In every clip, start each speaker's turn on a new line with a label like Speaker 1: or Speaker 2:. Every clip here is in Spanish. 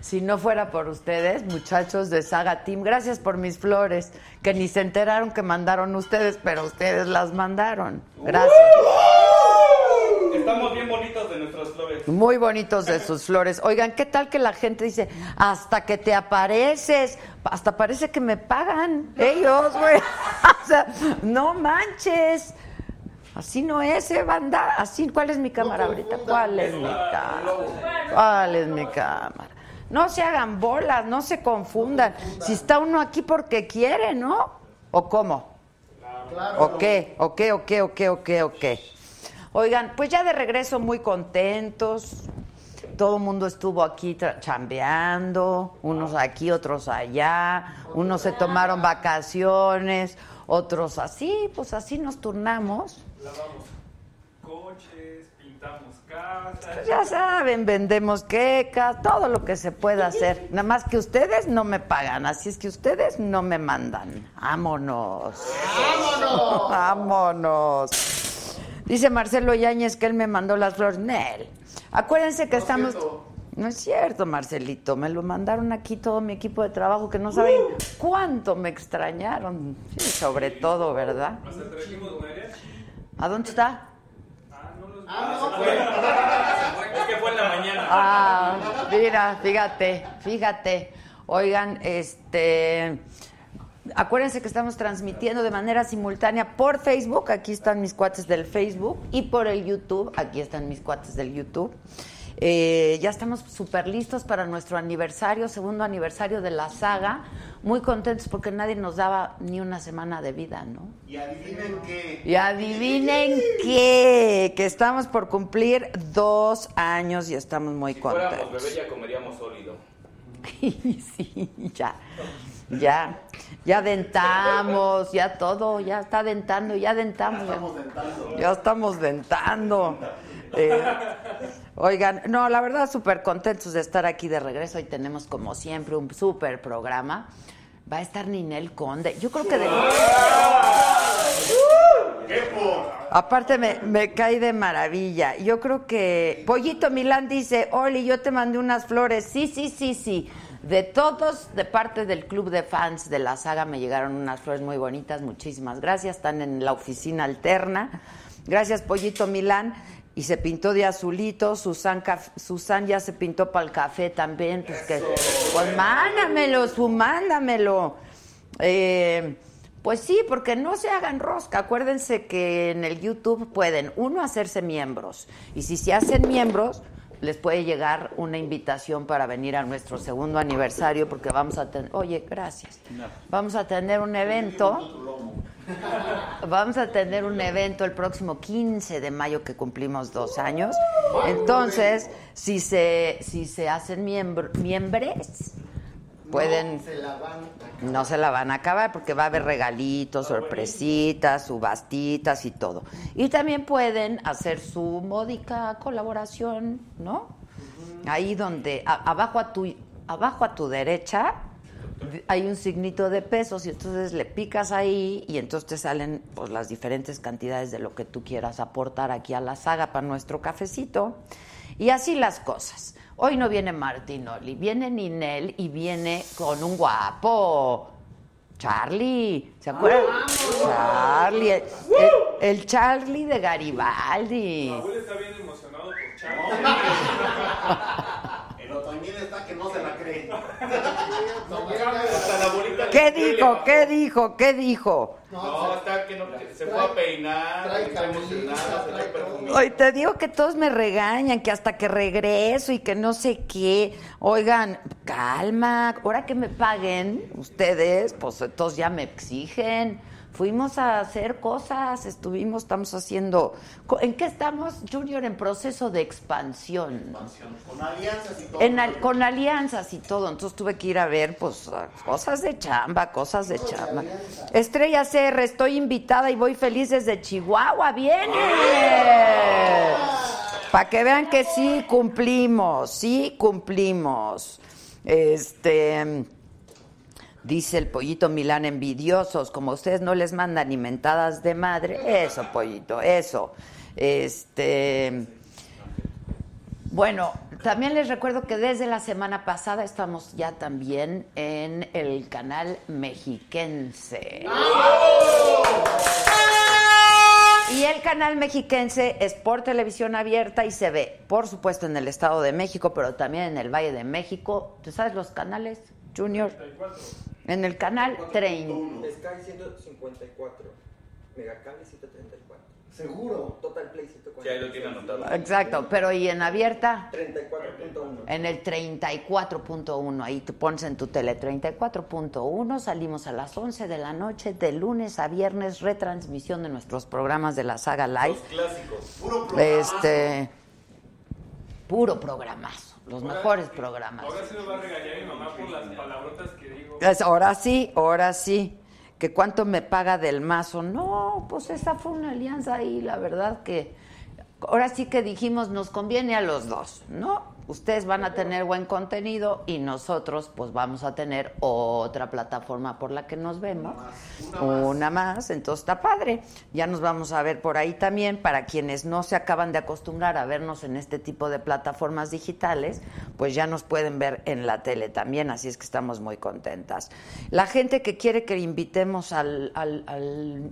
Speaker 1: Si no fuera por ustedes, muchachos de Saga Team, gracias por mis flores, que ni se enteraron que mandaron ustedes, pero ustedes las mandaron. Gracias.
Speaker 2: Estamos bien bonitos de nuestras flores.
Speaker 1: Muy bonitos de sus flores. Oigan, ¿qué tal que la gente dice, hasta que te apareces? Hasta parece que me pagan ellos, güey. O sea, no manches. Así no es, eh, banda. Así, ¿cuál es mi cámara ahorita? ¿Cuál es mi cámara? ¿Cuál es mi cámara? No se hagan bolas, no se confundan. Si está uno aquí porque quiere, ¿no? ¿O cómo? Ok, ok, ok, ok, ok, ok. Oigan, pues ya de regreso muy contentos. Todo el mundo estuvo aquí tra- chambeando, unos aquí, otros allá, unos se tomaron vacaciones, otros así, pues así nos turnamos.
Speaker 2: Lavamos coches, pintamos casas.
Speaker 1: Ya saben, vendemos quecas, todo lo que se pueda hacer. Nada más que ustedes no me pagan, así es que ustedes no me mandan. Vámonos. Vámonos. Vámonos. Dice Marcelo Yáñez que él me mandó las flores. Nel, acuérdense que estamos... No es cierto, Marcelito. Me lo mandaron aquí todo mi equipo de trabajo que no saben cuánto me extrañaron. Sí, sobre todo, ¿verdad?
Speaker 2: Hasta trajimos mujeres.
Speaker 1: ¿A dónde está?
Speaker 3: Ah,
Speaker 2: Es que Ah, fue en la mañana.
Speaker 1: Ah, mira, fíjate, fíjate. Oigan, este. Acuérdense que estamos transmitiendo de manera simultánea por Facebook. Aquí están mis cuates del Facebook. Y por el YouTube. Aquí están mis cuates del YouTube. Eh, ya estamos súper listos para nuestro aniversario, segundo aniversario de la saga. Muy contentos porque nadie nos daba ni una semana de vida, ¿no?
Speaker 4: Y adivinen qué.
Speaker 1: Y adivinen qué, que estamos por cumplir dos años y estamos muy
Speaker 2: Si fuéramos
Speaker 1: contentos.
Speaker 2: bebé ya comeríamos sólido.
Speaker 1: sí, ya, ya, ya dentamos, ya todo, ya está dentando, ya dentamos. Ya estamos dentando. Ya estamos dentando. Eh, oigan, no, la verdad, súper contentos de estar aquí de regreso. Hoy tenemos, como siempre, un súper programa. Va a estar Ninel Conde. Yo creo que de... Aparte me, me cae de maravilla. Yo creo que Pollito Milán dice, Oli, yo te mandé unas flores. Sí, sí, sí, sí. De todos, de parte del club de fans de la saga, me llegaron unas flores muy bonitas. Muchísimas gracias. Están en la oficina alterna. Gracias, Pollito Milán. Y se pintó de azulito. Susan, Caf- Susan ya se pintó para el café también. Pues, que, pues mándamelo, su mándamelo. Eh, pues sí, porque no se hagan rosca. Acuérdense que en el YouTube pueden, uno, hacerse miembros. Y si se hacen miembros, les puede llegar una invitación para venir a nuestro segundo aniversario, porque vamos a tener. Oye, gracias. Vamos a tener un evento. Vamos a tener un evento el próximo 15 de mayo que cumplimos dos años. Entonces, si se, si se hacen miembro, miembres, pueden...
Speaker 3: Se la van a
Speaker 1: No se la van a acabar porque va a haber regalitos, sorpresitas, subastitas y todo. Y también pueden hacer su módica colaboración, ¿no? Ahí donde, a- abajo, a tu, abajo a tu derecha, de- hay un signito de pesos y entonces le picas ahí y entonces te salen pues, las diferentes cantidades de lo que tú quieras aportar aquí a la saga para nuestro cafecito. Y así las cosas. Hoy no viene Martinoli, viene Ninel y viene con un guapo. Charlie, ¿se acuerdan? Charlie, el, el Charlie de Garibaldi.
Speaker 2: Raúl está bien emocionado por Charlie.
Speaker 3: Pero también está que no se la cree.
Speaker 2: Hasta la bolita
Speaker 1: ¿Qué
Speaker 2: de Chile
Speaker 1: dijo?
Speaker 2: le
Speaker 1: ¿Qué dijo? ¿Qué dijo?
Speaker 2: No, está que no, que se fue
Speaker 3: Trae-
Speaker 2: a peinar,
Speaker 3: trae
Speaker 2: está
Speaker 3: camisa,
Speaker 2: emocionada, se
Speaker 3: trae
Speaker 2: fue perfumada.
Speaker 1: Hoy te digo que todos me regañan, que hasta que regreso y que no sé qué. Oigan, calma, ahora que me paguen ustedes, pues entonces ya me exigen. Fuimos a hacer cosas, estuvimos, estamos haciendo... co- ¿En qué estamos, Junior? En proceso de expansión.
Speaker 3: Con alianzas y todo.
Speaker 1: En al- con alianzas y todo. Entonces tuve que ir a ver, pues, a- cosas de chamba, cosas de chamba. Estrella CR, estoy invitada y voy feliz desde Chihuahua. ¡Viene! Para que vean que sí cumplimos, sí cumplimos. Este. Dice el pollito Milán, envidiosos, como ustedes no les mandan inventadas de madre. Eso, pollito, eso. Este. Bueno, también les recuerdo que desde la semana pasada estamos ya también en el canal mexiquense. Y el canal mexiquense es por televisión abierta y se ve, por supuesto, en el Estado de México, pero también en el Valle de México. ¿Tú sabes los canales, Junior? En el canal 30.
Speaker 4: Sky 154, Megacable 134,
Speaker 3: Seguro.
Speaker 4: Total Play 144.
Speaker 2: Sí, ahí lo tiene anotado.
Speaker 1: Exacto, pero ¿y en abierta?
Speaker 4: 34.1.
Speaker 1: En el 34.1, ahí te pones en tu tele 34.1, salimos a las 11 de la noche, de lunes a viernes, retransmisión de nuestros programas de la saga
Speaker 2: Los
Speaker 1: Live.
Speaker 2: clásicos.
Speaker 3: Puro programa.
Speaker 1: Este, puro programazo, los
Speaker 2: Ahora
Speaker 1: mejores
Speaker 2: sí-
Speaker 1: programas.
Speaker 2: Ahora sí me va a regañar mi mamá por las palabrotas que digo.
Speaker 1: Es- ahora sí, ahora sí, que cuánto me paga del mazo. No, pues esa fue una alianza ahí, la verdad que ahora sí que dijimos nos conviene a los dos, ¿no? Ustedes van a tener buen contenido y nosotros pues vamos a tener otra plataforma por la que nos vemos. Una más, entonces está padre. Ya nos vamos a ver por ahí también. Para quienes no se acaban de acostumbrar a vernos en este tipo de plataformas digitales, pues ya nos pueden ver en la tele también, así es que estamos muy contentas. La gente que quiere que invitemos al- al- al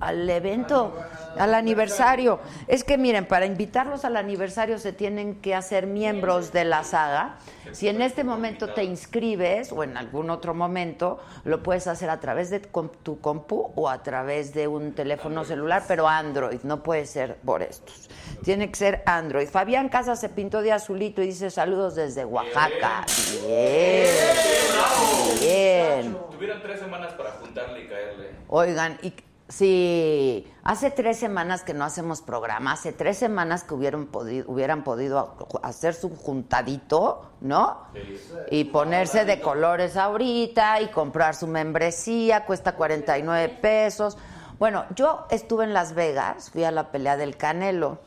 Speaker 1: al evento, al aniversario. Es que miren, para invitarlos al aniversario se tienen que hacer miembros de la saga. Si en este momento te inscribes o en algún otro momento, lo puedes hacer a través de com- tu compu o a través de un teléfono celular, pero Android, no puede ser por estos. Tiene que ser Android. Fabián Casas se pintó de azulito y dice saludos desde Oaxaca. Bien. Bien.
Speaker 2: Tuvieron tres semanas para juntarle y caerle.
Speaker 1: Oigan, y sí, hace tres semanas que no hacemos programa, hace tres semanas que hubieran podido, hubieran podido hacer su juntadito, ¿no? Y ponerse de colores ahorita y comprar su membresía, cuesta 49 pesos. Bueno, yo estuve en Las Vegas, fui a la pelea del Canelo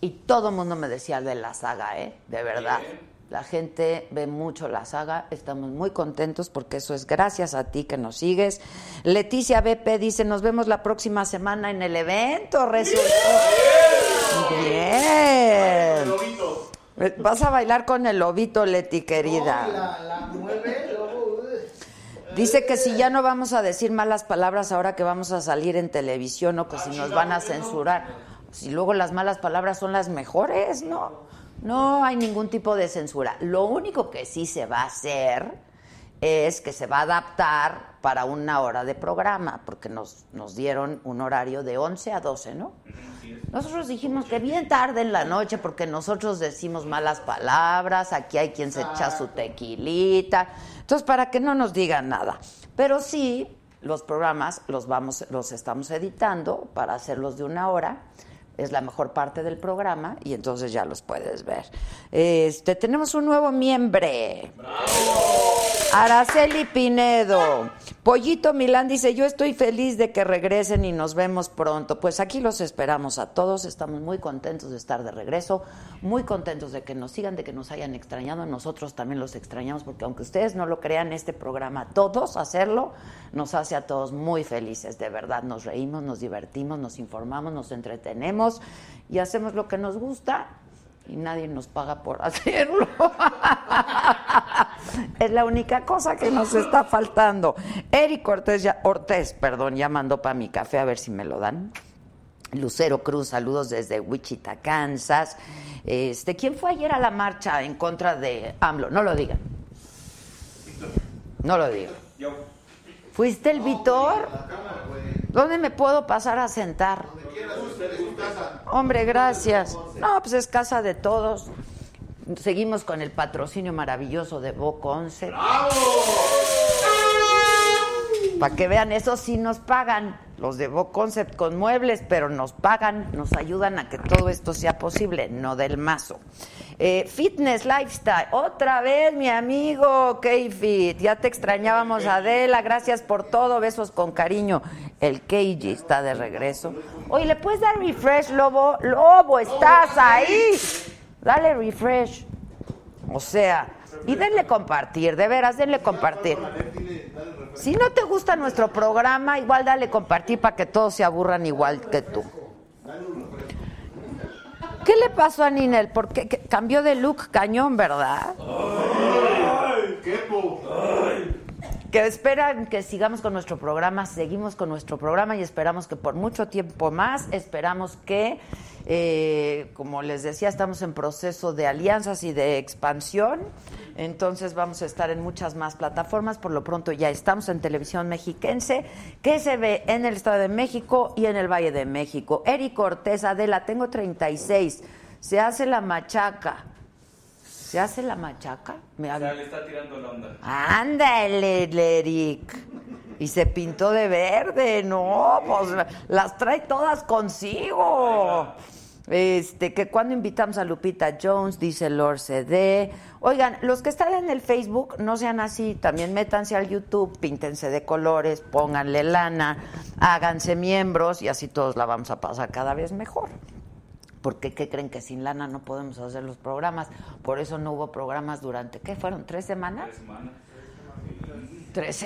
Speaker 1: y todo el mundo me decía de la saga, ¿eh? De verdad. La gente ve mucho la saga, estamos muy contentos porque eso es gracias a ti que nos sigues. Leticia BP dice, nos vemos la próxima semana en el evento, resultó. Bien.
Speaker 3: Lobito.
Speaker 1: Vas a bailar con el lobito, Leti,
Speaker 3: No,
Speaker 1: querida.
Speaker 3: la, la mueve, luego. uh.
Speaker 1: Dice que si ya no vamos a decir malas palabras ahora que vamos a salir en televisión o que si nos van a censurar. Si luego las malas palabras son las mejores, no. No hay ningún tipo de censura. Lo único que sí se va a hacer es que se va a adaptar para una hora de programa, porque nos, nos dieron un horario de 11 a 12, ¿no? Nosotros dijimos que bien tarde en la noche, porque nosotros decimos malas palabras, aquí hay quien se echa su tequilita. Entonces, para que no nos digan nada. Pero sí, los programas los vamos, los estamos editando para hacerlos de una hora. Es la mejor parte del programa y entonces ya los puedes ver. Este, tenemos un nuevo miembro. Araceli Pinedo. Pollito Milán dice, yo estoy feliz de que regresen y nos vemos pronto. Pues aquí los esperamos a todos, estamos muy contentos de estar de regreso, muy contentos de que nos sigan, de que nos hayan extrañado, nosotros también los extrañamos, porque aunque ustedes no lo crean, este programa, todos hacerlo, nos hace a todos muy felices, de verdad, nos reímos, nos divertimos, nos informamos, nos entretenemos y hacemos lo que nos gusta y nadie nos paga por hacerlo. es la única cosa que nos está faltando. Eric Ortiz, ya, Ortiz, perdón, ya mandó para mi café a ver si me lo dan. Lucero Cruz, saludos desde Wichita, Kansas. Este, ¿quién fue ayer a la marcha en contra de AMLO? No lo digan. No lo digan. ¿Fuiste el Vitor? ¿Dónde me puedo pasar a sentar? Hombre, gracias. No, pues es casa de todos. Seguimos con el patrocinio maravilloso de Boco 11. Para que vean, eso sí nos pagan los de Bo Concept con muebles, pero nos pagan, nos ayudan a que todo esto sea posible, no del mazo. Eh, fitness Lifestyle, otra vez mi amigo K-Fit, ya te extrañábamos Adela, gracias por todo, besos con cariño. El KG está de regreso. Oye, ¿le puedes dar refresh, Lobo? Lobo, estás ahí. Dale refresh. O sea, y denle compartir, de veras, denle compartir. Si no te gusta nuestro programa, igual dale compartir para que todos se aburran igual que tú. ¿Qué le pasó a Ninel? Porque cambió de look cañón, ¿verdad? Que esperan que sigamos con nuestro programa, seguimos con nuestro programa y esperamos que por mucho tiempo más, esperamos que, eh, como les decía, estamos en proceso de alianzas y de expansión, entonces vamos a estar en muchas más plataformas, por lo pronto ya estamos en televisión mexiquense, que se ve en el Estado de México y en el Valle de México. Eric Ortez, Adela, tengo 36, se hace la machaca. ¿Se hace la machaca? Me
Speaker 2: O sea,
Speaker 1: habla-
Speaker 2: le está tirando la onda.
Speaker 1: Ándale, Leric. Y se pintó de verde, no, pues las trae todas consigo. Este, que cuando invitamos a Lupita Jones, dice Lord CD. Oigan, los que están en el Facebook, no sean así, también métanse al YouTube, píntense de colores, pónganle lana, háganse miembros y así todos la vamos a pasar cada vez mejor porque ¿qué creen que sin lana no podemos hacer los programas? Por eso no hubo programas durante, ¿qué fueron? ¿Tres semanas? Tres semanas. Tres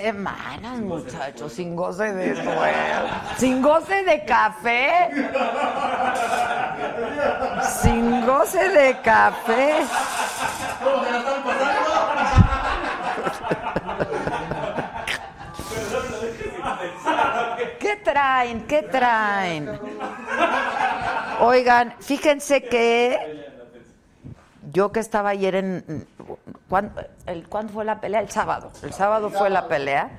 Speaker 1: semanas, muchachos, sin goce de sueldo. Sin goce de café. Sin goce de café. Ah. ¿Qué traen? ¿Qué traen? Oigan, fíjense que yo que estaba ayer en... ¿cuán- el- ¿Cuándo fue la pelea? El sábado. El sábado fue la pelea.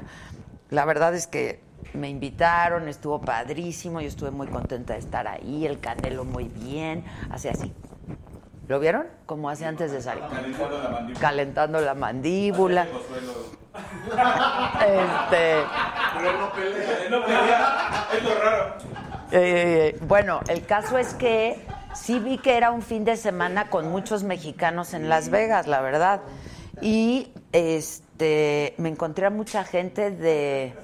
Speaker 1: La verdad es que me invitaron, estuvo padrísimo, yo estuve muy contenta de estar ahí, el Canelo muy bien, hace así. ¿Lo vieron? Como hace antes de salir.
Speaker 2: Calentando la mandíbula.
Speaker 1: Calentando la mandíbula.
Speaker 5: Eh,
Speaker 1: Este...
Speaker 2: No pelea, es lo raro.
Speaker 1: Eh, bueno, el caso es que sí vi que era un fin de semana con muchos mexicanos en Las Vegas, la verdad. Y este me encontré a mucha gente de,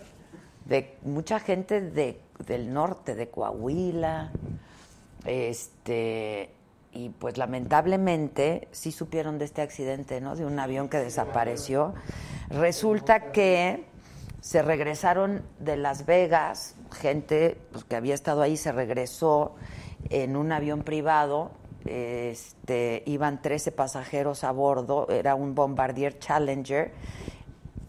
Speaker 1: de mucha gente de, del norte, de Coahuila. Este y pues lamentablemente sí supieron de este accidente, ¿no? De un avión que desapareció. Resulta que se regresaron de Las Vegas, gente pues, que había estado ahí se regresó en un avión privado. Este, iban 13 pasajeros a bordo, era un Bombardier Challenger.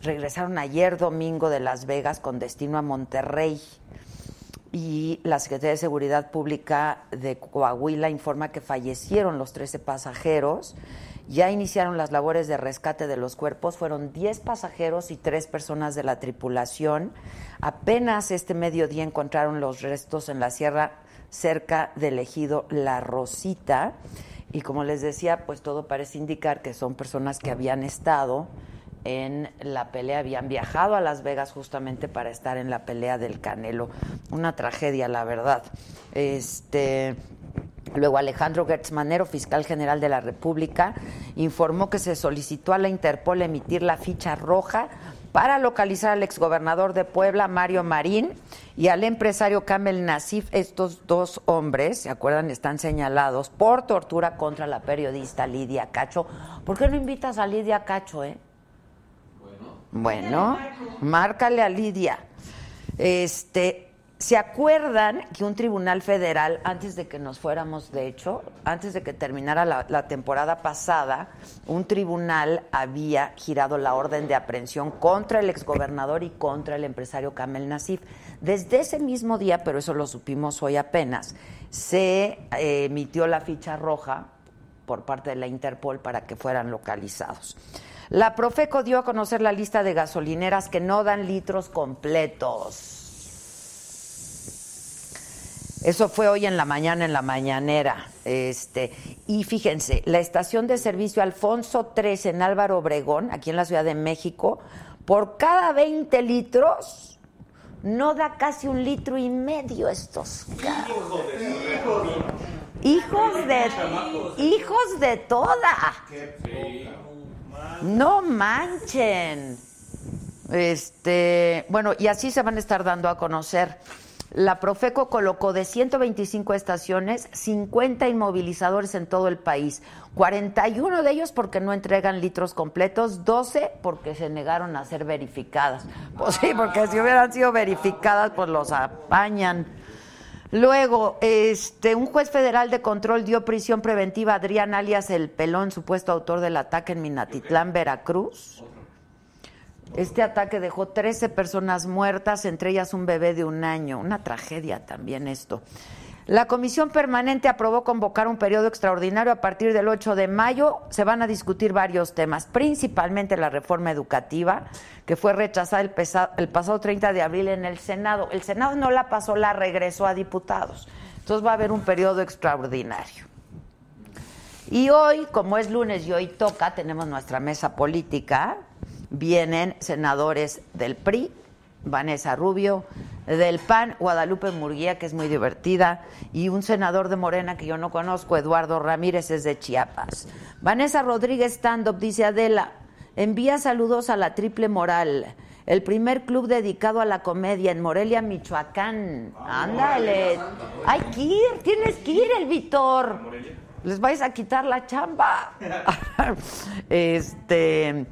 Speaker 1: Regresaron ayer domingo de Las Vegas con destino a Monterrey. Y la Secretaría de Seguridad Pública de Coahuila informa que fallecieron los 13 pasajeros. Ya iniciaron las labores de rescate de los cuerpos. Fueron 10 pasajeros y 3 personas de la tripulación. Apenas este mediodía encontraron los restos en la sierra cerca del ejido La Rosita. Y como les decía, pues todo parece indicar que son personas que habían estado en la pelea, habían viajado a Las Vegas justamente para estar en la pelea del Canelo. Una tragedia, la verdad. Este, Luego Alejandro Gertzmanero, fiscal general de la República, informó que se solicitó a la Interpol emitir la ficha roja para localizar al exgobernador de Puebla, Mario Marín, y al empresario Kamel Nasif. Estos dos hombres, ¿se acuerdan? Están señalados por tortura contra la periodista Lidia Cacho. ¿Por qué no invitas a Lidia Cacho, eh? Bueno, márcale a Lidia. Este, ¿se acuerdan que un tribunal federal, antes de que nos fuéramos, de hecho, antes de que terminara la, la temporada pasada, un tribunal había girado la orden de aprehensión contra el exgobernador y contra el empresario Kamel Nasif? Desde ese mismo día, pero eso lo supimos hoy apenas, se eh, emitió la ficha roja por parte de la Interpol para que fueran localizados. La Profeco dio a conocer la lista de gasolineras que no dan litros completos. Eso fue hoy en la mañana, en la mañanera. Este, y fíjense, la estación de servicio Alfonso III en Álvaro Obregón, aquí en la Ciudad de México, por cada 20 litros no da casi un litro y medio estos. Hijos de hijos de toda. No manchen. Este, bueno, y así se van a estar dando a conocer. La Profeco colocó de 125 estaciones 50 inmovilizadores en todo el país, 41 de ellos porque no entregan litros completos, 12 porque se negaron a ser verificadas. Pues sí, porque si hubieran sido verificadas, pues los apañan. Luego, este, un juez federal de control dio prisión preventiva a Adrián alias El Pelón, supuesto autor del ataque en Minatitlán, Veracruz. Este ataque dejó 13 personas muertas, entre ellas un bebé de un año. Una tragedia también esto. La comisión permanente aprobó convocar un periodo extraordinario a partir del 8 de mayo. Se van a discutir varios temas, principalmente la reforma educativa, que fue rechazada el, pesa- el pasado 30 de abril en el Senado. El Senado no la pasó, la regresó a diputados. Entonces va a haber un periodo extraordinario. Y hoy, como es lunes y hoy toca, tenemos nuestra mesa política. Vienen senadores del PRI, Vanessa Rubio, del PAN, Guadalupe Murguía, que es muy divertida, y un senador de Morena que yo no conozco, Eduardo Ramírez, es de Chiapas. Vanessa Rodríguez Stand Up dice Adela, envía saludos a la Triple Moral. El primer club dedicado a la comedia en Morelia, Michoacán. Ándale. Hay que ir, tienes que ir el Vitor. Les vais a quitar la chamba. este.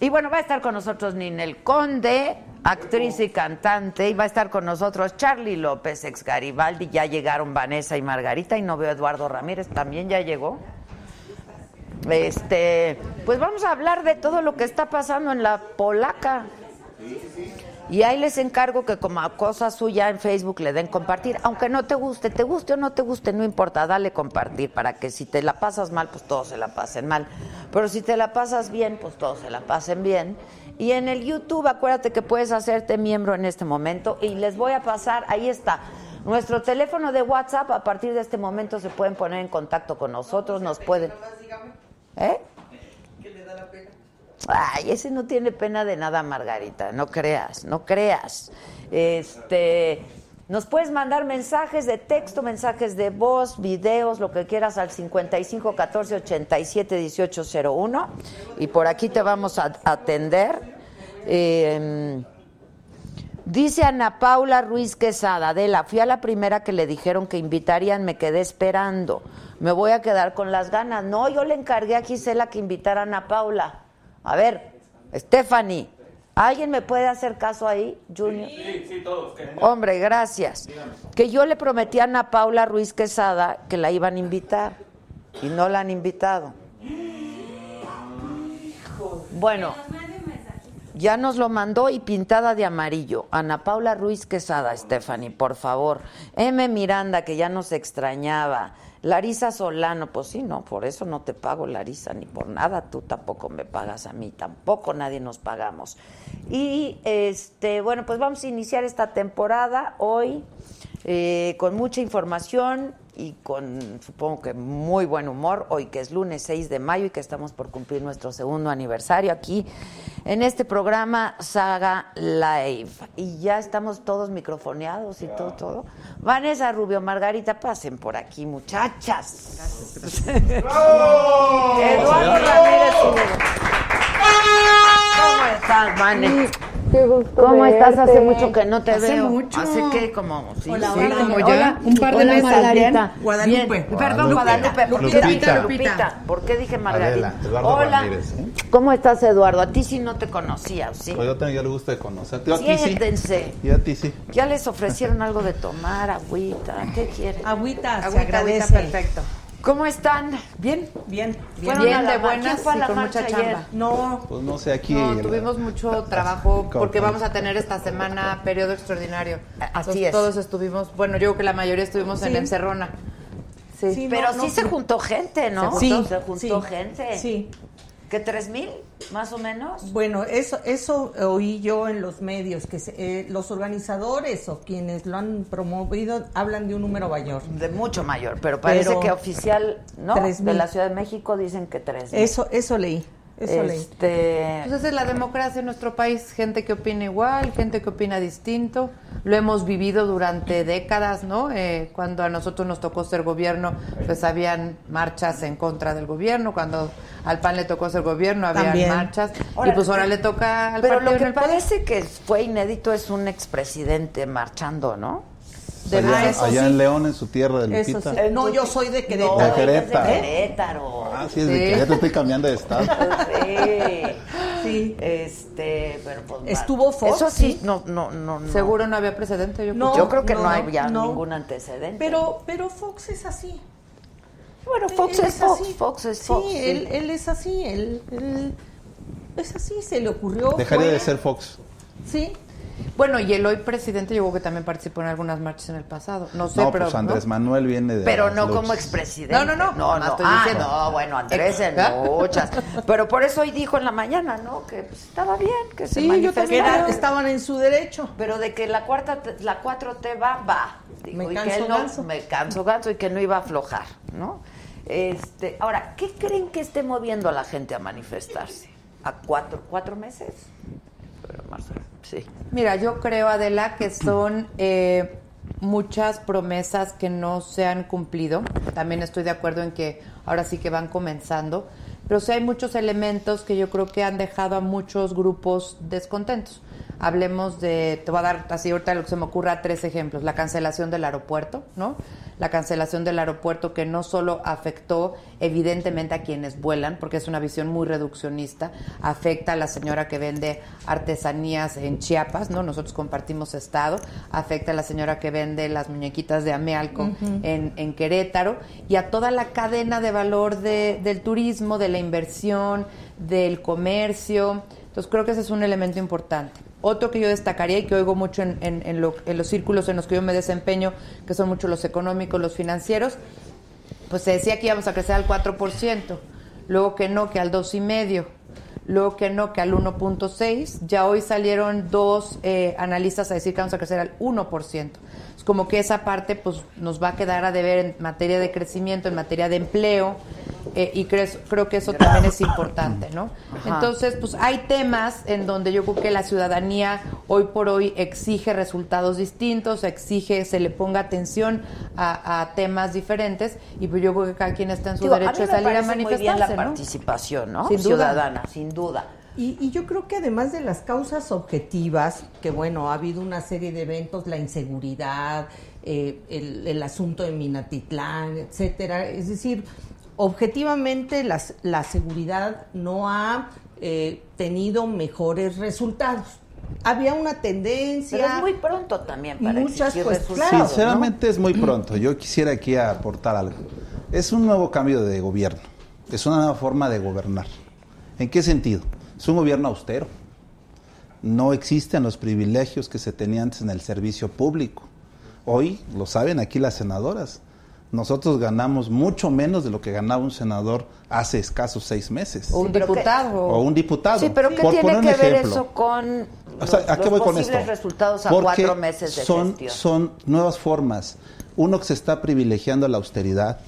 Speaker 1: Y bueno, va a estar con nosotros Ninel Conde, actriz y cantante, y va a estar con nosotros Charlie López, ex Garibaldi. Ya llegaron Vanessa y Margarita, y no veo a Eduardo Ramírez, también ya llegó. Este, pues vamos a hablar de todo lo que está pasando en la polaca. Y ahí les encargo que como a cosa suya en Facebook le den compartir, aunque no te guste, te guste o no te guste, no importa, dale compartir para que si te la pasas mal, pues todos se la pasen mal. Pero si te la pasas bien, pues todos se la pasen bien. Y en el YouTube, acuérdate que puedes hacerte miembro en este momento y les voy a pasar, ahí está. Nuestro teléfono de WhatsApp, a partir de este momento se pueden poner en contacto con nosotros, nos pueden... ¿Eh? Ay, ese no tiene pena de nada, Margarita. No creas, no creas. Este, nos puedes mandar mensajes de texto, mensajes de voz, videos, lo que quieras al 55 14 87 18 01 y por aquí te vamos a atender. Eh, Dice Ana Paula Ruiz Quesada, Adela, fui a la primera que le dijeron que invitarían, me quedé esperando. Me voy a quedar con las ganas. No, yo le encargué a Gisela que invitara a Ana Paula. A ver, Stephanie, ¿alguien me puede hacer caso ahí, Junior?
Speaker 2: Sí, sí, todos. ¿qué?
Speaker 1: Hombre, gracias. Que yo le prometí a Ana Paula Ruiz Quesada que la iban a invitar y no la han invitado. Bueno, ya nos lo mandó y pintada de amarillo. Ana Paula Ruiz Quesada, Stephanie, por favor. M. Miranda, que ya nos extrañaba. Larisa Solano, pues sí, no, por eso no te pago, Larisa, ni por nada. Tú tampoco me pagas a mí, tampoco nadie nos pagamos. Y este, bueno, pues vamos a iniciar esta temporada hoy eh, con mucha información. y con supongo que muy buen humor hoy que es lunes 6 de mayo y que estamos por cumplir nuestro segundo aniversario aquí en este programa Saga Live. Y ya estamos todos microfoneados y todo, todo. Vanessa Rubio, Margarita, pasen por aquí, muchachas. Eduardo Ramírez. ¿Cómo estás, Vane? ¿Cómo estás? Hace mucho que no te
Speaker 6: Hace
Speaker 1: veo.
Speaker 6: mucho.
Speaker 1: Hace que como sí,
Speaker 6: Hola,
Speaker 1: sí,
Speaker 6: hola,
Speaker 1: como
Speaker 6: hola.
Speaker 1: ya
Speaker 6: Un par de
Speaker 1: Hola,
Speaker 6: meses.
Speaker 1: Margarita.
Speaker 7: Guadalupe.
Speaker 1: Bien. Perdón, Guadalupe. ¿Por qué
Speaker 7: Lupita.
Speaker 1: dije
Speaker 6: Lupita.
Speaker 1: Lupita? ¿Por qué dije Margarita?
Speaker 7: Adela, Eduardo
Speaker 1: hola.
Speaker 7: Ramírez, ¿eh?
Speaker 1: ¿Cómo estás, Eduardo? A ti sí no te conocía, ¿o ¿sí?
Speaker 7: Pues yo tengo yo el gusto de conocerte. Yo a ti sí.
Speaker 1: Siéntense.
Speaker 7: Yo a ti sí.
Speaker 1: Ya les ofrecieron algo de tomar, agüita, ¿qué quieren?
Speaker 8: Agüita, se
Speaker 1: Agüita,
Speaker 8: agradece.
Speaker 1: agüita,
Speaker 8: perfecto.
Speaker 1: ¿Cómo están? ¿Bien?
Speaker 8: Bien, bien.
Speaker 1: Fueron
Speaker 6: Bien,
Speaker 1: a la
Speaker 6: de
Speaker 1: marcha.
Speaker 6: buenas
Speaker 1: ¿Quién fue a
Speaker 6: y
Speaker 1: la
Speaker 6: con
Speaker 1: marcha
Speaker 6: mucha
Speaker 1: ayer?
Speaker 6: chamba.
Speaker 8: No,
Speaker 7: Pues no sé aquí.
Speaker 6: No,
Speaker 7: la-
Speaker 6: tuvimos mucho trabajo porque vamos a tener esta semana periodo extraordinario.
Speaker 1: Así
Speaker 6: Entonces,
Speaker 1: es.
Speaker 6: Todos estuvimos, bueno, yo creo que la mayoría estuvimos en Encerrona.
Speaker 8: Sí,
Speaker 1: Pero
Speaker 8: no,
Speaker 1: sí
Speaker 8: no,
Speaker 1: se
Speaker 8: sí.
Speaker 1: juntó gente, ¿no?
Speaker 8: Sí,
Speaker 1: Se juntó
Speaker 8: sí,
Speaker 1: gente.
Speaker 8: sí.
Speaker 1: ¿Qué, tres mil? Más o menos.
Speaker 8: bueno, eso, eso oí yo en los medios, que se- eh, los organizadores o quienes lo han promovido hablan de un número mayor.
Speaker 1: De mucho mayor, pero parece
Speaker 8: Pero-
Speaker 1: que oficial, ¿no?
Speaker 8: Tres
Speaker 1: De
Speaker 8: mil.
Speaker 1: la Ciudad de México dicen que tres mil.
Speaker 8: Eso, eso leí, eso leí.
Speaker 1: Este,
Speaker 6: Entonces Pues es la democracia en nuestro país, gente que opina igual, gente que opina distinto. Lo hemos vivido durante décadas, ¿no? Eh, cuando a nosotros nos tocó ser gobierno, pues habían marchas en contra del gobierno. Cuando al PAN le tocó ser gobierno, habían
Speaker 8: También.
Speaker 6: marchas.
Speaker 1: Ahora,
Speaker 6: y pues ahora le toca al
Speaker 1: pero
Speaker 6: partido
Speaker 1: lo
Speaker 6: en
Speaker 1: que
Speaker 6: el poder.
Speaker 1: parece que fue inédito es un expresidente marchando, ¿no?
Speaker 6: De
Speaker 7: allá
Speaker 6: verdad,
Speaker 8: eso
Speaker 7: allá
Speaker 8: sí.
Speaker 7: en León, en su tierra de
Speaker 8: Eso
Speaker 7: Lupita.
Speaker 8: sí.
Speaker 1: Eh,
Speaker 8: No, yo soy de Querétaro.
Speaker 7: De Querétaro.
Speaker 1: De Querétaro.
Speaker 7: Ah, sí, es de
Speaker 6: Sí.
Speaker 7: Querétaro. Estoy cambiando de estado.
Speaker 1: Sí.
Speaker 8: Sí.
Speaker 1: Este, pero pues,
Speaker 8: Estuvo Fox,
Speaker 1: Eso sí,
Speaker 8: sí.
Speaker 1: no, no, no, no.
Speaker 6: Seguro no había precedente. Yo
Speaker 8: No,
Speaker 1: Yo creo que no,
Speaker 8: no,
Speaker 1: hay ya
Speaker 8: no.
Speaker 1: ningún antecedente.
Speaker 8: Pero, pero Fox es así.
Speaker 1: bueno,
Speaker 8: Él-
Speaker 1: Fox
Speaker 8: él
Speaker 1: es Fox,
Speaker 8: así.
Speaker 1: Fox es
Speaker 8: Sí,
Speaker 1: Fox. sí.
Speaker 8: Él, él es así, él, él es así, se le ocurrió.
Speaker 7: Dejaría
Speaker 8: fue.
Speaker 7: de ser Fox.
Speaker 8: Sí,
Speaker 6: Bueno, y el hoy presidente, yo creo que también participó en algunas marchas en el pasado. No sé,
Speaker 7: no,
Speaker 6: pero.
Speaker 7: pues
Speaker 6: ¿no?
Speaker 7: Andrés Manuel viene de.
Speaker 1: Pero
Speaker 7: las
Speaker 1: no
Speaker 7: luchas.
Speaker 1: como expresidente.
Speaker 6: No, no, no.
Speaker 1: No,
Speaker 6: Nomás estoy
Speaker 1: Ah,
Speaker 6: diciendo.
Speaker 1: no, bueno, Andrés en
Speaker 6: ¿Ah?
Speaker 1: muchas. Pero por eso hoy dijo en la mañana, ¿no? Que pues, estaba bien, que se
Speaker 8: sí, yo
Speaker 1: manifestara.
Speaker 8: también era- estaban en su derecho.
Speaker 1: Pero de que la cuarta, te- la 4T va, va. Dijo,
Speaker 8: Me
Speaker 1: y que
Speaker 8: canso
Speaker 1: él no,
Speaker 8: ganso.
Speaker 1: me canso ganso y que no iba a aflojar, ¿no? Este, ahora, ¿qué creen que esté moviendo a la gente a manifestarse? ¿A cuatro, cuatro meses? Pero marzo, sí.
Speaker 6: Mira, yo creo, Adela, que son eh, muchas promesas que no se han cumplido. También estoy de acuerdo en que ahora sí que van comenzando. Pero sí hay muchos elementos que yo creo que han dejado a muchos grupos descontentos. Hablemos de, te voy a dar así ahorita lo que se me ocurra tres ejemplos. La cancelación del aeropuerto, ¿no? La cancelación del aeropuerto que no solo afectó evidentemente a quienes vuelan, porque es una visión muy reduccionista, afecta a la señora que vende artesanías en Chiapas, ¿no? Nosotros compartimos estado, afecta a la señora que vende las muñequitas de Amealco en, en Querétaro y a toda la cadena de valor de- del turismo, de la inversión, del comercio. Entonces creo que ese es un elemento importante. Otro que yo destacaría y que oigo mucho en, en- en lo- en los círculos en los que yo me desempeño, que son mucho los económicos, los financieros, pues se decía que íbamos a crecer al 4%, luego que no, que al 2,5%, luego que no, que al 1.6%. Ya hoy salieron dos eh, analistas a decir que vamos a crecer al 1%. Es como que esa parte pues nos va a quedar a deber en materia de crecimiento, en materia de empleo, eh, y creo, creo que eso también es importante, ¿no? Entonces, pues hay temas en donde yo creo que la ciudadanía hoy por hoy exige resultados distintos, exige se le ponga atención a, a temas diferentes y pues yo creo que cada quien está en su
Speaker 1: Digo,
Speaker 6: derecho de
Speaker 1: mí me
Speaker 6: salir a
Speaker 1: parece muy bien
Speaker 6: manifestarse,
Speaker 1: la
Speaker 6: ¿no?
Speaker 1: participación, ¿no?
Speaker 6: Sin duda.
Speaker 1: Ciudadana, sin duda.
Speaker 8: Y, y yo creo que además de las causas objetivas, que bueno, ha habido una serie de eventos, la inseguridad, eh, el, el asunto de Minatitlán, etcétera, es decir, objetivamente las, la seguridad no ha eh, tenido mejores resultados. Había una tendencia.
Speaker 1: Pero es muy pronto también para
Speaker 8: Muchas
Speaker 1: exigir
Speaker 8: cuestiones.
Speaker 1: resultados, ¿no?
Speaker 7: pues, Sinceramente es muy pronto. Yo quisiera aquí aportar algo. Es un nuevo cambio de gobierno. Es una nueva forma de gobernar. ¿En qué sentido? Es un gobierno austero. No existen los privilegios que se tenían antes en el servicio público. Hoy, lo saben aquí las senadoras, Nosotros ganamos mucho menos de lo que ganaba un senador hace escasos seis meses.
Speaker 6: O un
Speaker 1: pero que-
Speaker 6: diputado.
Speaker 7: O un diputado.
Speaker 1: Sí, pero ¿qué
Speaker 7: Por
Speaker 1: tiene
Speaker 7: poner un
Speaker 1: que ver
Speaker 7: ejemplo.
Speaker 1: eso con
Speaker 7: O sea,
Speaker 1: los,
Speaker 7: ¿a qué
Speaker 1: los
Speaker 7: voy con
Speaker 1: posibles
Speaker 7: esto?
Speaker 1: resultados a
Speaker 7: Porque
Speaker 1: cuatro meses de
Speaker 7: son,
Speaker 1: gestión?
Speaker 7: Son nuevas formas. Uno que se está privilegiando la austeridad.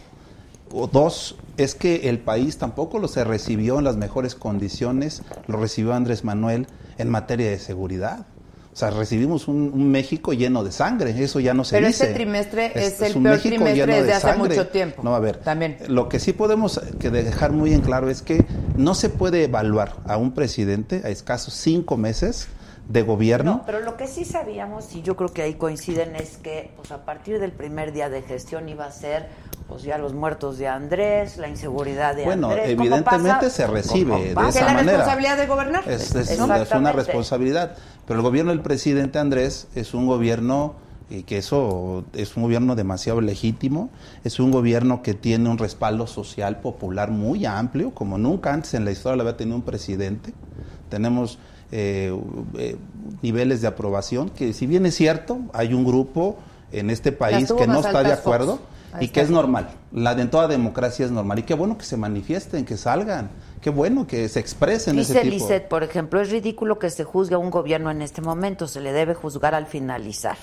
Speaker 7: O dos, es que el país tampoco lo se recibió en las mejores condiciones, lo recibió Andrés Manuel en materia de seguridad. O sea, recibimos un, un México lleno de sangre, eso ya no se
Speaker 6: Pero
Speaker 7: dice.
Speaker 6: este trimestre es el
Speaker 7: un
Speaker 6: peor
Speaker 7: México
Speaker 6: trimestre
Speaker 7: lleno de
Speaker 6: desde hace
Speaker 7: sangre.
Speaker 6: mucho tiempo.
Speaker 7: No, a ver,
Speaker 6: También.
Speaker 7: lo que sí podemos eh, que dejar muy en claro es que no se puede evaluar a un presidente a escasos cinco meses de gobierno.
Speaker 1: No, pero lo que sí sabíamos, y yo creo que ahí coinciden, es que pues, a partir del primer día de gestión iba a ser pues ya los muertos de Andrés, la inseguridad de
Speaker 7: Bueno,
Speaker 1: Andrés. ¿Cómo
Speaker 7: evidentemente
Speaker 1: pasa?
Speaker 7: se recibe
Speaker 1: ¿Cómo
Speaker 7: de
Speaker 1: pasa?
Speaker 7: esa
Speaker 6: Que es la
Speaker 7: manera.
Speaker 6: responsabilidad de gobernar.
Speaker 7: Es, es- es una
Speaker 1: Exactamente.
Speaker 7: responsabilidad. Pero el gobierno del presidente Andrés es un gobierno eh, que eso es un gobierno demasiado legítimo, es un gobierno que tiene un respaldo social popular muy amplio, como nunca antes en la historia lo había tenido un presidente. Tenemos eh, eh, niveles de aprobación que, si bien es cierto, hay un grupo en este país
Speaker 6: tuvo
Speaker 7: que no
Speaker 6: más
Speaker 7: está de
Speaker 6: altas Fox.
Speaker 7: acuerdo
Speaker 6: Ahí
Speaker 7: y que
Speaker 6: está.
Speaker 7: es normal. La de en toda democracia es normal. Y qué bueno que se manifiesten, que salgan. Qué bueno que se expresen ese
Speaker 1: Dice
Speaker 7: tipo.
Speaker 1: Lisset, por ejemplo, es ridículo que se juzgue a un gobierno en este momento, se le debe juzgar al finalizar.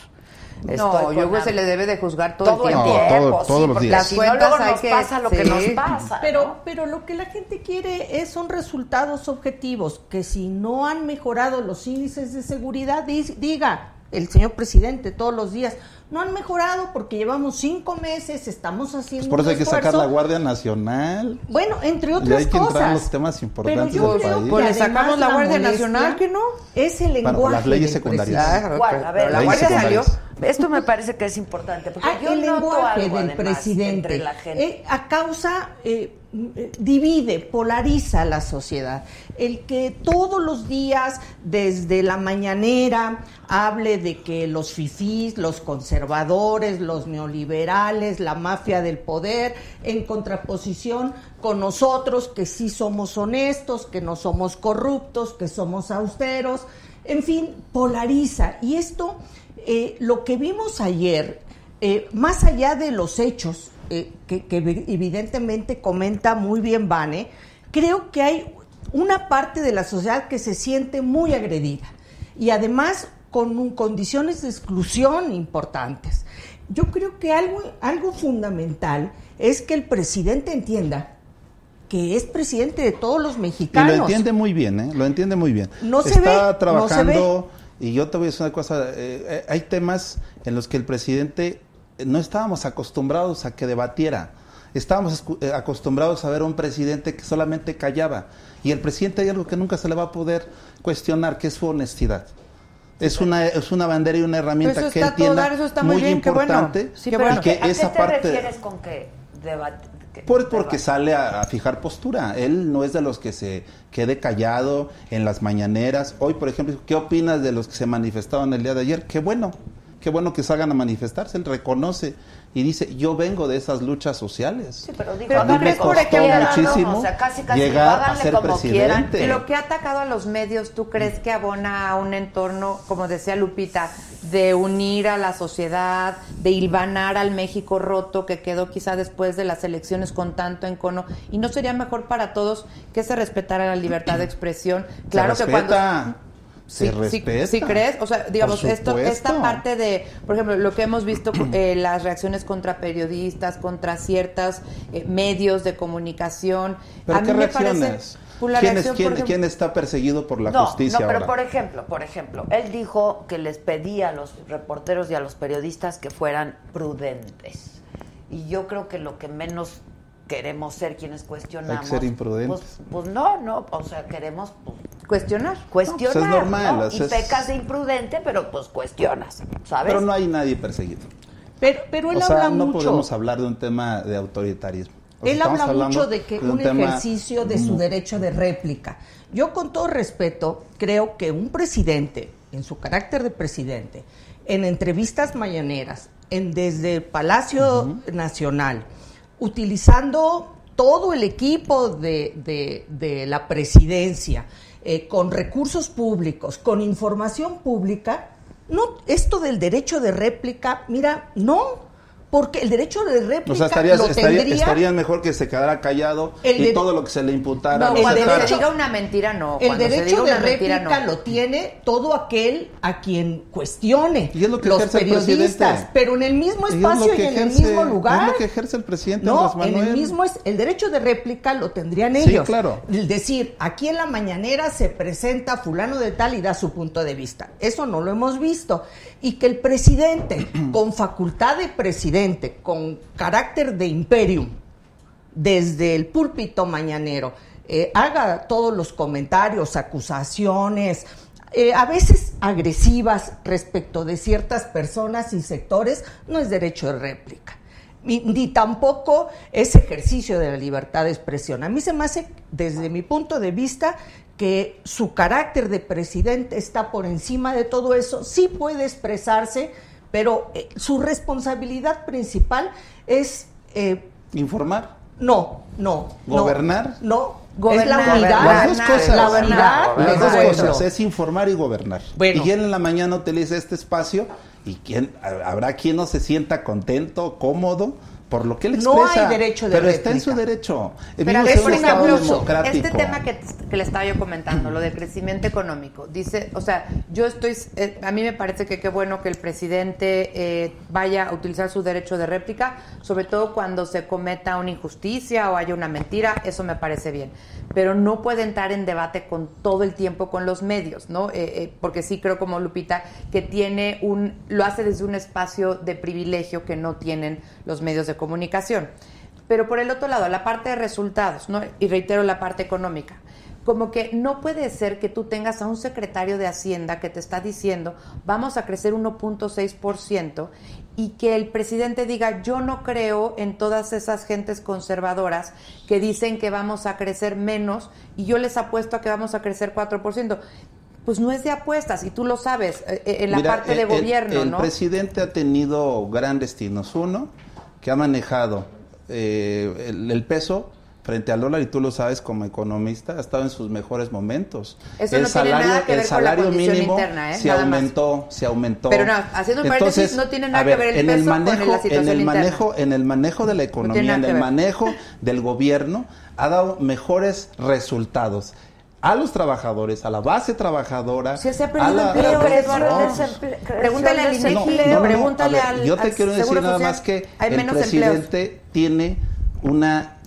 Speaker 1: Estoy
Speaker 6: No,
Speaker 1: con
Speaker 6: yo creo que
Speaker 1: Ana.
Speaker 6: se le debe de juzgar todo,
Speaker 1: todo
Speaker 6: el
Speaker 1: el
Speaker 6: tiempo.
Speaker 1: tiempo,
Speaker 7: todo-
Speaker 1: sí,
Speaker 7: todos los
Speaker 1: porque
Speaker 7: días.
Speaker 1: si
Speaker 6: Las
Speaker 1: no, luego
Speaker 6: cuentas hay
Speaker 1: nos
Speaker 6: que-
Speaker 1: pasa lo que
Speaker 6: sí.
Speaker 1: nos pasa. ¿no?
Speaker 8: Pero, pero lo que la gente quiere son resultados objetivos, que si no han mejorado los índices de seguridad, di- diga el señor presidente todos los días, no han mejorado porque llevamos cinco meses, estamos
Speaker 7: Pues
Speaker 8: haciendo...
Speaker 7: por eso
Speaker 8: un
Speaker 7: hay que sacar la
Speaker 8: esfuerzo".
Speaker 7: Guardia Nacional.
Speaker 8: Bueno, entre otras
Speaker 7: Le hay que
Speaker 8: cosas.
Speaker 7: entrar en los temas importantes
Speaker 8: Pero yo
Speaker 7: del
Speaker 8: creo
Speaker 7: país.
Speaker 8: que
Speaker 7: Pues
Speaker 6: le sacamos
Speaker 8: además
Speaker 6: la Guardia
Speaker 8: molestia
Speaker 6: Nacional, ¿que no?
Speaker 8: Es el lenguaje.
Speaker 7: Bueno, las leyes
Speaker 8: del
Speaker 7: secundarias.
Speaker 8: presidente.
Speaker 6: Claro,
Speaker 1: Guarda, a ver,
Speaker 6: pero
Speaker 1: la
Speaker 7: ahí
Speaker 1: guardia
Speaker 7: sí
Speaker 1: salió.
Speaker 7: secundarios.
Speaker 1: Esto me parece que es importante. Porque
Speaker 8: Ah,
Speaker 1: yo
Speaker 8: el
Speaker 1: noto
Speaker 8: lenguaje
Speaker 1: algo,
Speaker 8: del
Speaker 1: además, entre
Speaker 8: presidente
Speaker 1: la gente.
Speaker 8: eh, a causa eh, eh, divide, polariza la sociedad. El que todos los días, desde la mañanera, hable de que los fifís, los conservadores, los neoliberales, la mafia del poder, en contraposición con nosotros que sí somos honestos, que no somos corruptos, que somos austeros, en fin, polariza. Y esto, eh, lo que vimos ayer, eh, más allá de los hechos, eh, que, que evi- evidentemente comenta muy bien Vane, creo que hay una parte de la sociedad que se siente muy agredida y además con un- condiciones de exclusión importantes. Yo creo que algo, algo fundamental es que el presidente entienda que es presidente de todos los
Speaker 7: Y lo
Speaker 8: mexicanos.
Speaker 7: entiende muy bien, ¿eh? Lo entiende muy bien.
Speaker 8: No se ve,
Speaker 7: Está
Speaker 8: no se
Speaker 7: trabajando, y yo te voy a decir una cosa, eh, eh, hay temas en los que el presidente eh, no estábamos acostumbrados a que debatiera. Estábamos escu- eh, acostumbrados a ver a un presidente que solamente callaba. Y el presidente hay algo que nunca se le va a poder cuestionar, que es su honestidad. Es una, es una bandera y una herramienta
Speaker 6: Pero eso
Speaker 7: que
Speaker 6: está
Speaker 7: él
Speaker 6: a todo
Speaker 7: tiene
Speaker 6: dar, eso está muy
Speaker 7: muy,
Speaker 6: bien, qué bueno.
Speaker 7: importante
Speaker 6: Sí,
Speaker 7: y
Speaker 6: qué bueno.
Speaker 7: que
Speaker 1: ¿A qué
Speaker 7: esa
Speaker 1: te
Speaker 7: parte
Speaker 1: refieres con que debate? que
Speaker 7: por, porque
Speaker 1: debate?
Speaker 7: sale a, a fijar postura. Él no es de los que se quede callado en las mañaneras. Hoy, por ejemplo, ¿qué opinas de los que se manifestaban el día de ayer? Qué bueno, qué bueno que salgan a manifestarse. Él reconoce y dice, yo vengo de esas luchas sociales.
Speaker 1: Sí, pero digo,
Speaker 7: a mí
Speaker 1: háganle
Speaker 7: me
Speaker 1: como
Speaker 7: costó
Speaker 1: quieran, ¿no?
Speaker 7: muchísimo
Speaker 1: O sea, casi, casi,
Speaker 7: llegar a
Speaker 1: háganle
Speaker 7: ser
Speaker 1: como quieran.
Speaker 7: presidente.
Speaker 6: Lo que ha atacado a los medios, ¿tú crees que abona a un entorno, como decía Lupita, de unir a la sociedad, de hilvanar al México roto que quedó quizá después de las elecciones con tanto encono? ¿Y no sería mejor para todos que se respetara la libertad de expresión? Claro
Speaker 7: se
Speaker 6: que cuando...
Speaker 7: respeta,
Speaker 6: Sí,
Speaker 7: se
Speaker 6: sí,
Speaker 7: respeta.
Speaker 6: sí crees, o sea, digamos,
Speaker 7: Por
Speaker 6: esto, esta
Speaker 7: supuesto.
Speaker 6: parte de, por ejemplo, lo que hemos visto, eh, las reacciones contra periodistas, contra ciertos eh, medios de comunicación.
Speaker 7: ¿Pero
Speaker 6: a mí
Speaker 7: qué
Speaker 6: me parece-
Speaker 7: reacciones?
Speaker 6: pues, la
Speaker 7: ¿Quién, es-
Speaker 6: reacción, por
Speaker 7: quién-
Speaker 6: ejemplo-
Speaker 7: quién está perseguido por la
Speaker 1: no,
Speaker 7: justicia
Speaker 1: no, pero
Speaker 7: ahora?
Speaker 1: por ejemplo, por ejemplo, él dijo que les pedía a los reporteros y a los periodistas que fueran prudentes. Y yo creo que lo que menos queremos ser quienes cuestionamos.
Speaker 7: ser imprudentes.
Speaker 1: Pues, pues no, no, o sea, queremos pues,
Speaker 6: cuestionar.
Speaker 1: cuestionar.
Speaker 7: es normal,
Speaker 1: ¿no?
Speaker 7: o sea,
Speaker 1: Y
Speaker 7: es-
Speaker 1: pecas de imprudente, pero pues cuestionas, ¿sabes?
Speaker 7: Pero no hay nadie perseguido.
Speaker 8: Pero, pero él
Speaker 7: o sea,
Speaker 8: habla
Speaker 7: no
Speaker 8: mucho.
Speaker 7: podemos hablar de un tema de autoritarismo. O sea,
Speaker 8: Él
Speaker 7: Pues estamos
Speaker 8: habla mucho
Speaker 7: hablando
Speaker 8: de que
Speaker 7: un
Speaker 8: un
Speaker 7: tema-
Speaker 8: ejercicio de su derecho de réplica. Yo con todo respeto creo que un presidente, en su carácter de presidente, en entrevistas mañaneras, en desde el Palacio Nacional, utilizando todo el equipo de, de- de la presidencia, eh, con recursos públicos, con información pública, no, esto del derecho de réplica, mira, no, porque el derecho de réplica
Speaker 7: O sea, estarías-
Speaker 8: lo
Speaker 7: estaría-
Speaker 8: tendría
Speaker 7: estarían mejor que se quedara callado
Speaker 8: El
Speaker 7: y
Speaker 8: de-
Speaker 7: todo lo que se le imputara.
Speaker 8: No,
Speaker 7: lo
Speaker 8: el
Speaker 6: Cuando
Speaker 7: aceptara.
Speaker 6: se
Speaker 8: derecho-
Speaker 6: diga una mentira, no.
Speaker 8: el
Speaker 6: Cuando se
Speaker 8: derecho
Speaker 6: diga
Speaker 8: de
Speaker 6: una mentira,
Speaker 8: réplica
Speaker 6: no.
Speaker 8: lo tiene todo aquel a quien cuestione
Speaker 7: Y es lo que
Speaker 8: los
Speaker 7: ejerce el presidente.
Speaker 8: periodistas, pero en el mismo
Speaker 7: Y es lo
Speaker 8: espacio y
Speaker 7: que
Speaker 8: en el
Speaker 7: ejerce-
Speaker 8: mismo lugar.
Speaker 7: Es lo que ejerce el presidente Andrés
Speaker 8: No, en
Speaker 7: Manuel.
Speaker 8: el mismo es el derecho de réplica lo tendrían
Speaker 7: Sí,
Speaker 8: ellos.
Speaker 7: claro.
Speaker 8: El decir, aquí en la mañanera se presenta fulano de tal y da su punto de vista. Eso no lo hemos visto. Y que el presidente, con facultad de presidente, con carácter de imperium, desde el púlpito mañanero, eh, haga todos los comentarios, acusaciones, eh, a veces agresivas respecto de ciertas personas y sectores, no es derecho de réplica. Ni, ni tampoco es ejercicio de la libertad de expresión. A mí se me hace, desde mi punto de vista, que su carácter de presidente está por encima de todo eso. Sí puede expresarse, pero eh, su responsabilidad principal es eh,
Speaker 7: Informar.
Speaker 8: no, no. no.
Speaker 7: ¿Gobernar?
Speaker 8: No.
Speaker 6: Gobernar,
Speaker 8: es la unidad.
Speaker 6: gobernar,
Speaker 7: Las dos cosas.
Speaker 8: La
Speaker 6: gobernar,
Speaker 8: unidad.
Speaker 7: Las
Speaker 8: del
Speaker 7: dos
Speaker 6: Bueno.
Speaker 8: pueblo.
Speaker 7: cosas, es informar y gobernar.
Speaker 8: Bueno.
Speaker 7: Y él en la mañana utiliza este espacio y quién, ha- habrá quien no se sienta contento, cómodo por lo que él
Speaker 8: No hay
Speaker 7: expresa.
Speaker 8: derecho de
Speaker 7: Pero está en
Speaker 8: réplica.
Speaker 7: su derecho.
Speaker 6: Pero
Speaker 7: Vivimos
Speaker 6: a ver,
Speaker 7: en
Speaker 6: por
Speaker 7: un estado
Speaker 6: ejemplo,
Speaker 7: democrático.
Speaker 6: este tema que, que le estaba yo comentando, lo del crecimiento económico, dice, o sea, yo estoy, eh, a mí me parece que qué bueno que el presidente eh, vaya a utilizar su derecho de réplica, sobre todo cuando se cometa una injusticia o haya una mentira, eso me parece bien. Pero no puede entrar en debate con todo el tiempo con los medios, ¿no? Eh, eh, porque sí creo como Lupita que tiene un, lo hace desde un espacio de privilegio que no tienen los medios de comunicación. Pero por el otro lado, la parte de resultados, ¿no? y reitero la parte económica, como que no puede ser que tú tengas a un secretario de Hacienda que te está diciendo vamos a crecer 1.6% y que el presidente diga yo no creo en todas esas gentes conservadoras que dicen que vamos a crecer menos y yo les apuesto a que vamos a crecer 4%. Pues no es de apuestas, y tú lo sabes, eh, eh, en la
Speaker 7: Mira,
Speaker 6: parte de
Speaker 7: el-
Speaker 6: gobierno,
Speaker 7: el,
Speaker 6: ¿no?
Speaker 7: presidente ha tenido grandes destinos. Uno, que ha manejado eh, el, el peso frente al dólar, y tú lo sabes como economista, ha estado en sus mejores momentos.
Speaker 6: Eso
Speaker 7: el
Speaker 6: no tiene nada
Speaker 7: el
Speaker 6: que ver con la
Speaker 7: salario
Speaker 6: condición
Speaker 7: mínimo
Speaker 6: interna, ¿eh?
Speaker 7: se
Speaker 6: Nada más.
Speaker 7: aumentó, se aumentó.
Speaker 6: Pero no, haciendo un paréntesis,
Speaker 7: Entonces,
Speaker 6: no tiene nada
Speaker 7: a
Speaker 6: que ver el
Speaker 7: en
Speaker 6: peso con la situación
Speaker 7: en el
Speaker 6: interna.
Speaker 7: manejo, En el manejo de la economía,
Speaker 6: nada
Speaker 7: en
Speaker 6: que
Speaker 7: el
Speaker 6: ver.
Speaker 7: manejo del gobierno, ha dado mejores resultados a los trabajadores, a la base trabajadora.
Speaker 6: Sí, se ha
Speaker 7: a
Speaker 6: perdido
Speaker 7: la-
Speaker 6: empleo,
Speaker 7: a la-
Speaker 6: Eduardo.
Speaker 7: no.
Speaker 6: Desemple- Pregúntale al
Speaker 7: No,
Speaker 6: INEGI,
Speaker 7: no, no,
Speaker 6: pregúntale
Speaker 7: a ver,
Speaker 6: al
Speaker 7: Yo te
Speaker 6: al
Speaker 7: quiero decir
Speaker 6: Seguro
Speaker 7: nada
Speaker 6: Social.
Speaker 7: más que
Speaker 6: hay
Speaker 7: el
Speaker 6: menos empleos.
Speaker 7: presidente tiene una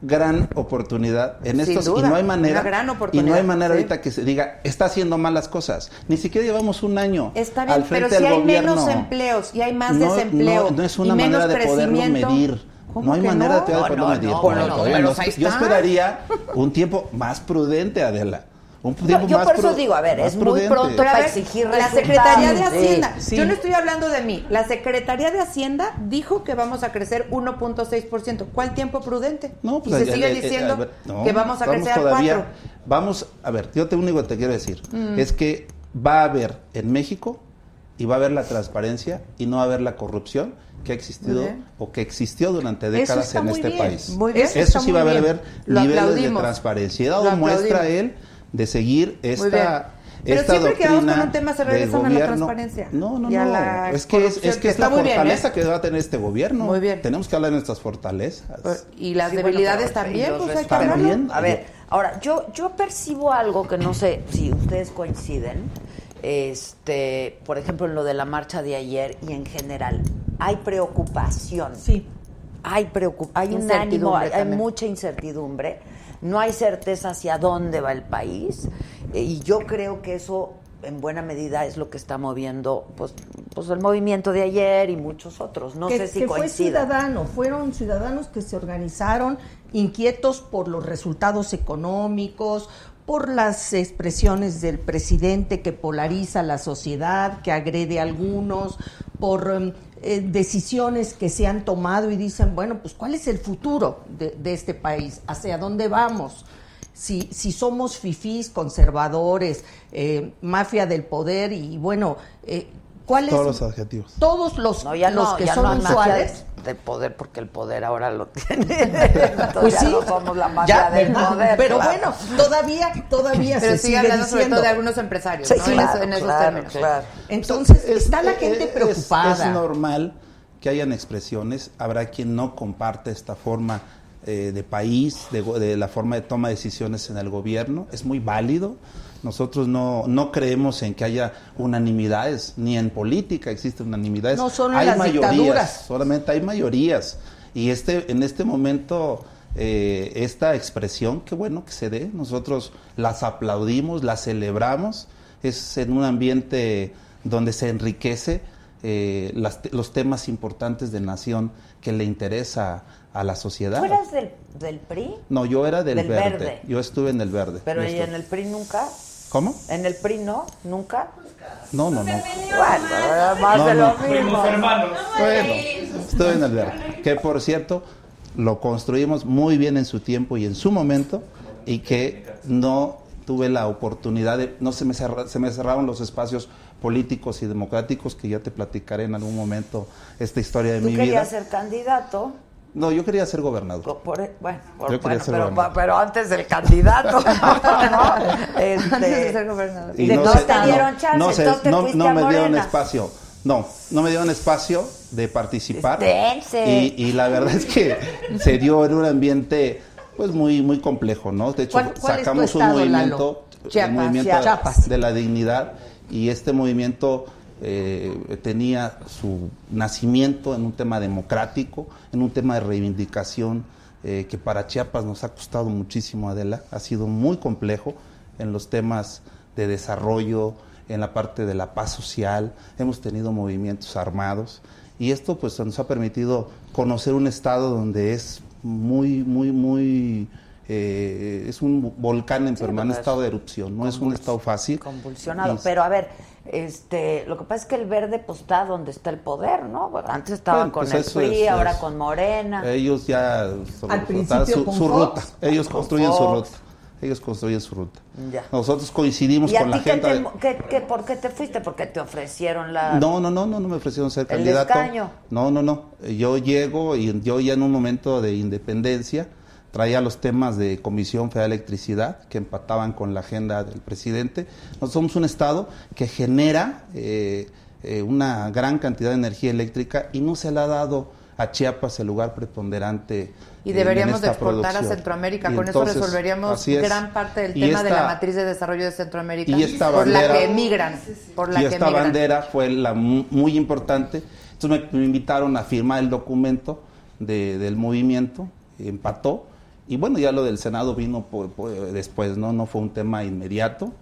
Speaker 7: gran oportunidad en
Speaker 6: Sin
Speaker 7: estos
Speaker 6: duda,
Speaker 7: y no hay manera
Speaker 6: una gran
Speaker 7: y no
Speaker 6: oportunidad,
Speaker 7: hay manera
Speaker 6: sí.
Speaker 7: ahorita que se diga está haciendo malas cosas ni siquiera llevamos un año
Speaker 6: Está
Speaker 7: al
Speaker 6: bien, pero
Speaker 7: frente
Speaker 6: si
Speaker 7: del
Speaker 6: hay
Speaker 7: gobierno
Speaker 6: menos empleos y hay más
Speaker 7: No,
Speaker 6: desempleo
Speaker 7: no, no es una
Speaker 6: y menos
Speaker 7: manera de poderlo
Speaker 6: crecimiento,
Speaker 7: medir
Speaker 6: ¿cómo
Speaker 7: no hay
Speaker 6: que
Speaker 7: manera de
Speaker 6: no?
Speaker 7: poderlo
Speaker 6: No, no,
Speaker 7: medir
Speaker 6: no,
Speaker 7: Bueno,
Speaker 6: no,
Speaker 7: todavía
Speaker 6: pero
Speaker 7: no.
Speaker 6: ahí
Speaker 7: yo
Speaker 6: está.
Speaker 7: esperaría un tiempo más prudente Adela un tiempo
Speaker 1: yo
Speaker 7: más
Speaker 1: por eso
Speaker 7: pru-
Speaker 1: digo, a ver,
Speaker 7: más
Speaker 1: es muy
Speaker 7: prudente.
Speaker 1: pronto
Speaker 6: Pero a
Speaker 1: para
Speaker 6: ver,
Speaker 1: exigir
Speaker 6: la
Speaker 1: resultados.
Speaker 6: Secretaría de
Speaker 1: Sí,
Speaker 6: Hacienda,
Speaker 7: sí.
Speaker 6: yo no estoy hablando de mí, la Secretaría de Hacienda dijo que vamos a crecer 1.6%. ¿Cuál tiempo prudente?
Speaker 7: No, pues
Speaker 6: y se
Speaker 7: ya-
Speaker 6: sigue
Speaker 7: ya- ya-
Speaker 6: diciendo
Speaker 7: a ver, no,
Speaker 6: que vamos a
Speaker 7: estamos
Speaker 6: crecer al
Speaker 7: todavía-
Speaker 6: 4.
Speaker 7: Vamos, a ver, yo te único que te quiero decir
Speaker 6: Mm.
Speaker 7: es que va a haber en México y va a haber la transparencia y no va a haber la corrupción que ha existido o que existió durante décadas
Speaker 8: está
Speaker 7: en
Speaker 8: muy
Speaker 7: este
Speaker 8: bien,
Speaker 7: país.
Speaker 8: muy bien.
Speaker 7: Eso,
Speaker 8: Eso está
Speaker 7: sí va a
Speaker 8: muy
Speaker 7: haber,
Speaker 8: bien.
Speaker 6: Lo
Speaker 7: niveles
Speaker 6: aplaudimos.
Speaker 7: de transparencia. Y ha
Speaker 6: Lo
Speaker 7: dado muestra
Speaker 6: aplaudimos.
Speaker 7: él de seguir
Speaker 6: Muy bien.
Speaker 7: esta
Speaker 6: Pero
Speaker 7: esta
Speaker 6: siempre que vamos
Speaker 7: doctrina
Speaker 6: con un tema se
Speaker 7: de
Speaker 6: regresan a la
Speaker 7: gobierno.
Speaker 6: transparencia
Speaker 7: No, no,
Speaker 6: y a
Speaker 7: no.
Speaker 6: la
Speaker 7: Es que es, es
Speaker 6: corrupción,
Speaker 7: que
Speaker 6: que
Speaker 7: es la
Speaker 6: está muy bien, ¿eh?
Speaker 7: fortaleza que va a tener este gobierno.
Speaker 6: Muy bien. Pues,
Speaker 7: Tenemos que hablar de nuestras fortalezas.
Speaker 6: Y las
Speaker 1: Sí, bueno,
Speaker 6: debilidades
Speaker 1: pero- y
Speaker 6: también,
Speaker 1: los
Speaker 6: pues hay que
Speaker 1: respaldos.
Speaker 6: hablarlo.
Speaker 7: También.
Speaker 1: A ver, ahora, yo, yo percibo algo que no sé si ustedes coinciden, este, por ejemplo, en lo de la marcha de ayer y en general. Hay preocupación.
Speaker 8: Sí.
Speaker 1: Hay, preocu- hay un
Speaker 6: Incertidumbre
Speaker 1: ánimo, hay, hay
Speaker 6: también.
Speaker 1: mucha incertidumbre, no hay certeza hacia dónde va el país eh, y yo creo que eso en buena medida es lo que está moviendo pues, pues el movimiento de ayer y muchos otros. No
Speaker 8: que,
Speaker 1: sé si
Speaker 8: que fue
Speaker 1: coincidan.
Speaker 8: ciudadano, fueron ciudadanos que se organizaron inquietos por los resultados económicos, por las expresiones del presidente que polariza la sociedad, que agrede a algunos, por em, eh, decisiones que se han tomado y dicen, bueno, pues ¿cuál es el futuro de, de este país? ¿Hacia dónde vamos? si, si somos fifís, conservadores, eh, mafia del poder y bueno, eh, ¿cuáles
Speaker 7: Todos los adjetivos.
Speaker 8: Todos los,
Speaker 1: No, ya
Speaker 8: los
Speaker 1: no,
Speaker 8: que
Speaker 1: ya
Speaker 8: son
Speaker 1: no hay mafia
Speaker 8: usuales.
Speaker 1: de- de poder porque el poder ahora lo tiene. Entonces ya no somos la mafia
Speaker 8: pues Ya,
Speaker 1: del
Speaker 8: ¿verdad?
Speaker 1: poder.
Speaker 8: Pero
Speaker 1: claro.
Speaker 8: bueno, todavía, todavía
Speaker 6: Pero
Speaker 8: se
Speaker 6: sigue
Speaker 8: sigue
Speaker 6: hablando sobre
Speaker 8: diciendo.
Speaker 6: todo de algunos empresarios,
Speaker 1: Sí,
Speaker 6: ¿no? En
Speaker 1: claro,
Speaker 6: eso- en esos
Speaker 1: claro,
Speaker 6: términos.
Speaker 1: claro.
Speaker 8: Entonces,
Speaker 7: Es-
Speaker 8: está la
Speaker 7: es-
Speaker 8: gente
Speaker 7: es-
Speaker 8: preocupada.
Speaker 7: Es, normal que que hayan expresiones, habrá quien no comparte esta forma eh, de país, de, go- de la forma de toma de decisiones en el gobierno, es muy válido. Nosotros no, no creemos en que haya unanimidades, ni en política existe unanimidades.
Speaker 8: No, solo en
Speaker 7: hay
Speaker 8: las
Speaker 7: mayorías,
Speaker 8: dictaduras.
Speaker 7: solamente hay mayorías. Y este, en este momento, eh, esta expresión, qué bueno que se dé, nosotros las aplaudimos, las celebramos, es en un ambiente donde se enriquece eh, las te- los temas importantes de nación que le interesa a la sociedad.
Speaker 1: ¿Tú eras del, del PRI?
Speaker 7: No, yo era del,
Speaker 1: Del
Speaker 7: verde.
Speaker 1: verde.
Speaker 7: Yo estuve en el verde.
Speaker 1: Pero
Speaker 7: Yo
Speaker 1: ¿y
Speaker 7: estuve-
Speaker 1: en el PRI nunca?
Speaker 7: ¿Cómo?
Speaker 1: ¿En el PRI no? ¿Nunca?
Speaker 7: No, no, no.
Speaker 1: Bueno, era más
Speaker 7: No,
Speaker 1: de
Speaker 7: no.
Speaker 1: lo mismo.
Speaker 2: Primos hermanos.
Speaker 7: Bueno, estuve en el verde. Que por cierto, lo construimos muy bien en su tiempo y en su momento y que no tuve la oportunidad de, no se me, cerra- se me cerraron los espacios políticos y democráticos que ya te platicaré en algún momento esta historia de
Speaker 1: Tú
Speaker 7: mi vida.
Speaker 1: querías ser candidato.
Speaker 7: No, yo quería ser gobernador.
Speaker 1: co- por- bueno, por-
Speaker 7: Yo quería
Speaker 1: bueno,
Speaker 7: ser
Speaker 1: pero,
Speaker 7: gobernador.
Speaker 1: pero antes del candidato. ¿no? Este,
Speaker 6: Antes de ser gobernador.
Speaker 7: Y
Speaker 1: de- no
Speaker 7: se-
Speaker 1: te dieron chance,
Speaker 7: no se-
Speaker 1: entonces te
Speaker 7: no-
Speaker 1: fuiste
Speaker 7: no
Speaker 1: a
Speaker 7: me dieron
Speaker 1: Morena.
Speaker 7: espacio. No, no me dieron espacio de participar.
Speaker 1: Dense.
Speaker 7: Y, y la verdad es que se dio en un ambiente pues muy muy complejo, ¿no? De hecho,
Speaker 6: ¿Cuál- cuál es tu
Speaker 7: sacamos
Speaker 6: estado,
Speaker 7: un movimiento,
Speaker 6: Lalo?
Speaker 7: el
Speaker 6: Chiapas,
Speaker 7: movimiento
Speaker 6: Chiapas.
Speaker 7: de la dignidad y este movimiento eh, tenía su nacimiento en un tema democrático, en un tema de reivindicación eh, que para Chiapas nos ha costado muchísimo, Adela, ha sido muy complejo en los temas de desarrollo, en la parte de la paz social, hemos tenido movimientos armados y esto pues nos ha permitido conocer un estado donde es muy, muy, muy... eh, es un volcán en permanente
Speaker 1: es
Speaker 7: estado de erupción, no es un estado fácil.
Speaker 1: convulsionado.
Speaker 7: Y-
Speaker 1: Pero a ver, este, lo que pasa es que el verde pues está donde está el poder, ¿no? Bueno, Antes estaba
Speaker 7: Bueno,
Speaker 1: con
Speaker 7: pues
Speaker 1: el
Speaker 7: eso
Speaker 1: PRI,
Speaker 7: es-
Speaker 1: ahora
Speaker 7: es- eh,
Speaker 1: con Morena.
Speaker 7: Ellos ya son-
Speaker 8: Al
Speaker 7: son-
Speaker 8: principio
Speaker 7: su,
Speaker 8: con
Speaker 7: su
Speaker 8: Fox.
Speaker 7: ruta, ellos
Speaker 1: Con
Speaker 7: construyen su
Speaker 1: Fox.
Speaker 7: ruta. Ellos construyen su ruta.
Speaker 1: Ya.
Speaker 7: Nosotros coincidimos
Speaker 1: ¿Y a
Speaker 7: con la
Speaker 1: ti qué
Speaker 7: agenda
Speaker 1: te-
Speaker 7: de-
Speaker 1: qué- qué- por qué te fuiste? Porque te ofrecieron la...
Speaker 7: No, no, no, no, no me ofrecieron ser
Speaker 1: ¿El
Speaker 7: candidato.
Speaker 1: escaño?
Speaker 7: No, no, no. Yo llego y yo ya en un momento de independencia traía los temas de Comisión Federal de Electricidad que empataban con la agenda del presidente. Nosotros somos un estado que genera eh, eh, una gran cantidad de energía eléctrica y no se le ha dado a Chiapas el lugar preponderante.
Speaker 6: Y
Speaker 7: eh,
Speaker 6: deberíamos
Speaker 7: en
Speaker 6: de
Speaker 7: esta
Speaker 6: exportar a
Speaker 7: producción.
Speaker 6: Centroamérica.
Speaker 7: Y
Speaker 6: Con
Speaker 7: entonces,
Speaker 6: eso resolveríamos
Speaker 7: así es.
Speaker 6: gran parte del
Speaker 7: Y
Speaker 6: tema de la
Speaker 7: esta-
Speaker 6: matriz de desarrollo de Centroamérica.
Speaker 7: y esta
Speaker 6: por la
Speaker 7: bandera-
Speaker 6: que emigran. Por la
Speaker 7: y
Speaker 6: que
Speaker 7: esta
Speaker 6: emigran.
Speaker 7: bandera fue la mu- muy importante. Entonces me, me invitaron a firmar el documento de- del movimiento, empató. Y bueno, ya lo del Senado vino por- por- después, ¿no? No fue un tema inmediato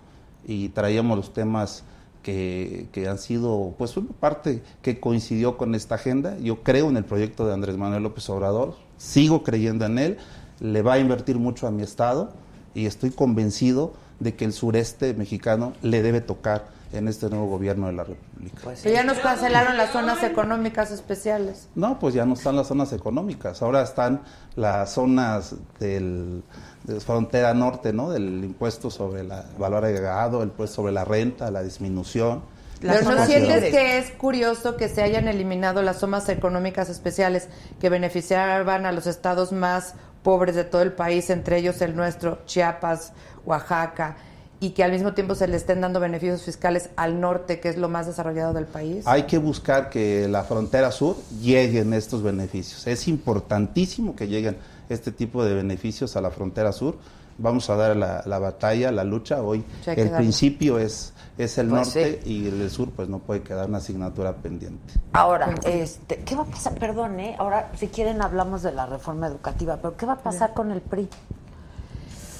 Speaker 7: y traíamos los temas que, que han sido, pues, una parte que coincidió con esta agenda. Yo creo en el proyecto de Andrés Manuel López Obrador, sigo creyendo en él, le va a invertir mucho a mi Estado y estoy convencido de que el sureste mexicano le debe tocar en este nuevo gobierno de la República.
Speaker 1: Pues
Speaker 6: Que ya nos cancelaron las zonas económicas especiales.
Speaker 7: No, pues ya no están las zonas económicas, ahora están las zonas del, de frontera norte, ¿no? Del impuesto sobre el valor agregado, el impuesto sobre la renta, la disminución.
Speaker 6: Pero
Speaker 7: Las
Speaker 6: no
Speaker 7: zonas
Speaker 6: sientes
Speaker 7: libres.
Speaker 6: que es curioso que se hayan eliminado las zonas económicas especiales que beneficiaban a los estados más pobres de todo el país, entre ellos el nuestro, Chiapas, Oaxaca, y que al mismo tiempo se le estén dando beneficios fiscales al norte, que es lo más desarrollado del país.
Speaker 7: Hay que buscar que la frontera sur lleguen estos beneficios. Es importantísimo que lleguen este tipo de beneficios a la frontera sur. Vamos a dar la, la batalla, la lucha. Hoy
Speaker 6: Sí, hay que
Speaker 7: el
Speaker 6: darle.
Speaker 7: principio es, es el
Speaker 1: Pues
Speaker 7: norte y el sur pues no puede quedar una asignatura pendiente.
Speaker 1: Ahora, este, ¿qué va a pasar? Perdón, ¿eh? Ahora, si quieren, hablamos de la reforma educativa, pero ¿qué va a pasar con el PRI?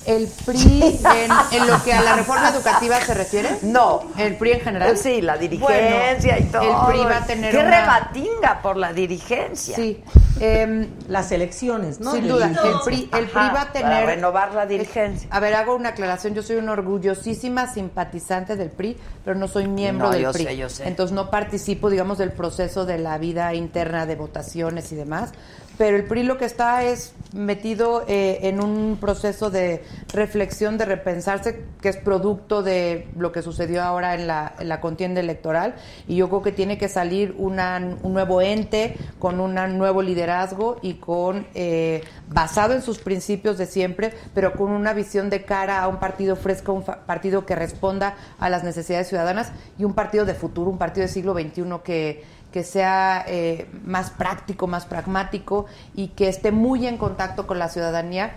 Speaker 6: El PRI, en, en lo que a la reforma educativa se refiere,
Speaker 1: No.
Speaker 6: el PRI en general.
Speaker 1: Sí, la dirigencia
Speaker 6: Bueno,
Speaker 1: y todo.
Speaker 6: El PRI va a tener
Speaker 1: ¡Qué
Speaker 6: una-
Speaker 1: rebatinga por la dirigencia!
Speaker 6: Sí. Em,
Speaker 8: Las elecciones, ¿no?
Speaker 6: Sin
Speaker 8: De
Speaker 6: duda,
Speaker 8: dirigencia.
Speaker 6: el PRI, el
Speaker 1: Ajá, Ah,
Speaker 6: PRI va a
Speaker 1: para
Speaker 6: tener... eh,
Speaker 1: renovar la dirigencia.
Speaker 6: A ver, hago una aclaración. Yo soy una orgullosísima simpatizante del PRI, pero no soy miembro
Speaker 1: No,
Speaker 6: del
Speaker 1: yo
Speaker 6: PRI.
Speaker 1: sé, yo sé.
Speaker 6: Entonces no participo, digamos, del proceso de la vida interna de votaciones y demás. Pero el PRI lo que está es metido eh, en un proceso de reflexión, de repensarse, que es producto de lo que sucedió ahora en la, en la contienda electoral. Y yo creo que tiene que salir una- un nuevo ente con un nuevo liderazgo y con eh, basado en sus principios de siempre, pero con una visión de cara a un partido fresco, un fa- partido que responda a las necesidades ciudadanas y un partido de futuro, un partido del siglo XXI que, que sea eh, más práctico, más pragmático y que esté muy en contacto con la ciudadanía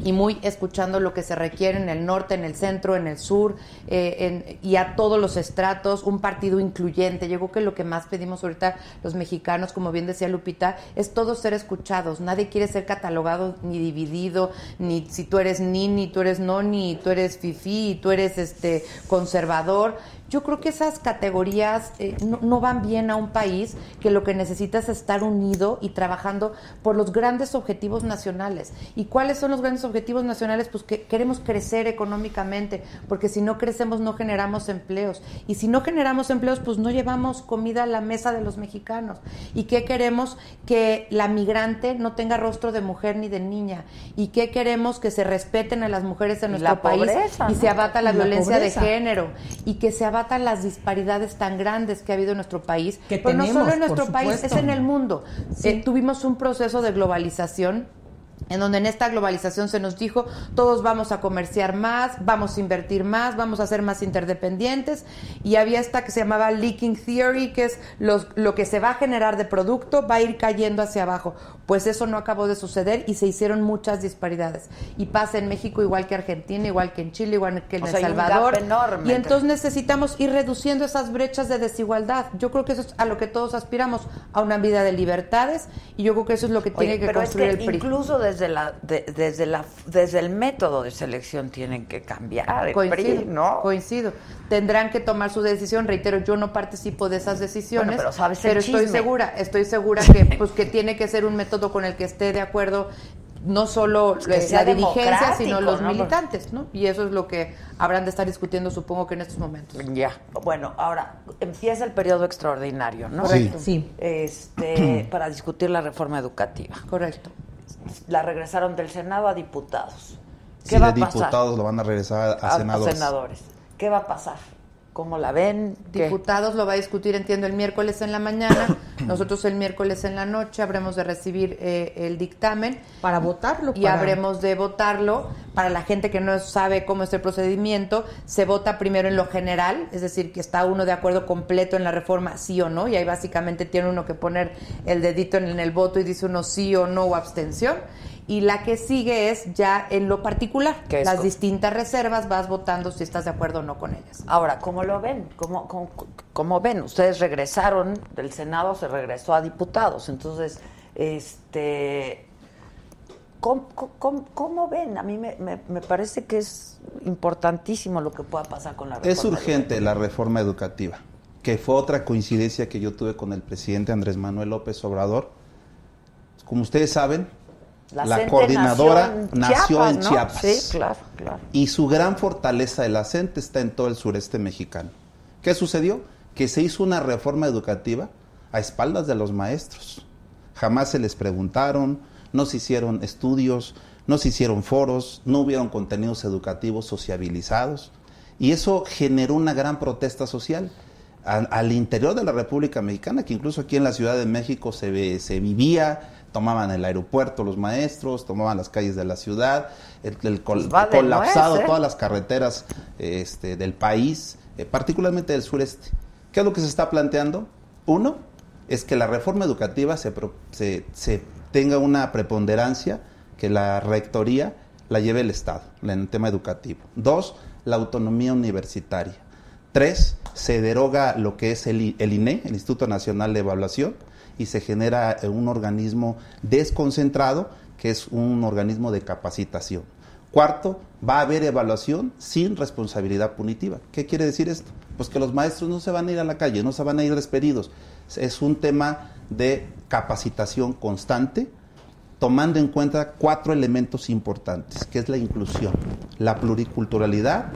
Speaker 6: y muy escuchando lo que se requiere en el norte, en el centro, en el sur eh, en- y a todos los estratos, un partido incluyente. Yo creo que lo que más pedimos ahorita los mexicanos, como bien decía Lupita, es todos ser escuchados. Nadie quiere ser catalogado ni dividido, ni si tú eres ni, ni tú eres no, ni tú eres fifi, y tú eres este conservador. Yo creo que esas categorías eh, no, no van bien a un país que lo que necesita es estar unido y trabajando por los grandes objetivos nacionales. ¿Y cuáles son los grandes objetivos nacionales? Pues que queremos crecer económicamente, porque si no crecemos no generamos empleos. Y si no generamos empleos, pues no llevamos comida a la mesa de los mexicanos. ¿Y qué queremos? Que la migrante no tenga rostro de mujer ni de niña. ¿Y qué queremos? Que se respeten a las mujeres en
Speaker 1: Y
Speaker 6: nuestro
Speaker 1: la
Speaker 6: país
Speaker 1: pobreza,
Speaker 6: y
Speaker 1: ¿no?
Speaker 6: se abata la,
Speaker 8: Y la
Speaker 6: violencia
Speaker 8: pobreza.
Speaker 6: de género y que se abatan las disparidades tan grandes que ha habido en nuestro país.
Speaker 8: Que
Speaker 6: Pero no solo
Speaker 8: tenemos,
Speaker 6: en nuestro
Speaker 8: por
Speaker 6: país, es
Speaker 8: supuesto.
Speaker 6: en el mundo.
Speaker 8: Sí.
Speaker 6: Eh, tuvimos un proceso de globalización en donde en esta globalización se nos dijo, todos vamos a comerciar más, vamos a invertir más, vamos a ser más interdependientes, y había esta que se llamaba leaking theory, que es los- lo que se va a generar de producto va a ir cayendo hacia abajo. Pues eso no acabó de suceder y se hicieron muchas disparidades. Y pasa en México igual que Argentina, igual que en Chile, igual que en
Speaker 1: O
Speaker 6: El
Speaker 1: sea, hay un gap
Speaker 6: Salvador.
Speaker 1: enorme
Speaker 6: Y
Speaker 1: entre-
Speaker 6: entonces necesitamos ir reduciendo esas brechas de desigualdad. Yo creo que eso es a lo que todos aspiramos, a una vida de libertades, y yo creo que eso es lo que tiene
Speaker 1: Oye,
Speaker 6: que
Speaker 1: pero es
Speaker 6: construir
Speaker 1: que
Speaker 6: el PRI.
Speaker 1: incluso desde la de- desde la desde el método de selección tienen que cambiar el
Speaker 6: Coincido,
Speaker 1: PRI, ¿no?
Speaker 6: coincido. Tendrán que tomar su decisión. Reitero, yo no participo de esas decisiones,
Speaker 1: Bueno, pero sabes el
Speaker 6: pero estoy
Speaker 1: chisme.
Speaker 6: segura, estoy segura que pues que tiene que ser un método con el que esté de acuerdo no solo
Speaker 1: Que
Speaker 6: la
Speaker 1: sea
Speaker 6: dirigencia, sino
Speaker 1: democrático,
Speaker 6: los
Speaker 1: ¿no?
Speaker 6: militantes, ¿no? Y eso es lo que habrán de estar discutiendo, supongo que en estos momentos.
Speaker 1: Ya. Bueno, ahora empieza el periodo extraordinario, ¿no?
Speaker 7: Correcto.
Speaker 8: Sí.
Speaker 1: Este, para discutir la reforma educativa.
Speaker 6: Correcto.
Speaker 1: La regresaron del Senado a diputados. ¿Qué
Speaker 7: Si
Speaker 1: va
Speaker 7: de
Speaker 1: a pasar?
Speaker 7: diputados lo van a regresar a,
Speaker 1: A- a
Speaker 7: senadores.
Speaker 1: ¿Qué va a pasar? ¿Cómo la ven? ¿Qué?
Speaker 6: Diputados lo va a discutir, entiendo, el miércoles en la mañana. Nosotros el miércoles en la noche habremos de recibir eh, el dictamen.
Speaker 8: Para votarlo.
Speaker 6: y
Speaker 8: para-
Speaker 6: habremos de votarlo. Para la gente que no sabe cómo es el procedimiento, se vota primero en lo general, es decir, que está uno de acuerdo completo en la reforma, sí o no, y ahí básicamente tiene uno que poner el dedito en el voto y dice uno sí o no o abstención. Y la que sigue es ya en lo particular,
Speaker 1: ¿Qué es
Speaker 6: las
Speaker 1: co-
Speaker 6: distintas reservas, vas votando si estás de acuerdo o no con ellas.
Speaker 1: Ahora, ¿cómo lo ven? ¿Cómo, cómo, cómo ven? Ustedes regresaron del Senado, se regresó a diputados. Entonces, este, ¿cómo, cómo- cómo ven? A mí me, me- me parece que es importantísimo lo que pueda pasar con la reforma.
Speaker 7: Es urgente la reforma educativa, que fue otra coincidencia que yo tuve con el presidente Andrés Manuel López Obrador. Como ustedes saben, la,
Speaker 1: CENTE
Speaker 7: coordinadora nació en
Speaker 1: ¿no?
Speaker 7: Chiapas.
Speaker 1: Sí, claro, claro.
Speaker 7: Y su gran fortaleza de la CENTE está en todo el sureste mexicano. ¿Qué sucedió? Que se hizo una reforma educativa a espaldas de los maestros. Jamás se les preguntaron, no se hicieron estudios, no se hicieron foros, no hubieron contenidos educativos sociabilizados. Y eso generó una gran protesta social al, al interior de la República Mexicana, que incluso aquí en la Ciudad de México se, ve- se vivía, tomaban el aeropuerto los maestros, tomaban las calles de la ciudad, el, el col-
Speaker 1: Pues va de
Speaker 7: colapsado
Speaker 1: nuez, ¿eh?
Speaker 7: todas las carreteras eh, este, del país, eh, particularmente del sureste. ¿Qué es lo que se está planteando? Uno, es que la reforma educativa se, pro- se- se tenga una preponderancia, que la rectoría la lleve el Estado en el tema educativo. Dos, la autonomía universitaria. Tres, se deroga lo que es el, I- el INE, el Instituto Nacional de Evaluación, y se genera eh, un organismo desconcentrado, que es un organismo de capacitación. Cuarto, va a haber evaluación sin responsabilidad punitiva. ¿Qué quiere decir esto? Pues que los maestros no se van a ir a la calle, no se van a ir despedidos. Es un tema de capacitación constante, tomando en cuenta cuatro elementos importantes, que es la inclusión, la pluriculturalidad,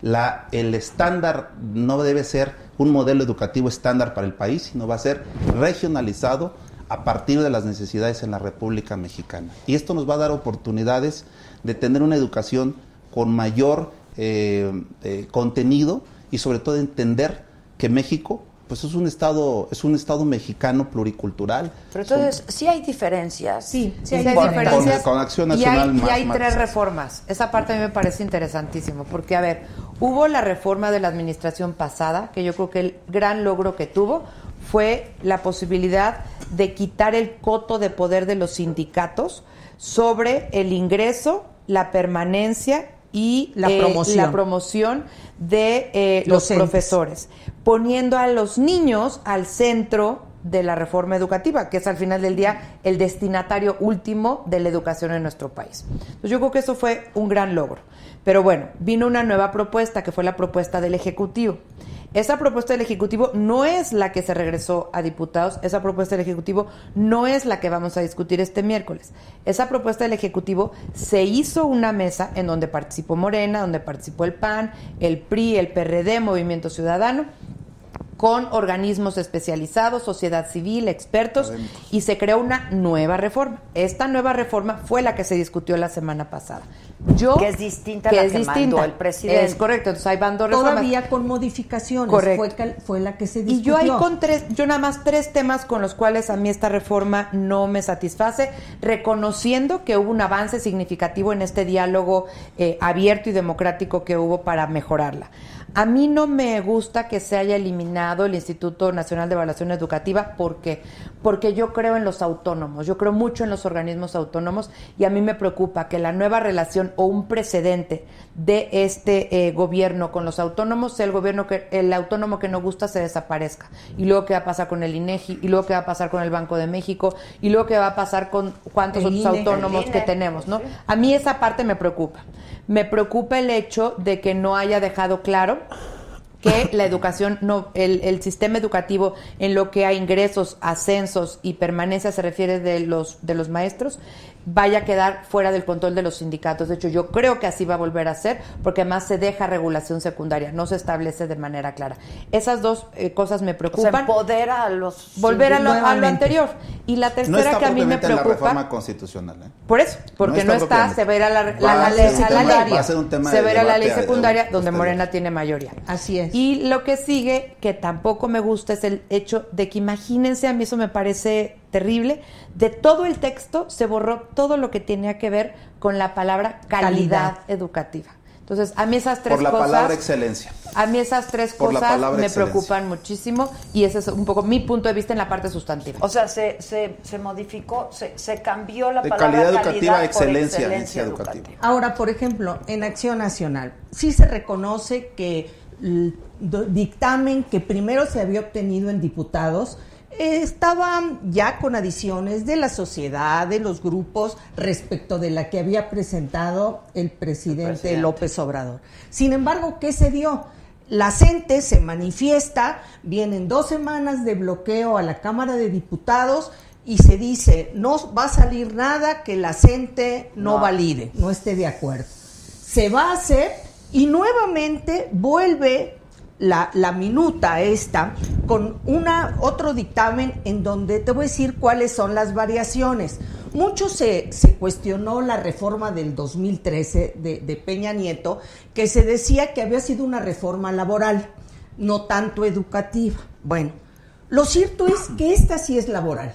Speaker 7: la, el estándar no debe ser un modelo educativo estándar para el país, sino va a ser regionalizado a partir de las necesidades en la República Mexicana. Y esto nos va a dar oportunidades de tener una educación con mayor eh, eh, contenido y sobre todo entender que México pues es un estado es un estado mexicano pluricultural
Speaker 1: Pero entonces, sí hay diferencias.
Speaker 8: Sí, sí
Speaker 6: Sí,
Speaker 8: hay
Speaker 6: hay
Speaker 1: Importante.
Speaker 7: diferencias.
Speaker 6: diferencias.
Speaker 7: Con- con Acción
Speaker 6: Y hay-
Speaker 7: Nacional
Speaker 6: y hay,
Speaker 7: más- más-
Speaker 6: tres reformas. Esa parte a mí me parece interesantísimo, porque a ver, hubo la reforma de la administración pasada, que yo creo que el gran logro que tuvo fue la posibilidad de quitar el coto de poder de los sindicatos sobre el ingreso, la permanencia y eh,
Speaker 8: La promoción.
Speaker 6: la promoción de eh, los
Speaker 8: Docentes.
Speaker 6: profesores, poniendo a los niños al centro de la reforma educativa, que es al final del día el destinatario último de la educación en nuestro país. Entonces yo creo que eso fue un gran logro. Pero bueno, vino una nueva propuesta, que fue la propuesta del Ejecutivo. Esa propuesta del Ejecutivo no es la que se regresó a diputados, esa propuesta del Ejecutivo no es la que vamos a discutir este miércoles. Esa propuesta del Ejecutivo se hizo una mesa en donde participó Morena, donde participó el PAN, el PRI, el PRD, Movimiento Ciudadano, con organismos especializados, sociedad civil, expertos, y se creó una nueva reforma. Esta nueva reforma fue la que se discutió la semana pasada. Yo,
Speaker 1: Que es distinta a la que mandó el presidente.
Speaker 6: Es correcto, entonces ahí van dos reformas.
Speaker 8: Todavía con modificaciones.
Speaker 6: Correcto.
Speaker 8: Fue, cal- fue la que se discutió.
Speaker 6: Y yo ahí con tres, yo nada más tres temas con los cuales a mí esta reforma no me satisface, reconociendo que hubo un avance significativo en este diálogo eh, abierto y democrático que hubo para mejorarla. A mí no me gusta que se haya eliminado el Instituto Nacional de Evaluación Educativa porque porque yo creo en los autónomos, yo creo mucho en los organismos autónomos y a mí me preocupa que la nueva relación o un precedente de este eh, gobierno con los autónomos, el gobierno que el autónomo que no gusta se desaparezca. Y luego qué va a pasar con el INEGI, y luego qué va a pasar con el Banco de México, y luego qué va a pasar con cuántos
Speaker 8: El
Speaker 6: otros
Speaker 8: INE.
Speaker 6: autónomos
Speaker 1: El
Speaker 6: que
Speaker 1: INE,
Speaker 6: tenemos, ¿no?
Speaker 1: pues sí.
Speaker 6: A mí esa parte me preocupa. Me preocupa el hecho de que no haya dejado claro que la educación no el, el sistema educativo en lo que a ingresos, ascensos y permanencia se refiere de los de los maestros vaya a quedar fuera del control de los sindicatos. De hecho, yo creo que así va a volver a ser porque además se deja regulación secundaria, no se establece de manera clara. Esas dos eh, cosas me
Speaker 1: O sea,
Speaker 6: preocupan.
Speaker 1: empodera a los...
Speaker 6: volver a lo, a lo
Speaker 8: Nuevamente.
Speaker 6: anterior y la
Speaker 7: No
Speaker 6: tercera
Speaker 7: está
Speaker 6: que a mí me
Speaker 7: propiamente en la
Speaker 6: preocupa
Speaker 7: reforma constitucional. ¿eh?
Speaker 6: por eso, porque
Speaker 7: No
Speaker 6: no
Speaker 7: está propiamente.
Speaker 6: está, se verá la,
Speaker 7: Va
Speaker 6: la-
Speaker 7: a ser
Speaker 6: la ley
Speaker 7: un tema-
Speaker 6: secundaria.
Speaker 7: va a ser un tema
Speaker 6: se
Speaker 7: de
Speaker 6: verá la
Speaker 7: debate
Speaker 6: ley
Speaker 7: a-
Speaker 6: secundaria donde
Speaker 7: posterior.
Speaker 6: Morena tiene mayoría.
Speaker 8: Así es.
Speaker 6: Y lo que sigue, que tampoco me gusta, es el hecho de que imagínense, a mí eso me parece terrible, de todo el texto se borró todo lo que tenía que ver con la palabra calidad,
Speaker 8: Calidad.
Speaker 6: educativa. Entonces, a mí esas tres
Speaker 7: Por la
Speaker 6: cosas...
Speaker 7: palabra excelencia.
Speaker 6: A mí esas tres
Speaker 7: Por la
Speaker 6: cosas me
Speaker 7: palabra excelencia.
Speaker 6: preocupan muchísimo y ese es un poco mi punto de vista en la parte sustantiva.
Speaker 1: O sea, se, se, se modificó, se, se cambió la
Speaker 7: De
Speaker 1: palabra
Speaker 7: calidad educativa a
Speaker 1: por
Speaker 7: excelencia, excelencia educativa.
Speaker 8: Ahora, por ejemplo, en Acción Nacional, sí se reconoce que el do- dictamen que primero se había obtenido en diputados eh, estaba ya con adiciones de la sociedad, de los grupos, respecto de la que había presentado el presidente,
Speaker 1: presidente.
Speaker 8: López Obrador. Sin embargo, ¿qué se dio? La gente se manifiesta, vienen dos semanas de bloqueo a la Cámara de Diputados y se dice, no va a salir nada que la gente no
Speaker 1: No.
Speaker 8: valide, no esté de acuerdo. Se va a hacer y nuevamente vuelve la, la minuta esta con una, otro dictamen en donde te voy a decir cuáles son las variaciones. Mucho se, se cuestionó la reforma del 2013 de, de Peña Nieto, que se decía que había sido una reforma laboral, no tanto educativa. Bueno, lo cierto es que esta sí es laboral.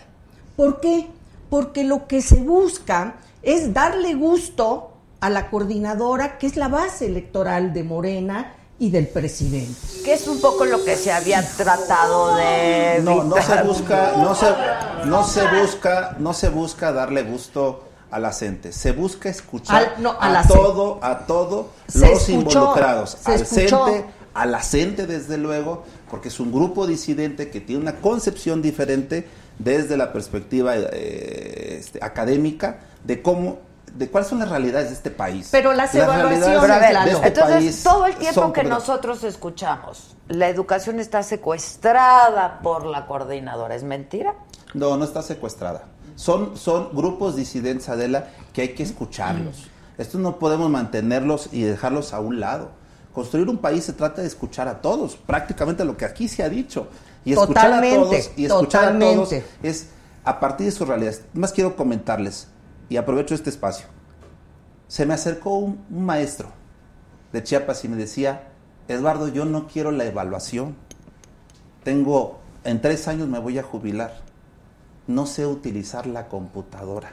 Speaker 8: ¿Por qué? Porque lo que se busca es darle gusto a la coordinadora, que es la base electoral de Morena y del presidente.
Speaker 1: Que es un poco lo que se había tratado de
Speaker 7: No, no se
Speaker 1: evitar.
Speaker 7: busca, no se, no se busca, no se busca darle gusto a la gente, se busca escuchar
Speaker 8: Al- no, a
Speaker 7: a,
Speaker 8: la
Speaker 7: todo, a todo
Speaker 8: Se
Speaker 7: los
Speaker 8: escuchó,
Speaker 7: involucrados,
Speaker 8: se
Speaker 7: al
Speaker 8: escuchó.
Speaker 7: CENTE, a la gente desde luego, porque es un grupo disidente que tiene una concepción diferente desde la perspectiva eh, este, académica de cómo, de cuáles son las realidades de este país.
Speaker 8: Pero las evaluaciones,
Speaker 7: realidades
Speaker 1: Pero a ver,
Speaker 8: Claro.
Speaker 7: de este
Speaker 1: entonces
Speaker 7: país
Speaker 1: todo el tiempo
Speaker 7: son
Speaker 1: que
Speaker 7: complet-
Speaker 1: nosotros escuchamos, la educación está secuestrada por la coordinadora, ¿es mentira?
Speaker 7: No, no está secuestrada. Son, son grupos disidentes, Adela, que hay que escucharlos. Estos no podemos mantenerlos y dejarlos a un lado. Construir un país se trata de escuchar a todos, prácticamente lo que aquí se ha dicho. Y escuchar
Speaker 8: Totalmente,
Speaker 7: a todos, y escuchar a todos
Speaker 8: totalmente.
Speaker 7: es a partir de sus realidades. Más quiero comentarles, y aprovecho este espacio. Se me acercó un- un maestro de Chiapas y me decía, Eduardo, yo no quiero la evaluación. Tengo, en tres años me voy a jubilar. No sé utilizar la computadora.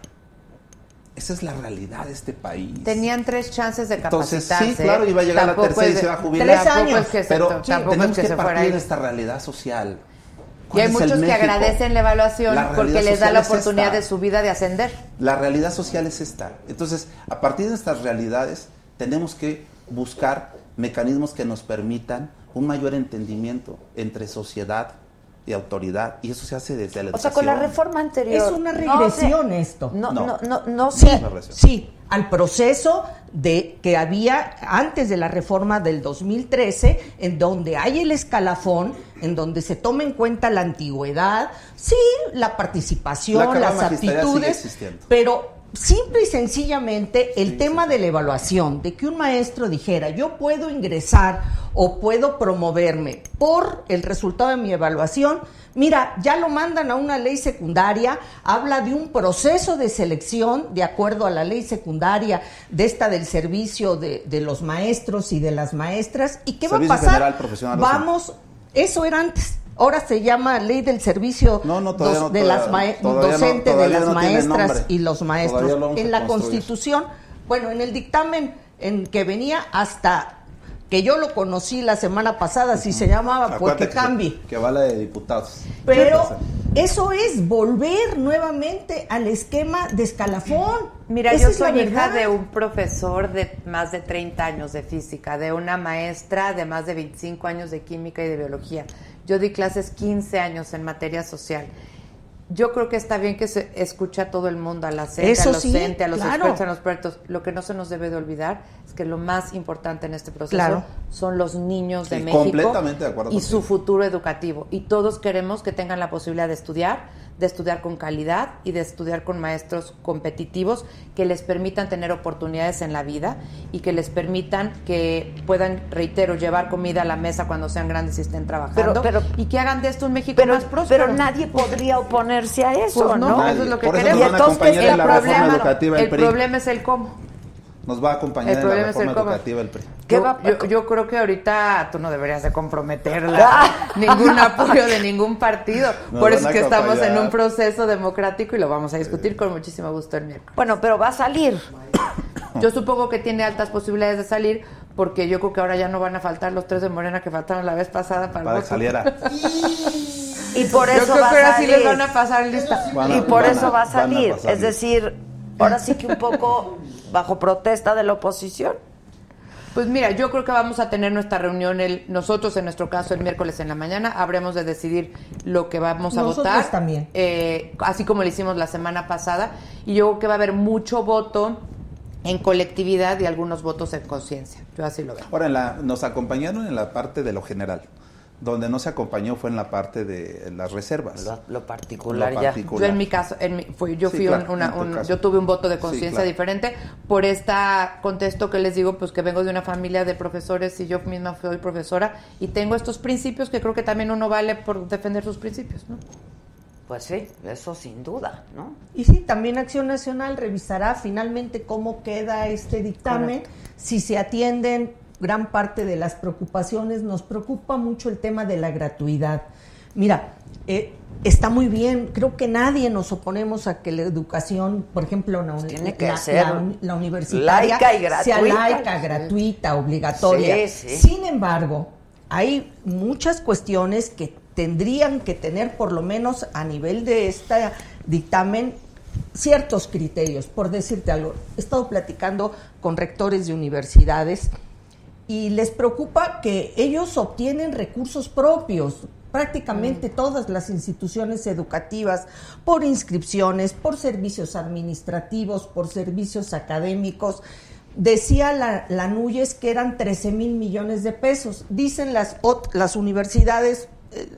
Speaker 7: Esa es la realidad de este país.
Speaker 6: Tenían tres chances de
Speaker 7: Entonces, sí,
Speaker 6: capacitarse.
Speaker 7: claro, iba a llegar la
Speaker 6: ¿eh? Tampoco
Speaker 7: tercera y
Speaker 6: es de-
Speaker 7: se va a jubilar.
Speaker 6: Tampoco
Speaker 8: Tres años.
Speaker 6: es que se,
Speaker 7: Pero
Speaker 6: tampoco es
Speaker 7: tenemos
Speaker 6: que
Speaker 7: que
Speaker 6: se fuera
Speaker 7: partir de
Speaker 6: ahí.
Speaker 7: esta realidad social.
Speaker 9: Y hay
Speaker 7: ¿Cuál es el
Speaker 9: muchos que
Speaker 7: México?
Speaker 9: agradecen la evaluación
Speaker 7: La
Speaker 9: porque
Speaker 7: realidad
Speaker 9: les da la
Speaker 7: social es
Speaker 9: oportunidad
Speaker 7: esta.
Speaker 9: de su vida de ascender.
Speaker 7: La realidad social es esta. Entonces, a partir de estas realidades, tenemos que buscar mecanismos que nos permitan un mayor entendimiento entre sociedad y autoridad. Y eso se hace desde la
Speaker 6: O sea, con la
Speaker 7: educación.
Speaker 6: reforma anterior.
Speaker 8: Es una
Speaker 6: no
Speaker 8: regresión
Speaker 6: se-
Speaker 8: esto.
Speaker 6: No, no,
Speaker 7: No.
Speaker 6: no, no, no
Speaker 8: Sí,
Speaker 6: se-
Speaker 7: regresión.
Speaker 8: sí, al proceso de que había antes de la reforma del 2013, en donde hay el escalafón, en donde se toma en cuenta la antigüedad, sí, la
Speaker 7: La
Speaker 8: participación,
Speaker 7: carrera
Speaker 8: las Ah,
Speaker 7: magisterial sigue
Speaker 8: aptitudes,
Speaker 7: existiendo.
Speaker 8: pero simple y sencillamente el tema de la evaluación, de que un maestro dijera, yo puedo ingresar o puedo promoverme por el resultado de mi evaluación, mira, ya lo mandan a una ley secundaria, habla de un proceso de selección de acuerdo a la ley secundaria de esta del servicio de, de los maestros y de las maestras. ¿Y qué va
Speaker 7: Servicio
Speaker 8: a pasar?
Speaker 7: General Profesional Docente.
Speaker 8: Vamos, eso era antes. Ahora se llama ley del servicio
Speaker 7: No, no, todavía
Speaker 8: dos-
Speaker 7: no,
Speaker 8: de
Speaker 7: todavía
Speaker 8: las
Speaker 7: no,
Speaker 8: mae-
Speaker 7: todavía no,
Speaker 8: docente de
Speaker 7: todavía
Speaker 8: las
Speaker 7: no tiene
Speaker 8: maestras
Speaker 7: nombre.
Speaker 8: y los maestros
Speaker 7: Todavía lo vamos a
Speaker 8: en la
Speaker 7: construir.
Speaker 8: Constitución, bueno, en el dictamen en que venía hasta que yo lo conocí la semana pasada, si se llamaba, pues que
Speaker 7: Acuérdate
Speaker 8: cambie.
Speaker 7: Que va la de diputados.
Speaker 8: Pero
Speaker 7: Entonces,
Speaker 8: eso es volver nuevamente al esquema de escalafón.
Speaker 6: Mira,
Speaker 8: Esa
Speaker 6: yo
Speaker 8: es la
Speaker 6: soy hija
Speaker 8: verdad.
Speaker 6: de un profesor de más de 30 años de física, de una maestra de más de 25 años de química y de biología. Yo di clases 15 años en materia social. Yo creo que está bien que se escuche a todo el mundo, a la CENTE,
Speaker 8: Eso
Speaker 6: a los
Speaker 8: sí,
Speaker 6: CENTE, a los
Speaker 8: claro.
Speaker 6: expertos, a los proyectos. Lo que no se nos debe de olvidar es que lo más importante en este proceso
Speaker 8: Claro.
Speaker 6: son los niños de
Speaker 7: Y
Speaker 6: México
Speaker 7: completamente de acuerdo
Speaker 6: y su
Speaker 7: contigo.
Speaker 6: futuro educativo. Y todos queremos que tengan la posibilidad de estudiar, de estudiar con calidad y de estudiar con maestros competitivos que les permitan tener oportunidades en la vida y que les permitan que puedan, reitero, llevar comida a la mesa cuando sean grandes y estén trabajando
Speaker 1: Pero- pero-
Speaker 6: y que hagan de esto un México
Speaker 1: Pero,
Speaker 6: más próspero.
Speaker 1: pero nadie podría oponerse a eso,
Speaker 6: Pues
Speaker 1: ¿no?
Speaker 6: no,
Speaker 7: Nadie.
Speaker 6: eso es lo que
Speaker 7: Por eso
Speaker 6: queremos.
Speaker 7: nos van a
Speaker 1: Entonces,
Speaker 7: acompañar
Speaker 1: ¿qué
Speaker 7: en la reforma
Speaker 1: problema?
Speaker 7: educativa
Speaker 6: el
Speaker 7: el PRI.
Speaker 6: problema es el cómo.
Speaker 7: Nos va a acompañar
Speaker 6: El
Speaker 7: en la
Speaker 6: problema es el
Speaker 7: reforma
Speaker 6: cómo.
Speaker 7: educativa el PRI.
Speaker 6: yo, yo- yo creo que ahorita tú no deberías de comprometerla. ningún apoyo de ningún partido.
Speaker 7: Nos
Speaker 6: Por
Speaker 7: van
Speaker 6: eso es
Speaker 7: a
Speaker 6: que estamos en
Speaker 7: acompañar.
Speaker 6: un proceso democrático y lo vamos a discutir con muchísimo gusto el miércoles.
Speaker 1: Bueno, pero va a salir.
Speaker 6: Yo supongo que tiene altas posibilidades de salir porque yo creo que ahora ya no van a faltar los tres de Morena que faltaron la vez pasada para, el
Speaker 7: Para que
Speaker 6: voto.
Speaker 7: saliera.
Speaker 1: Y por
Speaker 6: Yo
Speaker 1: eso
Speaker 6: creo
Speaker 1: va
Speaker 6: que ahora
Speaker 1: a
Speaker 6: sí
Speaker 1: salir.
Speaker 6: les van a pasar lista.
Speaker 7: Van a-
Speaker 1: y por
Speaker 7: van
Speaker 1: eso
Speaker 7: a-
Speaker 1: va a
Speaker 7: van a
Speaker 1: salir.
Speaker 7: pasar
Speaker 1: Es
Speaker 7: lista.
Speaker 1: decir, ahora sí que un poco bajo protesta de la oposición.
Speaker 6: Pues mira, yo creo que vamos a tener nuestra reunión el, nosotros en nuestro caso el miércoles en la mañana. Habremos de decidir lo que vamos a
Speaker 8: Nosotros
Speaker 6: votar.
Speaker 8: también.
Speaker 6: eh, así como lo hicimos la semana pasada. Y yo creo que va a haber mucho voto en colectividad y algunos votos en conciencia. Yo así lo veo.
Speaker 7: Ahora, en la- nos acompañaron en la parte de lo general. Donde no se acompañó fue en la parte de las reservas.
Speaker 1: Lo, lo particular
Speaker 7: Lo
Speaker 1: ya.
Speaker 7: particular.
Speaker 6: Yo en mi caso, en mi- fui- yo
Speaker 7: Sí,
Speaker 6: fui
Speaker 7: claro,
Speaker 6: un- una-
Speaker 7: en tu
Speaker 6: un-
Speaker 7: caso.
Speaker 6: yo tuve un voto de
Speaker 7: Sí,
Speaker 6: conciencia
Speaker 7: claro.
Speaker 6: diferente por esta contexto que les digo, pues que vengo de una familia de profesores y yo misma soy profesora y tengo estos principios que creo que también uno vale por defender sus principios, ¿no?
Speaker 1: Pues sí, eso sin duda, ¿no?
Speaker 8: Y sí, también Acción Nacional revisará finalmente cómo queda este dictamen, si se atienden gran parte de las preocupaciones. Nos preocupa mucho el tema de la gratuidad. Mira, eh, está muy bien, creo que nadie nos oponemos a que la educación, por ejemplo, la, uni-
Speaker 1: Pues Tiene que
Speaker 8: la-
Speaker 1: ser
Speaker 8: la uni- la universitaria
Speaker 1: laica y
Speaker 8: sea
Speaker 1: gratuita.
Speaker 8: laica, gratuita, obligatoria.
Speaker 1: Sí, sí.
Speaker 8: Sin embargo, hay muchas cuestiones que tendrían que tener, por lo menos a nivel de este dictamen, ciertos criterios. Por decirte algo, he estado platicando con rectores de universidades y les preocupa que ellos obtienen recursos propios. Prácticamente todas las instituciones educativas, por inscripciones, por servicios administrativos, por servicios académicos. Decía la, la Núñez que eran 13 mil millones de pesos. Dicen las, ot- las universidades, eh,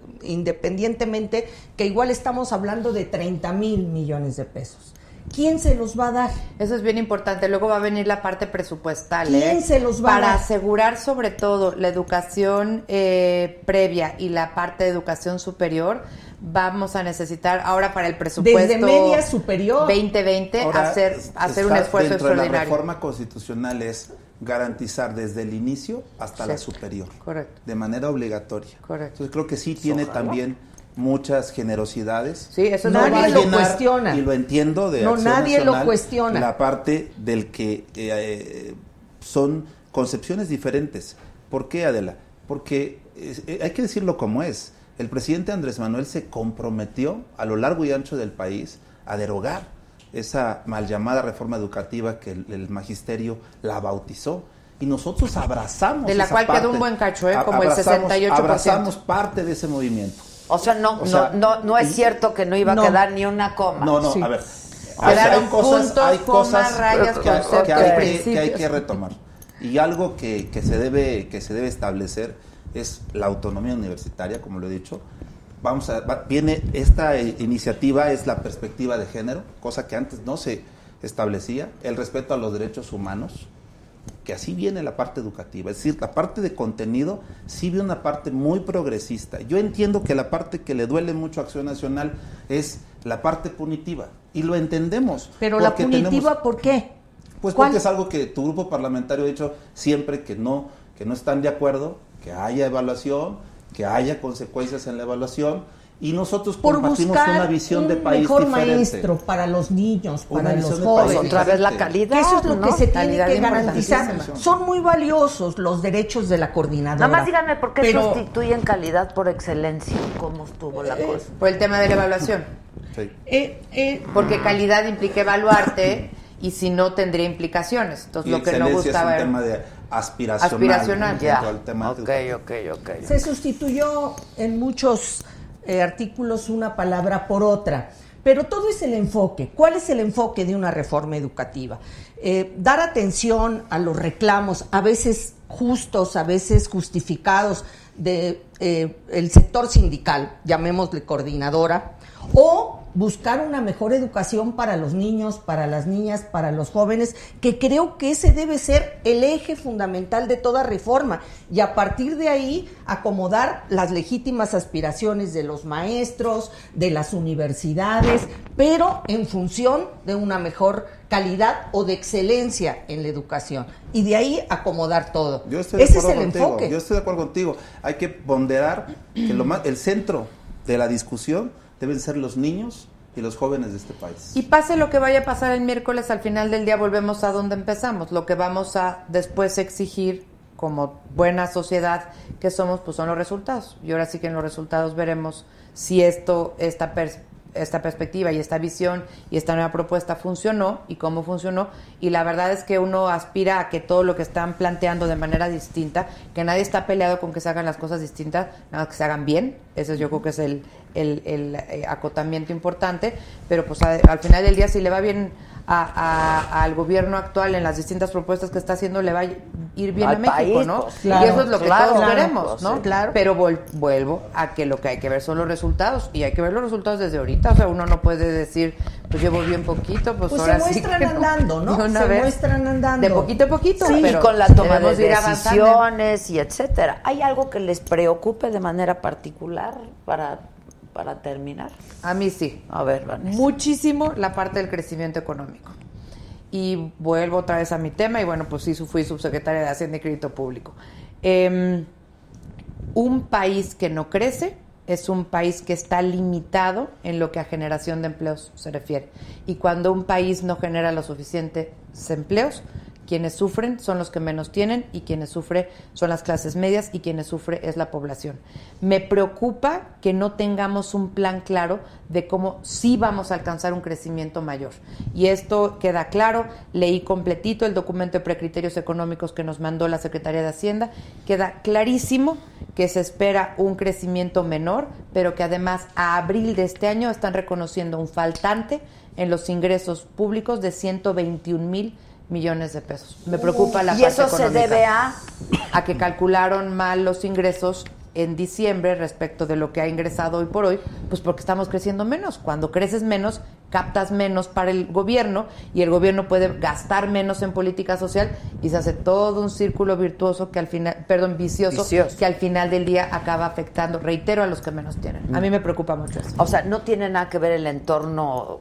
Speaker 8: independientemente, que igual estamos hablando de 30 mil millones de pesos. ¿Quién se los va a dar?
Speaker 6: Eso es bien importante. Luego va a venir la parte presupuestal.
Speaker 8: ¿Quién
Speaker 6: ¿eh?
Speaker 8: se los va a
Speaker 6: Para
Speaker 8: dar?
Speaker 6: asegurar sobre todo la educación eh, previa y la parte de educación superior, vamos a necesitar ahora para el presupuesto
Speaker 8: media superior.
Speaker 6: 2020
Speaker 7: Ahora,
Speaker 6: hacer,
Speaker 7: es-
Speaker 6: hacer un
Speaker 7: está
Speaker 6: esfuerzo
Speaker 7: dentro de La
Speaker 6: extraordinario.
Speaker 7: reforma constitucional es garantizar desde el inicio hasta
Speaker 6: Sí,
Speaker 7: la superior.
Speaker 6: correcto.
Speaker 7: De manera obligatoria.
Speaker 6: Correcto.
Speaker 7: Entonces creo que sí tiene también muchas generosidades.
Speaker 6: Sí, eso es
Speaker 7: No
Speaker 8: Nadie
Speaker 7: va a
Speaker 8: lo
Speaker 7: llenar,
Speaker 8: cuestiona.
Speaker 7: Y lo entiendo de
Speaker 8: No,
Speaker 7: Acción
Speaker 8: nadie lo
Speaker 7: Nacional,
Speaker 8: cuestiona.
Speaker 7: La parte del que eh, eh, son concepciones diferentes. ¿Por qué, Adela? Porque eh, eh, hay que decirlo como es. el presidente Andrés Manuel se comprometió a lo largo y ancho del país a derogar esa mal llamada reforma educativa que el, el magisterio la bautizó. Y nosotros abrazamos.
Speaker 6: De la
Speaker 7: esa
Speaker 6: cual quedó
Speaker 7: parte.
Speaker 6: un buen cacho, ¿eh?
Speaker 7: A-
Speaker 6: Como el
Speaker 7: abrazamos-
Speaker 6: 68%.
Speaker 7: Abrazamos parte de ese movimiento.
Speaker 1: O sea, no,
Speaker 7: O sea,
Speaker 1: no, no, no es
Speaker 7: y-
Speaker 1: cierto que no iba a
Speaker 7: no.
Speaker 1: quedar ni una coma.
Speaker 7: No, no,
Speaker 1: Sí.
Speaker 7: a ver.
Speaker 1: Quedaron puntos, comas, rayas,
Speaker 7: que, hay- que
Speaker 1: conceptos,
Speaker 7: hay que, que hay que
Speaker 1: principios.
Speaker 7: retomar. Y algo que, que se debe, que se debe establecer es la autonomía universitaria, como lo he dicho. Vamos a, va- viene esta eh, iniciativa es la perspectiva de género, cosa que antes no se establecía, el respeto a los derechos humanos, que así viene la parte educativa. Es decir, la parte de contenido sí ve una parte muy progresista. Yo entiendo que la parte que le duele mucho a Acción Nacional es la parte punitiva. Y lo entendemos.
Speaker 8: Pero la
Speaker 7: porque
Speaker 8: punitiva,
Speaker 7: tenemos-
Speaker 8: ¿por qué?
Speaker 7: pues
Speaker 8: ¿Cuál?
Speaker 7: porque es algo que tu grupo parlamentario ha dicho siempre que no, que no están de acuerdo, que haya evaluación, que haya consecuencias en la evaluación. Y nosotros
Speaker 8: Por
Speaker 7: compartimos
Speaker 8: buscar
Speaker 7: una visión
Speaker 8: un
Speaker 7: de país
Speaker 8: mejor
Speaker 7: diferente.
Speaker 8: maestro para los niños,
Speaker 7: Una
Speaker 8: para
Speaker 7: visión
Speaker 8: los
Speaker 7: de país
Speaker 8: jóvenes.
Speaker 7: Otra vez la
Speaker 10: calidad,
Speaker 8: Eso es lo
Speaker 10: ¿no?
Speaker 8: que se tiene
Speaker 10: Calidad
Speaker 8: que
Speaker 10: importantísima.
Speaker 8: garantizar. Son muy valiosos los derechos de la coordinadora.
Speaker 10: Nada más díganme por qué
Speaker 8: Pero-
Speaker 10: sustituyen calidad por excelencia. ¿Cómo estuvo la
Speaker 6: Eh,
Speaker 10: cosa?
Speaker 6: Por el tema de la evaluación.
Speaker 7: Sí.
Speaker 8: Eh,
Speaker 6: Porque calidad implica evaluarte y si no tendría implicaciones. Entonces
Speaker 7: Y
Speaker 6: lo que no
Speaker 7: excelencia
Speaker 6: gustaba
Speaker 7: es un
Speaker 6: era...
Speaker 7: tema de aspiracional.
Speaker 6: Aspiracional,
Speaker 7: en
Speaker 6: ya.
Speaker 7: cuanto al tema de-
Speaker 8: Se sustituyó en muchos eh, artículos una palabra por otra, pero todo es el enfoque. ¿Cuál es el enfoque de una reforma educativa? Eh, dar atención a los reclamos, a veces justos, a veces justificados, de eh, el sector sindical, llamémosle coordinadora, o buscar una mejor educación para los niños, para las niñas, para los jóvenes, que creo que ese debe ser el eje fundamental de toda reforma y a partir de ahí acomodar las legítimas aspiraciones de los maestros, de las universidades, pero en función de una mejor calidad o de excelencia en la educación y de ahí acomodar todo.
Speaker 7: Yo estoy de
Speaker 8: ese es
Speaker 7: acuerdo
Speaker 8: el
Speaker 7: contigo,
Speaker 8: enfoque.
Speaker 7: Yo estoy de acuerdo contigo. Hay que ponderar que lo más, el centro de la discusión deben ser los niños y los jóvenes de este país.
Speaker 6: Y pase lo que vaya a pasar el miércoles, al final del día volvemos a donde empezamos. Lo que vamos a después exigir como buena sociedad que somos, pues son los resultados. Y ahora sí que en los resultados veremos si esto, esta, pers- esta perspectiva y esta visión y esta nueva propuesta funcionó y cómo funcionó. Y la verdad es que uno aspira a que todo lo que están planteando de manera distinta, que nadie está peleado con que se hagan las cosas distintas, nada más que se hagan bien. Eso yo creo que es el, el- el, eh, acotamiento importante. Pero pues a- al final del día, si le va bien a- a- al gobierno actual en las distintas propuestas que está haciendo, le va a ir bien
Speaker 10: Al
Speaker 6: a México,
Speaker 10: país,
Speaker 6: ¿no?
Speaker 10: pues,
Speaker 6: y
Speaker 10: claro,
Speaker 6: eso es lo que
Speaker 10: claro,
Speaker 6: todos
Speaker 10: claro,
Speaker 6: queremos,
Speaker 10: pues,
Speaker 6: ¿no?
Speaker 10: sí.
Speaker 6: Claro. Pero vol- vuelvo a que lo que hay que ver son los resultados y hay que ver los resultados desde ahorita. O sea, uno no puede decir, pues llevo bien poquito, pues,
Speaker 8: Pues se
Speaker 6: ahora sí.
Speaker 8: muestran
Speaker 6: que
Speaker 8: andando, ¿no?
Speaker 6: de una
Speaker 8: Se
Speaker 6: vez.
Speaker 8: muestran andando.
Speaker 6: De poquito a poquito.
Speaker 10: Sí,
Speaker 6: pero
Speaker 10: y con la toma de
Speaker 6: debemos ir avanzando.
Speaker 10: decisiones y etcétera. ¿Hay algo que les preocupe de manera particular para, para terminar?
Speaker 6: A mí sí.
Speaker 1: Ah,
Speaker 10: A ver, Vanessa.
Speaker 6: muchísimo la parte del crecimiento económico. Y vuelvo otra vez a mi tema, y bueno, pues sí, su- fui subsecretaria de Hacienda y Crédito Público. Em, un país que no crece es un país que está limitado en lo que a generación de empleos se refiere. Y cuando un país no genera los suficientes empleos, quienes sufren son los que menos tienen y quienes sufren son las clases medias y quienes sufre es la población. Me preocupa que no tengamos un plan claro de cómo sí vamos a alcanzar un crecimiento mayor. Y esto queda claro, leí completito el documento de precriterios económicos que nos mandó la Secretaría de Hacienda, queda clarísimo que se espera un crecimiento menor, pero que además a abril de este año están reconociendo un faltante en los ingresos públicos de 121 mil millones de pesos. Me preocupa la
Speaker 10: y
Speaker 6: parte
Speaker 10: eso se
Speaker 6: económica
Speaker 10: debe a
Speaker 6: a que calcularon mal los ingresos en diciembre respecto de lo que ha ingresado hoy por hoy, pues porque estamos creciendo menos. Cuando creces menos, captas menos para el gobierno y el gobierno puede gastar menos en política social y se hace todo un círculo virtuoso que al final, perdón, vicioso,
Speaker 10: Vicioso.
Speaker 6: que al final del día acaba afectando, reitero, a los que menos tienen. A mí me preocupa mucho eso.
Speaker 10: O sea, no tiene nada que ver el entorno,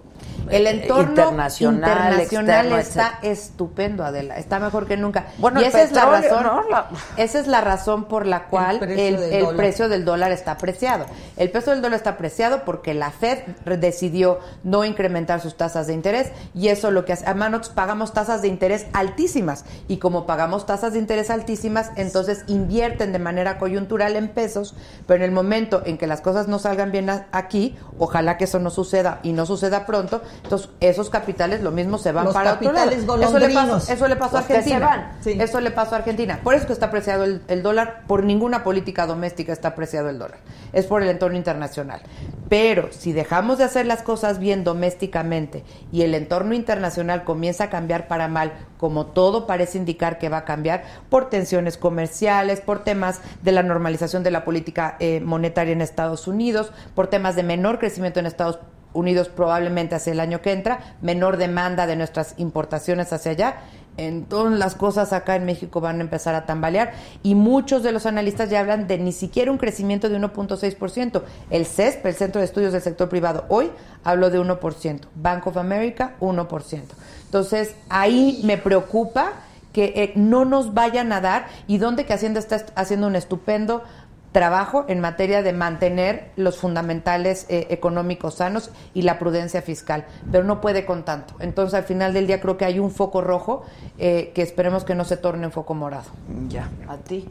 Speaker 6: El
Speaker 10: eh,
Speaker 6: entorno
Speaker 10: internacional,
Speaker 6: internacional,
Speaker 10: externo,
Speaker 6: está
Speaker 10: etcétera.
Speaker 6: estupendo, Adela. Está mejor que nunca.
Speaker 10: Bueno,
Speaker 6: y
Speaker 10: el
Speaker 6: esa es la
Speaker 10: petróleo,
Speaker 6: razón.
Speaker 10: ¿no? La-
Speaker 6: Esa es la razón por la cual el,
Speaker 8: precio del
Speaker 6: el
Speaker 8: dólar.
Speaker 6: precio del dólar está apreciado. El precio del dólar está apreciado porque la Fed re- decidió no incrementar sus tasas de interés y eso es lo que hace. A Manox pagamos tasas de interés altísimas y como pagamos tasas de interés altísimas, entonces invierten de manera coyuntural en pesos, pero en el momento en que las cosas no salgan bien a- aquí, ojalá que eso no suceda y no suceda pronto, entonces esos capitales lo mismo se van
Speaker 8: Los
Speaker 6: para otro lado.
Speaker 8: capitales
Speaker 6: Eso le
Speaker 8: golondrinos.
Speaker 6: pasó, eso le pasó a
Speaker 8: Los que se
Speaker 6: Argentina.
Speaker 8: van.
Speaker 6: Eso le pasó a Argentina. Por eso que está apreciado el, el dólar, por ninguna política doméstica está apreciado el dólar. Es por el entorno internacional. Pero si dejamos de hacer las cosas bien domésticamente y el entorno internacional comienza a cambiar para mal, como todo parece indicar que va a cambiar, por tensiones comerciales, por temas de la normalización de la política eh, monetaria en Estados Unidos, por temas de menor crecimiento en Estados Unidos, Unidos probablemente hacia el año que entra, menor demanda de nuestras importaciones hacia allá. Entonces las cosas acá en México van a empezar a tambalear y muchos de los analistas ya hablan de ni siquiera un crecimiento de 1.6%. El CESP, el Centro de Estudios del Sector Privado, hoy habló de 1%. Bank of America, 1%. Entonces ahí me preocupa que eh, no nos vayan a dar y donde que Hacienda está est- haciendo un estupendo trabajo en materia de mantener los fundamentales eh, económicos sanos y la prudencia fiscal, pero no puede con tanto. Entonces, al final del día creo que hay un foco rojo eh, que esperemos que no se torne en foco morado.
Speaker 10: Ya, a ti.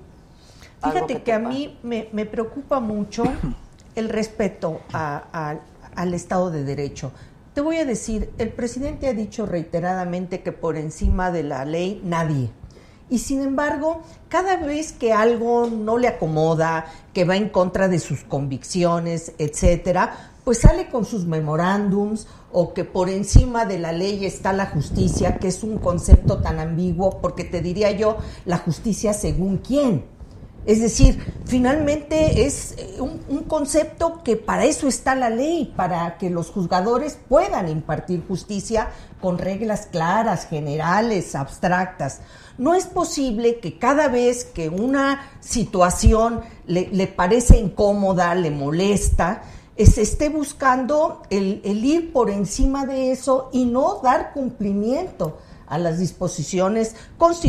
Speaker 8: Fíjate que, a mí me, me preocupa mucho el respeto a- a- al Estado de Derecho. Te voy a decir, el presidente ha dicho reiteradamente que por encima de la ley nadie. Y sin embargo, cada vez que algo no le acomoda, que va en contra de sus convicciones, etcétera, pues sale con sus memorándums o que por encima de la ley está la justicia, que es un concepto tan ambiguo, porque te diría yo, la justicia según quién. Es decir, finalmente es eh, un, un concepto que para eso está la ley, para que los juzgadores puedan impartir justicia con reglas claras, generales, abstractas. No es posible que cada vez que una situación le, le parece incómoda, le molesta, eh, se esté buscando el, el ir por encima de eso y no dar cumplimiento a las disposiciones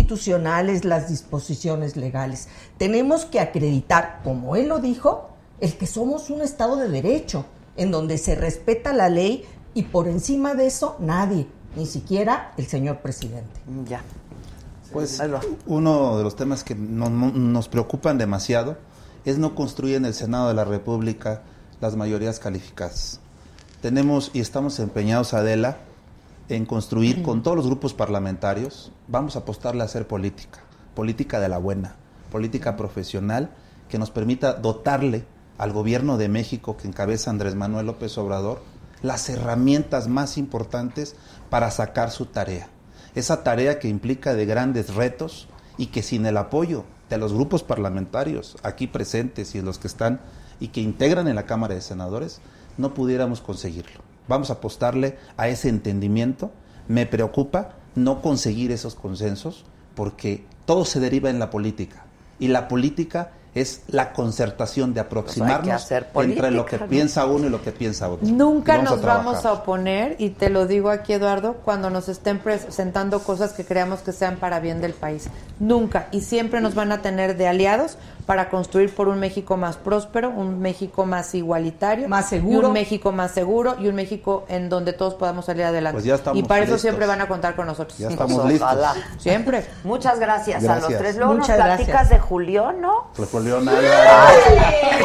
Speaker 8: constitucionales, las disposiciones legales. Tenemos que acreditar, como él lo dijo, el que somos un Estado de Derecho, en donde se respeta la ley y por encima de eso nadie, ni siquiera el señor presidente.
Speaker 10: Ya.
Speaker 7: Pues uno de los temas que no- no- nos preocupan demasiado es no construir en el Senado de la República las mayorías calificadas. Tenemos y estamos empeñados, Adela, en construir con todos los grupos parlamentarios, vamos a apostarle a hacer política, política de la buena, política profesional que nos permita dotarle al gobierno de México que encabeza Andrés Manuel López Obrador las herramientas más importantes para sacar su tarea esa tarea que implica de grandes retos y que sin el apoyo de los grupos parlamentarios aquí presentes y los que están y que integran en la Cámara de Senadores, no pudiéramos conseguirlo. Vamos a apostarle a ese entendimiento. Me preocupa no conseguir esos consensos porque todo se deriva en la política y la política es la concertación de aproximarnos
Speaker 10: Pues hacer
Speaker 7: entre lo
Speaker 10: política,
Speaker 7: que
Speaker 10: ¿no?
Speaker 7: piensa uno y lo que piensa otro.
Speaker 6: Nunca
Speaker 7: Y vamos a
Speaker 6: nos vamos
Speaker 7: trabajar.
Speaker 6: a oponer, y te lo digo aquí, Eduardo, cuando nos estén presentando cosas que creamos que sean para bien del país. Nunca. Y siempre nos van a tener de aliados para construir por un México más próspero, un México más igualitario, más
Speaker 8: seguro.
Speaker 6: un México más seguro y un México en donde todos podamos salir adelante.
Speaker 7: Pues ya estamos
Speaker 6: y para eso
Speaker 7: listos.
Speaker 6: siempre van a contar con nosotros.
Speaker 7: Ya estamos listos.
Speaker 6: Siempre.
Speaker 10: Muchas gracias, a los
Speaker 7: Gracias.
Speaker 10: tres. Luego
Speaker 6: Muchas
Speaker 10: nos platicas
Speaker 6: gracias.
Speaker 10: de Julián, ¿no?
Speaker 7: Pues, Julián Álvarez.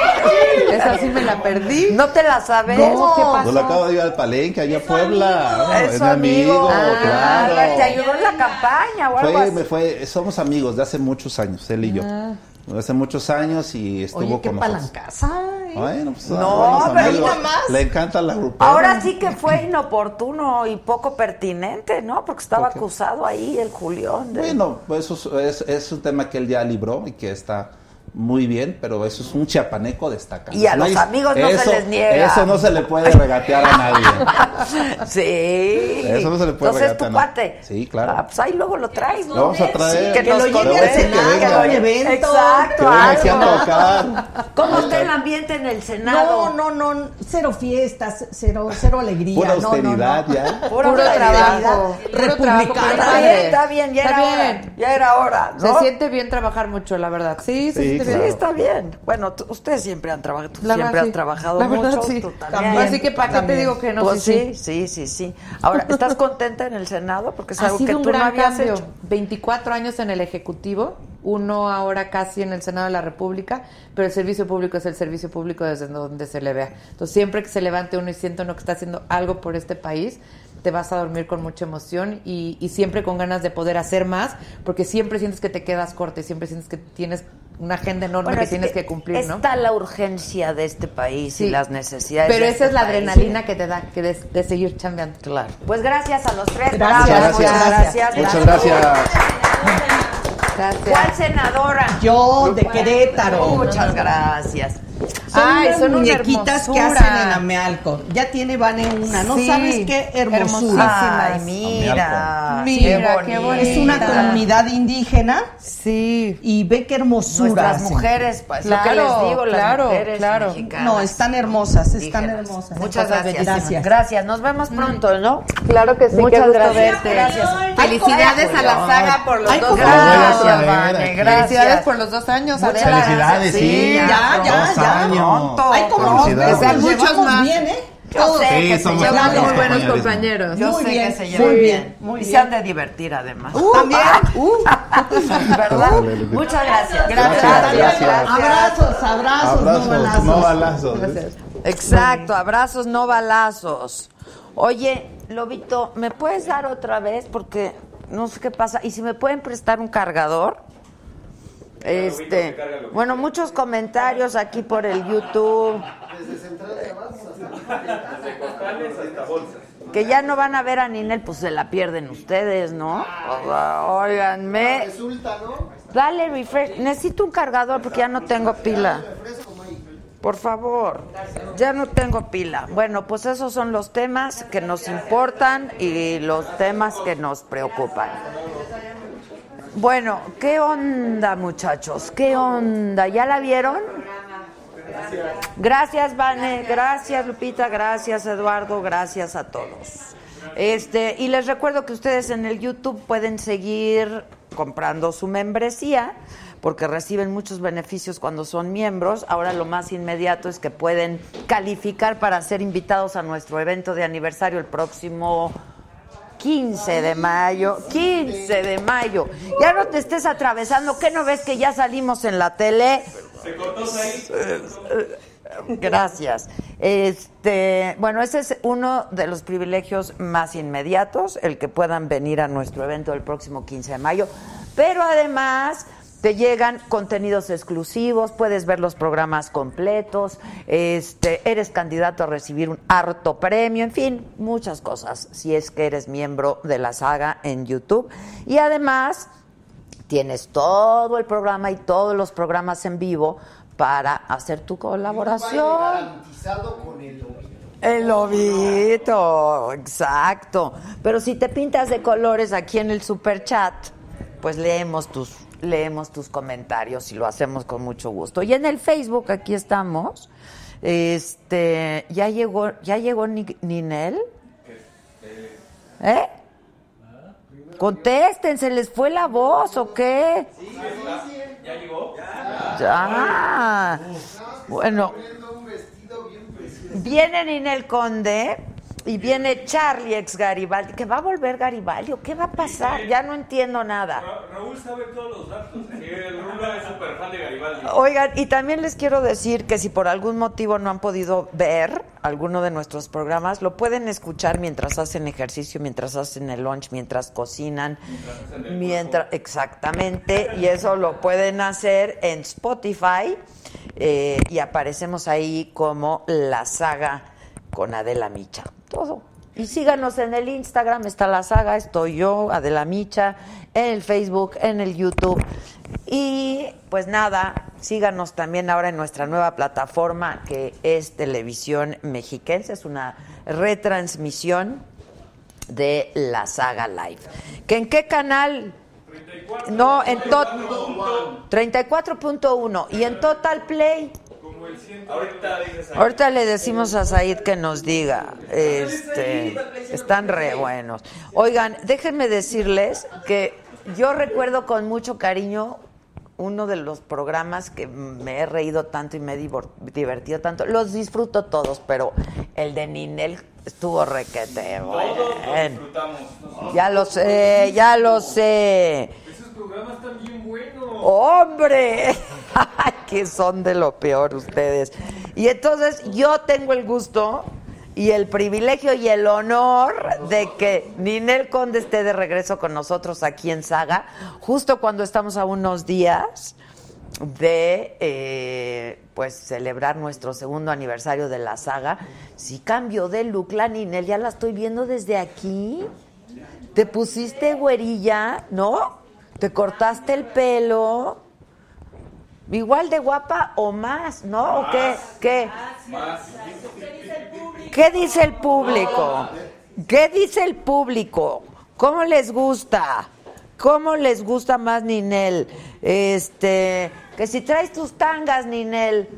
Speaker 6: Esa sí me la perdí.
Speaker 10: No te la sabes.
Speaker 6: ¿Cómo? ¿Qué pasó?
Speaker 7: Yo lo acabo de ir al Palenque, allá a Puebla. Ah,
Speaker 10: Es
Speaker 7: Es
Speaker 10: su amigo.
Speaker 7: amigo,
Speaker 10: Ah,
Speaker 7: claro.
Speaker 10: Te ayudó en la campaña o algo
Speaker 7: Fue,
Speaker 10: así. Ah.
Speaker 7: me fue, somos amigos de hace muchos años, él y yo. De Hace muchos años y estuvo
Speaker 8: Oye, qué
Speaker 7: con nosotros.
Speaker 8: palancaza. ¿eh?
Speaker 7: Bueno, pues,
Speaker 10: No,
Speaker 7: somos
Speaker 10: pero
Speaker 7: amigos.
Speaker 10: nada más.
Speaker 7: Le encanta la grupera.
Speaker 10: Ahora sí que fue inoportuno y poco pertinente, ¿no? Porque estaba
Speaker 7: Ok.
Speaker 10: acusado ahí el Julián. de-
Speaker 7: Bueno, pues eso es, es, es un tema que él ya libró y que está muy bien, pero eso es un chiapaneco destacado.
Speaker 10: Y a
Speaker 7: No
Speaker 10: los
Speaker 7: hay-
Speaker 10: amigos no se
Speaker 7: eso-
Speaker 10: les niega.
Speaker 7: Eso no se le puede regatear a nadie.
Speaker 10: Sí.
Speaker 7: Eso no se le puede
Speaker 10: Entonces es
Speaker 7: regatear,
Speaker 10: tu
Speaker 7: ¿no?
Speaker 10: cuate.
Speaker 7: Sí, claro.
Speaker 10: Ah, pues ahí luego lo traes.
Speaker 7: Lo vamos a traer.
Speaker 10: que,
Speaker 7: Que
Speaker 10: nos
Speaker 7: lo lleve
Speaker 10: convenga,
Speaker 7: al Senado,
Speaker 10: que lo
Speaker 7: a un
Speaker 10: lleve-
Speaker 8: evento.
Speaker 10: Exacto.
Speaker 7: Que venga aquí a
Speaker 10: algo.
Speaker 7: tocar.
Speaker 10: ¿Cómo está el ambiente en el Senado?
Speaker 8: No, no, no, cero fiestas, cero, cero alegría.
Speaker 7: Pura
Speaker 8: no, no, no.
Speaker 7: austeridad ya.
Speaker 10: Puro
Speaker 6: Puro
Speaker 10: austeridad.
Speaker 6: trabajo. Puro trabajo, pero
Speaker 8: Republicana.
Speaker 10: Está
Speaker 6: padre.
Speaker 10: bien, está bien, ya
Speaker 6: Está
Speaker 10: era hora.
Speaker 6: bien.
Speaker 10: Ya era hora, ¿no?
Speaker 6: Se siente bien trabajar mucho, la verdad. Sí, se
Speaker 7: Sí,
Speaker 6: siente
Speaker 1: Sí, está bien. Bueno, tú- ustedes siempre han trabajado, tú
Speaker 11: La verdad,
Speaker 1: siempre has
Speaker 11: sí.
Speaker 1: trabajado
Speaker 11: La
Speaker 1: mucho.
Speaker 11: verdad, sí.
Speaker 1: tú
Speaker 11: También. Así que, ¿para qué te
Speaker 1: También.
Speaker 11: digo que no?
Speaker 1: Pues sí,
Speaker 11: Sí,
Speaker 1: sí, sí, sí. Ahora, ¿estás contenta en el Senado? Porque es
Speaker 6: ha
Speaker 1: algo
Speaker 6: sido
Speaker 1: que
Speaker 6: un
Speaker 1: tú no
Speaker 6: gran
Speaker 1: habías
Speaker 6: cambio.
Speaker 1: hecho.
Speaker 6: 24 años en el Ejecutivo, uno ahora casi en el Senado de la República, pero el servicio público es el servicio público desde donde se le vea. Entonces, siempre que se levante uno y sienta uno que está haciendo algo por este país, te vas a dormir con mucha emoción y, y siempre con ganas de poder hacer más, porque siempre sientes que te quedas corto y siempre sientes que tienes una agenda enorme
Speaker 1: Bueno,
Speaker 6: que
Speaker 1: es
Speaker 6: tienes
Speaker 1: que
Speaker 6: que, cumplir, ¿no?
Speaker 1: Está la urgencia de este país y
Speaker 6: Sí.
Speaker 1: las necesidades.
Speaker 6: Pero
Speaker 1: de
Speaker 6: esa
Speaker 1: este
Speaker 6: es la
Speaker 1: país.
Speaker 6: adrenalina que te da que de, de seguir chambeando.
Speaker 1: Claro. Pues gracias a los tres.
Speaker 6: Gracias,
Speaker 1: Bravo,
Speaker 6: gracias.
Speaker 1: muchas gracias.
Speaker 12: Muchas gracias.
Speaker 6: Gracias.
Speaker 1: ¿Cuál senadora?
Speaker 8: Yo, de Querétaro.
Speaker 1: Muchas gracias.
Speaker 8: Son
Speaker 6: Ay,
Speaker 8: unas
Speaker 6: son una
Speaker 8: muñequitas que
Speaker 6: hermosura.
Speaker 8: hacen en Amealco. Ya tiene van en una, ¿no
Speaker 6: Sí,
Speaker 8: sabes qué hermosura?
Speaker 1: Ay, mira.
Speaker 8: Mira,
Speaker 1: qué
Speaker 6: qué
Speaker 1: bonita.
Speaker 8: Es una comunidad indígena
Speaker 6: Sí.
Speaker 8: y ve qué hermosura.
Speaker 1: Nuestras
Speaker 8: hacen.
Speaker 1: mujeres, pues, lo que
Speaker 6: Claro,
Speaker 1: les digo, las
Speaker 6: claro,
Speaker 1: mujeres
Speaker 6: claro.
Speaker 1: mexicanas.
Speaker 8: No, están hermosas, están
Speaker 1: indígenas.
Speaker 8: hermosas.
Speaker 1: Muchas
Speaker 8: Cosas
Speaker 1: gracias. gracias.
Speaker 8: bellísimas.
Speaker 1: Nos vemos
Speaker 6: Mm.
Speaker 1: pronto, ¿no?
Speaker 6: Claro que sí,
Speaker 1: Muchas
Speaker 6: qué gusto
Speaker 1: gracias.
Speaker 6: verte.
Speaker 1: Gracias.
Speaker 6: Felicidades a la saga por los
Speaker 8: Ay,
Speaker 6: dos
Speaker 8: por
Speaker 6: años.
Speaker 1: favor, Vane, gracias.
Speaker 6: Felicidades por los dos años,
Speaker 1: Muchas
Speaker 6: Adela.
Speaker 12: Felicidades,
Speaker 1: Felicidades, sí,
Speaker 12: sí.
Speaker 1: ya,
Speaker 8: ya,
Speaker 12: Dos
Speaker 8: ya.
Speaker 12: años.
Speaker 1: Pronto.
Speaker 8: Ay, como nos
Speaker 12: Felicidades.
Speaker 8: nos
Speaker 6: Muchos
Speaker 8: llevamos
Speaker 6: más.
Speaker 8: bien, ¿eh?
Speaker 1: Yo sé
Speaker 12: Sí,
Speaker 1: que se
Speaker 12: somos
Speaker 1: llevan
Speaker 12: buenos
Speaker 1: muy buenos.
Speaker 12: compañeros. compañeros.
Speaker 1: Yo
Speaker 8: Muy
Speaker 1: sé
Speaker 8: bien,
Speaker 1: que se
Speaker 8: muy
Speaker 1: llevan bien.
Speaker 8: bien, muy
Speaker 1: Y se
Speaker 8: bien. Uh, ah,
Speaker 1: han de divertir además.
Speaker 8: También.
Speaker 1: ¿Verdad?
Speaker 12: Ándale, Lupita.
Speaker 1: Muchas gracias.
Speaker 12: Gracias, gracias.
Speaker 8: Abrazos, abrazos, no
Speaker 12: Abrazos,
Speaker 8: balazos.
Speaker 12: no balazos.
Speaker 1: Exacto, abrazos, no balazos. Oye, Lobito, ¿me puedes dar otra vez? Porque no sé qué pasa. ¿Y si me pueden prestar un cargador? Este, bueno, muchos comentarios aquí por el YouTube. Que ya no van a ver a Ninel, pues se la pierden ustedes, ¿no? Óiganme. Dale refresh. Necesito un cargador porque ya no tengo pila. Por favor, ya no tengo pila. Bueno, pues esos son los temas que nos importan y los temas que nos preocupan. Bueno, ¿qué onda, muchachos? ¿Qué onda? ¿Ya la vieron? Gracias, Vane. Gracias, Lupita. Gracias, Eduardo. Gracias a todos. Este, y les recuerdo que ustedes en el YouTube pueden seguir comprando su membresía porque reciben muchos beneficios cuando son miembros. Ahora lo más inmediato es que pueden calificar para ser invitados a nuestro evento de aniversario el próximo 15 de mayo, 15 de mayo. Ya no te estés atravesando, ¿qué no ves que ya salimos en la tele? Gracias. Este, bueno, ese es uno de los privilegios más inmediatos, el que puedan venir a nuestro evento el próximo 15 de mayo. Pero además te llegan contenidos exclusivos, puedes ver los programas completos, este, eres candidato a recibir un harto premio, en fin, muchas cosas, si es que eres miembro de la saga en YouTube. Y además tienes todo el programa y todos los programas en vivo para hacer tu colaboración. El lobito, exacto. Pero si te pintas de colores aquí en el super chat, pues leemos tus leemos tus comentarios y lo hacemos con mucho gusto. Y en el Facebook aquí estamos. Este, ya llegó ya llegó Ni- Ninel. ¿Eh? Contesten, ¿se les fue la voz o qué? Ya. Bueno. Viene Ninel Conde y viene Charlie ex Garibaldi. ¿Que va a volver Garibaldi o qué va a pasar? Ya no entiendo nada.
Speaker 5: Ra- Raúl sabe todos los datos. Sí, el Rulo es súper fan de Garibaldi.
Speaker 1: Oigan, y también les quiero decir que si por algún motivo no han podido ver alguno de nuestros programas, lo pueden escuchar mientras hacen ejercicio, mientras hacen el lunch, mientras cocinan, mientras, exactamente, y eso lo pueden hacer en Spotify eh, y aparecemos ahí como la saga con Adela Micha. Todo. Y síganos en el Instagram, está la saga, estoy yo, Adela Micha, en el Facebook, en el YouTube. Y pues nada, síganos también ahora en nuestra nueva plataforma que es Televisión Mexiquense, es una retransmisión de la saga live. ¿Que ¿En qué canal? No, en tot 34.1 y en Total Play. Ahorita le decimos a Said que nos diga. Este, están re buenos. Oigan, déjenme decirles que yo recuerdo con mucho cariño uno de los programas que me he reído tanto y me he divor- divertido tanto. Los disfruto todos, pero el de Ninel estuvo requete.
Speaker 5: Todos lo
Speaker 1: bueno.
Speaker 5: disfrutamos.
Speaker 1: Ya lo sé, ya lo sé.
Speaker 5: Esos programas están bien buenos.
Speaker 1: ¡Hombre! que son de lo peor ustedes. Y entonces yo tengo el gusto y el privilegio y el honor de que Ninel Conde esté de regreso con nosotros aquí en Saga, justo cuando estamos a unos días de eh, pues celebrar nuestro segundo aniversario de la saga. Si cambio de look, la Ninel, ya la estoy viendo desde aquí. Te pusiste güerilla, ¿no? Te cortaste el pelo. Igual de guapa o más, ¿no? ¿O qué? ¿Qué? ¿Qué dice el público? ¿Qué dice el público? ¿Cómo les gusta? ¿Cómo les gusta más Ninel? Este, que si traes tus tangas, Ninel.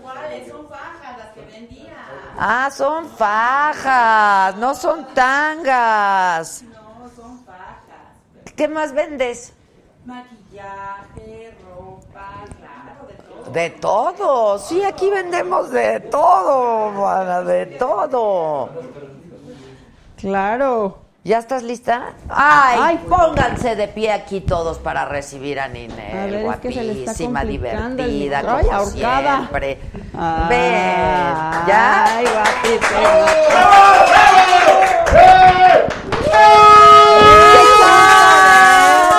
Speaker 13: ¿Cuáles son fajas las que vendía?
Speaker 1: Ah, son fajas, no son tangas.
Speaker 13: No, son fajas.
Speaker 1: ¿Qué más vendes?
Speaker 13: Maquillaje, ropa, claro, de todo.
Speaker 1: De todo, sí, aquí vendemos de todo, mana, de todo. Claro. ¿Ya estás lista?
Speaker 12: Ah,
Speaker 1: Ay,
Speaker 6: pues.
Speaker 1: pónganse de pie aquí todos para recibir a
Speaker 6: A ver,
Speaker 1: Ninel,
Speaker 6: es que se le está
Speaker 1: guapísima,
Speaker 6: complicando el
Speaker 1: divertida,
Speaker 6: micrófono.
Speaker 1: como
Speaker 6: Ay, ahorcada.
Speaker 1: siempre. Ven, ¿ya?
Speaker 6: Ay, guapísima.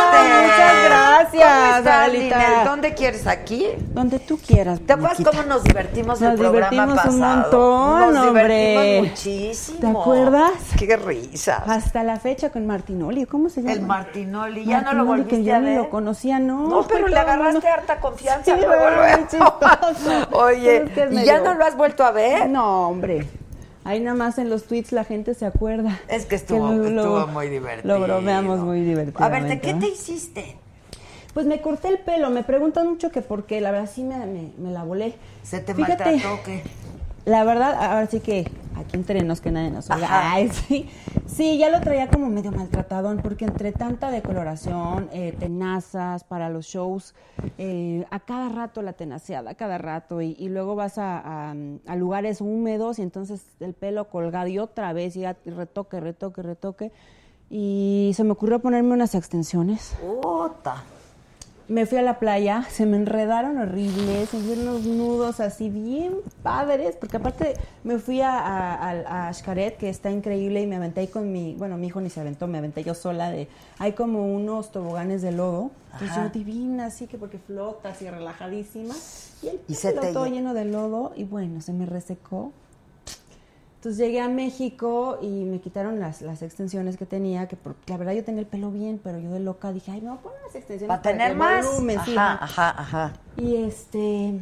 Speaker 1: Muchas
Speaker 6: gracias, Alita.
Speaker 1: ¿Dónde quieres? ¿Aquí?
Speaker 12: Donde tú quieras.
Speaker 1: ¿Te acuerdas cómo nos divertimos el
Speaker 12: Nos
Speaker 1: programa
Speaker 12: divertimos un
Speaker 1: pasado?
Speaker 12: montón,
Speaker 1: nos
Speaker 12: hombre.
Speaker 1: divertimos muchísimo.
Speaker 12: ¿Te acuerdas?
Speaker 1: Qué risa.
Speaker 12: Hasta la fecha con Martinoli, ¿cómo se llama?
Speaker 1: El Martinoli, ya no lo
Speaker 12: Martinoli, que
Speaker 1: volviste
Speaker 12: yo
Speaker 1: a
Speaker 12: ni
Speaker 1: ver.
Speaker 12: lo conocía, no.
Speaker 1: No,
Speaker 12: fue
Speaker 1: pero le
Speaker 12: todo
Speaker 1: agarraste
Speaker 12: uno-
Speaker 1: harta confianza.
Speaker 12: Sí,
Speaker 1: luego,
Speaker 12: güey,
Speaker 1: luego.
Speaker 12: chistoso.
Speaker 1: Oye,
Speaker 12: Es que es
Speaker 1: ¿y
Speaker 12: medio-
Speaker 1: ya no lo has vuelto a ver?
Speaker 12: No, hombre. Ahí nada más en los tweets la gente se acuerda.
Speaker 1: Es que estuvo- estuvo muy divertido.
Speaker 12: Lo bromeamos muy divertido.
Speaker 1: A ver, ¿de qué te hiciste?
Speaker 12: Pues me corté el pelo. Me preguntan mucho que por qué. La verdad sí me, me- me la volé.
Speaker 1: ¿Se te
Speaker 12: Fíjate,
Speaker 1: maltrató o qué?
Speaker 12: La verdad, ahora sí que aquí entre nos que nadie nos oiga.
Speaker 1: Ajá.
Speaker 12: Ay, sí. Sí, ya lo traía como medio maltratadón, porque entre tanta decoloración, eh, tenazas para los shows, eh, a cada rato la tenaceada, a cada rato, y, y luego vas a, a- a lugares húmedos y entonces el pelo colgado y otra vez, y, a- y retoque, retoque, retoque. Y se me ocurrió ponerme unas extensiones.
Speaker 1: Puta.
Speaker 12: Me fui a la playa, se me enredaron horribles, se me hicieron unos nudos así bien padres, porque aparte me fui a, a, a- a Xcaret, que está increíble, y me aventé ahí con mi, bueno, mi hijo ni se aventó, me aventé yo sola de, hay como unos toboganes de lodo,
Speaker 8: Pues
Speaker 12: entonces
Speaker 1: Ajá.
Speaker 12: yo divina, así que porque flotas y relajadísima, y el
Speaker 1: Y
Speaker 12: y
Speaker 1: se te
Speaker 12: todo
Speaker 1: lle-
Speaker 12: lleno de lodo, y bueno, se me resecó. Entonces llegué a México y me quitaron las, las extensiones que tenía, que por- la verdad yo tenía el pelo bien, pero yo de loca dije, ay, me voy a poner las extensiones
Speaker 1: ¿Para tener
Speaker 12: que
Speaker 1: más?
Speaker 12: volumen, sí,
Speaker 1: Ajá, ajá, ajá.
Speaker 12: y este,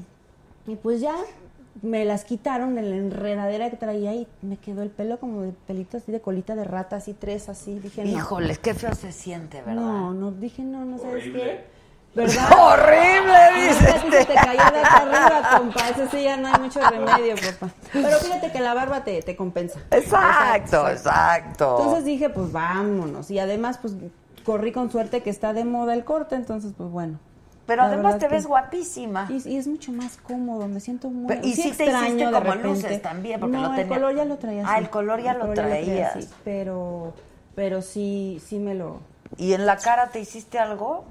Speaker 12: y pues ya me las quitaron de la enredadera que traía y me quedó el pelo como de pelito así de colita de rata, así tres, así. Dije, no.
Speaker 1: Híjoles, qué feo se siente, ¿verdad?
Speaker 12: No, no, dije, no, no sabes
Speaker 1: Horrible.
Speaker 12: qué. ¿Verdad?
Speaker 1: Horrible, dice
Speaker 12: Ahorita sí se
Speaker 1: este.
Speaker 12: te cayó de acá arriba, compa. Eso sí ya no hay mucho remedio, papá. Pero fíjate que la barba te, te compensa.
Speaker 1: Exacto, exacto.
Speaker 12: Entonces dije, pues vámonos. Y además, pues corrí con suerte que está de moda el corte, entonces, pues bueno.
Speaker 1: Pero
Speaker 12: La
Speaker 1: además
Speaker 12: verdad
Speaker 1: te
Speaker 12: que-
Speaker 1: ves guapísima.
Speaker 12: Y, y es mucho más cómodo, me siento muy
Speaker 1: Pero- y
Speaker 12: sí
Speaker 1: sí te
Speaker 12: extraño
Speaker 1: hiciste
Speaker 12: de
Speaker 1: como
Speaker 12: repente.
Speaker 1: luces también, porque
Speaker 12: no,
Speaker 1: lo tenía-
Speaker 12: el color ya lo traía
Speaker 1: Ah, el color ya lo traías.
Speaker 12: sí, pero pero sí sí me lo
Speaker 1: ¿Y en la cara te hiciste algo?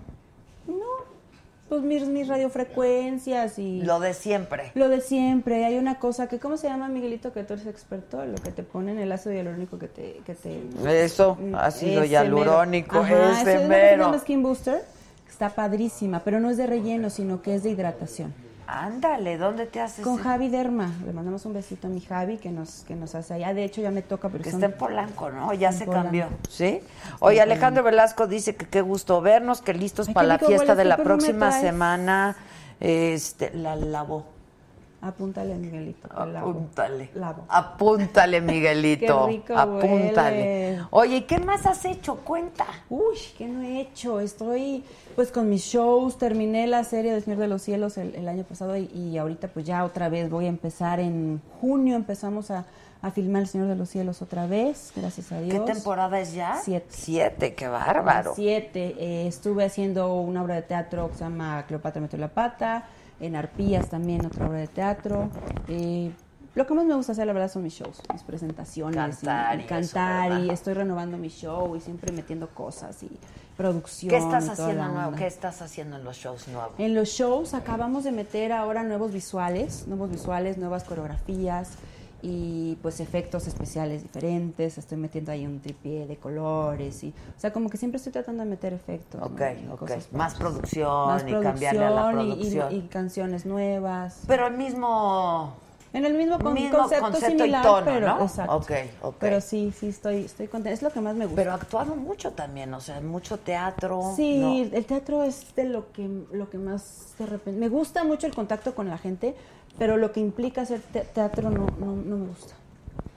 Speaker 12: pues mis, mis radiofrecuencias y
Speaker 1: Lo de siempre.
Speaker 12: lo de siempre, hay una cosa que ¿cómo se llama Miguelito que tú eres experto? Lo que te ponen el ácido hialurónico que te que te
Speaker 1: Eso,
Speaker 12: Mm,
Speaker 1: ácido
Speaker 12: ese
Speaker 1: hialurónico,
Speaker 12: mero. Ajá,
Speaker 1: ese
Speaker 12: esa es una que se
Speaker 1: mero.
Speaker 12: llama Skin Booster. que Está padrísima, pero no es de relleno, sino que es de hidratación.
Speaker 1: Ándale, ¿dónde te haces?
Speaker 12: Con
Speaker 1: eso?
Speaker 12: Javi Derma, le mandamos un besito a mi Javi que nos, que nos hace allá. De hecho, ya me toca, pero
Speaker 1: Que
Speaker 12: son-
Speaker 1: está en Polanco, ¿no? Ya
Speaker 12: en
Speaker 1: se
Speaker 12: Polanco.
Speaker 1: cambió, ¿sí? Oye, Alejandro Velasco dice que qué gusto vernos, que listos
Speaker 12: Ay,
Speaker 1: para
Speaker 12: qué
Speaker 1: la
Speaker 12: rico
Speaker 1: fiesta
Speaker 12: hueles,
Speaker 1: de
Speaker 12: ¿tú
Speaker 1: la
Speaker 12: por qué no me
Speaker 1: próxima
Speaker 12: traes?
Speaker 1: semana. Este, la lavó.
Speaker 12: Apúntale a Miguelito. que la-
Speaker 1: Apúntale.
Speaker 12: Lavo.
Speaker 1: Apúntale, Miguelito.
Speaker 12: Qué rico
Speaker 1: apúntale.
Speaker 12: hueles.
Speaker 1: Oye, ¿y ¿qué más has hecho? Cuenta.
Speaker 12: Uy, ¿qué no he hecho? Estoy pues con mis shows, terminé la serie del Señor de los Cielos el, el año pasado y, y ahorita pues ya otra vez voy a empezar en junio, empezamos a, a filmar El Señor de los Cielos otra vez, gracias a Dios.
Speaker 1: ¿Qué temporada es ya?
Speaker 12: Siete.
Speaker 1: Siete, qué bárbaro.
Speaker 12: Siete. Eh, estuve haciendo una obra de teatro que se llama Cleopatra metió la pata, en Arpías también otra obra de teatro. Eh, lo que más me gusta hacer, la verdad, son mis shows, mis presentaciones.
Speaker 1: Cantar
Speaker 12: y,
Speaker 1: y
Speaker 12: cantar
Speaker 1: eso, ¿verdad?
Speaker 12: y estoy renovando mi show y siempre metiendo cosas y producción.
Speaker 1: ¿Qué estás
Speaker 12: y toda
Speaker 1: haciendo
Speaker 12: la
Speaker 1: nuevo?
Speaker 12: onda.
Speaker 1: ¿Qué estás haciendo en los shows nuevos?
Speaker 12: En los shows acabamos de meter ahora nuevos visuales, nuevos visuales, nuevas coreografías y pues efectos especiales diferentes. Estoy metiendo ahí un tripié de colores y, o sea, como que siempre estoy tratando de meter efectos. ¿no?
Speaker 1: Ok,
Speaker 12: Y
Speaker 1: ok.
Speaker 12: cosas
Speaker 1: Más
Speaker 12: padres.
Speaker 1: producción
Speaker 12: Más
Speaker 1: y cambiarle a la
Speaker 12: producción y- y-
Speaker 1: producción.
Speaker 12: Y, canciones nuevas.
Speaker 1: Pero el mismo.
Speaker 12: En el mismo, con-
Speaker 1: mismo
Speaker 12: concepto,
Speaker 1: concepto y
Speaker 12: similar,
Speaker 1: tono,
Speaker 12: pero
Speaker 1: ¿no?
Speaker 12: exacto.
Speaker 1: Ok, ok.
Speaker 12: Pero sí, sí estoy, estoy contenta. Es lo que más me gusta.
Speaker 1: Pero actuado mucho también, o sea, mucho teatro.
Speaker 12: Sí,
Speaker 1: ¿no?
Speaker 12: el teatro es de lo que, lo que más de repente... Me gusta mucho el contacto con la gente, pero lo que implica hacer te- teatro no, no, no me gusta.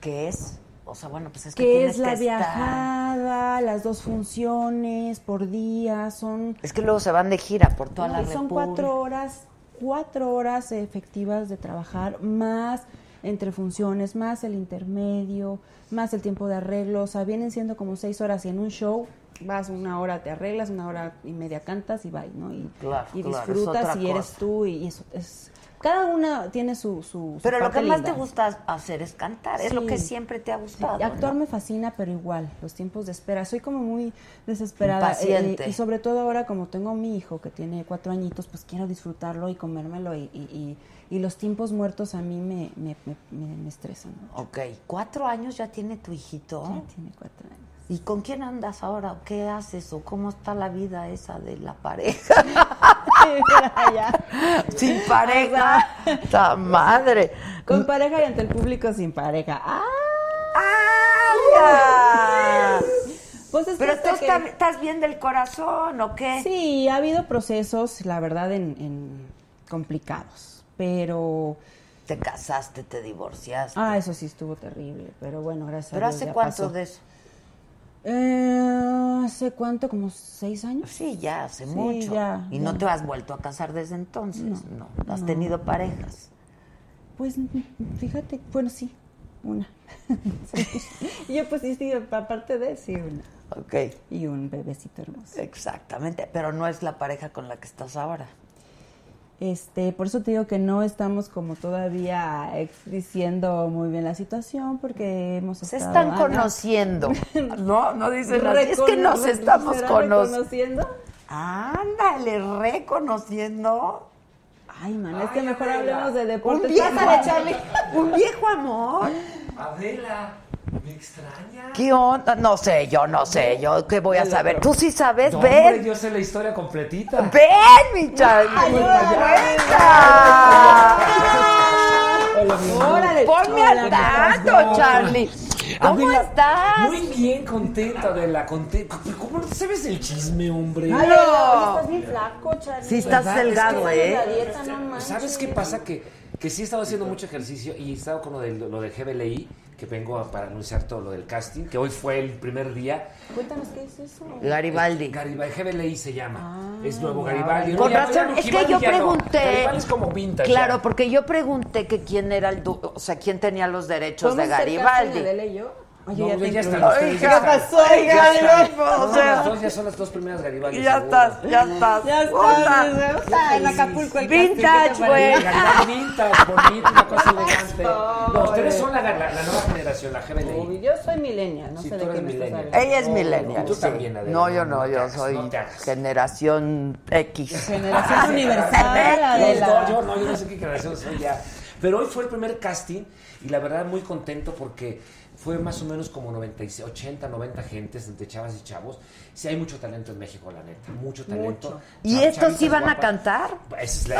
Speaker 1: ¿Qué es? O sea, bueno, pues es que
Speaker 12: Que
Speaker 1: tienes
Speaker 12: es la
Speaker 1: que estar.
Speaker 12: viajada, las dos funciones por día, son...
Speaker 1: Es que luego se van de gira por toda la
Speaker 12: No, y son
Speaker 1: República.
Speaker 12: cuatro horas, cuatro horas efectivas de trabajar, más entre funciones, más el intermedio, más el tiempo de arreglo. O sea, vienen siendo como seis horas y en un show vas una hora, te arreglas, una hora y media cantas y bye, ¿no? Y,
Speaker 1: Claro,
Speaker 12: y
Speaker 1: claro, es
Speaker 12: disfrutas
Speaker 1: otra
Speaker 12: y eres
Speaker 1: cosa.
Speaker 12: tú y eso es... Cada una tiene su... su- su
Speaker 1: Pero lo
Speaker 12: parte
Speaker 1: que más
Speaker 12: linda.
Speaker 1: te gusta hacer es cantar, es lo
Speaker 12: Sí.
Speaker 1: que siempre te ha gustado.
Speaker 12: Y actuar
Speaker 1: ¿no?
Speaker 12: me fascina, pero igual, los tiempos de espera. Soy como muy desesperada.
Speaker 1: Impaciente.
Speaker 12: eh, y sobre todo ahora, como tengo a mi hijo que tiene cuatro añitos, pues quiero disfrutarlo y comérmelo. Y, y- y- y los tiempos muertos a mí me, me, me- me- me estresan. ¿no?
Speaker 1: Ok, cuatro años ya tiene tu hijito.
Speaker 12: Ya tiene cuatro años.
Speaker 1: ¿Y con quién andas ahora? ¿O ¿Qué haces? ¿O cómo está la vida esa de la pareja? Sin pareja. ¡Ta madre!
Speaker 12: Con pareja y ante el público sin pareja. ¡Ah!
Speaker 1: ¡Anda!
Speaker 12: Pues es que
Speaker 1: Pero tú
Speaker 12: hasta que-
Speaker 1: está- estás bien del corazón, ¿o qué?
Speaker 12: Sí, ha habido procesos, la verdad, en, en complicados. Pero.
Speaker 1: Te casaste, te divorciaste.
Speaker 12: Ah, eso sí estuvo terrible. Pero bueno, gracias
Speaker 1: ¿Pero
Speaker 12: a Dios.
Speaker 1: hace
Speaker 12: ya
Speaker 1: cuánto
Speaker 12: pasó.
Speaker 1: de eso?
Speaker 12: Eh, ¿Hace cuánto? ¿Como seis años?
Speaker 1: Sí, ya hace
Speaker 12: Sí,
Speaker 1: mucho.
Speaker 12: ya,
Speaker 1: y
Speaker 12: ya.
Speaker 1: no te has vuelto a casar desde entonces. No.
Speaker 12: No,
Speaker 1: Has
Speaker 12: no.
Speaker 1: tenido parejas.
Speaker 12: Pues mm, fíjate, bueno, sí, una. Sí. Yo pues sí, sí, aparte de sí, una.
Speaker 1: Ok.
Speaker 12: Y un bebecito hermoso.
Speaker 1: Exactamente. Pero no es la pareja con la que estás ahora.
Speaker 12: Este, por eso te digo que no estamos como todavía ex- diciendo muy bien la situación porque hemos
Speaker 1: Se
Speaker 12: estado-
Speaker 1: están
Speaker 12: ah,
Speaker 1: conociendo. No, no dicen así. Es que
Speaker 12: Recono-
Speaker 1: nos estamos
Speaker 12: ¿será
Speaker 1: conociendo.
Speaker 12: reconociendo.
Speaker 1: Ándale, reconociendo.
Speaker 12: Ay, man, es que mejor hablemos de
Speaker 1: Un
Speaker 12: deportes.
Speaker 1: viejo,
Speaker 12: Pásale, Charlie.
Speaker 1: un viejo amor.
Speaker 2: Adela, ¿me extraña?
Speaker 1: ¿Qué onda? No sé, yo no sé, yo qué voy a
Speaker 2: Adela,
Speaker 1: saber.
Speaker 2: pero-
Speaker 1: Tú sí sabes,
Speaker 2: No, hombre,
Speaker 1: ven.
Speaker 2: Yo sé la historia completita.
Speaker 1: Ven, mi Charlie. cuenta.
Speaker 12: Órale,
Speaker 1: Ponme
Speaker 12: hola,
Speaker 1: al
Speaker 12: ¿qué tal?
Speaker 1: tanto, Charlie. ¿Cómo
Speaker 2: Adela,
Speaker 1: estás?
Speaker 2: Muy bien, contenta de la contenta. ¿Cómo no sabes el chisme, hombre?
Speaker 12: Ay, oye, estás bien flaco, Charlie.
Speaker 1: Sí, estás
Speaker 2: ¿Verdad?
Speaker 1: delgado,
Speaker 2: Es que-
Speaker 1: ¿eh?
Speaker 12: La dieta, no manches.
Speaker 2: ¿Sabes qué pasa? Que, que sí he estado haciendo mucho ejercicio y he estado con lo del, lo del GBLI, que vengo a- para anunciar todo lo del casting, que hoy fue el primer día.
Speaker 12: Cuéntanos qué es eso.
Speaker 1: Garibaldi.
Speaker 2: Garibaldi, GBLI se llama. es nuevo
Speaker 12: Ah, ya.
Speaker 2: Garibaldi.
Speaker 1: Con
Speaker 2: No, ya- ya
Speaker 1: razón,
Speaker 2: no,
Speaker 1: es que
Speaker 2: Garibaldi
Speaker 1: yo
Speaker 2: ya no.
Speaker 1: pregunté.
Speaker 2: Garibaldi es como vintage.
Speaker 1: Claro,
Speaker 2: ya.
Speaker 1: porque yo pregunté que quién era el, du- o sea, quién tenía los derechos de
Speaker 12: ¿Podemos hacer casting,
Speaker 1: Garibaldi.
Speaker 12: Adela y yo? Oye,
Speaker 2: No,
Speaker 12: ya te
Speaker 2: ya
Speaker 12: incluí.
Speaker 2: están ustedes, ya están.
Speaker 1: oiga,
Speaker 2: Ya están.
Speaker 1: Dios, o
Speaker 2: No,
Speaker 1: sea.
Speaker 2: las dos ya son las dos primeras Garibaldi.
Speaker 1: Ya
Speaker 2: seguro.
Speaker 1: estás, ya estás.
Speaker 12: Ya está,
Speaker 1: Puta.
Speaker 12: está en Acapulco el
Speaker 1: Vintage,
Speaker 12: casting, ¿qué te
Speaker 1: güey.
Speaker 12: parece?
Speaker 2: Garibaldi vintage, bonito, una cosa elegante. No, ustedes son la, la- la nueva generación, la GBLI.
Speaker 12: Uy, Yo soy milenial, no
Speaker 2: Sí,
Speaker 12: sé
Speaker 2: tú
Speaker 12: de qué
Speaker 2: eres
Speaker 12: me estás
Speaker 2: millennial.
Speaker 12: hablando.
Speaker 1: Ella es
Speaker 2: No,
Speaker 1: millennial.
Speaker 2: tú
Speaker 1: sí.
Speaker 2: también, Adela,
Speaker 1: No,
Speaker 2: no,
Speaker 1: yo
Speaker 2: no
Speaker 1: no,
Speaker 2: te
Speaker 1: yo
Speaker 2: hagas,
Speaker 1: soy
Speaker 2: no te hagas.
Speaker 1: generación X.
Speaker 12: Generación universal,
Speaker 2: Los
Speaker 12: Adela.
Speaker 2: dos, yo no, yo no sé qué generación soy ya. Pero hoy fue el primer casting y la verdad muy contento porque fue más o menos como 96, 80, 90 gentes entre chavas y chavos. Sí hay mucho talento en México, la neta, mucho talento.
Speaker 12: Mucho.
Speaker 1: ¿Y
Speaker 2: Chav-
Speaker 1: estos
Speaker 2: chavitas
Speaker 1: sí van a
Speaker 2: guapas.
Speaker 1: cantar? ¡Ah!
Speaker 2: Esa es la es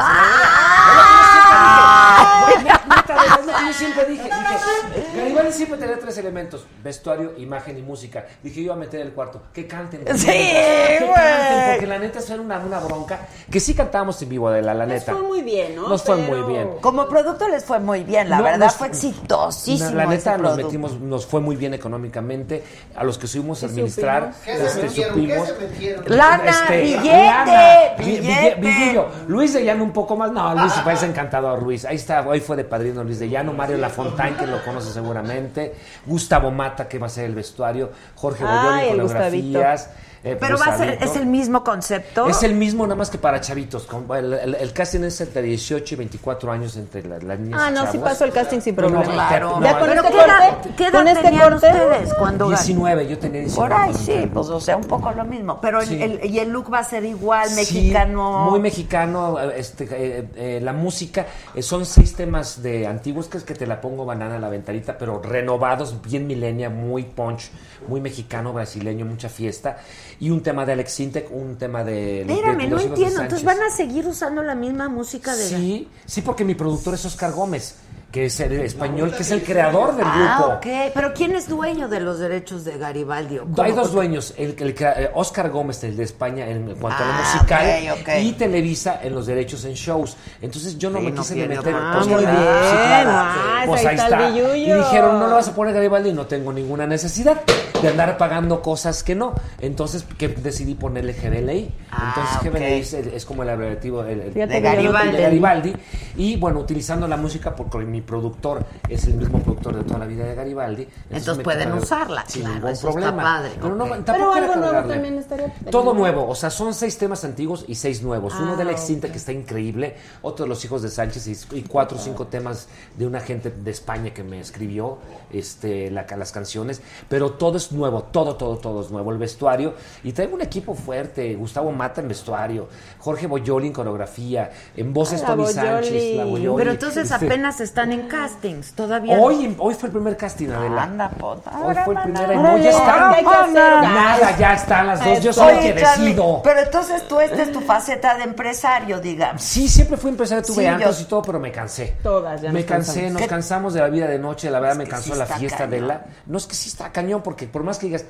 Speaker 2: la- es lo que yo siempre dije. Bueno, neta, es lo que yo siempre dije. Dije, Garibaldi siempre tenía tres elementos: vestuario, imagen y música. Dije, yo iba a meter el cuarto. Que canten.
Speaker 1: Sí,
Speaker 2: que canten,
Speaker 1: güey.
Speaker 2: porque la neta eso era una, una bronca. Que sí cantábamos en vivo, Adela, la
Speaker 12: Nos
Speaker 2: neta.
Speaker 12: fue muy bien, ¿no?
Speaker 2: Nos fue
Speaker 12: Pero-
Speaker 2: muy bien.
Speaker 1: Como producto les fue muy bien, la
Speaker 2: No,
Speaker 1: verdad
Speaker 2: nos-
Speaker 1: fue exitosísimo.
Speaker 2: La
Speaker 1: ese
Speaker 2: neta nos
Speaker 1: producto.
Speaker 2: metimos, nos fue muy bien económicamente. A los que subimos a administrar,
Speaker 7: ¿Qué se
Speaker 2: este,
Speaker 7: metieron? ¿Qué
Speaker 2: supimos.
Speaker 7: se metieron?
Speaker 1: Lana,
Speaker 2: Este,
Speaker 1: billete,
Speaker 2: lana, bi-
Speaker 1: billete.
Speaker 2: bille- billillo. Luis de Llano un poco más. No, Luis se parece encantador. Alfredo Ruiz. Ahí está, hoy fue de padrino Luis de Llano, Mario Lafontaine, que lo conoce seguramente, Gustavo Mata, que va a ser el vestuario, Jorge Bollón,
Speaker 1: Ay, el
Speaker 2: coreografías. eh,
Speaker 1: Pero va a ser,
Speaker 2: Gustavito.
Speaker 1: es el mismo concepto.
Speaker 2: Es el mismo, nada más que para chavitos. Con- El, el- el casting es entre 18 y 24 años entre la- las, niñas
Speaker 7: Ah,
Speaker 2: y
Speaker 7: no, sí
Speaker 2: chavos.
Speaker 7: pasó el casting sin
Speaker 2: No, no,
Speaker 7: problema.
Speaker 2: claro.
Speaker 7: Ya
Speaker 2: No,
Speaker 7: con
Speaker 2: no,
Speaker 7: este
Speaker 2: no.
Speaker 7: corte,
Speaker 1: ¿Qué edad
Speaker 7: con este
Speaker 1: tenían
Speaker 7: corte.
Speaker 1: ustedes cuando
Speaker 2: 19, yo tenía 19.
Speaker 1: Por ahí
Speaker 2: cuando
Speaker 1: sí,
Speaker 2: entré.
Speaker 1: pues o sea, un poco lo mismo. Pero el-
Speaker 2: Sí.
Speaker 1: el, y el look va a ser igual,
Speaker 2: Sí,
Speaker 1: mexicano.
Speaker 2: muy mexicano, este, eh, eh, la música, eh, son seis temas de antiguos que es que te la pongo banana a la ventanita, pero renovados, bien milenia, muy punch, muy mexicano, brasileño, mucha fiesta, y un tema de Alex Sintek, un tema de... de-
Speaker 1: Espérame,
Speaker 2: de
Speaker 1: no
Speaker 2: los hijos de
Speaker 1: entiendo. Entonces
Speaker 2: Sánchez.
Speaker 1: van a seguir usando la misma música de.
Speaker 2: Sí, sí, porque mi productor es Oscar Gómez, que es el español, que es el creador del
Speaker 1: Ah,
Speaker 2: grupo.
Speaker 1: ok. Pero ¿quién es dueño de los derechos de Garibaldi? ¿O
Speaker 2: Hay
Speaker 1: cómo?
Speaker 2: dos dueños, el, el crea- eh, Oscar Gómez, el de España, en cuanto a lo
Speaker 1: Ah,
Speaker 2: musical,
Speaker 1: ok, ok.
Speaker 2: y Televisa en los derechos en shows. Entonces yo no
Speaker 1: Sí,
Speaker 2: me
Speaker 1: no
Speaker 2: quise
Speaker 1: tiene
Speaker 2: meter.
Speaker 1: otra
Speaker 2: pues,
Speaker 1: cosa.
Speaker 2: sí,
Speaker 1: Ah, muy
Speaker 2: claro,
Speaker 1: bien,
Speaker 2: sí.
Speaker 1: ah,
Speaker 2: Pues
Speaker 1: ahí
Speaker 2: ahí
Speaker 1: está
Speaker 2: está.
Speaker 1: el
Speaker 2: Y
Speaker 1: billullo.
Speaker 2: dijeron, no lo vas a poner Garibaldi, no tengo ninguna necesidad de andar pagando cosas que no. Entonces que decidí ponerle GBLI. Entonces
Speaker 1: Ah,
Speaker 2: GBLI
Speaker 1: ok.
Speaker 2: es, el- es como el abreviativo el- el-
Speaker 1: Fíjate De que yo no Garibaldi.
Speaker 2: de Garibaldi. Y bueno, utilizando la música, porque mi productor es el mismo productor de toda la vida de Garibaldi.
Speaker 1: Entonces
Speaker 2: me
Speaker 1: pueden
Speaker 2: quedaron
Speaker 1: usarla,
Speaker 2: Sin
Speaker 1: claro,
Speaker 2: ningún
Speaker 1: eso está
Speaker 2: problema.
Speaker 1: padre,
Speaker 2: Pero no,
Speaker 1: ok.
Speaker 2: tampoco
Speaker 7: Pero
Speaker 2: era
Speaker 7: algo nuevo
Speaker 2: cargarle.
Speaker 7: también estaría.
Speaker 2: Todo nuevo, o sea, son seis temas antiguos y seis nuevos. Uno
Speaker 7: Ah,
Speaker 2: de la extinta que está increíble, otro de los hijos de Sánchez y, y cuatro o cinco temas de una gente de España que me escribió este, la- las canciones. Pero todo es nuevo, todo, todo, todo es nuevo. El vestuario, y traigo un equipo fuerte: Gustavo Mata en vestuario, Jorge Boyoli en coreografía, en voces
Speaker 1: La
Speaker 2: Tony
Speaker 1: Boyoli.
Speaker 2: Sánchez, la Boyoli.
Speaker 1: Pero entonces
Speaker 2: Este,
Speaker 1: apenas están en castings, todavía. no.
Speaker 2: Hoy, hoy fue el primer casting, Adela. Hoy fue el primer.
Speaker 1: pues, Órale,
Speaker 2: hoy ya están. Ah,
Speaker 1: ¿qué hay que hacer,
Speaker 2: Nada,
Speaker 1: guys?
Speaker 2: ya están las dos. Yo soy el que
Speaker 1: Oye, Charlie,
Speaker 2: decido.
Speaker 1: Pero entonces tú, esta es tu faceta de empresario, digamos.
Speaker 2: Sí, siempre fui empresario, tuve
Speaker 1: Sí,
Speaker 2: antros
Speaker 1: yo-
Speaker 2: y todo, pero me cansé.
Speaker 1: Todas, ya
Speaker 2: Me
Speaker 1: nos
Speaker 2: cansé,
Speaker 1: cansamos.
Speaker 2: nos
Speaker 1: ¿Qué-
Speaker 2: cansamos de la vida de noche, la verdad me
Speaker 1: que
Speaker 2: cansó
Speaker 1: sí
Speaker 2: la
Speaker 1: está
Speaker 2: fiesta de
Speaker 1: cañón.
Speaker 2: la... No, es que sí está cañón, porque por más que digas,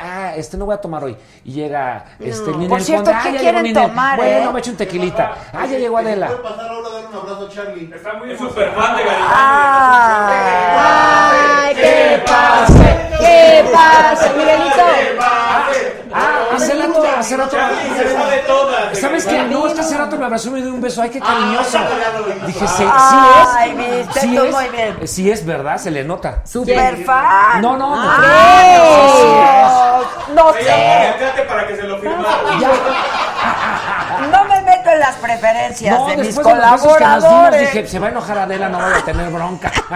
Speaker 2: ah, este no voy a tomar hoy, y llega este
Speaker 1: No.
Speaker 2: Ninel
Speaker 1: Por cierto,
Speaker 2: Conde, "Ah,
Speaker 1: ¿qué
Speaker 2: ya
Speaker 1: quieren
Speaker 2: llegó Ninel".
Speaker 1: tomar,
Speaker 2: Bueno,
Speaker 1: eh?
Speaker 2: no me echo un tequilita. Ah, ya llegó Adela.
Speaker 14: Puede pasar ahora a dar un abrazo a Charlie. Está muy
Speaker 1: Ah.
Speaker 7: ¡Ay,
Speaker 2: qué
Speaker 7: pase! ¡Qué pase, Miguelito!
Speaker 2: Ah, hace rato, hace
Speaker 7: se
Speaker 2: rato.
Speaker 7: sabe todas.
Speaker 2: ¿Sabes qué? No, es que hace rato me abrazó y me dio un beso. ¡Ay, qué cariñoso!
Speaker 7: Ah, ya lo dijiste.
Speaker 2: Dije, sí,
Speaker 7: Ay,
Speaker 2: sí es.
Speaker 7: viste,
Speaker 2: sí
Speaker 7: tú
Speaker 2: es,
Speaker 7: muy bien.
Speaker 2: Sí es, ¿verdad? Se le nota.
Speaker 1: Super fan.
Speaker 2: No, no, no.
Speaker 1: Ah, no sé.
Speaker 15: para que se lo firmara.
Speaker 1: No me meto en las preferencias
Speaker 2: No,
Speaker 1: de mis
Speaker 2: después de los besos que nos dimos,
Speaker 1: colaboradores.
Speaker 2: dije, se va a enojar Adela, no voy a tener bronca.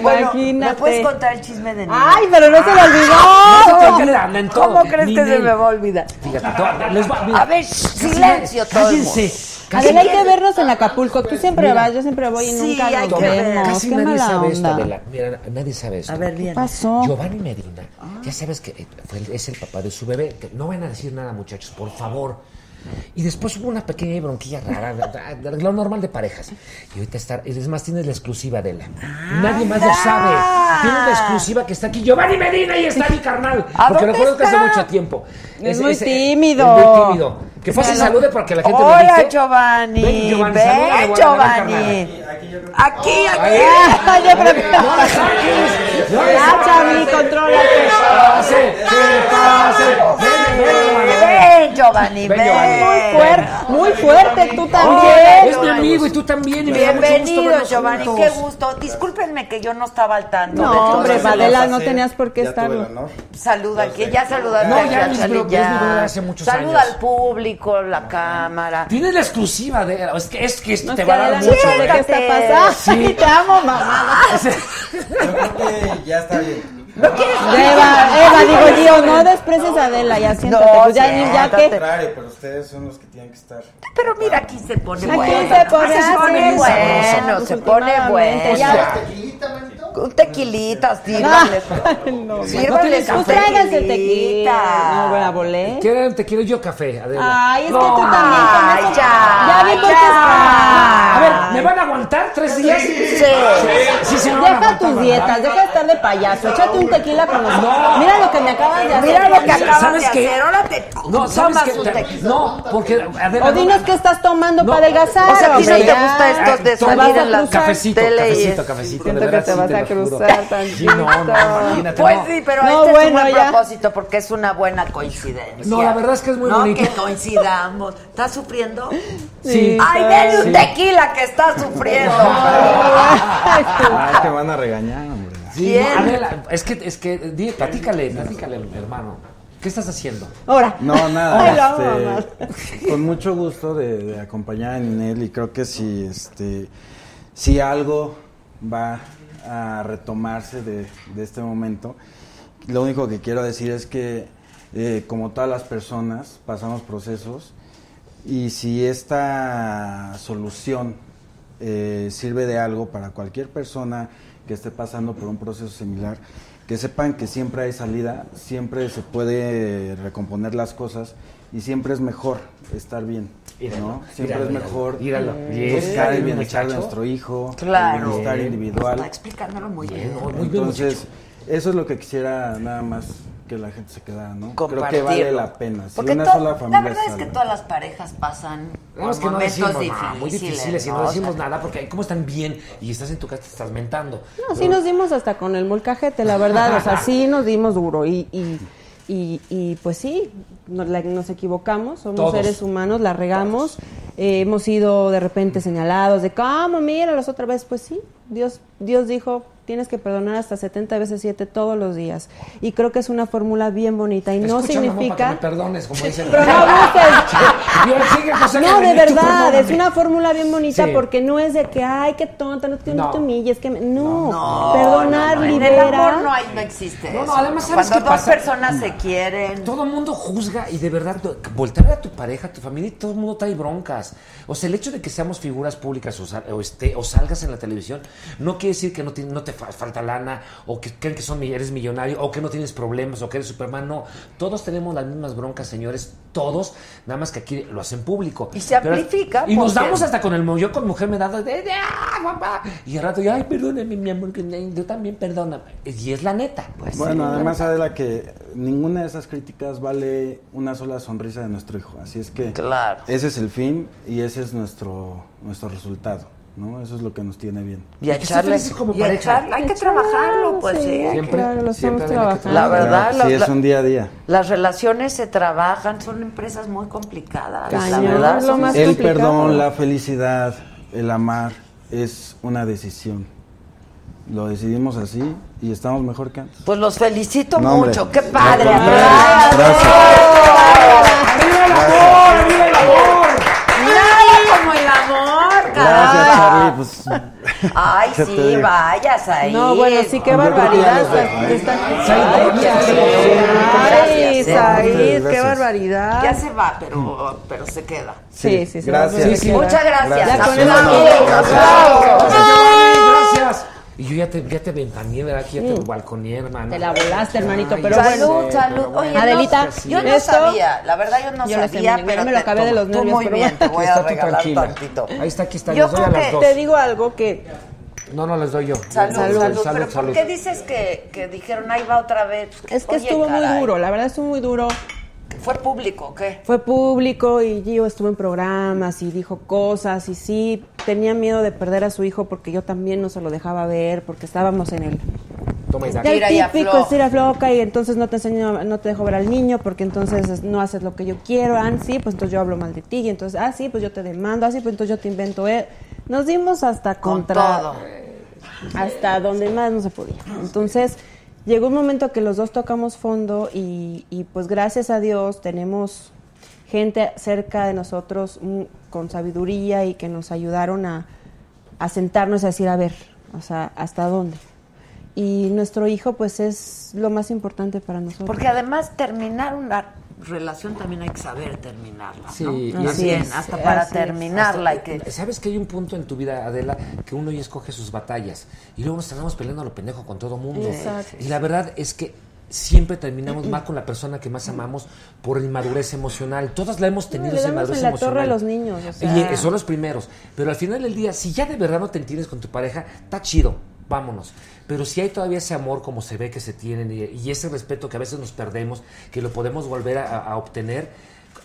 Speaker 1: bueno, ¿me
Speaker 7: Imagínate.
Speaker 1: puedes contar el chisme de Ninel?
Speaker 7: ¡Ay, pero no se lo olvidó!
Speaker 2: Ah, No se te olvida, anda en todo.
Speaker 1: ¿Cómo crees que se
Speaker 2: Ninel.
Speaker 1: me va a olvidar?
Speaker 2: Fíjate, to- les va- mira,
Speaker 1: A ver,
Speaker 2: casi-
Speaker 1: silencio todo el mundo.
Speaker 2: Cállense. casi-
Speaker 12: Adela, hay que vernos en Acapulco. Tú siempre
Speaker 2: Mira.
Speaker 12: vas, yo siempre voy y
Speaker 1: Sí,
Speaker 12: nunca
Speaker 1: hay
Speaker 12: nos
Speaker 1: que ver.
Speaker 12: vemos.
Speaker 2: Casi
Speaker 12: Qué
Speaker 2: nadie
Speaker 12: mala
Speaker 2: sabe esto,
Speaker 12: onda.
Speaker 2: Adela. Mira, nadie sabe esto.
Speaker 1: A ver, viene. Ah.
Speaker 12: pasó?
Speaker 2: Giovanni Medina, ya sabes que eh, fue el- es el papá de su bebé. que No van a decir nada, muchachos, por favor. Y después hubo una pequeña bronquilla rara, ra- ra- lo normal de parejas. Y ahorita está, es más, tienes la exclusiva de la.
Speaker 1: Ah,
Speaker 2: Nadie más lo sabe. Tienes la exclusiva que está aquí Giovanni Medina y está mi carnal.
Speaker 1: ¿A
Speaker 2: Porque
Speaker 1: dónde
Speaker 2: recuerdo que hace
Speaker 1: está?
Speaker 2: mucho tiempo.
Speaker 12: Es muy tímido.
Speaker 2: Es muy tímido. Que pase y
Speaker 12: Mira,
Speaker 2: salude para que la gente lo
Speaker 1: Hola,
Speaker 2: viste.
Speaker 1: Giovanni.
Speaker 2: Ven, Giovanni, saluda, le
Speaker 1: Ven,
Speaker 2: voy a dar la
Speaker 1: Giovanni. Aquí, aquí.
Speaker 12: Ay, yo creo que-
Speaker 2: ¡No la saques! ¡No la
Speaker 12: Ya,
Speaker 2: saques!
Speaker 12: Ah, Charlie, contrólate.
Speaker 2: ¡Pase! ¡Que pase! ¡Ven, ven, hermano!
Speaker 1: Ven, Giovanni,
Speaker 2: Ven,
Speaker 1: ven.
Speaker 2: Giovanni.
Speaker 12: Muy fuerte, muy fuerte, tú
Speaker 1: Oye,
Speaker 12: también.
Speaker 2: Es mi amigo y tú también. y me da mucho gusto
Speaker 1: Bienvenido,
Speaker 2: vernos
Speaker 1: Giovanni.
Speaker 2: juntos.
Speaker 1: Qué gusto. Discúlpenme que yo no estaba al tanto. de
Speaker 12: No,
Speaker 1: todo
Speaker 12: hombre,
Speaker 1: esto.
Speaker 12: Adela, no tenías por qué estarlo.
Speaker 1: Saluda, que ya saludaste
Speaker 2: No,
Speaker 1: aquí
Speaker 2: ya
Speaker 1: a
Speaker 2: mis
Speaker 1: Charlie,
Speaker 2: bloques,
Speaker 1: ya.
Speaker 2: mi brother, hace muchos
Speaker 1: Saluda
Speaker 2: años.
Speaker 1: al público, la cámara.
Speaker 2: Tienes la exclusiva de. Es que, es que esto
Speaker 12: No
Speaker 2: te
Speaker 12: te
Speaker 2: va a dar
Speaker 12: Adela,
Speaker 2: mucho.
Speaker 12: no sé de qué
Speaker 2: ¿eh?
Speaker 12: está pasando.
Speaker 2: Sí.
Speaker 12: Te amo, mamá.
Speaker 5: Yo creo que ya está bien.
Speaker 12: Eva, Eva, digo Gio, no desprecies a Adela, ya siéntate. Pues ya, ni- ya
Speaker 5: Al
Speaker 12: que...
Speaker 5: contrario, pero ustedes son los que tienen que estar.
Speaker 1: Pero mira, aquí se pone
Speaker 12: Aquí
Speaker 1: bueno.
Speaker 12: se pone
Speaker 1: se
Speaker 12: así,
Speaker 1: pone
Speaker 12: bien
Speaker 1: bueno,
Speaker 12: sabroso.
Speaker 1: se pone bueno.
Speaker 12: Últimamente, ya.
Speaker 1: Un tequilita, sírvanle.
Speaker 12: No,
Speaker 1: Sírvanle
Speaker 12: Pues
Speaker 1: café,
Speaker 12: tráiganse
Speaker 1: tequilita.
Speaker 12: tequila. No, bueno,
Speaker 1: ¿eh?
Speaker 12: volé.
Speaker 2: Quiero- Te quiero yo café, Adela.
Speaker 12: Ay, es que
Speaker 2: No.
Speaker 12: tú también con
Speaker 1: Ay,
Speaker 12: eso-
Speaker 1: ya,
Speaker 12: Ya vi por
Speaker 1: ya.
Speaker 12: qué está-
Speaker 2: A ver, ¿me van a aguantar tres días? Sí, sí,
Speaker 1: Sí.
Speaker 2: sí, me van a
Speaker 12: Deja
Speaker 2: aguantar,
Speaker 12: tus
Speaker 2: ¿verdad?
Speaker 12: dietas, deja de estar de payaso, Pues, échate un tequila con los
Speaker 2: No.
Speaker 12: Mira lo que
Speaker 16: que me acabas de hacer.
Speaker 1: Mira lo que acabas
Speaker 2: ¿Sabes
Speaker 1: de
Speaker 2: qué?
Speaker 1: hacer. Ahora te
Speaker 2: No, ¿sabes
Speaker 1: tomas
Speaker 2: qué?
Speaker 1: sus
Speaker 2: Te-
Speaker 1: tequis.
Speaker 2: no, porque Adela,
Speaker 12: O dinos qué estás tomando para adelgazar.
Speaker 1: O sea, a ti
Speaker 12: hombre,
Speaker 1: no te
Speaker 12: ya.
Speaker 1: gusta esto de
Speaker 12: Te vas
Speaker 1: salir
Speaker 12: a
Speaker 1: en la
Speaker 12: cruzar.
Speaker 2: Cafecito,
Speaker 1: tele y
Speaker 2: cafecito,
Speaker 1: es-
Speaker 2: cafecito.
Speaker 1: Siento
Speaker 2: de
Speaker 1: que
Speaker 2: verdad,
Speaker 1: te
Speaker 2: sí,
Speaker 1: vas a
Speaker 2: lo juro.
Speaker 1: cruzar
Speaker 2: Sí, no, no, imagínate.
Speaker 1: Pues
Speaker 2: no.
Speaker 1: sí, pero
Speaker 2: No,
Speaker 1: este
Speaker 2: bueno,
Speaker 1: es un buen
Speaker 2: ya.
Speaker 1: propósito porque es una buena coincidencia.
Speaker 2: No, la verdad es que es muy
Speaker 1: No,
Speaker 2: bonito.
Speaker 1: que coincidamos. ¿Estás sufriendo?
Speaker 2: Sí.
Speaker 1: Ay, denle un
Speaker 5: Sí.
Speaker 1: tequila que está sufriendo.
Speaker 5: Ay, te van a regañar, hombre.
Speaker 2: Sí,
Speaker 1: ¿Quién?
Speaker 2: no, Adela, es que, es que, di, platícale, platícale, hermano. ¿Qué estás haciendo?
Speaker 12: Ahora.
Speaker 5: No,
Speaker 12: Ay, la amo,
Speaker 5: nada. este, con mucho gusto de, de acompañar a Ninel y creo que si, este, si algo va a retomarse de, de este momento, lo único que quiero decir es que eh, como todas las personas pasamos procesos y si esta solución eh, sirve de algo para cualquier persona que esté pasando por un proceso similar, que sepan que siempre hay salida, siempre se puede recomponer las cosas y siempre es mejor estar bien. ¿no? Siempre
Speaker 2: míralo,
Speaker 5: es mejor
Speaker 2: míralo, míralo.
Speaker 5: buscar el
Speaker 2: Yes.
Speaker 5: bienestar de
Speaker 2: Muchacho.
Speaker 5: nuestro hijo,
Speaker 1: Claro.
Speaker 5: el bienestar
Speaker 1: Bien.
Speaker 5: individual.
Speaker 1: Está explicándolo muy bien.
Speaker 5: ¿no?
Speaker 1: Muy bien,
Speaker 5: Entonces, eso es lo que quisiera nada más que la gente se quedara, ¿no? Creo que vale
Speaker 1: Compartirlo.
Speaker 5: la pena. Si
Speaker 1: Porque
Speaker 5: una
Speaker 1: to-
Speaker 5: sola familia
Speaker 1: la verdad es que
Speaker 5: sana.
Speaker 1: todas las parejas pasan
Speaker 2: No,
Speaker 1: por
Speaker 2: es que no
Speaker 1: momentos
Speaker 2: decimos nada,
Speaker 1: difíciles.
Speaker 2: muy difíciles y no
Speaker 1: ¿no?
Speaker 2: decimos
Speaker 1: O sea,
Speaker 2: nada porque como están bien y estás en tu casa te estás mentando.
Speaker 12: No, sí nos dimos hasta con el molcajete, la verdad, o sea, sí nos dimos duro y, y, y, y, pues sí, nos, la- nos equivocamos, somos
Speaker 2: Todos.
Speaker 12: seres humanos, la regamos, eh, hemos sido de repente señalados de cómo, míralos otra vez, pues sí, Dios, Dios dijo, tienes que perdonar hasta 70 veces 7 todos los días y creo que es una fórmula bien bonita y no
Speaker 2: Escucha, mamá, para
Speaker 12: significa...
Speaker 2: que me perdones, como dicen.
Speaker 12: Pero no abuses.
Speaker 2: Yo, sigue, José,
Speaker 12: No,
Speaker 2: que
Speaker 12: de
Speaker 2: me- tú
Speaker 12: verdad, es
Speaker 2: perdóname.
Speaker 12: una fórmula bien bonita
Speaker 2: Sí.
Speaker 12: porque no es de que, ay, qué tonta, no, te- no
Speaker 2: No.
Speaker 12: te humilles, que me- no.
Speaker 1: No,
Speaker 12: perdonar,
Speaker 1: no, no,
Speaker 12: libera.
Speaker 1: En el amor no, hay, no existe
Speaker 2: No,
Speaker 1: eso.
Speaker 2: no, además sabes
Speaker 1: Cuando
Speaker 2: qué
Speaker 1: dos
Speaker 2: pasa?
Speaker 1: personas se quieren.
Speaker 2: Todo el mundo juzga y de verdad do- voltear a tu pareja, a tu familia y todo el mundo trae broncas. O sea, el hecho de que seamos figuras públicas o, sal- o esté- o salgas en la televisión no quiere decir que no, ti- no te fa- falta lana o que creen que son, mi- eres millonario o que no tienes problemas o que eres Superman. No, todos tenemos las mismas broncas, señores, todos, nada más que aquí lo hacen público.
Speaker 1: Y se amplifica,
Speaker 2: Y nos
Speaker 1: porque-
Speaker 2: damos hasta con el mo- yo con mujer me he dado de, de, ah, papá. Y al rato, ay, perdóname, mi amor, que ne- yo también perdóname. Y es la neta. Pues,
Speaker 5: Bueno,
Speaker 2: sí.
Speaker 5: además Adela que ninguna de esas críticas vale una sola sonrisa de nuestro hijo, así es que ese es el fin y ese es nuestro nuestro resultado, ¿no? Eso es lo que nos tiene bien.
Speaker 1: Y a echarle. y a echarle- hay que trabajarlo, pues sí. hay que- La verdad,
Speaker 5: sí,
Speaker 1: las-
Speaker 5: es un día a día.
Speaker 1: las relaciones se trabajan, son empresas muy complicadas. La
Speaker 5: Sí.
Speaker 1: verdad, son-
Speaker 5: el perdón, la felicidad, el amar es una decisión. Lo decidimos así y estamos mejor que antes.
Speaker 1: Pues los felicito
Speaker 5: No, hombre.
Speaker 1: mucho. Qué padre.
Speaker 5: No, hombre.
Speaker 1: Andrea.
Speaker 5: Gracias.
Speaker 1: ¡Viva el amor! ¡Viva el amor! Nada como el amor,
Speaker 5: Gracias,
Speaker 1: caray.
Speaker 5: Charlie. Pues,
Speaker 1: Ay,
Speaker 5: ¿qué te
Speaker 1: sí,
Speaker 5: digo?
Speaker 1: vayas ahí.
Speaker 12: No, bueno, sí, qué
Speaker 1: Yo creo que ya
Speaker 12: barbaridad.
Speaker 1: los dejo, ¿eh?
Speaker 12: Está-
Speaker 1: Ay,
Speaker 12: Ay, Ay,
Speaker 1: Gracias,
Speaker 12: Said,
Speaker 1: ¿eh?
Speaker 12: qué barbaridad.
Speaker 1: Ya se va, pero, pero se queda.
Speaker 12: Sí, sí, sí.
Speaker 5: Gracias.
Speaker 12: se queda.
Speaker 1: Muchas gracias.
Speaker 12: Ya con
Speaker 1: Aplausos,
Speaker 12: eso-
Speaker 1: aplausos.
Speaker 2: Gracias, Giovanni, gracias. Y yo ya te, ya te ventaneé, ¿verdad? Aquí ya te balconeé, hermano.
Speaker 12: Te la volaste, hermanito,
Speaker 2: Ay,
Speaker 12: pero
Speaker 2: ya
Speaker 12: bueno.
Speaker 2: sé, pero bueno.
Speaker 1: Oye,
Speaker 12: Adelita,
Speaker 1: no, yo no
Speaker 12: esto-
Speaker 1: sabía, la verdad yo no
Speaker 12: Yo lo sé,
Speaker 1: sabía,
Speaker 12: mira,
Speaker 1: pero
Speaker 12: yo me lo
Speaker 1: te-
Speaker 12: acabé de los
Speaker 1: tú
Speaker 12: nervios,
Speaker 1: muy
Speaker 12: pero
Speaker 1: bien, te
Speaker 12: bueno.
Speaker 1: voy a
Speaker 2: Está tú
Speaker 1: regalar
Speaker 2: tranquila.
Speaker 1: tantito.
Speaker 2: Ahí está, aquí está.
Speaker 1: Yo
Speaker 2: les doy a
Speaker 1: creo
Speaker 2: las
Speaker 1: que-
Speaker 2: dos.
Speaker 12: Te digo algo que
Speaker 2: No, no les doy yo.
Speaker 1: Salud, salud,
Speaker 2: salud,
Speaker 1: pero
Speaker 2: salud.
Speaker 1: ¿por qué dices que, que dijeron ahí va otra vez?
Speaker 12: es que
Speaker 1: Oye,
Speaker 12: estuvo muy
Speaker 1: caray,
Speaker 12: duro, la verdad estuvo muy duro.
Speaker 1: ¿Fue público o qué?
Speaker 12: Fue público y Gio estuvo en programas y dijo cosas y sí, tenía miedo de perder a su hijo porque yo también no se lo dejaba ver porque estábamos en el
Speaker 2: Toma y da.
Speaker 12: Del
Speaker 1: Tira y
Speaker 12: típico
Speaker 1: afloja.
Speaker 12: estira floca y entonces no te enseño, no te dejo ver al niño porque entonces es- no haces lo que yo quiero, ah, sí, pues entonces yo hablo mal de ti y entonces, ah, sí, pues yo te demando, ah, sí, pues entonces yo te invento. eh. Nos dimos hasta
Speaker 1: Con
Speaker 12: contra...
Speaker 1: todo.
Speaker 12: Hasta donde más no se podía. Entonces llegó un momento que los dos tocamos fondo y, y, pues gracias a Dios tenemos gente cerca de nosotros mm, con sabiduría y que nos ayudaron a, a sentarnos y a decir, a ver, o sea, ¿hasta dónde? Y nuestro hijo, pues, es lo más importante para nosotros.
Speaker 1: Porque además terminar una relación también hay que saber terminarla, ¿no?
Speaker 2: Sí, y
Speaker 1: También,
Speaker 2: así es,
Speaker 1: hasta para
Speaker 12: así es.
Speaker 1: terminarla
Speaker 2: Hasta-
Speaker 1: hay que...
Speaker 2: ¿Sabes que hay un punto en tu vida, Adela, que uno ya escoge sus batallas y luego nos terminamos peleando a lo pendejo con todo mundo?
Speaker 12: Exacto.
Speaker 2: Y la verdad es que siempre terminamos mal con la persona que más amamos por inmadurez emocional. Todas la hemos tenido
Speaker 12: le
Speaker 2: esa
Speaker 12: damos
Speaker 2: inmadurez
Speaker 12: en la
Speaker 2: emocional.
Speaker 12: torre a los niños, o
Speaker 2: Y, eh,
Speaker 12: sea.
Speaker 2: son los primeros. Pero al final del día, si ya de verdad no te entiendes con tu pareja, está chido. vámonos. Pero si hay todavía ese amor como se ve que se tienen y, y ese respeto que a veces nos perdemos, que lo podemos volver a, a obtener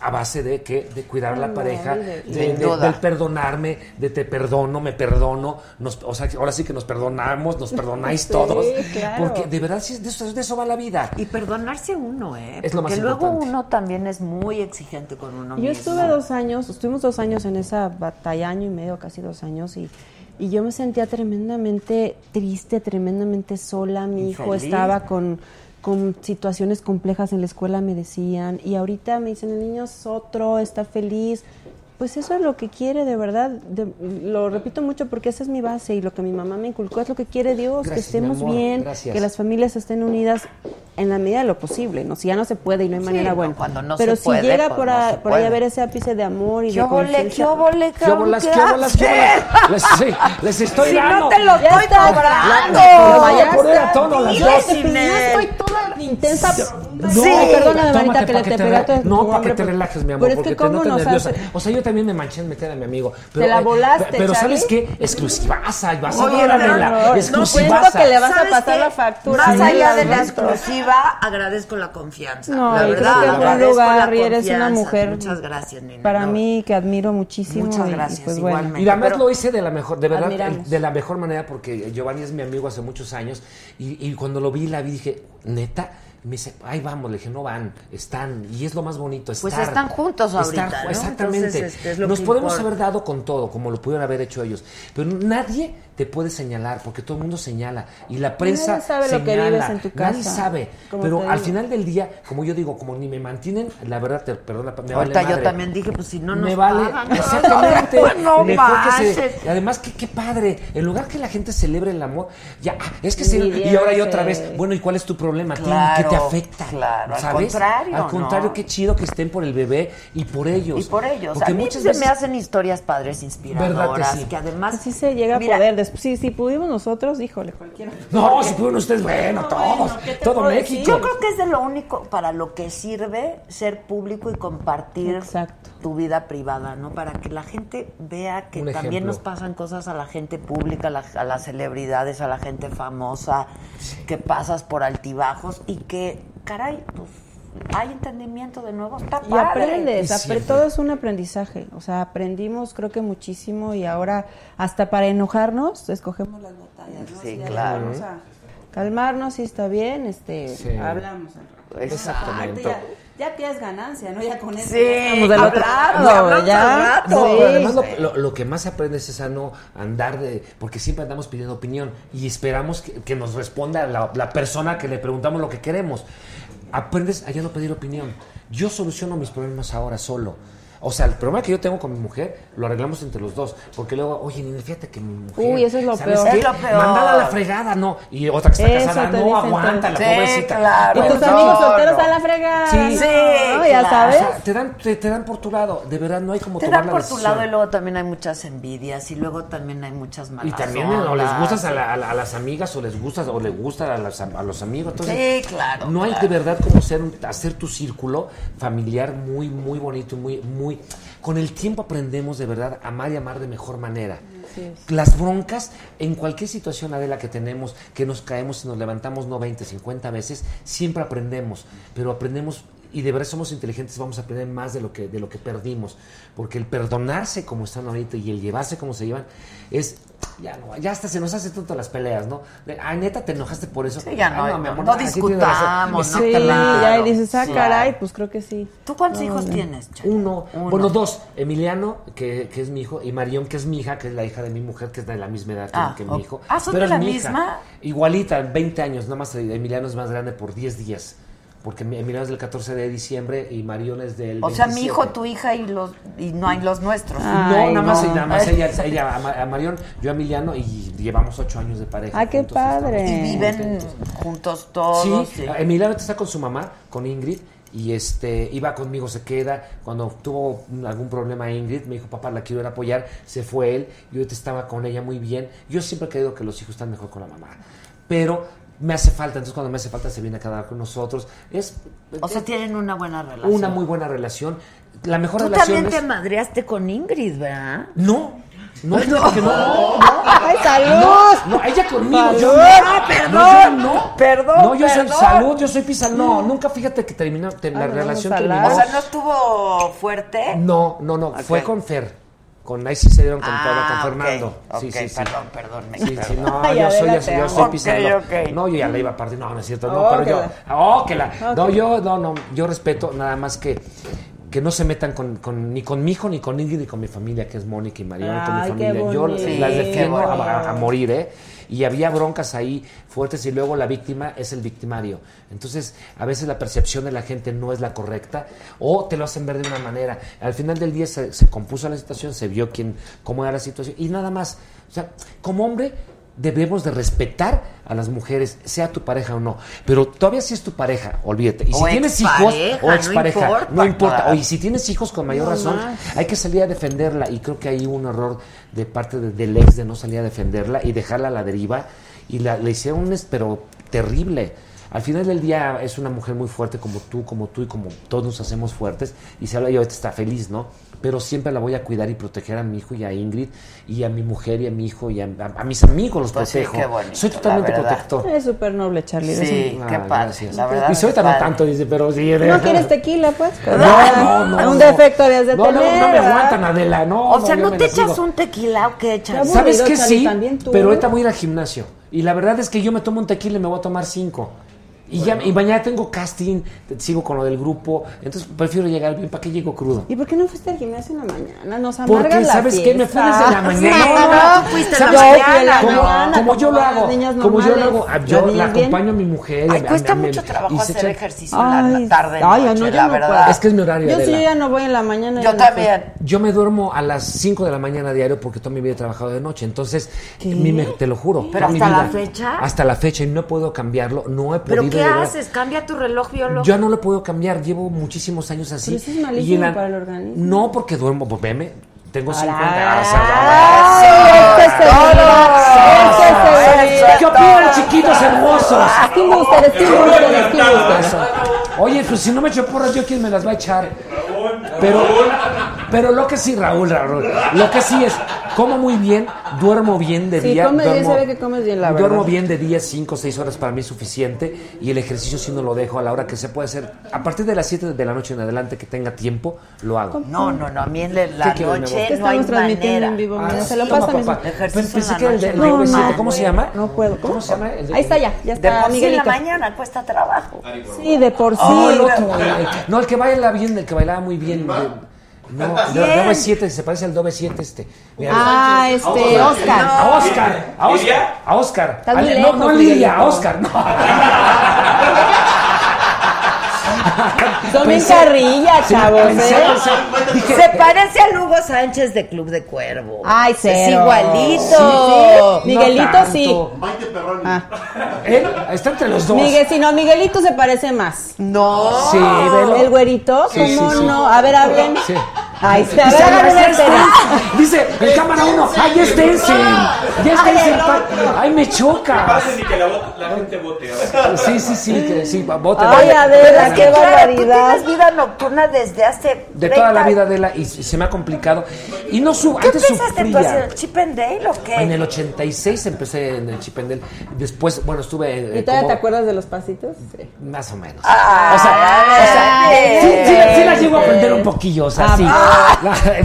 Speaker 2: a base de que de cuidar a la
Speaker 17: No,
Speaker 2: pareja,
Speaker 17: y de-
Speaker 2: de-
Speaker 17: Sin
Speaker 2: de-
Speaker 17: duda.
Speaker 2: del perdonarme, de te perdono, me perdono, nos, o sea, que ahora sí que nos perdonamos, nos perdonáis
Speaker 1: Sí,
Speaker 2: todos,
Speaker 1: claro.
Speaker 2: porque de verdad sí, de eso, de eso va la vida.
Speaker 1: Y perdonarse uno, ¿eh?
Speaker 2: Es lo más
Speaker 1: Porque luego
Speaker 2: importante.
Speaker 1: uno también es muy exigente con uno
Speaker 12: Yo
Speaker 1: mismo.
Speaker 12: estuve dos años, estuvimos dos años en esa batalla, año y medio, casi dos años, y, y yo me sentía tremendamente triste, tremendamente sola. Mi hijo
Speaker 18: Infeliz.
Speaker 12: estaba con, con situaciones complejas en la escuela, me decían, y ahorita me dicen, el niño es otro, está feliz. Pues eso es lo que quiere, de verdad. de- lo repito mucho porque esa es mi base y lo que mi mamá me inculcó es lo que quiere Dios, que
Speaker 2: Gracias, mi
Speaker 12: estemos
Speaker 2: amor,
Speaker 12: bien,
Speaker 2: gracias.
Speaker 12: que las familias estén unidas en la medida de lo posible. No, si ya no se puede y no hay
Speaker 1: Sí,
Speaker 12: manera,
Speaker 1: no,
Speaker 12: bueno.
Speaker 1: cuando no
Speaker 12: pero
Speaker 1: se
Speaker 12: si
Speaker 1: puede,
Speaker 12: llega
Speaker 1: pues
Speaker 12: por,
Speaker 1: no
Speaker 12: a-
Speaker 1: se
Speaker 12: por ahí a
Speaker 1: puede.
Speaker 12: ver ese ápice de amor y
Speaker 1: ¿Qué
Speaker 12: de
Speaker 1: óvole,
Speaker 12: confianza.
Speaker 1: qué óvole,
Speaker 2: ¿Qué bolas, qué bolas, qué bolas? Les, sí, les estoy
Speaker 12: Si no
Speaker 2: dando.
Speaker 12: te lo
Speaker 2: Ya
Speaker 12: estoy
Speaker 2: está.
Speaker 12: cobrando.
Speaker 2: Las voy
Speaker 12: Ya
Speaker 2: a poner a
Speaker 12: está.
Speaker 2: tono las
Speaker 12: Dile
Speaker 2: dos.
Speaker 12: que te- yo estoy toda intensa.
Speaker 2: No,
Speaker 12: Sí. perdóname,
Speaker 2: tómate
Speaker 12: Marita, que
Speaker 2: pa'
Speaker 12: le te
Speaker 2: re-
Speaker 12: pegaste a tu
Speaker 2: No, para
Speaker 12: hombre,
Speaker 2: que te
Speaker 12: pero-
Speaker 2: relajes, mi amor,
Speaker 12: pero es
Speaker 2: porque
Speaker 12: que
Speaker 2: te
Speaker 12: cómo
Speaker 2: noto
Speaker 12: nos
Speaker 2: nerviosa.
Speaker 12: hace-
Speaker 2: O sea, yo también me manché en meter a mi amigo.
Speaker 12: Te la
Speaker 2: eh,
Speaker 12: volaste,
Speaker 2: Pero ¿sabes
Speaker 12: Charlie.
Speaker 2: qué? Exclusivaza, vas a
Speaker 12: Oye,
Speaker 2: ver,
Speaker 12: pero
Speaker 2: Adela,
Speaker 12: no, no,
Speaker 2: exclusivaza.
Speaker 12: siento que le vas a
Speaker 1: ¿Sabes
Speaker 12: pasar
Speaker 1: qué?
Speaker 12: la factura.
Speaker 1: Más
Speaker 12: Sí,
Speaker 1: allá de la
Speaker 12: adentro.
Speaker 1: exclusiva, agradezco la confianza.
Speaker 12: No,
Speaker 1: la
Speaker 12: y creo
Speaker 1: verdad,
Speaker 12: que es un
Speaker 1: agradezco
Speaker 12: lugar
Speaker 1: la
Speaker 12: y eres una
Speaker 1: confianza.
Speaker 12: mujer
Speaker 1: Muchas gracias, Nina.
Speaker 12: Para mí, que admiro muchísimo.
Speaker 1: Muchas
Speaker 12: y- y
Speaker 1: gracias,
Speaker 12: pues bueno.
Speaker 2: Y además lo hice de la mejor, de verdad,
Speaker 12: Admiramos.
Speaker 2: de la mejor manera, porque Giovanni es mi amigo hace muchos años, y, y cuando lo vi, la vi, dije, neta, me dice, ay, vamos, le dije, no van, están, y es lo más bonito, estar.
Speaker 1: Pues están juntos ahorita,
Speaker 2: Estar-
Speaker 1: ¿no?
Speaker 2: Exactamente.
Speaker 1: Entonces, este, es lo
Speaker 2: Nos
Speaker 1: que
Speaker 2: podemos
Speaker 1: importa.
Speaker 2: haber dado con todo, como lo pudieron haber hecho ellos, pero nadie te puede señalar, porque todo el mundo señala, y la prensa
Speaker 12: Nadie sabe lo que
Speaker 2: señala,
Speaker 12: vives en tu
Speaker 2: Nadie
Speaker 12: casa,
Speaker 2: sabe,
Speaker 12: como te
Speaker 2: pero al
Speaker 12: digo.
Speaker 2: final del día, como yo digo, como ni me mantienen, la verdad, te, perdón, la- me vale
Speaker 1: Ahorita yo
Speaker 2: madre.
Speaker 1: también dije, pues si no nos
Speaker 2: me vale.
Speaker 1: pagan.
Speaker 2: Exactamente.
Speaker 1: No
Speaker 2: Mejor que se-
Speaker 1: manches.
Speaker 2: y además, qué, qué padre. En lugar que la gente celebre el amor, ya, ah, es que se.
Speaker 1: Envidiarse.
Speaker 2: Y ahora y otra vez, bueno, ¿y cuál es tu problema? a ti? ¿Qué
Speaker 1: eh. Claro,
Speaker 2: te afecta?
Speaker 1: claro, al
Speaker 2: ¿Sabes?
Speaker 1: contrario,
Speaker 2: Al contrario,
Speaker 1: ¿no?
Speaker 2: qué chido que estén por el bebé y por ellos.
Speaker 1: Y por ellos.
Speaker 2: Porque
Speaker 1: a mí
Speaker 2: muchas
Speaker 1: se
Speaker 2: veces.
Speaker 1: me hacen historias padres inspiradoras.
Speaker 2: sí?
Speaker 1: que además
Speaker 12: sí se llega
Speaker 1: Mira.
Speaker 12: a poder. desp- Sí, si pudimos nosotros, híjole, cualquiera.
Speaker 2: No, si fueron ustedes, bueno, todos. todo México.
Speaker 1: Yo creo que es de lo único para lo que sirve ser público y compartir tu vida privada, ¿no? Para que la gente vea que
Speaker 2: Un
Speaker 1: también
Speaker 2: ejemplo.
Speaker 1: nos pasan cosas a la gente pública, a, la- a las celebridades, a la gente famosa, que pasas por altibajos y que, caray, pues hay entendimiento de nuevo. Está
Speaker 12: Y
Speaker 1: padre.
Speaker 12: aprendes, apre- todo es un aprendizaje. O sea, aprendimos creo que muchísimo y ahora hasta para enojarnos escogemos las batallas. ¿no?
Speaker 1: Sí,
Speaker 12: Si
Speaker 1: claro.
Speaker 12: vamos a calmarnos si está bien, este,
Speaker 1: Sí.
Speaker 12: hablamos al rato.
Speaker 1: Exactamente.
Speaker 12: Ya, ya tienes ganancia, ¿no? Ya con eso.
Speaker 1: Sí,
Speaker 12: ya estamos del otro
Speaker 1: hablamos,
Speaker 12: lado,
Speaker 1: hablamos
Speaker 12: ya.
Speaker 1: al rato.
Speaker 2: No,
Speaker 1: Sí.
Speaker 2: pero además lo, lo- lo que más aprendes es a no andar de. Porque siempre andamos pidiendo opinión y esperamos que, que nos responda la, la persona que le preguntamos lo que queremos. Aprendes a ya no pedir opinión. Yo soluciono mis problemas ahora solo. O sea, el problema que yo tengo con mi mujer lo arreglamos entre los dos. Porque luego, oye, Nina, fíjate que mi mujer.
Speaker 12: Uy, eso es lo
Speaker 2: ¿sabes
Speaker 12: peor.
Speaker 2: qué?
Speaker 12: Es lo peor.
Speaker 2: Mándala a la fregada, no. Y otra que está
Speaker 12: Eso
Speaker 2: casada,
Speaker 12: te
Speaker 2: no,
Speaker 12: dicen
Speaker 2: aguanta la
Speaker 12: todos. Sí,
Speaker 2: pobrecita.
Speaker 12: claro. Y tus
Speaker 2: Por
Speaker 12: amigos
Speaker 2: favor.
Speaker 12: solteros a la fregada,
Speaker 2: Sí,
Speaker 12: ¿no? Sí, Ya claro. sabes.
Speaker 2: O sea, te, dan, te, te dan por tu lado. De verdad, no hay como
Speaker 1: Te
Speaker 2: tomar
Speaker 1: dan
Speaker 2: la
Speaker 1: por tu
Speaker 2: decisión.
Speaker 1: lado y luego también hay muchas envidias y luego también hay muchas malas
Speaker 2: Y también
Speaker 1: ondas.
Speaker 2: o les gustas a, la- a la- a las amigas o les gustas o le gustan a, las am- a los amigos. Entonces,
Speaker 1: Sí, claro,
Speaker 2: No hay
Speaker 1: claro.
Speaker 2: de verdad como ser un- hacer tu círculo familiar muy, muy bonito, muy, muy. Con el tiempo aprendemos de verdad a amar y amar de mejor manera. Las broncas, en cualquier situación, Adela, que tenemos, que nos caemos y nos levantamos no 20, 50 veces, siempre aprendemos, pero aprendemos y de verdad somos inteligentes, vamos a aprender más de lo que, de lo que perdimos, porque el perdonarse como están ahorita y el llevarse como se llevan, es, ya no, ya hasta se nos hace tonto las peleas, ¿no? De, Ay, neta, te enojaste por eso.
Speaker 1: ya no
Speaker 2: Ay,
Speaker 1: hay-
Speaker 2: mi amor,
Speaker 1: no
Speaker 2: aquí tienes razón.
Speaker 1: discutamos, no
Speaker 12: Sí,
Speaker 2: Exactamente.
Speaker 12: ya y dices, ah,
Speaker 2: Sí.
Speaker 12: caray, pues creo que sí.
Speaker 1: ¿Tú cuántos
Speaker 12: No,
Speaker 1: hijos
Speaker 12: no.
Speaker 1: tienes?
Speaker 2: Uno, Bueno, dos, Emiliano, que, que es mi hijo, y Marión, que es mi hija, que es la hija de mi mujer, que es de la misma edad que-
Speaker 1: Ah,
Speaker 2: que,
Speaker 1: ok.
Speaker 2: mi hijo.
Speaker 1: Ah, ¿son
Speaker 2: Pero
Speaker 1: de
Speaker 2: es
Speaker 1: la
Speaker 2: mi hija.
Speaker 1: misma?
Speaker 2: Igualita, 20 años, nada más eh, Emiliano es más grande por 10 días. Porque mi- Emiliano es del 14 de diciembre y Marión es del.
Speaker 1: O sea, mi
Speaker 2: 27.
Speaker 1: hijo, tu hija y los y no hay los nuestros.
Speaker 2: no, nada más, nada más ella, ella a, Ma- a Marión, yo a Emiliano y llevamos 8 años de pareja.
Speaker 1: Ah, qué
Speaker 2: padre.
Speaker 1: Y viven juntos todos.
Speaker 2: Sí, Emiliano ahorita está con su mamá, con Ingrid, y este iba conmigo, se queda. Cuando tuvo algún problema Ingrid, me dijo, papá, la quiero ir a apoyar, se fue él, yo ahorita estaba con ella muy bien. Yo siempre he creído que los hijos están mejor con la mamá, pero me hace falta, entonces cuando me hace falta se viene a quedar con nosotros. Es
Speaker 1: O sea, tienen una buena relación.
Speaker 2: una muy buena relación. La mejor
Speaker 1: Tú
Speaker 2: relación
Speaker 1: también
Speaker 2: es-
Speaker 1: te madreaste con Ingrid, ¿verdad?
Speaker 2: No, No, no, que no.
Speaker 16: ¡Ay, salud!
Speaker 2: No, no, ella conmigo. Yo,
Speaker 16: Salud. Ah,
Speaker 2: no,
Speaker 16: Perdón,
Speaker 2: no, yo no.
Speaker 16: perdón,
Speaker 2: No, yo soy
Speaker 16: perdón.
Speaker 2: salud, yo soy pizza. No, nunca fíjate que terminó, te- la
Speaker 1: Ay, vamos
Speaker 2: relación
Speaker 1: a
Speaker 2: terminó.
Speaker 1: hablar. O sea, ¿no estuvo fuerte?
Speaker 2: No, no, no, fue
Speaker 1: Ok.
Speaker 2: con Fer. Con ahí sí se dieron con
Speaker 1: Ah,
Speaker 2: todo, con
Speaker 1: ok,
Speaker 2: Fernando. Sí,
Speaker 1: ok,
Speaker 2: sí, sí.
Speaker 1: perdón, perdón, me
Speaker 2: Sí, sí,
Speaker 1: perdón.
Speaker 2: no,
Speaker 1: Ay,
Speaker 2: yo soy,
Speaker 1: Adela,
Speaker 2: yo,
Speaker 1: te
Speaker 2: soy- yo
Speaker 1: amo.
Speaker 2: soy Pizarro.
Speaker 1: Ok, ok.
Speaker 2: No, yo ya la iba a partir, no, no es cierto, no,
Speaker 1: Oh,
Speaker 2: pero
Speaker 1: que
Speaker 2: yo,
Speaker 1: la-
Speaker 2: oh, que la, no,
Speaker 1: Ok.
Speaker 2: yo, no, no, yo respeto nada más que, que no se metan con, con- ni con mi hijo, ni con Ingrid, ni con mi familia, que es Mónica y Mariana, con mi
Speaker 16: Ay, qué
Speaker 2: familia. Yo las
Speaker 16: bonito.
Speaker 2: las defiendo a-
Speaker 16: Sí, qué
Speaker 2: a- a
Speaker 16: bonito.
Speaker 2: morir morir, ¿eh? Y había broncas ahí fuertes y luego la víctima es el victimario. Entonces, a veces la percepción de la gente no es la correcta o te lo hacen ver de una manera. Al final del día se, se compuso la situación, se vio quién, cómo era la situación y nada más. O sea, como hombre debemos de respetar a las mujeres, sea tu pareja o no. Pero todavía si es tu pareja, olvídate. Y si
Speaker 16: O
Speaker 2: tienes hijos
Speaker 16: expareja,
Speaker 2: o
Speaker 16: no
Speaker 2: expareja,
Speaker 16: importa,
Speaker 2: no importa.
Speaker 16: claro.
Speaker 2: Oye, si tienes hijos con mayor
Speaker 16: No
Speaker 2: razón,
Speaker 16: más.
Speaker 2: hay que salir a defenderla y creo que hay un error de parte de- del ex de no salir a defenderla y dejarla a la deriva y la, le hicieron un es- pero terrible. Al final del día es una mujer muy fuerte como tú, como tú y como todos nos hacemos fuertes y se habla y ahorita está feliz, ¿no? Pero siempre la voy a cuidar y proteger a mi hijo y a Ingrid y a mi mujer y a mi hijo y a, a- a mis amigos los
Speaker 1: Pues sí,
Speaker 2: protejo.
Speaker 1: qué bonito,
Speaker 2: Soy totalmente
Speaker 1: la verdad.
Speaker 2: protector.
Speaker 12: Es súper noble, Charlie.
Speaker 1: Sí,
Speaker 12: eres un-
Speaker 1: qué
Speaker 2: Ah,
Speaker 1: padre,
Speaker 2: gracias.
Speaker 1: la verdad
Speaker 2: y ahorita
Speaker 1: que
Speaker 2: no
Speaker 1: padre.
Speaker 2: tanto, dice, pero sí.
Speaker 12: ¿No quieres tequila, pues?
Speaker 2: No, no, no.
Speaker 12: Un defecto habías de
Speaker 2: No, no,
Speaker 12: tener.
Speaker 2: no me
Speaker 12: ¿verdad?
Speaker 2: aguantan, Adela, no.
Speaker 10: o sea,
Speaker 2: yo
Speaker 10: ¿no
Speaker 2: me
Speaker 10: te
Speaker 2: las
Speaker 10: echas
Speaker 2: digo.
Speaker 10: un tequila o qué echas?
Speaker 2: ¿Sabes
Speaker 12: aburrido,
Speaker 2: que
Speaker 12: Charlie,
Speaker 2: sí?
Speaker 12: también tú.
Speaker 2: Pero ahorita voy a ir al gimnasio. Y la verdad es que yo me tomo un tequila y me voy a tomar cinco. Y, ya, y mañana tengo casting, te- sigo con lo del grupo. Entonces prefiero llegar bien. ¿Para qué llego crudo?
Speaker 12: ¿Y por qué no fuiste al gimnasio en la mañana? Nos amargas
Speaker 2: Porque,
Speaker 12: la
Speaker 2: ¿sabes qué? Me fui desde
Speaker 12: fiesta.
Speaker 2: la mañana.
Speaker 12: Sí,
Speaker 2: No,
Speaker 12: no, fuiste
Speaker 2: ¿sabes
Speaker 12: en la
Speaker 2: qué?
Speaker 12: mañana,
Speaker 2: Como,
Speaker 12: mañana,
Speaker 2: como yo
Speaker 12: como
Speaker 2: lo
Speaker 12: las
Speaker 2: hago.
Speaker 12: niñas
Speaker 2: Como yo lo
Speaker 12: normales.
Speaker 2: hago. Ah, Yo la
Speaker 12: Las niñas bien.
Speaker 2: acompaño a mi mujer.
Speaker 12: Ay,
Speaker 2: a- a-
Speaker 12: cuesta
Speaker 2: a- me-
Speaker 12: mucho trabajo
Speaker 2: y se
Speaker 12: hacer
Speaker 2: echa-
Speaker 12: ejercicio en la Ay, tarde,
Speaker 2: Ay,
Speaker 12: noche,
Speaker 2: no, yo
Speaker 12: la
Speaker 2: no
Speaker 12: verdad.
Speaker 2: puedo. Es que es mi horario.
Speaker 12: Yo sí,
Speaker 2: Adela.
Speaker 12: yo ya no voy en la mañana.
Speaker 2: Yo
Speaker 12: ya no
Speaker 2: también.
Speaker 12: fui.
Speaker 2: Yo me duermo a las 5 de la mañana diario porque toda mi vida he trabajado de noche. Entonces, mi me- te lo juro.
Speaker 10: ¿Pero
Speaker 2: toda mi
Speaker 10: hasta la
Speaker 2: vida.
Speaker 10: fecha?
Speaker 2: Hasta la fecha y no puedo cambiarlo. No he podido.
Speaker 10: ¿Pero qué
Speaker 2: de verdad.
Speaker 10: haces? ¿Cambia tu reloj biológico?
Speaker 2: Yo no lo puedo cambiar. Llevo muchísimos años así.
Speaker 10: Pero eso es
Speaker 2: Y en
Speaker 10: malísimo
Speaker 2: la-
Speaker 10: para el organismo.
Speaker 2: No, porque duermo. Pues, veme, tengo 50.
Speaker 16: este es el
Speaker 2: ¡Eso!
Speaker 16: líder, este es el líder.
Speaker 2: ¿Qué opinan, chiquitos hermosos?
Speaker 16: Team boosters, team boosters, team boosters.
Speaker 2: Eso. Oye, pues si no me echo porras, yo quién me las va a echar. Pero, pero lo que sí, Raúl, Raúl, lo que sí es, como muy bien, duermo bien de
Speaker 12: Sí,
Speaker 2: día.
Speaker 12: comes bien,
Speaker 2: duermo-
Speaker 12: se ve que comes bien, la verdad.
Speaker 2: Duermo bien de día, 5 o 6 horas para mí es suficiente y el ejercicio sí no lo dejo a la hora que se puede hacer. A partir de las 7 de la noche en adelante que tenga tiempo, lo hago.
Speaker 10: No, no, no, a mí en la- la
Speaker 2: ¿Qué quieres,
Speaker 10: noche
Speaker 2: mi amor?
Speaker 10: no hay manera.
Speaker 2: Ah,
Speaker 12: se lo
Speaker 2: toma,
Speaker 12: pasa a mi-
Speaker 2: papá.
Speaker 10: Ejercicio
Speaker 2: Pensé
Speaker 10: en
Speaker 2: que
Speaker 10: la
Speaker 2: era el de-
Speaker 10: noche,
Speaker 2: de-
Speaker 10: no,
Speaker 2: de-
Speaker 10: man.
Speaker 2: ¿Cómo se llama?
Speaker 12: No puedo.
Speaker 2: ¿Cómo se llama?
Speaker 12: Ahí está ya, ya
Speaker 10: De
Speaker 12: está
Speaker 10: por sí en la
Speaker 12: Miguelito.
Speaker 10: mañana cuesta trabajo.
Speaker 12: Sí, de por sí.
Speaker 2: Ah, el otro, el- no, el que baila bien, el que bailaba muy bien. de- no,
Speaker 12: ¿Quién?
Speaker 2: el 7 se parece al Dove 7 este. Mira,
Speaker 12: Ah,
Speaker 2: Sánchez. A
Speaker 12: este, Oscar.
Speaker 2: A Oscar, a Oscar, a Oscar.
Speaker 12: Estás muy
Speaker 2: Ale-
Speaker 12: lejos,
Speaker 2: no, no Lidia,
Speaker 12: Miguelito.
Speaker 2: a Oscar, no.
Speaker 12: Tomen
Speaker 2: Pensé-
Speaker 12: carrilla,
Speaker 2: Sí,
Speaker 12: chavos.
Speaker 2: pensé,
Speaker 12: ¿eh?
Speaker 2: pensé.
Speaker 10: Se parece a Lugo Sánchez de Club de Cuervo.
Speaker 12: Ay,
Speaker 10: Es
Speaker 12: cero.
Speaker 10: igualito.
Speaker 12: Sí, sí. Miguelito, sí. Ah.
Speaker 10: Maite Perroni.
Speaker 2: Él está entre los dos.
Speaker 12: Miguel, si no, Miguelito se parece más.
Speaker 10: No.
Speaker 2: Sí, velo.
Speaker 12: El güerito,
Speaker 2: Sí,
Speaker 12: ¿cómo
Speaker 2: sí, sí.
Speaker 12: no? A ver, hablen.
Speaker 2: Sí.
Speaker 12: Ahí
Speaker 2: Y
Speaker 12: está.
Speaker 2: se
Speaker 12: a ver,
Speaker 2: habla,
Speaker 12: hablen
Speaker 2: ya
Speaker 12: ustedes.
Speaker 2: está. Dice, en cámara uno, ay, ya es dancing. Ya es
Speaker 16: Ay,
Speaker 2: dancing,
Speaker 16: el
Speaker 2: pa-
Speaker 16: otro.
Speaker 2: Ay, me choca.
Speaker 16: Ni que la, vo- la gente vote.
Speaker 2: Sí, sí, sí, que, sí, bote.
Speaker 10: Ay,
Speaker 2: bote.
Speaker 10: a ver,
Speaker 2: Pero
Speaker 10: es que claro, tú tienes vida nocturna desde hace
Speaker 2: De toda la
Speaker 10: 30.
Speaker 2: vida de la y s- se me ha complicado. Y no subo,
Speaker 10: ¿Qué
Speaker 2: antes
Speaker 10: pensaste tú hacer
Speaker 2: sufría.
Speaker 10: el chip and Dale o qué?
Speaker 2: En el 86 empecé en el Chipendel. Después, bueno, estuve eh,
Speaker 12: ¿Y todavía te
Speaker 2: como-
Speaker 12: acuerdas de los pasitos? Sí.
Speaker 2: más o menos.
Speaker 12: Ah,
Speaker 2: o sea, o sea,
Speaker 12: eh,
Speaker 2: sí, sí la- sí la
Speaker 12: eh,
Speaker 2: llego a
Speaker 12: eh.
Speaker 2: aprender un poquillo, o sea,
Speaker 12: Ah,
Speaker 2: sí. La-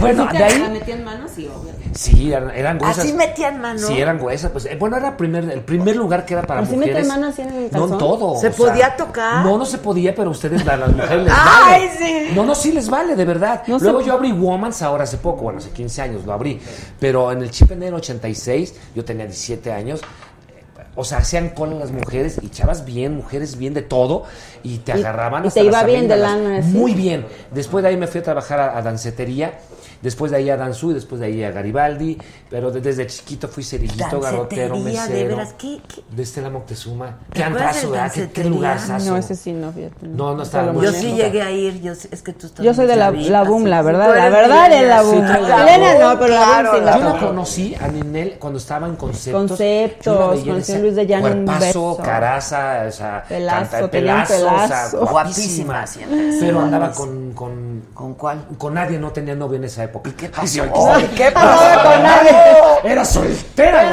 Speaker 2: bueno, de ahí
Speaker 12: metían manos y obvio.
Speaker 2: Sí, eran, eran gruesas.
Speaker 12: ¿Así metían mano?
Speaker 2: Sí, eran gruesas. Pues, eh, bueno, era el primer, el primer lugar que era para
Speaker 12: ¿Así
Speaker 2: mujeres.
Speaker 12: metían mano así en el
Speaker 2: No
Speaker 12: calzón?
Speaker 2: en todo.
Speaker 12: ¿Se
Speaker 2: o sea,
Speaker 12: podía tocar?
Speaker 2: No, no se podía, pero ustedes, a las mujeres les
Speaker 12: Ay,
Speaker 2: vale.
Speaker 12: sí.
Speaker 2: No, no, sí les vale, de verdad.
Speaker 12: No
Speaker 2: Luego
Speaker 12: se-
Speaker 2: yo abrí Womans ahora hace poco, bueno, hace 15 años lo abrí. Pero en el Chip en el 86, yo tenía 17 años. eh, O sea, hacían cola las mujeres y chavas bien, mujeres bien de todo y te
Speaker 12: Y-
Speaker 2: agarraban
Speaker 12: y
Speaker 2: hasta
Speaker 12: te
Speaker 2: las
Speaker 12: iba bien de
Speaker 2: amígdalas.
Speaker 12: lana, sí.
Speaker 2: Muy bien. Después de ahí me fui a trabajar a, a dancetería, después de ahí a Danzú y después de ahí a Garibaldi, pero de- desde chiquito fui cerillito, garrotero,
Speaker 10: Dancetería, de
Speaker 2: mesero.
Speaker 10: veras, ¿qué- qué?
Speaker 2: De Estela Moctezuma.
Speaker 10: ¿Te
Speaker 2: Qué
Speaker 10: acuerdas
Speaker 2: antrazo,
Speaker 10: del
Speaker 2: ¿verdad? ¿Qué, qué
Speaker 10: dancetería?
Speaker 2: lugarzazo.
Speaker 12: No, ese sí, no, fíjate.
Speaker 2: No, no estaba
Speaker 12: Te lo
Speaker 2: muy
Speaker 10: Yo
Speaker 2: bien.
Speaker 10: sí
Speaker 2: nunca.
Speaker 10: llegué a ir, yo sí- es que tú estás
Speaker 12: Yo soy
Speaker 10: muy
Speaker 12: de la,
Speaker 10: chavita,
Speaker 12: la boom,
Speaker 10: sí,
Speaker 12: la
Speaker 10: sí,
Speaker 12: verdad.
Speaker 10: tú
Speaker 12: La
Speaker 10: eres
Speaker 12: verdad es
Speaker 10: niña.
Speaker 12: la boom.
Speaker 2: Sí, tú eres
Speaker 12: Elena
Speaker 2: la
Speaker 12: no, pero la boom sí.
Speaker 2: Yo
Speaker 12: la
Speaker 2: la
Speaker 12: boom.
Speaker 2: conocí a Ninel cuando estaba en conceptos.
Speaker 12: Conceptos,
Speaker 2: Yo la veía y
Speaker 12: conocí
Speaker 2: decía,
Speaker 12: un Luis de Llano, un
Speaker 2: Cuerpazo,
Speaker 12: beso.
Speaker 2: caraza, o sea,
Speaker 12: Pelazo,
Speaker 2: canta-
Speaker 12: tenía un
Speaker 2: o sea,
Speaker 12: pelazo.
Speaker 2: guapísima.
Speaker 12: Guapísima, siempre.
Speaker 2: Pero andaba
Speaker 12: Sí.
Speaker 2: con, con...
Speaker 1: ¿Con cuál?
Speaker 2: Con nadie, no tenía novio en esa época. ¿Y qué pasó?
Speaker 19: Ay, ¿qué pasó con nadie?
Speaker 2: Era soltera,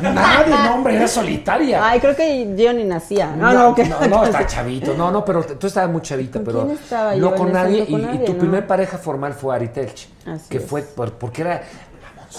Speaker 2: güey. Nadie, no, hombre, era solitaria.
Speaker 12: Ay, creo que yo ni nacía. No, Ah, no, que
Speaker 2: no, no, está chavito. No, no, pero tú estabas muy chavita, pero
Speaker 12: quién estaba
Speaker 2: no
Speaker 12: yo
Speaker 2: con
Speaker 12: en
Speaker 2: nadie.
Speaker 12: ese
Speaker 2: Y,
Speaker 12: momento?
Speaker 2: y
Speaker 12: Con
Speaker 2: tu
Speaker 12: nadie, ¿no?
Speaker 2: primer pareja formal fue Ari Telch,
Speaker 12: Así
Speaker 2: que
Speaker 12: es.
Speaker 2: fue por- porque era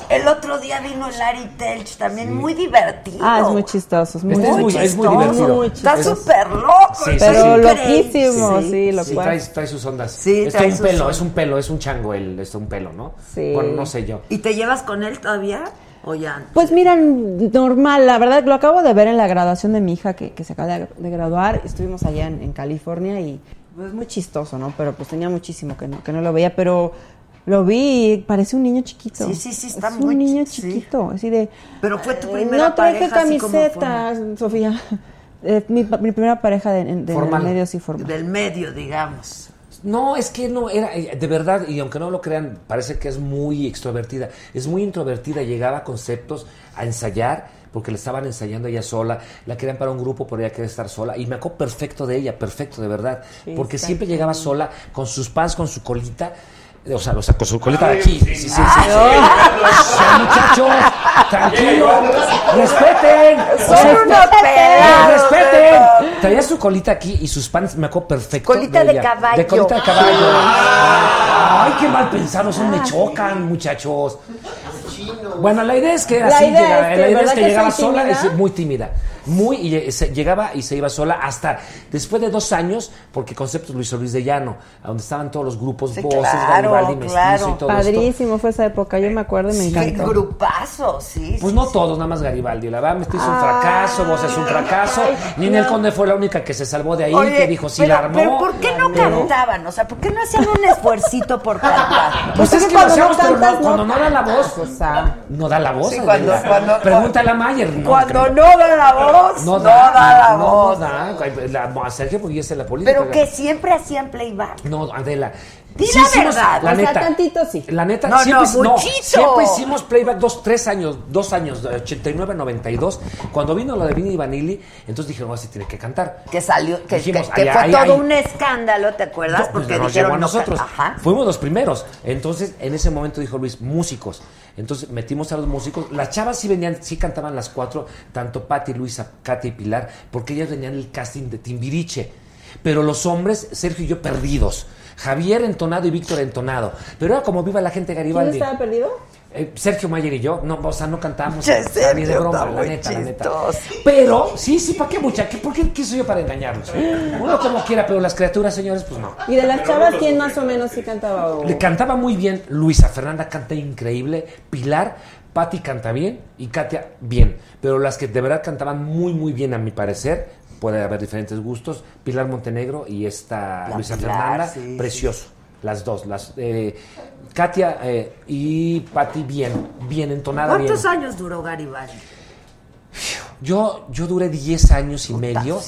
Speaker 1: El otro día vino Larry Telch, también muy divertido.
Speaker 12: Ah, es muy chistoso, es muy,
Speaker 2: Este es muy- es muy divertido.
Speaker 1: Está
Speaker 2: Es-
Speaker 1: súper loco.
Speaker 12: Pero
Speaker 1: loquísimo, sí, lo cual.
Speaker 2: trae, trae sus ondas.
Speaker 1: Sí,
Speaker 2: Este
Speaker 1: trae
Speaker 2: un
Speaker 1: sus
Speaker 2: pelo,
Speaker 1: ondas.
Speaker 2: es un pelo, es un chango, el, es un pelo, ¿no?
Speaker 12: Sí.
Speaker 2: Bueno, no sé yo.
Speaker 1: ¿Y te llevas con él todavía o ya no?
Speaker 12: Pues mira, normal, la verdad, lo acabo de ver en la graduación de mi hija que, que se acaba de, de graduar. Estuvimos allá en, en California y pues muy chistoso, ¿no? Pero pues tenía muchísimo que no, que no lo veía, pero lo vi y parece un niño chiquito.
Speaker 1: Sí, sí, sí, está
Speaker 12: es
Speaker 1: muy
Speaker 12: un niño
Speaker 1: chi- sí.
Speaker 12: chiquito, así de...
Speaker 1: Pero fue tu
Speaker 12: "Eh,
Speaker 1: primera
Speaker 12: No traje
Speaker 1: pareja, así como
Speaker 12: camiseta, Sofía. Eh, mi, pa- mi primera pareja de, de,
Speaker 2: Formal.
Speaker 12: medios y formal.
Speaker 1: Del medio, digamos.
Speaker 2: No, es que no, era, eh, de verdad, y aunque no lo crean, parece que es muy extrovertida. Es muy introvertida, llegaba a conceptos a ensayar, porque la estaban ensayando ella sola, la querían para un grupo, pero ella quería estar sola. Y me acuerdo perfecto de ella, perfecto, de verdad.
Speaker 19: Sí,
Speaker 2: porque
Speaker 19: está
Speaker 2: siempre
Speaker 19: cañón.
Speaker 2: llegaba sola, con sus pants, con su colita. eh, O sea, o sea, con su coleta de aquí. Sí, sí, sí. sí,
Speaker 19: Ay,
Speaker 2: sí.
Speaker 19: no.
Speaker 2: O sea, muchachos, tranquilo, respeten.
Speaker 19: Son
Speaker 2: Respeten.
Speaker 19: unos pelados,
Speaker 2: Respeten. Traía su colita aquí y sus pants, me acuerdo perfecto.
Speaker 1: Colita de
Speaker 2: ella.
Speaker 1: caballo.
Speaker 2: De colita de caballo.
Speaker 19: Ah.
Speaker 2: Ay, qué mal pensados son, me chocan, muchachos. Bueno, la idea es que era
Speaker 19: La
Speaker 2: así,
Speaker 19: idea es
Speaker 2: llegaba,
Speaker 19: que,
Speaker 2: la idea es
Speaker 19: ¿verdad
Speaker 2: que
Speaker 19: que
Speaker 2: llegaba
Speaker 19: soy
Speaker 2: sola,
Speaker 19: tímida?
Speaker 2: es muy tímida, muy y eh, se- llegaba y se iba sola hasta después de dos años, porque Conceptos Luis Luis de Llano, a donde estaban todos los grupos,
Speaker 1: Sí,
Speaker 2: voces,
Speaker 1: claro,
Speaker 2: Garibaldi, Mestizo y todo esto.
Speaker 12: Padrísimo fue esa época, yo me acuerdo y me
Speaker 1: Qué
Speaker 12: encantó.
Speaker 1: grupazo, sí.
Speaker 2: Pues no todos, nada más Garibaldi. La verdad, Mestizo un
Speaker 1: Ay,
Speaker 2: fracaso, Voces un fracaso. Ninel Conde fue la única que se salvó de ahí,
Speaker 1: Oye,
Speaker 2: que dijo, si
Speaker 1: pero,
Speaker 2: la armó.
Speaker 1: pero ¿por qué no
Speaker 2: pero-
Speaker 1: cantaban? O sea, ¿por qué no hacían un esfuercito por cantar?
Speaker 2: Pues es que lo
Speaker 1: cuando
Speaker 2: hacemos,
Speaker 1: no
Speaker 2: pero no-
Speaker 1: cantas, no
Speaker 2: cuando no da la voz. no da la voz.
Speaker 1: Sí,
Speaker 2: Adela.
Speaker 1: cuando- cuando-
Speaker 2: Pregúntale a Mayer. No,
Speaker 1: Cuando
Speaker 2: creo.
Speaker 1: no da la voz, no da, la
Speaker 2: no,
Speaker 1: voz.
Speaker 2: No da. pues, La- a Sergio porque es la política.
Speaker 1: Pero que siempre hacían playback.
Speaker 2: No, Adela.
Speaker 1: Di
Speaker 2: Sí
Speaker 1: la
Speaker 2: hicimos-
Speaker 1: verdad.
Speaker 2: La
Speaker 1: O sea,
Speaker 2: neta.
Speaker 1: tantito
Speaker 12: sí.
Speaker 2: La neta,
Speaker 1: No,
Speaker 2: siempre,
Speaker 1: no,
Speaker 2: no,
Speaker 1: muchito.
Speaker 2: siempre hicimos playback dos, tres años, dos años, de 89, 92. Cuando vino lo de Vini Vanilli, entonces dijeron, no, se tiene que cantar.
Speaker 1: Que salió, que,
Speaker 2: Dijimos,
Speaker 1: que- que
Speaker 2: ay,
Speaker 1: fue
Speaker 2: ay,
Speaker 1: todo
Speaker 2: ay.
Speaker 1: un escándalo, ¿te acuerdas?
Speaker 2: No, pues
Speaker 1: Ah, Porque
Speaker 2: nos llegó a
Speaker 1: dijeron no can-
Speaker 2: nosotros.
Speaker 1: Ajá.
Speaker 2: Fuimos los primeros. Entonces, en ese momento dijo Luis, músicos. Entonces metimos a los músicos. Las chavas sí venían, sí cantaban las cuatro, tanto Patti, Luisa, Katy y Pilar, porque ellas venían el casting de Timbiriche. Pero los hombres, Sergio y yo, perdidos. Javier entonado y Víctor entonado. Pero era como viva la gente
Speaker 12: ¿Quién
Speaker 2: Garibaldi.
Speaker 12: estaba perdido?
Speaker 2: Eh, Sergio Mayer y yo, no, o sea, no cantamos.
Speaker 12: Che,
Speaker 2: o sea, ni de
Speaker 12: Sergio,
Speaker 2: broma,
Speaker 12: está
Speaker 2: la
Speaker 12: muy
Speaker 2: neta, la neta.
Speaker 12: chistoso.
Speaker 2: Pero, sí, sí, ¿para qué mucha? ¿Qué- ¿Por qué, qué soy yo para engañarlos? Uno como quiera, pero las criaturas, señores, pues no.
Speaker 12: Y de las chavas, ¿quién más o menos sí cantaba? o-
Speaker 2: Le cantaba muy bien Luisa, Fernanda canta increíble, Pilar, Patti canta bien y Katia bien, pero las que de verdad cantaban muy muy bien a mi parecer, puede haber diferentes gustos, Pilar Montenegro y esta
Speaker 1: La
Speaker 2: Luisa
Speaker 1: Pilar,
Speaker 2: Fernanda,
Speaker 1: sí,
Speaker 2: precioso. Las dos, las eh, Katia eh, y Patti bien, bien entonada. bien.
Speaker 1: ¿Cuántos años duró Garibaldi?
Speaker 2: Yo, yo duré 10 años y medio.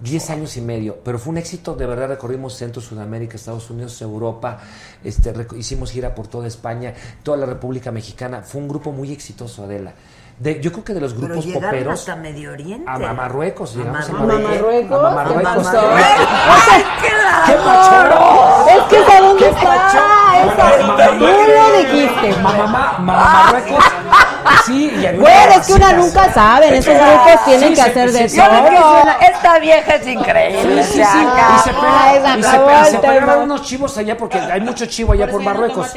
Speaker 2: 10 años y medio. Pero fue un éxito, de verdad. Recorrimos Centro, Sudamérica, Estados Unidos, Europa. Este, reco- hicimos gira por toda España, toda la República Mexicana. Fue un grupo muy exitoso, Adela. De- yo creo que de los
Speaker 1: Pero
Speaker 2: grupos
Speaker 1: llegaron
Speaker 2: poperos.
Speaker 1: hasta Medio Oriente.
Speaker 2: A, a Marruecos, llegamos a
Speaker 1: Marruecos.
Speaker 2: Marruecos.
Speaker 1: ¿A
Speaker 2: A Marruecos.
Speaker 1: Marruecos? ¡Ay, qué
Speaker 2: ¡Qué
Speaker 1: raro!
Speaker 2: machorro!
Speaker 1: Es que ¿sabes dónde
Speaker 2: ¡Qué
Speaker 1: está?
Speaker 2: machorro!
Speaker 1: Esa-
Speaker 2: Mamá-
Speaker 1: tú lo dijiste.
Speaker 2: Mamá, mamá, Marruecos. Sí, y había
Speaker 12: Güey, es que una
Speaker 2: casitas.
Speaker 12: nunca sabe, en esos
Speaker 2: Ah,
Speaker 12: grupos tienen
Speaker 2: sí,
Speaker 12: que
Speaker 2: se-
Speaker 12: hacer
Speaker 2: sí,
Speaker 12: de
Speaker 2: sí,
Speaker 12: todo.
Speaker 1: Esta vieja es increíble.
Speaker 2: Sí, sí,
Speaker 1: se
Speaker 2: sí. Y se
Speaker 1: acabó,
Speaker 2: pega-
Speaker 1: se
Speaker 2: y se
Speaker 1: acabó
Speaker 2: pega- y
Speaker 1: el
Speaker 2: se pegaban
Speaker 1: tema.
Speaker 2: unos chivos allá porque hay mucho chivo allá por Marruecos.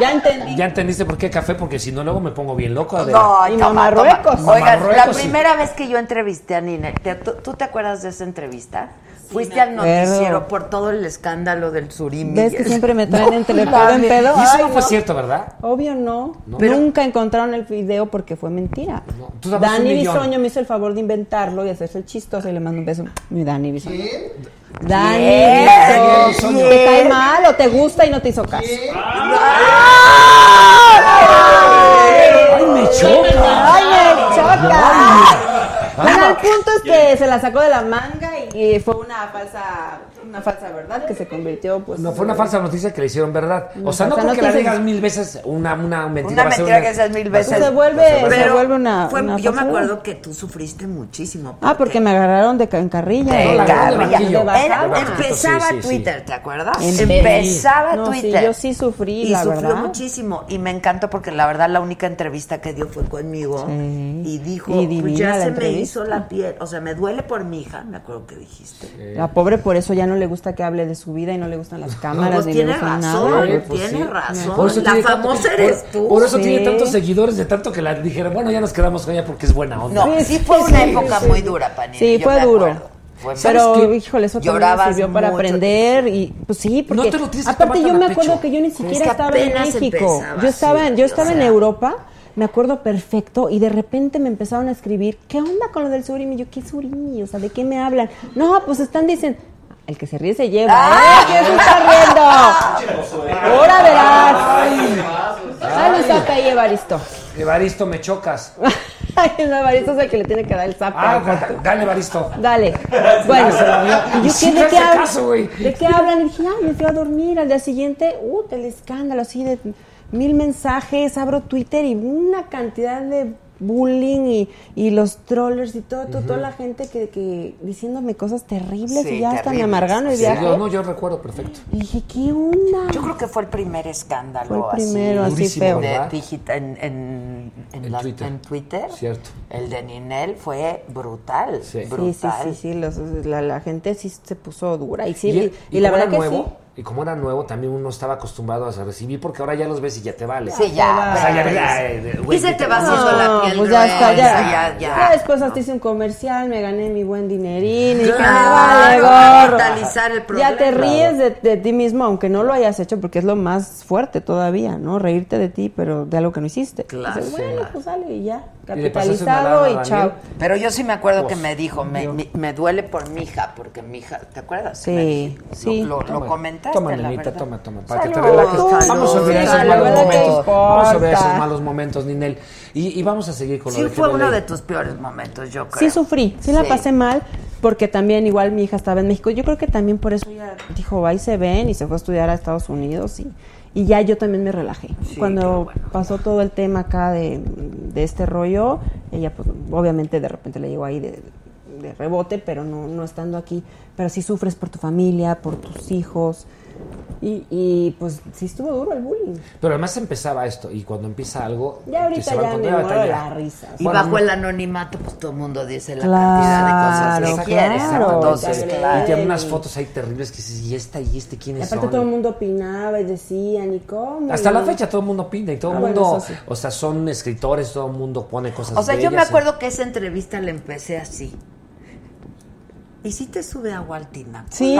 Speaker 12: Ya entendí.
Speaker 2: Ya entendiste por qué café, porque si no luego me pongo bien loco. Adela.
Speaker 1: No, toma, toma. Oigan, la
Speaker 2: Marruecos, sí.
Speaker 1: primera vez que yo entrevisté a Ninel, ¿te- tú, tú te acuerdas de esa entrevista? Fuiste al
Speaker 12: acuerdo.
Speaker 1: noticiero por todo el escándalo del surimi.
Speaker 12: ¿Ves que siempre me traen entre el pedo en
Speaker 1: mames.
Speaker 12: pedo?
Speaker 2: Y eso
Speaker 12: Ay,
Speaker 2: no fue cierto, ¿verdad?
Speaker 12: Obvio no.
Speaker 2: No.
Speaker 12: Pero- Nunca encontraron el video porque fue mentira.
Speaker 2: tú dabas un
Speaker 12: Dani
Speaker 2: millón.
Speaker 12: Bisoño me hizo el favor de inventarlo y hacerse el chistoso y le mando un beso. Mi Dani Bisoño. Dani
Speaker 19: ¿Quién?
Speaker 12: Bisoño.
Speaker 19: Bisoño.
Speaker 12: ¿Te cae mal o te gusta y no te hizo caso?
Speaker 2: ¡Ay, me choca!
Speaker 12: ¡Ay, me choca! Bueno, el punto es que se la sacó de la manga y, y fue una
Speaker 20: una falsa, una falsa verdad que se convirtió pues
Speaker 2: No fue una falsa noticia que le hicieron verdad. O sea, no
Speaker 20: falsa
Speaker 2: porque la
Speaker 20: noticia.
Speaker 2: digas mil veces, una, una mentira.
Speaker 1: Una
Speaker 2: va a ser
Speaker 1: mentira que seas mil
Speaker 2: va a
Speaker 1: veces.
Speaker 2: ser-
Speaker 1: Pero fue-
Speaker 12: una
Speaker 1: Yo me
Speaker 12: falsedad.
Speaker 1: acuerdo que tú sufriste muchísimo.
Speaker 12: Ah, porque me agarraron de ca- en carrilla.
Speaker 1: Te
Speaker 12: ¿no? La-
Speaker 1: carrilla.
Speaker 12: de bajada.
Speaker 1: Era- empezaba
Speaker 12: Sí, sí, sí.
Speaker 1: Twitter, ¿te acuerdas?
Speaker 12: Empe-
Speaker 1: empezaba
Speaker 12: No, sí,
Speaker 1: Twitter.
Speaker 12: yo sí sufrí,
Speaker 1: y
Speaker 12: la
Speaker 1: sufrió
Speaker 12: verdad.
Speaker 1: muchísimo. Y me encantó porque la verdad la única entrevista que dio fue conmigo. Y dijo,
Speaker 12: Y
Speaker 1: pues,
Speaker 12: divina
Speaker 1: ya
Speaker 12: la
Speaker 1: se me
Speaker 12: entrevista.
Speaker 1: hizo la piel. O sea, me duele por mi hija, me acuerdo que dijiste.
Speaker 12: La pobre por eso ya no le gusta que hable de su vida y no le gustan las cámaras
Speaker 1: No,
Speaker 12: ni
Speaker 1: tiene
Speaker 12: le gustan
Speaker 1: razón,
Speaker 12: nada. Pues
Speaker 1: tiene razón.
Speaker 2: pues Por eso
Speaker 1: La
Speaker 2: tiene tanto-
Speaker 1: famosa
Speaker 2: por-
Speaker 1: eres tú.
Speaker 2: Por eso
Speaker 1: Sí.
Speaker 2: tiene tantos seguidores de tanto que la dijeron, bueno, ya nos quedamos con ella porque es buena onda.
Speaker 1: No, sí, fue una época muy dura, Panini.
Speaker 12: Sí,
Speaker 1: yo
Speaker 12: fue
Speaker 1: me
Speaker 12: duro.
Speaker 1: acuerdo.
Speaker 12: Pero,
Speaker 1: Fue- Pues, ¿Sabes qué?
Speaker 12: híjole, eso también me
Speaker 1: Llorabas
Speaker 12: sirvió para
Speaker 1: mucho.
Speaker 12: aprender y, pues sí, porque
Speaker 1: No te lo tienes que
Speaker 12: aparte
Speaker 1: tomar
Speaker 12: yo
Speaker 1: tan
Speaker 12: me
Speaker 1: a
Speaker 12: acuerdo
Speaker 1: pecho.
Speaker 12: que yo ni
Speaker 1: Es que
Speaker 12: siquiera estaba en
Speaker 1: apenas
Speaker 12: México.
Speaker 1: empezabas,
Speaker 12: Yo estaba, en-
Speaker 1: sí,
Speaker 12: yo estaba
Speaker 1: o
Speaker 12: en
Speaker 1: sea.
Speaker 12: Europa, me acuerdo perfecto, y de repente me empezaron a escribir, ¿qué onda con lo del surimi? Yo, ¿qué surimi? O sea, ¿de qué me hablan? No, pues están, dicen, el que se ríe se lleva. ¿eh?
Speaker 1: Ah.
Speaker 12: ¡Ay, ¿quién se está riendo? Ahora verás. Dale un zape ahí, Evaristo.
Speaker 2: Evaristo, me chocas.
Speaker 12: Ay, no, Evaristo es el que le tiene que dar el zape.
Speaker 2: Ah, da- dale, Evaristo.
Speaker 12: Dale. Bueno,
Speaker 2: Ah, se la dio.
Speaker 12: ¿y yo
Speaker 2: Sí,
Speaker 12: qué,
Speaker 2: me
Speaker 12: ¿de, qué
Speaker 2: hace
Speaker 12: hablan?
Speaker 2: caso, güey.
Speaker 12: ¿de qué hablan? Y dije, ay, me fui a dormir. Al día siguiente, uh, el escándalo, así de mil mensajes, abro Twitter y una cantidad de bullying y, y los trollers y todo, todo- toda la gente que, que diciéndome cosas terribles y ya hasta me amargaron el
Speaker 2: Sí,
Speaker 12: viaje.
Speaker 2: yo- no, yo recuerdo perfecto.
Speaker 12: Y dije, ¿qué onda?
Speaker 1: Yo creo que fue el primer escándalo
Speaker 12: Fue el primero, así Durísimo, feo.
Speaker 1: de
Speaker 12: ¿verdad?
Speaker 1: digita- en, en- en la- en Twitter.
Speaker 2: Cierto.
Speaker 1: El de Ninel fue brutal.
Speaker 12: Sí, sí,
Speaker 1: Brutal.
Speaker 12: sí, sí, los- la, la gente sí se puso dura. Y sí,
Speaker 2: y,
Speaker 12: y
Speaker 2: y
Speaker 12: la
Speaker 2: como
Speaker 12: verdad
Speaker 2: era
Speaker 12: que
Speaker 2: nuevo,
Speaker 12: sí.
Speaker 2: Y como era nuevo, también uno estaba acostumbrado a recibir, porque ahora ya los ves y ya te vale.
Speaker 1: Sí, ya,
Speaker 2: O sea, ya,
Speaker 1: vale.
Speaker 2: ya, eh, güey,
Speaker 1: Y se te va
Speaker 2: no.
Speaker 1: haciendo la piel
Speaker 12: pues ya está,
Speaker 1: gruesa,
Speaker 12: ya.
Speaker 1: ya, ya.
Speaker 12: después hasta hice un comercial, me gané mi buen dinerín. y dije,
Speaker 1: Claro,
Speaker 12: "Me vale gorro".
Speaker 1: capitalizar el
Speaker 12: Ya te
Speaker 1: problema.
Speaker 12: ríes de, de ti mismo, aunque no lo hayas hecho, porque es lo más fuerte todavía, ¿no? Reírte de ti, pero de algo que no hiciste.
Speaker 1: Claro.
Speaker 12: Dices, bueno, pues sale y ya.
Speaker 1: Y le pasas una
Speaker 12: Capitalizado
Speaker 1: lana
Speaker 12: y
Speaker 1: a
Speaker 12: chao.
Speaker 1: Daniel. Pero yo sí me acuerdo
Speaker 12: Pues,
Speaker 1: que me dijo, me, me- me duele por mi hija, porque mi hija, ¿te acuerdas? que me
Speaker 12: Sí,
Speaker 1: dijo?
Speaker 12: sí.
Speaker 1: Lo, lo- lo
Speaker 12: Toma,
Speaker 1: comentaste,
Speaker 2: Toma,
Speaker 1: la
Speaker 2: nenita,
Speaker 1: verdad.
Speaker 2: toma, toma, para que te
Speaker 1: Salud,
Speaker 2: relajes.
Speaker 1: salud,
Speaker 2: Vamos a olvidar esos
Speaker 1: salud,
Speaker 2: malos
Speaker 1: ¿qué
Speaker 2: momentos.
Speaker 1: importa?
Speaker 2: Vamos a olvidar esos malos momentos, Ninel. Y, y vamos a seguir con
Speaker 1: Sí
Speaker 2: lo de
Speaker 1: fue
Speaker 2: GBL.
Speaker 1: uno de tus peores momentos, yo creo.
Speaker 12: Sí sufrí, sí, la
Speaker 1: Sí.
Speaker 12: pasé mal, porque también igual mi hija estaba en México. Yo creo que también por eso ella dijo, ahí se ven, y se fue a estudiar a Estados Unidos, y, y ya yo también me relajé. Cuando pasó todo el tema acá de, de este rollo, ella pues obviamente de repente le llegó ahí de, de rebote, pero no, no estando aquí. Pero sí sufres por tu familia, por tus hijos, y, y pues sí estuvo duro el bullying.
Speaker 2: Pero además empezaba esto, y cuando empieza algo.
Speaker 12: Ya ahorita
Speaker 2: se van
Speaker 12: ya
Speaker 2: con
Speaker 12: me
Speaker 2: toda
Speaker 12: muero de
Speaker 2: batalla.
Speaker 12: la risa.
Speaker 1: Y
Speaker 2: Bueno,
Speaker 1: bajo
Speaker 2: no-
Speaker 1: el anonimato, pues todo el mundo dice la cantidad de
Speaker 2: Claro,
Speaker 1: cosas que quiere.
Speaker 2: claro.
Speaker 1: Entonces,
Speaker 2: Y
Speaker 1: claro.
Speaker 2: tiene unas fotos ahí terribles que dices, ¿y esta y este quiénes
Speaker 12: Aparte
Speaker 2: son?
Speaker 12: todo el mundo opinaba y decían, ¿y cómo?
Speaker 2: Hasta la
Speaker 12: Y-
Speaker 2: fecha todo el mundo opina y todo el
Speaker 12: Ah, bueno,
Speaker 2: mundo,
Speaker 12: eso sí.
Speaker 2: o sea, son escritores, todo el mundo pone cosas
Speaker 1: O sea, yo me
Speaker 2: bellas, ¿eh?
Speaker 1: acuerdo que esa entrevista la empecé así. ¿Y si te sube agua al tina?
Speaker 12: Sí,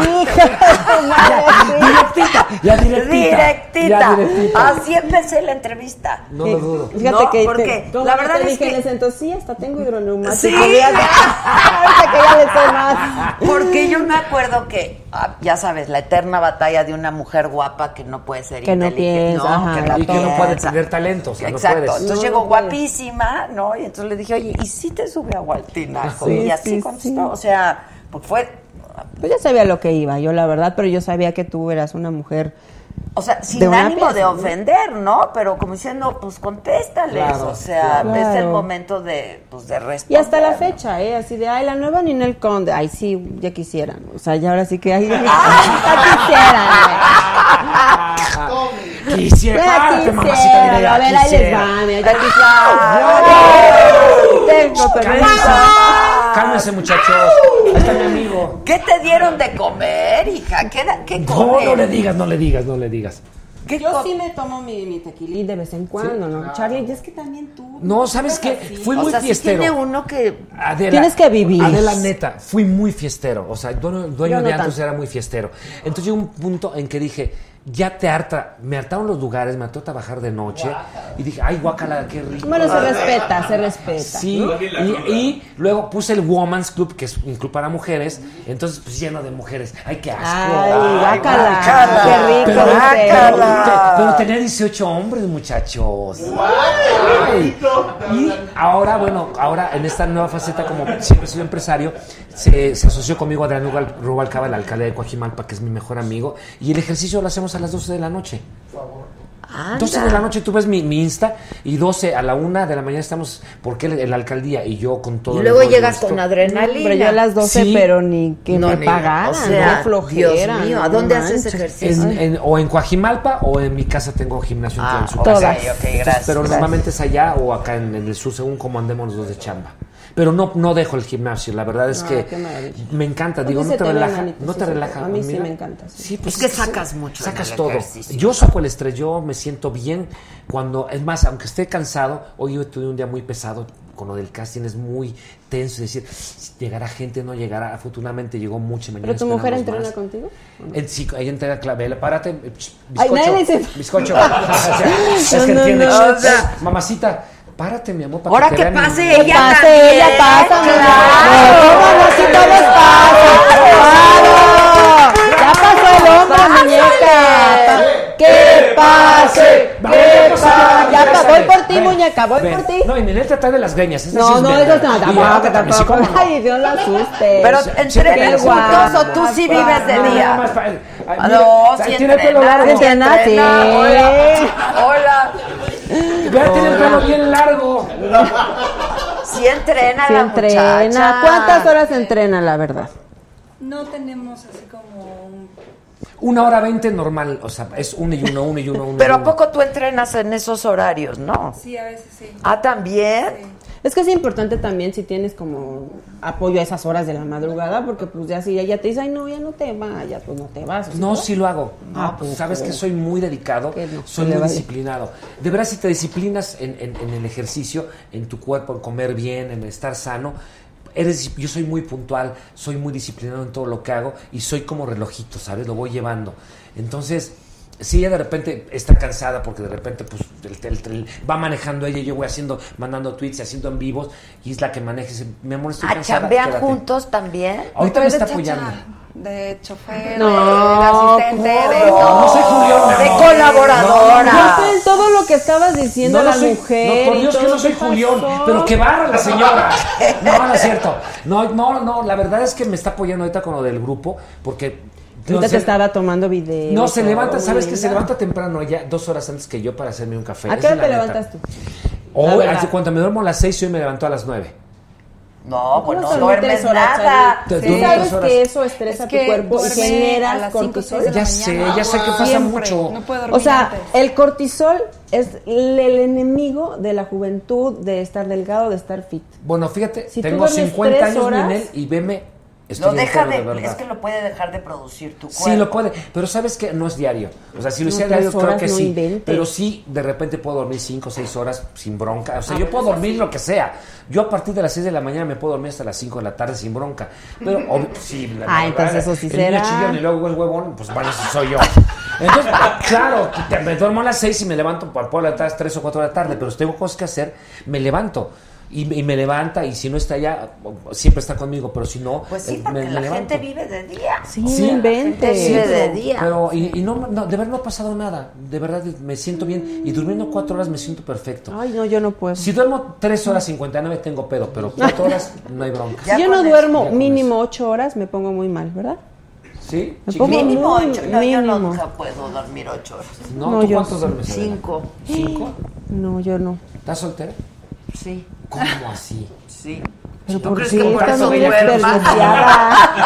Speaker 1: directita,
Speaker 2: ya directita,
Speaker 1: Directita.
Speaker 2: ya directita.
Speaker 1: Así empecé la entrevista.
Speaker 2: No lo dudo.
Speaker 12: Fíjate
Speaker 1: No,
Speaker 12: que
Speaker 1: porque
Speaker 12: te-
Speaker 1: la verdad
Speaker 12: te
Speaker 1: es
Speaker 12: dije
Speaker 1: que-
Speaker 12: en ese entonces sí, hasta tengo hidroneumático.
Speaker 1: Sí.
Speaker 12: Fíjate, ahorita Ah, que ya le sé más.
Speaker 1: Porque yo me acuerdo que, ah, ya sabes, la eterna batalla de una mujer guapa que no puede ser
Speaker 12: Que no
Speaker 1: inteligente.
Speaker 12: piensa, ajá,
Speaker 1: que no
Speaker 2: y que no puede
Speaker 1: piensa.
Speaker 2: tener talento, o sea,
Speaker 1: Exacto.
Speaker 2: no puedes.
Speaker 1: Entonces llegó guapísima, ¿no? Y entonces le dije, oye, ¿y si te sube agua al tinaco?
Speaker 12: Sí,
Speaker 1: y así
Speaker 12: sí,
Speaker 1: contestó. O sea, porque fue.
Speaker 12: Pues ya sabía lo que iba, yo la verdad, pero yo sabía que tú eras una mujer.
Speaker 1: O sea, sin
Speaker 12: De una
Speaker 1: ánimo
Speaker 12: pieza,
Speaker 1: de
Speaker 12: ¿no?
Speaker 1: ofender, ¿no? Pero como diciendo, pues contéstales.
Speaker 12: Claro,
Speaker 1: o sea,
Speaker 12: claro.
Speaker 1: es el
Speaker 12: Claro.
Speaker 1: momento de, pues, de
Speaker 12: Y
Speaker 1: responder.
Speaker 12: hasta la fecha, ¿eh? Así de, ay, la nueva Ninel Conde. Ay, sí, ya quisieran. O sea, ya ahora sí que, ay, ya, Ah, quisieran. güey.
Speaker 2: Quisiera,
Speaker 12: Ya
Speaker 2: párate,
Speaker 12: quisieran,
Speaker 2: mamacita linda,
Speaker 12: A ver, ahí les
Speaker 2: quisiera.
Speaker 12: va, mira, ya
Speaker 1: quisieran.
Speaker 12: Tengo permiso.
Speaker 2: Cálmense, muchachos. Ahí está mi amigo.
Speaker 1: ¿Qué te dieron de comer, hija? ¿Qué, da- qué
Speaker 2: No,
Speaker 1: comes?
Speaker 2: no le digas, no le digas, no le digas.
Speaker 12: Yo sí me tomo mi, mi tequilí de vez en cuando, ¿no?
Speaker 2: claro.
Speaker 12: Charlie, y es que también tú.
Speaker 2: No, ¿sabes qué? Fui
Speaker 1: O
Speaker 2: muy
Speaker 1: sea, sí
Speaker 2: fiestero.
Speaker 1: tiene uno que...
Speaker 2: Adela,
Speaker 12: Tienes que vivir.
Speaker 2: Adela, neta, fui muy fiestero. O sea, dueño, dueño
Speaker 12: Yo no
Speaker 2: de antes
Speaker 12: tanto.
Speaker 2: era muy fiestero. Entonces llegó un punto en que dije, ya te harta, me hartaron los lugares, me hartó trabajar de noche y dije, ay, guacala, qué rico.
Speaker 21: Bueno, se respeta, se respeta.
Speaker 2: Sí, y, y luego puse el Woman's Club, que es un club para mujeres, entonces pues lleno de mujeres. ¡Ay, qué asco!
Speaker 21: Ay, guácala, qué rico,
Speaker 2: Pero,
Speaker 21: dice.
Speaker 2: pero- pero tenía 18 hombres, muchachos. Ay. Y ahora, bueno, ahora en esta nueva faceta, como siempre he sido empresario, se, se asoció conmigo Adrián Rubal- Rubalcaba, el alcalde de Coajimalpa, que es mi mejor amigo, y el ejercicio lo hacemos a las 12 de la noche. 12 de la noche tú ves mi, mi Insta y 12 a la 1 de la mañana estamos, porque el- la alcaldía y yo con todo
Speaker 1: Y
Speaker 2: el
Speaker 1: luego
Speaker 2: rollo
Speaker 1: llegas
Speaker 2: esto.
Speaker 1: con adrenalina.
Speaker 21: Pero yo a las 12,
Speaker 2: Sí.
Speaker 21: pero ni que
Speaker 1: No,
Speaker 21: me
Speaker 1: ni-
Speaker 21: pagaran.
Speaker 1: o sea,
Speaker 21: qué flojera,
Speaker 1: Dios mío,
Speaker 21: no
Speaker 1: ¿a dónde haces
Speaker 21: manches.
Speaker 1: ejercicio?
Speaker 2: En- en- o en Coajimalpa o en mi casa tengo gimnasio en
Speaker 1: Ah,
Speaker 2: Tulancingo.
Speaker 1: ok, Todas. ok, gracias,
Speaker 2: pero
Speaker 1: gracias.
Speaker 2: normalmente es allá o acá en, en el sur, según como andemos los dos de chamba. Pero no, no dejo el gimnasio, la verdad es
Speaker 21: Ah,
Speaker 2: que
Speaker 21: qué maravilla.
Speaker 2: me encanta,
Speaker 21: Porque
Speaker 2: digo,
Speaker 21: se
Speaker 2: no te
Speaker 21: te ven
Speaker 2: relaja,
Speaker 21: manitos,
Speaker 2: no
Speaker 21: sí,
Speaker 2: te
Speaker 21: se te-
Speaker 2: relaja.
Speaker 21: a mí sí
Speaker 2: mira.
Speaker 21: me encanta, sí.
Speaker 2: Sí, pues
Speaker 1: Es que sacas mucho en
Speaker 2: Sacas
Speaker 1: el
Speaker 2: todo.
Speaker 1: ejercicio.
Speaker 2: Yo saco el estrés, yo me siento bien cuando, es más, aunque esté cansado, hoy yo tuve un día muy pesado con lo del casting, es muy tenso, es decir, llegará gente, no llegará, afortunadamente llegó mucha mañana.
Speaker 12: ¿Pero tu mujer
Speaker 2: esperamos
Speaker 12: entrena
Speaker 2: más.
Speaker 12: contigo?
Speaker 2: El sí, ahí entrega clavel, párate. eh, ch,
Speaker 12: Ay,
Speaker 2: Bizcocho.
Speaker 12: nadie le dice-
Speaker 2: bizcocho. O sea, es que
Speaker 12: No, no,
Speaker 2: entiende,
Speaker 12: no,
Speaker 2: ch,
Speaker 12: o sea-
Speaker 2: ch, mamacita, párate, mi amor. para
Speaker 1: Ahora
Speaker 2: te
Speaker 1: que
Speaker 2: vean.
Speaker 1: pase
Speaker 2: Que
Speaker 1: ella
Speaker 2: pase
Speaker 1: también. ¿eh?
Speaker 2: ella, pasa, mi amor.
Speaker 1: Claro.
Speaker 2: ¿Cómo no? Si todo es
Speaker 22: ¡Claro! ¡Ya pasó el hombre, muñeca! ¡Que pase! ¡Que pase!
Speaker 12: Ya pa- voy por ti,
Speaker 2: Ven,
Speaker 12: muñeca, voy
Speaker 2: ven.
Speaker 12: por ti.
Speaker 2: No, y Ninel te trae de las greñas. esa sí
Speaker 12: No,
Speaker 2: es
Speaker 12: no,
Speaker 2: neta.
Speaker 12: eso no,
Speaker 2: Y
Speaker 12: tampoco,
Speaker 2: ahora también, sí,
Speaker 12: tampoco.
Speaker 2: ¿cómo no?
Speaker 12: Ay, Dios, la asustes.
Speaker 1: Pero
Speaker 2: Sí,
Speaker 1: entrena
Speaker 2: sí,
Speaker 1: el
Speaker 2: guapo,
Speaker 1: o tú sí
Speaker 2: guapo.
Speaker 1: vives de
Speaker 2: No, nada
Speaker 1: día.
Speaker 2: más pa- ay,
Speaker 1: Ah,
Speaker 2: mira,
Speaker 1: no, si
Speaker 2: tiene pelo
Speaker 1: entrenas,
Speaker 2: largo.
Speaker 1: si entrenas,
Speaker 2: Hola.
Speaker 1: Hola.
Speaker 2: Vea, tiene el pelo bien largo.
Speaker 1: Si entrena
Speaker 21: Sí
Speaker 1: la
Speaker 21: entrena.
Speaker 1: muchacha.
Speaker 21: ¿Cuántas horas entrena, la verdad?
Speaker 8: No tenemos así como un...
Speaker 2: Una hora veinte normal, o sea, es uno y uno, uno y uno, uno.
Speaker 1: Pero
Speaker 2: y
Speaker 1: ¿a
Speaker 2: uno.
Speaker 1: poco tú entrenas en esos horarios, no?
Speaker 8: Sí, a veces sí.
Speaker 1: Ah, también.
Speaker 12: Es que es importante también si tienes como apoyo a esas horas de la madrugada, porque pues ya si ella te dice, ay, no, ya no te vayas, pues no te vas. ¿o sí
Speaker 2: No,
Speaker 12: te vas?
Speaker 2: sí lo hago.
Speaker 12: Ah,
Speaker 2: No, pues,
Speaker 12: pues,
Speaker 2: sabes
Speaker 12: qué
Speaker 2: que
Speaker 12: bueno.
Speaker 2: soy muy dedicado, soy
Speaker 12: que le
Speaker 2: muy
Speaker 12: vaya.
Speaker 2: disciplinado. De verdad, si te disciplinas en, en- en el ejercicio, en tu cuerpo, en comer bien, en estar sano, eres, yo soy muy puntual, soy muy disciplinado en todo lo que hago y soy como relojito, ¿sabes? Lo voy llevando. Entonces, si ella de repente está cansada porque de repente pues el- el- el- va manejando ella y yo voy haciendo, mandando tweets, haciendo en vivos y es la que maneja, y dice, mi amor, estoy
Speaker 1: ¿A
Speaker 2: cansada.
Speaker 1: chambean
Speaker 2: quédate".
Speaker 1: Ah, juntos también?
Speaker 2: Ahorita me está
Speaker 8: Chacha,
Speaker 2: apoyando.
Speaker 8: De chofer,
Speaker 1: No,
Speaker 8: de asistente, de...
Speaker 1: ¿cómo? No soy Julián,
Speaker 8: de
Speaker 1: no.
Speaker 8: colaboradora.
Speaker 12: Yo sé todo lo que estabas diciendo a
Speaker 2: lo
Speaker 12: la
Speaker 2: soy.
Speaker 12: mujer.
Speaker 2: No, por
Speaker 12: y
Speaker 2: Dios que
Speaker 12: todo,
Speaker 2: no soy
Speaker 12: ¿qué
Speaker 2: Julián,
Speaker 12: pasó?
Speaker 2: pero qué barra la señora. No, no es cierto. No, no, no, la verdad es que me está apoyando ahorita con lo del grupo, porque...
Speaker 12: Ahorita te estaba tomando video.
Speaker 2: no, se levanta, ¿sabes que
Speaker 12: que
Speaker 2: Se levanta temprano ella, dos horas antes que yo para hacerme un café.
Speaker 12: ¿A
Speaker 2: Esa
Speaker 12: qué
Speaker 2: es
Speaker 12: hora
Speaker 2: la
Speaker 12: te
Speaker 2: neta. Oh,
Speaker 12: levantas tú? La
Speaker 2: Hoy,
Speaker 12: verdad.
Speaker 2: hace cuánto me duermo a las seis y hoy me levanto a las nueve.
Speaker 1: No,
Speaker 2: Oh,
Speaker 12: ¿Cómo
Speaker 1: pues no
Speaker 12: dormir
Speaker 1: duermes
Speaker 12: tres horas,
Speaker 1: nada.
Speaker 12: Chavi?
Speaker 2: Te
Speaker 12: Sí.
Speaker 2: duermo
Speaker 12: ¿Sabes
Speaker 2: tres horas.
Speaker 12: que eso estresa
Speaker 8: Es que
Speaker 12: tu cuerpo y
Speaker 8: duerme a
Speaker 12: generas
Speaker 8: las cinco,
Speaker 12: cortisol?
Speaker 8: seis de la Ya
Speaker 2: sé, ya sé que pasa
Speaker 12: Siempre.
Speaker 2: mucho.
Speaker 8: No puedo dormir
Speaker 12: O sea,
Speaker 8: antes.
Speaker 12: el cortisol es el el enemigo de la juventud, de estar delgado, de estar fit.
Speaker 2: Bueno, fíjate,
Speaker 12: Si tú
Speaker 2: tengo
Speaker 12: duermes
Speaker 2: 50
Speaker 12: tres
Speaker 2: años,
Speaker 12: horas-
Speaker 2: Ninel, y veme...
Speaker 1: Lo
Speaker 2: estoy
Speaker 1: deja
Speaker 2: entero
Speaker 1: de,
Speaker 2: verdad.
Speaker 1: es que lo puede dejar de producir tu cuerpo.
Speaker 2: Sí, lo puede, pero sabes que no es diario. O sea, si lo
Speaker 1: No,
Speaker 2: hiciera
Speaker 1: tres
Speaker 2: diario, creo
Speaker 1: horas
Speaker 2: que
Speaker 1: no
Speaker 2: sí.
Speaker 1: inventes.
Speaker 2: Pero sí, de repente puedo dormir cinco o seis horas sin bronca. O sea,
Speaker 1: Ah,
Speaker 2: yo
Speaker 1: bueno,
Speaker 2: puedo
Speaker 1: eso
Speaker 2: dormir lo que sea. Yo a partir de las 6 de la mañana me puedo dormir hasta las 5 de la tarde sin bronca. Pero, ob- sí, la
Speaker 12: Ah, entonces eso sí
Speaker 2: el niño
Speaker 12: será.
Speaker 2: chillón y luego el huevón, pues bueno, eso soy yo. Entonces, claro, te- me duermo a las 6 y me levanto, pues, puedo levantar 3 o 4 de la tarde, pero si tengo cosas que hacer, me levanto. Y, y me levanta, y si no está allá, siempre está conmigo, pero si no,
Speaker 1: Pues sí,
Speaker 2: eh,
Speaker 1: porque
Speaker 2: me- me
Speaker 1: la
Speaker 2: levanto.
Speaker 1: gente vive de día.
Speaker 2: Sí,
Speaker 1: invente.
Speaker 2: Sí,
Speaker 1: Vive de
Speaker 2: pero-
Speaker 1: día.
Speaker 2: Pero, y, y no, no, de verdad no ha pasado nada. De verdad me siento bien. Y durmiendo cuatro horas me siento perfecto.
Speaker 12: Ay, no, yo no puedo.
Speaker 2: Si duermo tres horas 59 tengo pedo, pero cuatro horas no hay bronca.
Speaker 12: si yo no duermo mínimo ocho horas, me pongo muy mal, ¿verdad?
Speaker 2: ¿Sí?
Speaker 12: Me
Speaker 2: chiquito?
Speaker 12: pongo
Speaker 1: Mínimo
Speaker 12: muy-
Speaker 1: ocho. No, yo
Speaker 12: mínimo.
Speaker 1: nunca puedo dormir ocho horas.
Speaker 2: No, No, ¿tú yo cuántos sí. duermes, Adela?
Speaker 1: Cinco.
Speaker 2: ¿Cinco?
Speaker 12: No, yo no.
Speaker 2: ¿Estás soltera?
Speaker 1: Sí.
Speaker 2: ¿Cómo así?
Speaker 1: Sí.
Speaker 12: Pero
Speaker 2: ¿Tú
Speaker 12: ¿por
Speaker 2: crees
Speaker 12: qué
Speaker 2: que por
Speaker 12: estás
Speaker 2: eso
Speaker 12: muy
Speaker 2: ella que-
Speaker 12: desperdiciada?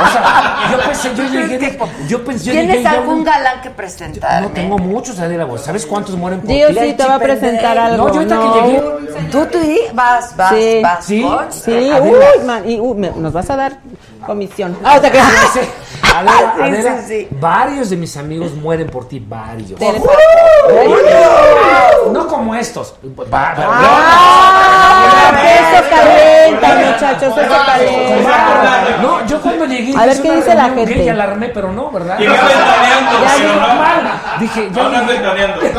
Speaker 2: O sea, yo pensé, yo llegué, de- yo pensé, yo
Speaker 1: ¿Tienes
Speaker 2: llegué ya
Speaker 1: algún
Speaker 2: un-
Speaker 1: galán que presentarme?
Speaker 2: No tengo muchos, Adela, vos. ¿Sabes cuántos mueren por
Speaker 12: Dios
Speaker 2: ti?
Speaker 12: sí te va a presentar algo.
Speaker 2: No, yo ahorita que llegué,
Speaker 1: Tú, tú y vas, vas,
Speaker 12: sí,
Speaker 1: vas.
Speaker 12: sí,
Speaker 1: con-
Speaker 12: sí, uh.
Speaker 1: Adela.
Speaker 12: uy, man, y, uy, me- nos vas a dar comisión. Ah, o sea que-
Speaker 2: No sé. Adela,
Speaker 5: Sí,
Speaker 2: Adela,
Speaker 5: sí,
Speaker 2: varios de mis amigos mueren por ti, varios.
Speaker 5: Te-
Speaker 2: ¡Uh! No como estos. Va- va-
Speaker 5: Ah. eso calienta, muchachos, eso
Speaker 2: calienta. No, yo cuando llegué.
Speaker 5: A ver,
Speaker 2: hice
Speaker 5: ¿qué
Speaker 2: una
Speaker 5: dice la
Speaker 2: reunión gay
Speaker 5: gente?
Speaker 2: y la armé, pero no, ¿verdad?
Speaker 5: Llegaste ventaneando,
Speaker 2: Ya
Speaker 5: sí,
Speaker 2: llegué
Speaker 5: ¿verdad?
Speaker 2: mal. Dije, ya
Speaker 5: Andas
Speaker 2: llegué-
Speaker 5: ventaneando.
Speaker 1: Dice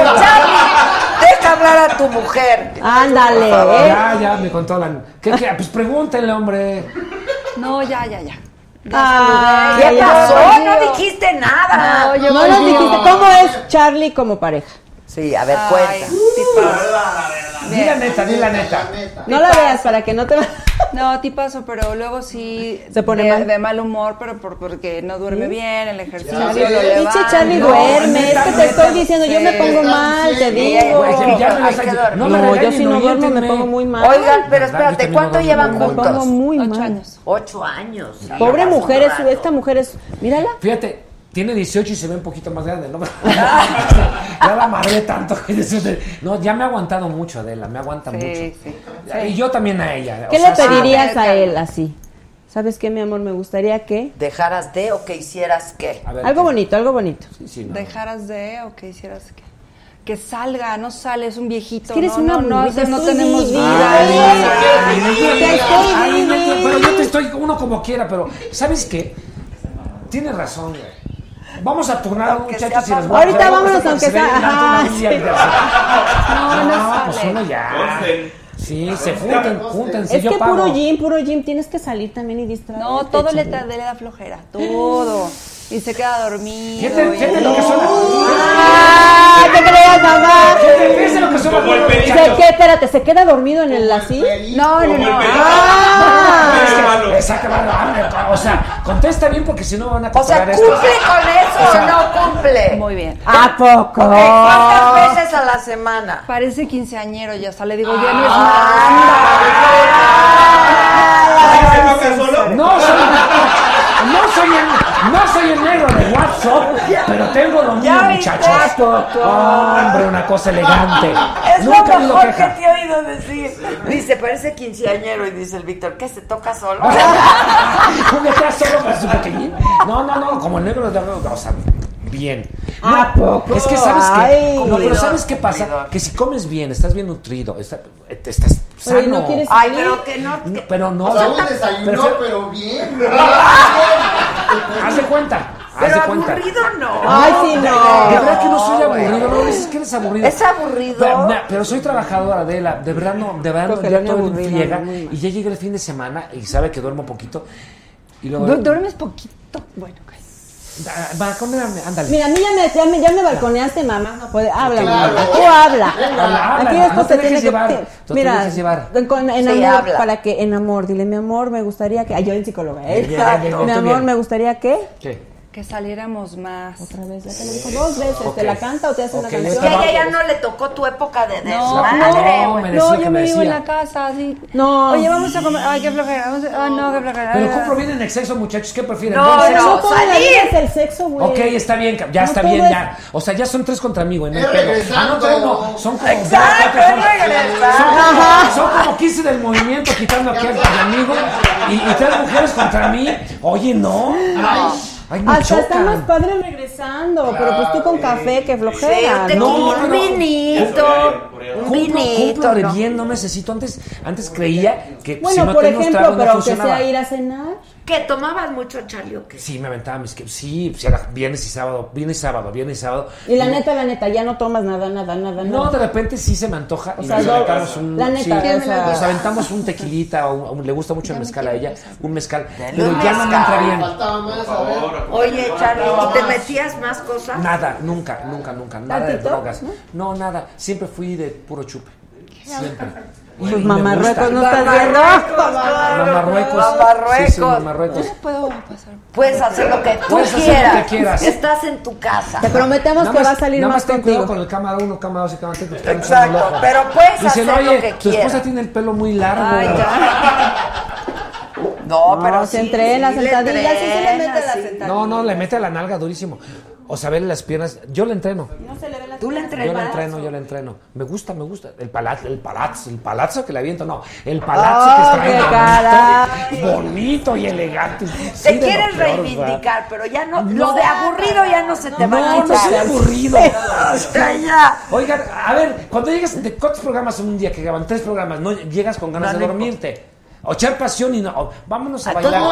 Speaker 2: Ah,
Speaker 1: Charlie, deja hablar a tu mujer.
Speaker 2: Por
Speaker 1: Ándale. ¿eh?
Speaker 2: favor.
Speaker 5: ¿eh?
Speaker 2: Ya, ya, me controlan. ¿Qué, qué? Pues pregúntenle, hombre.
Speaker 6: No, ya, ya, ya.
Speaker 12: Ay,
Speaker 1: ¿Qué
Speaker 12: ya
Speaker 1: pasó?
Speaker 12: volvió.
Speaker 1: No dijiste nada.
Speaker 12: No, nos dijiste cómo es Charlie como pareja.
Speaker 1: Sí, a ver,
Speaker 12: Ay,
Speaker 1: cuenta.
Speaker 2: Di la neta, di la neta.
Speaker 12: No la veas para que no te...
Speaker 6: No, ti paso, pero luego sí
Speaker 12: Se pone
Speaker 6: de,
Speaker 12: mal.
Speaker 6: de mal humor, pero por- porque no duerme bien, el ejercicio.
Speaker 12: Ya,
Speaker 6: lo
Speaker 12: sí.
Speaker 6: levanta.
Speaker 12: Pinche Charlie No, duerme, es neta, que te neta. estoy diciendo, yo me pongo mal, te digo.
Speaker 2: Güey, que ya me vas a-
Speaker 12: Hay que dormir.
Speaker 2: me
Speaker 12: No, yo
Speaker 2: regañen,
Speaker 12: si no duermo me
Speaker 2: oriéntenme.
Speaker 12: pongo muy mal.
Speaker 1: Oigan, pero
Speaker 12: ¿Verdad? Yo
Speaker 1: espérate,
Speaker 2: también
Speaker 1: ¿cuánto
Speaker 2: me
Speaker 1: llevan
Speaker 2: pongo
Speaker 1: juntos?
Speaker 12: muy
Speaker 1: Ocho años. Ocho años.
Speaker 12: Pobre mujer, es- esta
Speaker 2: mujer
Speaker 12: es. Mírala.
Speaker 2: Fíjate, tiene 18 y se ve un poquito más grande, ¿no? ya la amaré tanto. que eso de- No, ya me ha aguantado mucho, Adela, me aguanta
Speaker 12: Sí,
Speaker 2: mucho.
Speaker 12: sí.
Speaker 2: Y
Speaker 12: Sí.
Speaker 2: yo también a ella. o
Speaker 12: ¿Qué le
Speaker 2: sea, sí.
Speaker 12: pedirías a él así? ¿Sabes qué, mi amor? Me gustaría que...
Speaker 1: ¿Dejaras de o que hicieras qué?
Speaker 12: Algo bonito, algo bonito.
Speaker 6: Dejaras de o que hicieras que. Que salga, no sale, es un viejito.
Speaker 12: que eres
Speaker 6: no,
Speaker 12: una
Speaker 6: no, no,
Speaker 12: burrita,
Speaker 6: no
Speaker 12: tú
Speaker 6: tenemos
Speaker 12: di,
Speaker 6: vida.
Speaker 2: Ay,
Speaker 6: Ay,
Speaker 2: ay,
Speaker 6: sí,
Speaker 2: ay,
Speaker 6: estoy
Speaker 2: ay,
Speaker 6: bien.
Speaker 2: neta, Pero yo te estoy uno como quiera, pero ¿sabes qué? Tienes razón, güey. Vamos a turnar a un muchacho si les voy a-
Speaker 12: Ahorita
Speaker 2: o sea,
Speaker 12: vámonos,
Speaker 2: para que
Speaker 12: aunque
Speaker 2: se
Speaker 12: sea-
Speaker 2: vean tanto
Speaker 12: ajá,
Speaker 2: una niña
Speaker 12: sí.
Speaker 2: y así.
Speaker 12: No, no
Speaker 2: pues
Speaker 12: sale.
Speaker 2: uno ya.
Speaker 12: Consten.
Speaker 2: Sí, se junten, júntense.
Speaker 12: es
Speaker 2: yo
Speaker 12: que
Speaker 2: pago.
Speaker 12: puro gym, puro gym, tienes que salir también y distraer.
Speaker 6: No, todo le, da- le da flojera, todo. Y se queda dormido.
Speaker 12: Fíjate-
Speaker 6: y-
Speaker 12: fíjate lo que son-
Speaker 6: ¡Ay, qué creías, mamá!
Speaker 2: Fíjate lo que son
Speaker 12: Como
Speaker 2: las-
Speaker 12: el perico. Se que- espérate, ¿se queda dormido en el así? No, no, Ah. no.
Speaker 6: Ah.
Speaker 2: Es que- Exacto, malo, ah, O sea, contesta bien porque si no van a
Speaker 1: O sea,
Speaker 2: cobrar
Speaker 1: ¿cumple
Speaker 2: esto.
Speaker 1: con eso
Speaker 2: O
Speaker 1: o
Speaker 2: sea,
Speaker 1: no cumple?
Speaker 6: Muy bien.
Speaker 12: ¿A poco?
Speaker 1: Eh, ¿Cuántas veces a la semana?
Speaker 6: Parece quinceañero, ya hasta le digo, ya no es
Speaker 1: Ah.
Speaker 2: No soy, no soy el, no soy el negro de WhatsApp, pero tengo lo mío,
Speaker 1: Ya viste.
Speaker 2: muchachos. Hombre, una cosa elegante.
Speaker 1: Es
Speaker 2: Nunca he
Speaker 1: lo
Speaker 2: habido
Speaker 1: mejor que
Speaker 2: queja.
Speaker 1: te he oído decir. Dice, parece quinceañero. Y dice el Víctor, ¿qué se toca solo?
Speaker 2: Juguetea solo para su pequeñín. No, no, no, como el negro de o sea, bien. No,
Speaker 5: ¿A poco?
Speaker 2: Es que sabes
Speaker 5: Ay.
Speaker 2: que, no, pero
Speaker 5: Cumplidor,
Speaker 2: sabes qué pasa, que si comes bien, estás bien nutrido, está- estás
Speaker 5: Pero,
Speaker 2: sano.
Speaker 5: ¿y no quieres
Speaker 1: Ay, pero que no.
Speaker 2: No, pero no.
Speaker 5: Saúl
Speaker 2: pero-
Speaker 5: desayunó,
Speaker 2: pero-
Speaker 5: pero bien.
Speaker 2: Haz de cuenta.
Speaker 5: Pero
Speaker 2: haz de cuenta.
Speaker 5: aburrido no.
Speaker 1: Ay, sí, no.
Speaker 2: De verdad que no soy
Speaker 1: No,
Speaker 2: aburrido.
Speaker 1: güey.
Speaker 2: No dices que eres aburrido.
Speaker 1: Es aburrido.
Speaker 2: Pero, na- pero soy trabajadora, Adela. De verdad no. De verdad no.
Speaker 6: Cogerón
Speaker 2: Ya todo
Speaker 6: aburrido,
Speaker 2: llega.
Speaker 6: muy mal.
Speaker 2: Y ya llega el fin de semana y sabe que duermo poquito. Y luego.
Speaker 6: Du- Duermes poquito. Bueno,
Speaker 2: Ah, Va, cómeme, ándale.
Speaker 12: Mira, a mí ya me, ya me, ya me balconeaste, mamá. No puede. Habla,
Speaker 2: Claro.
Speaker 12: mamá. Tú habla.
Speaker 2: Venga. Habla, habla,
Speaker 12: Aquí
Speaker 2: no
Speaker 12: esto
Speaker 2: te
Speaker 12: se
Speaker 2: dejes
Speaker 12: tiene que.
Speaker 2: llevar, no te
Speaker 12: Mira,
Speaker 2: dejes llevar.
Speaker 12: en- con- en
Speaker 2: Sí,
Speaker 12: amor,
Speaker 2: habla.
Speaker 12: para que en amor, dile, mi amor, me gustaría que. Ay, yo en psicóloga, ¿eh?
Speaker 2: Bien, bien, bien, bien,
Speaker 12: Mi
Speaker 2: tú
Speaker 12: amor,
Speaker 2: bien.
Speaker 12: me gustaría que.
Speaker 6: que saliéramos más. Otra
Speaker 12: vez, ya te lo dijo dos veces. ¿Te la canta o te hace
Speaker 6: Ok,
Speaker 12: una
Speaker 1: Es
Speaker 12: canción?
Speaker 1: que a ella ya no le tocó tu época de
Speaker 6: No,
Speaker 1: desmadre,
Speaker 6: no,
Speaker 1: güey.
Speaker 6: no, yo me vivo en la casa, así.
Speaker 12: No.
Speaker 6: Oye, vamos a comer. Ay, qué flojera. Vamos a... Ay, no, qué flojera.
Speaker 2: Pero ¿cómo provienen el sexo, muchachos? ¿Qué prefieren?
Speaker 6: No,
Speaker 2: ¿Buen
Speaker 6: no,
Speaker 2: sexo?
Speaker 12: todo en ah. la vida es el sexo, güey.
Speaker 2: Ok, está bien, ya
Speaker 12: Pues, No
Speaker 2: está
Speaker 12: todo
Speaker 2: bien,
Speaker 12: es-
Speaker 2: ya. O sea, ya son tres contra mí, güey. No hay
Speaker 5: Es
Speaker 2: pedo. Ah,
Speaker 5: regresando.
Speaker 2: no, tres no. Son como.
Speaker 5: Exacto,
Speaker 2: cuatro, son-
Speaker 5: es regresando.
Speaker 2: son como-
Speaker 5: Ajá.
Speaker 2: Son, como 15 del movimiento quitando aquí al al amigo. Y, y tres mujeres contra mí. Oye, no. Ay, ay, me
Speaker 12: Hasta está
Speaker 2: chocan.
Speaker 12: más padre regresando, pero pues tú con café, que flojera.
Speaker 2: Sí,
Speaker 12: ¿no?
Speaker 2: tequila,
Speaker 12: vinito,
Speaker 2: Cumplo- Cumplo re bien, no necesito. Antes, antes creía que si
Speaker 12: Bueno,
Speaker 2: no
Speaker 12: por
Speaker 2: tenía unos
Speaker 12: ejemplo,
Speaker 2: tragos no
Speaker 12: pero aunque
Speaker 2: funcionaba.
Speaker 12: sea ir a cenar.
Speaker 1: ¿Qué? ¿Tomabas mucho, Charlie, o qué?
Speaker 2: Sí, me aventaba mis que sí, pues, era viernes y sábado, viernes y sábado, viernes y sábado.
Speaker 12: Y la neta, la neta, ya no tomas nada, nada, nada.
Speaker 2: No, de
Speaker 12: nada.
Speaker 2: repente sí se me antoja.
Speaker 12: O
Speaker 2: y
Speaker 12: sea,
Speaker 2: nos
Speaker 12: no,
Speaker 2: aventamos un.
Speaker 12: la neta,
Speaker 2: sí,
Speaker 12: o sea-
Speaker 2: nos aventamos un tequilita, o un- le gusta mucho el mezcal a ella, un mezcal. Pero
Speaker 1: Un
Speaker 2: ya no me entra
Speaker 1: mezcal.
Speaker 2: bien.
Speaker 1: Oye, Charlie, ¿y te metías más cosas?
Speaker 2: Nada, nunca, nunca, nunca. Nada de
Speaker 1: ¿Tantito?
Speaker 2: drogas. No, nada. Siempre fui de puro chupe. Siempre.
Speaker 12: Pues
Speaker 2: Y me
Speaker 12: mamarruecos,
Speaker 2: gusta.
Speaker 12: no estás viendo.
Speaker 2: Mamarruecos.
Speaker 1: Mamarruecos.
Speaker 2: Sí, sí, mamarruecos.
Speaker 6: Puedo pasar.
Speaker 1: Puedes hacer lo que tú
Speaker 2: Puedes hacer lo
Speaker 1: quieras.
Speaker 2: que quieras.
Speaker 1: Estás en tu casa.
Speaker 12: Te prometemos que va a salir
Speaker 2: nada
Speaker 12: más
Speaker 2: ten
Speaker 12: contigo.
Speaker 2: cuidado con el cámara 1, cámara 2 y cámara 3.
Speaker 1: Exacto, pero puedes
Speaker 2: Dicen,
Speaker 1: hacer lo
Speaker 2: oye,
Speaker 1: que
Speaker 2: tu esposa
Speaker 1: quieras".
Speaker 2: tiene el pelo muy largo.
Speaker 1: Ay, No, pero
Speaker 12: se
Speaker 1: sí,
Speaker 12: entrena,
Speaker 1: sí, le
Speaker 12: sentadilla, sí se le
Speaker 1: entrena,
Speaker 12: mete la
Speaker 1: sí.
Speaker 12: sentadilla.
Speaker 2: No, no, le mete a la nalga durísimo. O sea, verle las piernas. Yo le entreno.
Speaker 12: No se le ve la
Speaker 1: ¿Tú la entrenas?
Speaker 2: Yo la entreno, yo la entreno. Me gusta, me gusta. El palazzo, el palazzo, el palazzo que le aviento, no. El palazzo
Speaker 1: ¡Oh,
Speaker 2: que
Speaker 1: qué
Speaker 2: está
Speaker 1: caray!
Speaker 2: bonito, bonito y elegante.
Speaker 1: Te
Speaker 2: Sí, de lo
Speaker 1: quieres
Speaker 2: peor, ¿verdad?
Speaker 1: reivindicar, pero ya no,
Speaker 2: No,
Speaker 1: lo de aburrido ya no se te va a
Speaker 2: No, no
Speaker 1: quitar.
Speaker 2: soy aburrido.
Speaker 1: O sea, ya.
Speaker 2: Oigan, a ver, cuando llegas, ¿de cuántos programas en un día que graban? Tres programas, ¿no? Llegas con ganas
Speaker 1: No,
Speaker 2: de
Speaker 1: no
Speaker 2: dormirte. O echar pasión y no. o vámonos a, bailar.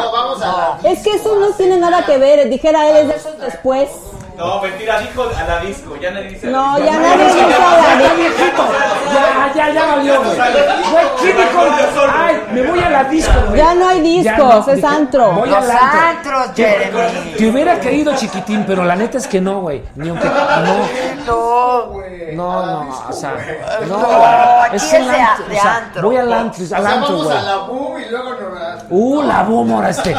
Speaker 12: Es que eso no tiene nada que ver, dijera él, es de esos después.
Speaker 5: No, mentira, dijo a la disco. Ya nadie dice.
Speaker 12: No, ya
Speaker 2: nadie dice a la disco.
Speaker 5: Ya,
Speaker 2: ya, ya valió, güey. Güey, ¿qué dijo? Ay, me voy a la disco, güey.
Speaker 12: Ya no hay
Speaker 2: Ya
Speaker 12: discos,
Speaker 2: no,
Speaker 12: es
Speaker 2: dije,
Speaker 12: antro.
Speaker 2: Voy al antro.
Speaker 1: antros,
Speaker 2: Te-
Speaker 1: Jeremy.
Speaker 2: Te hubiera querido chiquitín, pero la neta es que no, güey. Ni aunque. No.
Speaker 1: No,
Speaker 2: No, no, o sea, no,
Speaker 1: No, aquí es
Speaker 2: un
Speaker 1: de-
Speaker 2: antro,
Speaker 1: de
Speaker 2: o sea,
Speaker 1: antro.
Speaker 2: Voy al antro,
Speaker 1: O
Speaker 2: al
Speaker 1: sea,
Speaker 2: antro,
Speaker 1: vamos
Speaker 2: güey.
Speaker 1: a la
Speaker 12: bu y luego nos
Speaker 2: Uh, la bómora este.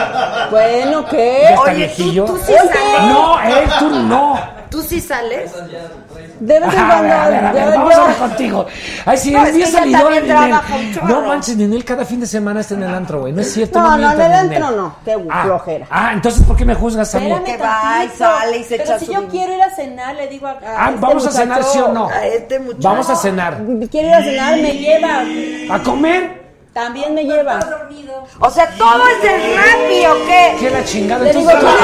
Speaker 12: Bueno, ¿qué?
Speaker 2: Ya
Speaker 1: Eh,
Speaker 2: está
Speaker 12: Oye, tú-
Speaker 2: viejillo.
Speaker 12: tú sí Oye. sales.
Speaker 2: No, él, tú no.
Speaker 1: ¿Tú sí sales?
Speaker 12: De vez en
Speaker 2: Ajá, a ver, a
Speaker 12: cuando,
Speaker 2: ver, a ver,
Speaker 12: yo-
Speaker 2: vamos a ver
Speaker 12: yo-
Speaker 2: contigo. Ay, sí,
Speaker 12: No,
Speaker 2: es
Speaker 12: es
Speaker 2: bien
Speaker 12: que ella
Speaker 2: salidor
Speaker 12: también
Speaker 2: el Ninel.
Speaker 12: trabaja un chorro.
Speaker 2: No manches, Ninel cada fin de semana está en el antro, güey. No es cierto,
Speaker 12: No, no, en
Speaker 2: mientas,
Speaker 12: el
Speaker 2: Ninel.
Speaker 12: antro no. Qué
Speaker 2: Ah,
Speaker 12: flojera.
Speaker 2: Ah, entonces, ¿por qué me juzgas a mí?
Speaker 12: Espérame
Speaker 1: Que va y
Speaker 12: tantito.
Speaker 1: sale y se
Speaker 12: Pero
Speaker 1: echa
Speaker 12: si
Speaker 1: su
Speaker 12: yo
Speaker 1: vino.
Speaker 12: quiero ir a cenar, le digo a, a
Speaker 2: Ah,
Speaker 12: este
Speaker 2: ¿vamos a cenar
Speaker 12: muchacho,
Speaker 2: sí o no?
Speaker 12: a este muchacho.
Speaker 2: Vamos a cenar.
Speaker 12: Quiero ir a cenar, me lleva.
Speaker 2: ¿A comer?
Speaker 12: También me lleva.
Speaker 1: O sea, todo es de Rappi, ¿o qué?
Speaker 2: ¿Qué la chingada?
Speaker 12: Le digo,
Speaker 2: Entonces-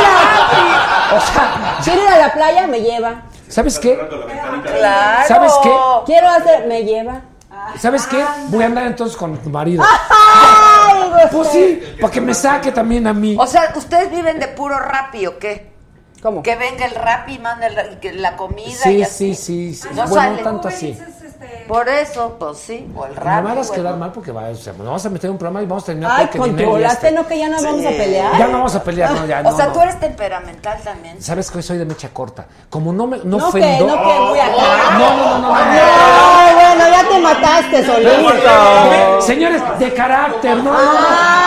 Speaker 12: ¿quiere ir
Speaker 2: O sea,
Speaker 12: ¿Quiere ir a la playa? Me lleva.
Speaker 2: ¿sabes qué?
Speaker 12: Ah, Claro.
Speaker 2: ¿Sabes qué?
Speaker 12: Quiero hacer, me lleva.
Speaker 2: ¿Sabes qué? Voy a andar entonces con tu marido. Pues sí, para que me saque también a mí.
Speaker 1: O sea, ¿ustedes viven de puro Rappi, o qué? ¿Cómo? Que venga el Rappi y manda el ra- que la comida y
Speaker 2: Sí,
Speaker 1: así. Ah,
Speaker 2: sí, sí, sí.
Speaker 1: No
Speaker 2: Bueno,
Speaker 1: sale.
Speaker 2: no tanto así.
Speaker 1: Por eso, pues sí, o el
Speaker 2: No me
Speaker 1: Rappi.
Speaker 2: hagas
Speaker 1: o el-
Speaker 2: quedar mal porque va, o sea, nos vamos a meter en un programa y vamos a terminar
Speaker 12: Ay,
Speaker 2: peor que Ninel y
Speaker 12: controlaste,
Speaker 2: este.
Speaker 12: ¿no? Que ya no vamos a pelear.
Speaker 2: Ya no vamos a pelear, no, ya
Speaker 1: o
Speaker 2: no.
Speaker 1: sea,
Speaker 2: no.
Speaker 1: tú eres temperamental también.
Speaker 2: ¿Sabes que soy de mecha corta? Como no me no,
Speaker 12: No, que,
Speaker 2: ofendo.
Speaker 12: no, que voy acá.
Speaker 2: Oh, No, no, no, no, no.
Speaker 12: No, bueno, ya te mataste, solito.
Speaker 2: Pero, Señores, de carácter, no, no,
Speaker 12: Ah,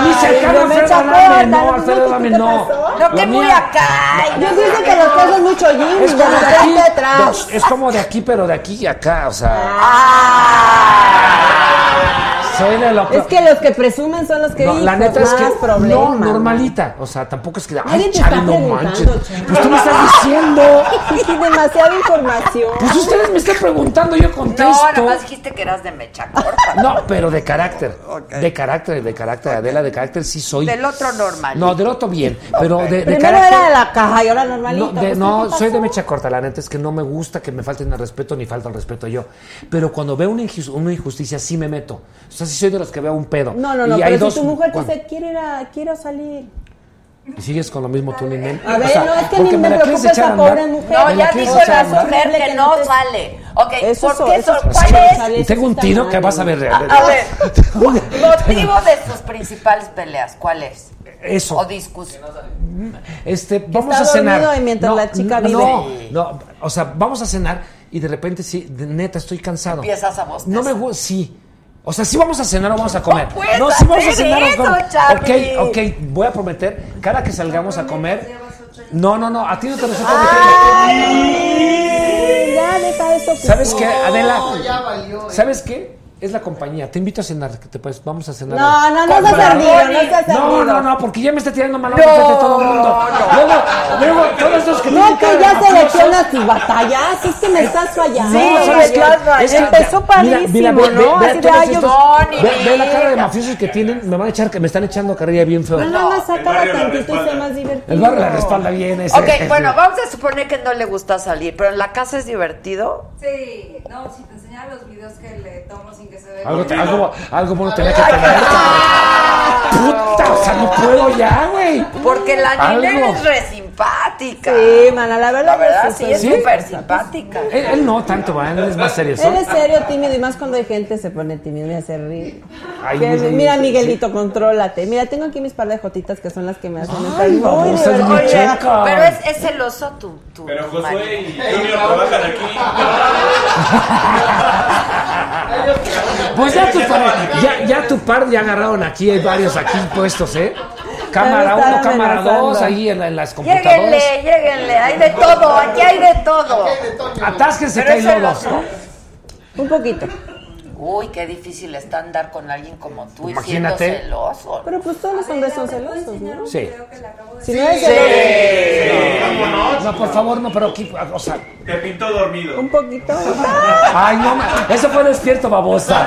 Speaker 2: no. Ni cercano a
Speaker 12: de
Speaker 2: Alfredo
Speaker 12: mecha
Speaker 2: Adame,
Speaker 12: corta,
Speaker 2: no,
Speaker 12: no,
Speaker 2: Alfredo
Speaker 12: ¿qué
Speaker 2: Adame,
Speaker 12: te
Speaker 2: no.
Speaker 12: pasó?
Speaker 2: La
Speaker 12: No, que muy
Speaker 2: mía-
Speaker 1: acá.
Speaker 12: Yo siento que los dos son mucho yin,
Speaker 2: Es como de aquí,
Speaker 12: de atrás.
Speaker 2: no, es como de aquí, pero de aquí y acá, o sea. Soy de lo
Speaker 12: Ah. Es que los que presumen son los que
Speaker 2: No,
Speaker 12: dicen
Speaker 2: la neta es
Speaker 12: más
Speaker 2: que no,
Speaker 12: problemas.
Speaker 2: normalita, o sea, tampoco es que ay,
Speaker 12: te
Speaker 2: chale,
Speaker 12: está
Speaker 2: no
Speaker 12: preguntando,
Speaker 2: manches.
Speaker 12: chale.
Speaker 2: Pues tú me estás diciendo.
Speaker 12: Sí, sí, demasiada información.
Speaker 2: Pues ustedes me están preguntando, yo
Speaker 1: No, nada
Speaker 2: contesto.
Speaker 1: más dijiste que eras de mecha corta.
Speaker 2: No, pero de carácter. De carácter, de carácter, Adela, de carácter sí soy.
Speaker 1: Del otro normal.
Speaker 2: No, del otro bien, pero de, de
Speaker 12: Primero
Speaker 2: carácter.
Speaker 12: era de la caja y ahora normalita.
Speaker 2: No, de-
Speaker 12: pues,
Speaker 2: no,
Speaker 12: ¿qué te
Speaker 2: soy
Speaker 12: pasó?
Speaker 2: de mecha corta, la neta es que no me gusta que me falten al respeto ni falta al respeto yo. Pero cuando veo una, injus- una injusticia sí me meto. O sea, sí soy de los que veo un pedo.
Speaker 12: No, no, no,
Speaker 2: Y hay
Speaker 12: pero
Speaker 2: dos-
Speaker 12: si tu mujer
Speaker 2: cuando-
Speaker 12: dice, quiero, ir a, quiero salir.
Speaker 2: Y sigues con lo mismo tú, Ninel.
Speaker 12: A ver,
Speaker 2: O sea,
Speaker 12: no, es que
Speaker 2: porque
Speaker 12: ni me
Speaker 2: la quieres
Speaker 12: preocupa esa
Speaker 2: echar a andar.
Speaker 12: pobre mujer.
Speaker 1: No,
Speaker 2: Me
Speaker 1: ya
Speaker 2: la quieres
Speaker 1: dijo
Speaker 2: echar a
Speaker 1: la
Speaker 2: andar.
Speaker 1: mujer que no sale. Ok,
Speaker 2: Eso
Speaker 1: ¿por
Speaker 2: so-
Speaker 1: qué?
Speaker 2: eso
Speaker 1: so-
Speaker 2: so-
Speaker 1: ¿Cuál
Speaker 2: Y
Speaker 1: es?
Speaker 2: tengo un tiro que vas a ver real.
Speaker 1: A ver, motivo de sus principales peleas, ¿cuál es?
Speaker 2: Eso.
Speaker 1: O discusión.
Speaker 2: Este, vamos
Speaker 12: está
Speaker 2: a cenar.
Speaker 12: dormido y mientras la chica
Speaker 2: no,
Speaker 12: vive.
Speaker 2: No, no, o sea, vamos a cenar y de repente sí, de neta, estoy cansado.
Speaker 1: Empiezas a bostezar.
Speaker 2: No me gusta, sí. O sea, sí vamos a cenar o vamos a comer.
Speaker 1: No puedes
Speaker 2: no, sí vamos a
Speaker 1: hacer
Speaker 2: cenar
Speaker 1: eso,
Speaker 2: o comer.
Speaker 1: Charlie.
Speaker 2: Ok, ok, voy a prometer, cada que salgamos a comer. No, no, no, a ti no te resulta
Speaker 12: Ya deja eso. pues,
Speaker 2: ¿Sabes
Speaker 12: sí.
Speaker 2: qué,
Speaker 12: No, ya
Speaker 2: Adela?
Speaker 12: valió, eh.
Speaker 2: ¿Sabes qué? Es la compañía. Te invito a cenar, que te puedes, vamos a cenar.
Speaker 12: No, no, no
Speaker 2: Con
Speaker 12: seas
Speaker 2: Barboni.
Speaker 12: ardido, no seas
Speaker 2: No,
Speaker 12: ardido.
Speaker 2: no, no, porque ya me está tirando mal
Speaker 12: No,
Speaker 2: frente a todo el mundo.
Speaker 12: no.
Speaker 2: Luego, luego, todos los que
Speaker 12: No, que ya
Speaker 2: mafiosos-
Speaker 12: seleccionas tus batallas, es que me estás fallando.
Speaker 2: No,
Speaker 12: pues,
Speaker 2: ¿sabes qué? Es que-
Speaker 12: Empezó
Speaker 2: mira, mira,
Speaker 12: padrísimo,
Speaker 2: ve- ve-
Speaker 12: ¿no?
Speaker 2: ve a
Speaker 12: Así de,
Speaker 2: todos
Speaker 12: ay, yo...
Speaker 2: estos- ve- ve la cara de mafiosos que tienen, me van a echar, que me están echando carrilla bien feo.
Speaker 12: No, nada más sácala
Speaker 2: barrio la
Speaker 12: tantito y sea
Speaker 2: respalda.
Speaker 12: más divertido.
Speaker 2: El barrio la respalda bien ese.
Speaker 1: Ok, bueno, vamos a suponer que no le gusta salir, pero en la casa es divertido.
Speaker 6: Sí, no, si te enseñara los videos que le tomo sin que se vea.
Speaker 2: Algo, te- algo, algo bueno tenía que tener. cabrón. Puta, o sea, no puedo ya, güey.
Speaker 1: Porque la niña
Speaker 2: Algo.
Speaker 1: es re simpática.
Speaker 12: Sí, mana, la verdad
Speaker 1: La verdad
Speaker 12: es que
Speaker 1: sí es
Speaker 12: sí.
Speaker 1: súper simpática.
Speaker 2: Él, él no tanto, va, él es más serio. ¿so?
Speaker 12: Él es serio, tímido, y más cuando hay gente se pone tímido y hace reír.
Speaker 2: Ay,
Speaker 12: Que-
Speaker 2: sí,
Speaker 12: mira,
Speaker 2: sí.
Speaker 12: Miguelito, contrólate. Mira, tengo aquí mis par de jotitas que son las que me hacen estar
Speaker 2: Ay,
Speaker 12: muy
Speaker 2: babosa, es
Speaker 12: divertida.
Speaker 2: mi checa.
Speaker 1: Pero es, es celoso tu, tu
Speaker 5: Pero Josué y
Speaker 1: marido.
Speaker 5: Junior trabajan aquí.
Speaker 2: Pues ya tu par, ya, ya tu par ya agarraron aquí, hay varios aquí puestos, ¿eh? Cámara
Speaker 12: Ya me
Speaker 2: 1,
Speaker 12: están
Speaker 2: cámara 2,
Speaker 12: amenazando.
Speaker 2: ahí en, en las computadoras.
Speaker 1: Lléguenle, lléguenle, hay de todo, aquí hay de todo.
Speaker 2: Atásquense que
Speaker 1: Pero
Speaker 2: hay
Speaker 1: es
Speaker 2: lodos.
Speaker 1: celoso.
Speaker 12: Un poquito.
Speaker 1: Uy, qué difícil está andar con alguien como tú y
Speaker 2: Imagínate.
Speaker 1: siendo celoso.
Speaker 12: Pero pues todos los hombres son celosos, ¿no?
Speaker 2: Sí.
Speaker 12: Si no eres
Speaker 1: Sí.
Speaker 12: celoso.
Speaker 2: no, no, por favor, no, pero aquí, o sea.
Speaker 23: Te pintó dormido.
Speaker 2: Un poquito. Ay, no, ma- eso fue despierto, babosa.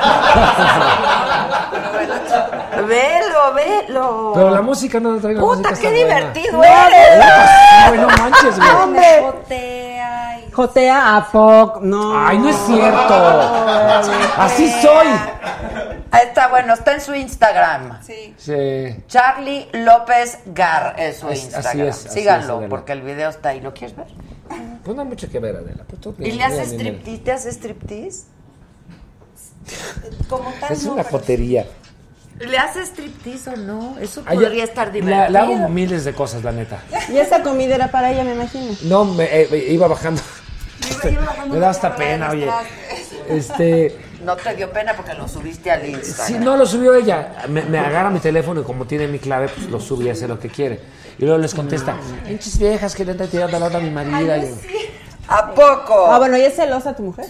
Speaker 1: Velo, velo.
Speaker 2: Pero la música no la traigo.
Speaker 1: Puta, qué divertido
Speaker 2: eres.
Speaker 24: Güey, no manches, güey.
Speaker 12: Jotea a poco. No.
Speaker 2: Ay, no es cierto. Así soy.
Speaker 1: Ahí está bueno, está en su Instagram. Sí.
Speaker 2: Sí.
Speaker 1: Charlie López Gar es su
Speaker 2: Así- así
Speaker 1: Instagram.
Speaker 2: es, así es,
Speaker 1: Síganlo,
Speaker 2: Adela.
Speaker 1: porque el video está ahí. ¿Lo quieres ver?
Speaker 2: Pues no hay mucho que ver, Adela. Pues tú
Speaker 1: ¿Y le
Speaker 2: mira,
Speaker 1: haces
Speaker 2: mira, mira.
Speaker 1: striptease? ¿Te haces striptease? Como tal,
Speaker 2: Es
Speaker 1: no,
Speaker 2: una
Speaker 1: pero-
Speaker 2: jotería.
Speaker 1: ¿Le haces striptease o no? Eso
Speaker 2: Ay,
Speaker 1: podría
Speaker 2: ya-
Speaker 1: estar
Speaker 2: la, le hago
Speaker 1: divertido.
Speaker 2: miles de cosas, la neta.
Speaker 12: Y esa comida era para ella, me imagino.
Speaker 2: No, me eh, eh, iba bajando.
Speaker 1: bajando
Speaker 2: Me da hasta pena, oye. Este.
Speaker 1: No te dio pena porque lo subiste al Instagram.
Speaker 2: Si no lo subió ella, me, me agarra mi teléfono y como tiene mi clave, pues lo sube y hace lo que quiere. Y luego les contesta, pinches viejas que le andan tirando la onda a mi marido. Y-
Speaker 1: ¿A poco?
Speaker 12: Ah, bueno, ¿y es celosa tu mujer?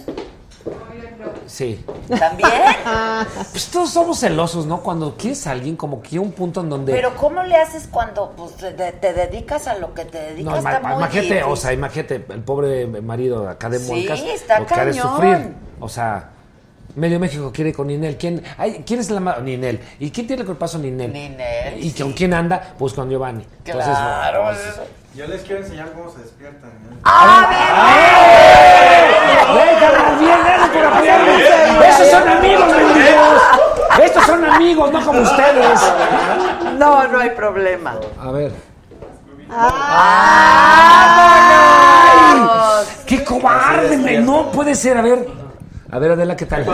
Speaker 2: Sí.
Speaker 1: ¿También? Ah.
Speaker 2: Pues todos somos celosos, ¿no? Cuando quieres a alguien, como que llega un punto en donde...
Speaker 1: Pero ¿cómo le haces cuando pues, te, te- te dedicas a lo que te dedicas?
Speaker 2: no,
Speaker 1: está
Speaker 2: ima-
Speaker 1: muy
Speaker 2: imagínate, o
Speaker 1: difícil.
Speaker 2: sea, imagínate el pobre marido acá de
Speaker 1: Sí,
Speaker 2: Moncas.
Speaker 1: está
Speaker 2: lo que ha de
Speaker 1: cañón.
Speaker 2: sufrir. O sea, medio México quiere con Ninel. ¿Quién, ay, ¿quién es la ma- Ninel? ¿Y quién tiene el culpazo Ninel?
Speaker 1: Ninel,
Speaker 2: ¿Y con quién anda? Pues con Giovanni. Entonces,
Speaker 1: Claro.
Speaker 2: pues,
Speaker 5: Yo les quiero enseñar cómo se despiertan.
Speaker 1: Ah,
Speaker 5: ¡Ah!
Speaker 2: ¡Ey, carnal, bien! ¡Gracias por apoyarme! ¡Estos son amigos, amigos! ¡Estos son amigos, no como ustedes!
Speaker 1: No, no hay problema.
Speaker 2: A ver.
Speaker 1: ¡Vámonos!
Speaker 2: ¡Qué cobarde! me- No puede ser, a ver. A ver, Adela, ¿qué tal?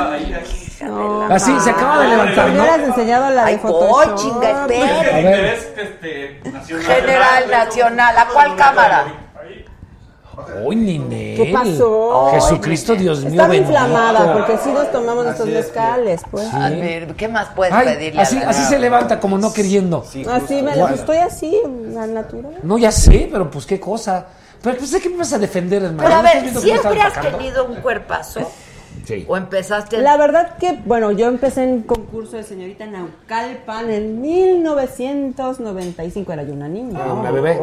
Speaker 2: Así, se acaba de levantar,
Speaker 12: Ah, Me
Speaker 2: ¿no?
Speaker 12: hubieras enseñado la de
Speaker 1: Ay,
Speaker 12: Photoshop.
Speaker 1: oh, chinga, espera.
Speaker 2: A ver.
Speaker 1: General Nacional, ¿a cuál cámara?
Speaker 2: ¡Uy, Ninel!
Speaker 12: ¿Qué pasó?
Speaker 2: Jesucristo, Dios mío,
Speaker 12: Estaba
Speaker 2: bendito.
Speaker 12: inflamada porque sí nos tomamos nuestros mezcales, pues.
Speaker 2: Sí. A ver,
Speaker 1: ¿qué más puedes
Speaker 2: Ay, así, así se levanta, como no queriendo.
Speaker 12: Así me
Speaker 2: Guau.
Speaker 12: pues estoy así, al natural.
Speaker 2: No, ya sé, pero pues qué cosa. Pero pues de qué me vas a defender, hermano.
Speaker 1: Pero a
Speaker 2: ¿No estás
Speaker 1: ver,
Speaker 2: viendo que me
Speaker 1: ¿siempre
Speaker 2: estás
Speaker 1: has
Speaker 2: atacando?
Speaker 1: tenido un cuerpazo?
Speaker 2: Sí.
Speaker 1: ¿O empezaste
Speaker 12: La verdad que, bueno, yo empecé en concurso de señorita Naucalpan en 1995, era yo una niña. Oh,
Speaker 2: Ah, una bebé.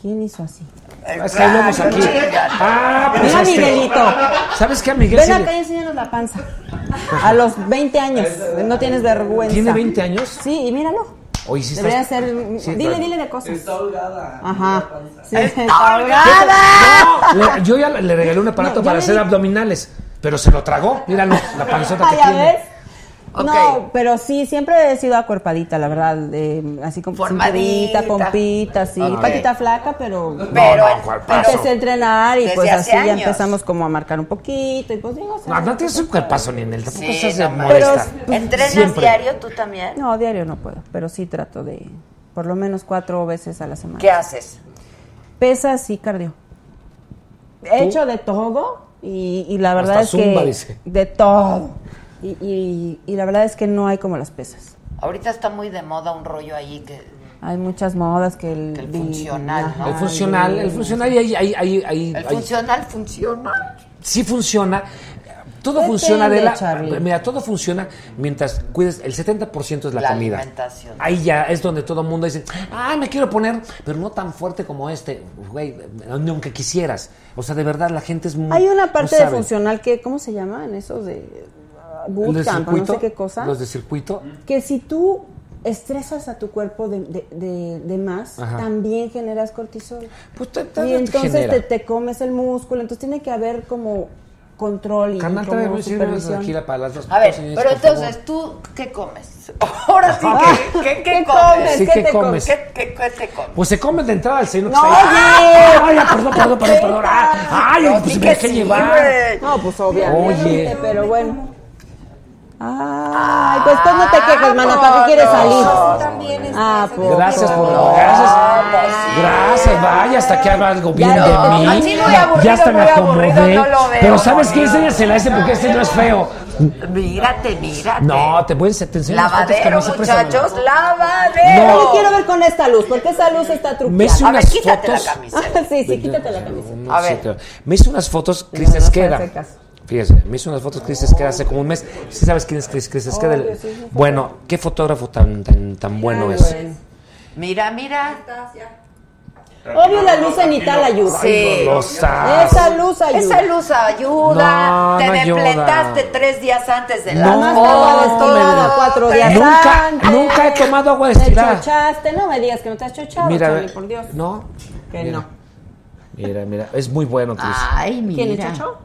Speaker 12: ¿Quién hizo así?
Speaker 2: Es que ahí vamos aquí. Ah, pues
Speaker 12: Mira,
Speaker 2: este-
Speaker 12: Miguelito.
Speaker 2: ¿Sabes qué, a Miguel?
Speaker 12: Ven
Speaker 2: sí le-
Speaker 12: acá y enséñanos la panza. A los 20 años, no tienes vergüenza.
Speaker 2: ¿Tiene 20 años?
Speaker 12: Sí, y míralo.
Speaker 2: Oye, sí
Speaker 12: Debería
Speaker 2: estás-
Speaker 12: ser.
Speaker 2: Sí,
Speaker 12: dile,
Speaker 2: claro.
Speaker 12: dile de cosas. Está
Speaker 23: holgada.
Speaker 12: Ajá. Sí.
Speaker 1: ¡Está
Speaker 2: No, le- yo ya le regalé un aparato
Speaker 12: No, yo
Speaker 2: para
Speaker 12: le
Speaker 2: hacer
Speaker 12: di-
Speaker 2: abdominales, pero se lo tragó. Míralo, la panzota que
Speaker 12: Ah, ¿ya
Speaker 2: tiene.
Speaker 12: ves? No, pero sí, siempre he sido acuerpadita, la verdad. eh, así con
Speaker 1: Formadita.
Speaker 12: cinturita, pompita, sí.
Speaker 2: Ok.
Speaker 12: Patita flaca, pero.
Speaker 1: Pero-
Speaker 2: no, cuerpazo.
Speaker 12: empecé a entrenar y
Speaker 1: Desde
Speaker 12: pues
Speaker 1: hace
Speaker 12: así ya
Speaker 1: años.
Speaker 12: empezamos como a marcar un poquito y pues digo, o sea,
Speaker 2: No, no tienes un cuerpazo, Ninel. Tampoco
Speaker 1: Sí,
Speaker 2: seas de
Speaker 1: no,
Speaker 2: molesta.
Speaker 12: pero-
Speaker 1: ¿Entrenas
Speaker 2: Siempre.
Speaker 1: diario tú también?
Speaker 12: No, diario no puedo, pero sí trato de por lo menos cuatro veces a la semana.
Speaker 1: ¿Qué haces?
Speaker 12: Pesas y cardio. He hecho de todo y, y la verdad
Speaker 2: Hasta
Speaker 12: es que
Speaker 2: zumba, dice.
Speaker 12: de todo. Y, y- y la verdad es que no hay como las pesas.
Speaker 1: Ahorita está muy de moda un rollo ahí que...
Speaker 12: Hay muchas modas que el,
Speaker 1: el funcional, ¿no?
Speaker 2: El funcional, el funcional, y ahí, ahí, ahí, ahí-
Speaker 1: El
Speaker 2: ahí-
Speaker 1: funcional funciona.
Speaker 2: sí funciona. Todo
Speaker 1: Depende,
Speaker 2: funciona, Adela.
Speaker 1: Charlie.
Speaker 2: Mira, todo funciona mientras cuides. El 70% es la,
Speaker 1: La
Speaker 2: comida.
Speaker 1: alimentación.
Speaker 2: Ahí ya es donde todo el mundo dice, ah, me quiero poner, pero no tan fuerte como este, güey, aunque quisieras. O sea, de verdad, la gente es muy.
Speaker 12: Hay una
Speaker 2: no
Speaker 12: parte de
Speaker 2: sabe.
Speaker 12: funcional que, ¿cómo se llaman esos de ah,
Speaker 2: Los de
Speaker 12: bootcamp o no
Speaker 2: circuito,
Speaker 12: sé qué cosa?
Speaker 2: Los de circuito.
Speaker 12: Que si tú estresas a tu cuerpo de, de- de- de más,
Speaker 2: Ajá. Pues
Speaker 12: también generas cortisol.
Speaker 2: te
Speaker 12: y entonces
Speaker 2: genera.
Speaker 12: te, te comes el músculo, entonces tiene que haber como control y
Speaker 2: Carnal,
Speaker 12: como
Speaker 2: tráeme un sirve de
Speaker 12: supervisión.
Speaker 2: tequila para las dos.
Speaker 1: A ver,
Speaker 2: dos señoritas,
Speaker 1: pero
Speaker 2: por favor.
Speaker 1: entonces, ¿tú qué comes? Ahora sí, ¿qué, qué, qué,
Speaker 12: ¿Qué
Speaker 1: comes?
Speaker 12: comes?
Speaker 2: Sí, ¿Qué ¿qué te comes? comes?
Speaker 1: ¿Qué, qué, qué te comes?
Speaker 2: Pues se come de entrada el seno. que
Speaker 1: No,
Speaker 2: está ahí.
Speaker 1: oye.
Speaker 2: ¡Ay, ya, perdón, perdón, perdón, perdón! Ah, ¡Ay,
Speaker 1: No,
Speaker 2: pues
Speaker 1: di
Speaker 2: me
Speaker 1: que
Speaker 2: dejé
Speaker 1: sí,
Speaker 2: llevar!
Speaker 1: güey.
Speaker 12: No, pues obviamente,
Speaker 2: Oye.
Speaker 12: pero bueno. Ay, pues tú no te quejes, mana, ¿para qué quieres salir? Ah, pues.
Speaker 2: Gracias por gracias. Gracias, vaya, hasta que haga algo bien
Speaker 12: Ya
Speaker 2: de
Speaker 12: no,
Speaker 2: mí.
Speaker 12: así muy
Speaker 1: aburrido,
Speaker 2: ya hasta me
Speaker 1: muy aburrido,
Speaker 2: acomodé.
Speaker 1: no lo veo.
Speaker 2: pero sabes qué, enséñasela a ese porque este no es feo.
Speaker 1: Mírate, mírate.
Speaker 2: No, te pueden te enseño las fotos que
Speaker 1: lavadero,
Speaker 2: me hice presa.
Speaker 1: muchachos, lavadero.
Speaker 12: No lo quiero ver con esta luz, porque esa luz está truqueada.
Speaker 2: Me hice
Speaker 12: A ver,
Speaker 2: unas
Speaker 12: quítate
Speaker 2: fotos.
Speaker 12: la camiseta. sí, sí, quítate la camiseta.
Speaker 2: No sé, claro. Me hizo unas fotos Cris
Speaker 12: no, no
Speaker 2: Esqueda.
Speaker 12: se hace caso.
Speaker 2: Fíjese, me hizo unas fotos Cris Esqueda hace como un mes. ¿Sí sabes quién es Cris Cris Esqueda?
Speaker 1: Obvio, sí, sí, sí.
Speaker 2: bueno, qué fotógrafo tan, tan, tan bueno
Speaker 1: Claro,
Speaker 2: es.
Speaker 1: Mira, mira.
Speaker 12: Obvio, la luz cenital ayuda.
Speaker 1: Sí.
Speaker 12: Esa luz ayuda.
Speaker 1: Esa luz ayuda.
Speaker 12: No,
Speaker 1: te
Speaker 12: no ayuda.
Speaker 1: depletaste tres días antes de la
Speaker 2: No,
Speaker 1: boda,
Speaker 2: estaba
Speaker 1: todo,
Speaker 2: destilada
Speaker 12: cuatro días
Speaker 2: Nunca,
Speaker 12: antes.
Speaker 2: nunca he tomado agua
Speaker 12: Te
Speaker 2: destilada.
Speaker 12: chochaste, no me digas que no te has chochado,
Speaker 2: Mira,
Speaker 12: Charlie, por Dios.
Speaker 2: No.
Speaker 12: Que
Speaker 2: Mira.
Speaker 12: no. Ah.
Speaker 2: Mira, mira, es muy bueno, Cris.
Speaker 1: Ay, mira.
Speaker 12: ¿Quién es chocho?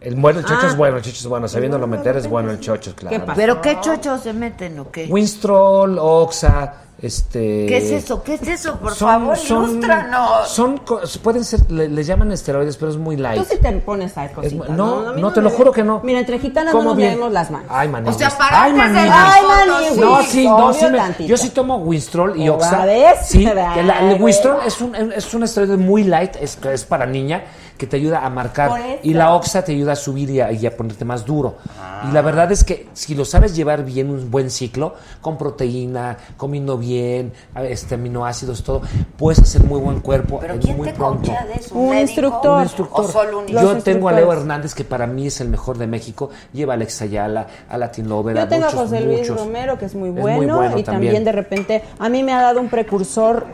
Speaker 2: El, bueno, el chocho
Speaker 1: Ah.
Speaker 2: es bueno, el chocho es bueno. Sabiéndolo meter es bueno el chocho, claro.
Speaker 1: ¿Pero qué chochos se meten o qué?
Speaker 2: Winstrol, Oxa, este...
Speaker 1: ¿Qué es eso? ¿Qué es eso? Por favor, ilústranos.
Speaker 2: Son, co- pueden ser, le, les llaman esteroides, pero es muy light.
Speaker 12: Tú sí te pones a
Speaker 2: Es
Speaker 12: cositas.
Speaker 2: mu- no,
Speaker 12: A
Speaker 2: no,
Speaker 12: mí
Speaker 2: te
Speaker 12: me
Speaker 2: lo
Speaker 12: ve-
Speaker 2: juro que no.
Speaker 12: Mira, entre gitanas no
Speaker 2: ¿Cómo
Speaker 12: nos
Speaker 2: bien?
Speaker 12: leemos las manos.
Speaker 2: Ay, maní.
Speaker 12: O sea,
Speaker 2: güey.
Speaker 12: para
Speaker 2: Ay,
Speaker 12: antes de
Speaker 2: maní.
Speaker 12: las Ay, fotos, maní, sí.
Speaker 2: No, sí, no, sí.
Speaker 12: Obvio,
Speaker 2: me-
Speaker 12: tantito.
Speaker 2: yo sí tomo Winstrol y
Speaker 12: Oh,
Speaker 2: Oxa.
Speaker 12: a ver,
Speaker 2: Sí,
Speaker 12: ¿verdad,
Speaker 2: que la- el
Speaker 12: güey?
Speaker 2: Winstrol es un, es un esteroide muy light, es, que es para niña, que te ayuda a marcar.
Speaker 12: Por eso.
Speaker 2: Y la Oxa te ayuda a subir y a, y a ponerte más duro.
Speaker 12: Ah.
Speaker 2: Y la verdad es que si lo sabes llevar bien, un buen ciclo, con proteína, comiendo bien, a- este, aminoácidos, todo, puedes hacer muy buen cuerpo.
Speaker 1: ¿Pero
Speaker 2: en
Speaker 1: quién
Speaker 2: muy
Speaker 1: te
Speaker 2: pronto.
Speaker 1: confía de eso? ¿Un médico? instructor?
Speaker 2: Un instructor.
Speaker 1: ¿O solo un
Speaker 2: Yo
Speaker 1: instructor?
Speaker 2: tengo a Leo
Speaker 1: Instructores.
Speaker 2: Hernández, que para mí es el mejor de México. Lleva a Alex Ayala, a Latin Lover,
Speaker 12: Yo
Speaker 2: a
Speaker 12: tengo a
Speaker 2: muchos,
Speaker 12: José Luis
Speaker 2: muchos.
Speaker 12: Romero, que es muy
Speaker 2: Es muy
Speaker 12: bueno,
Speaker 2: bueno
Speaker 12: y también.
Speaker 2: también.
Speaker 12: de repente a mí me ha dado un precursor,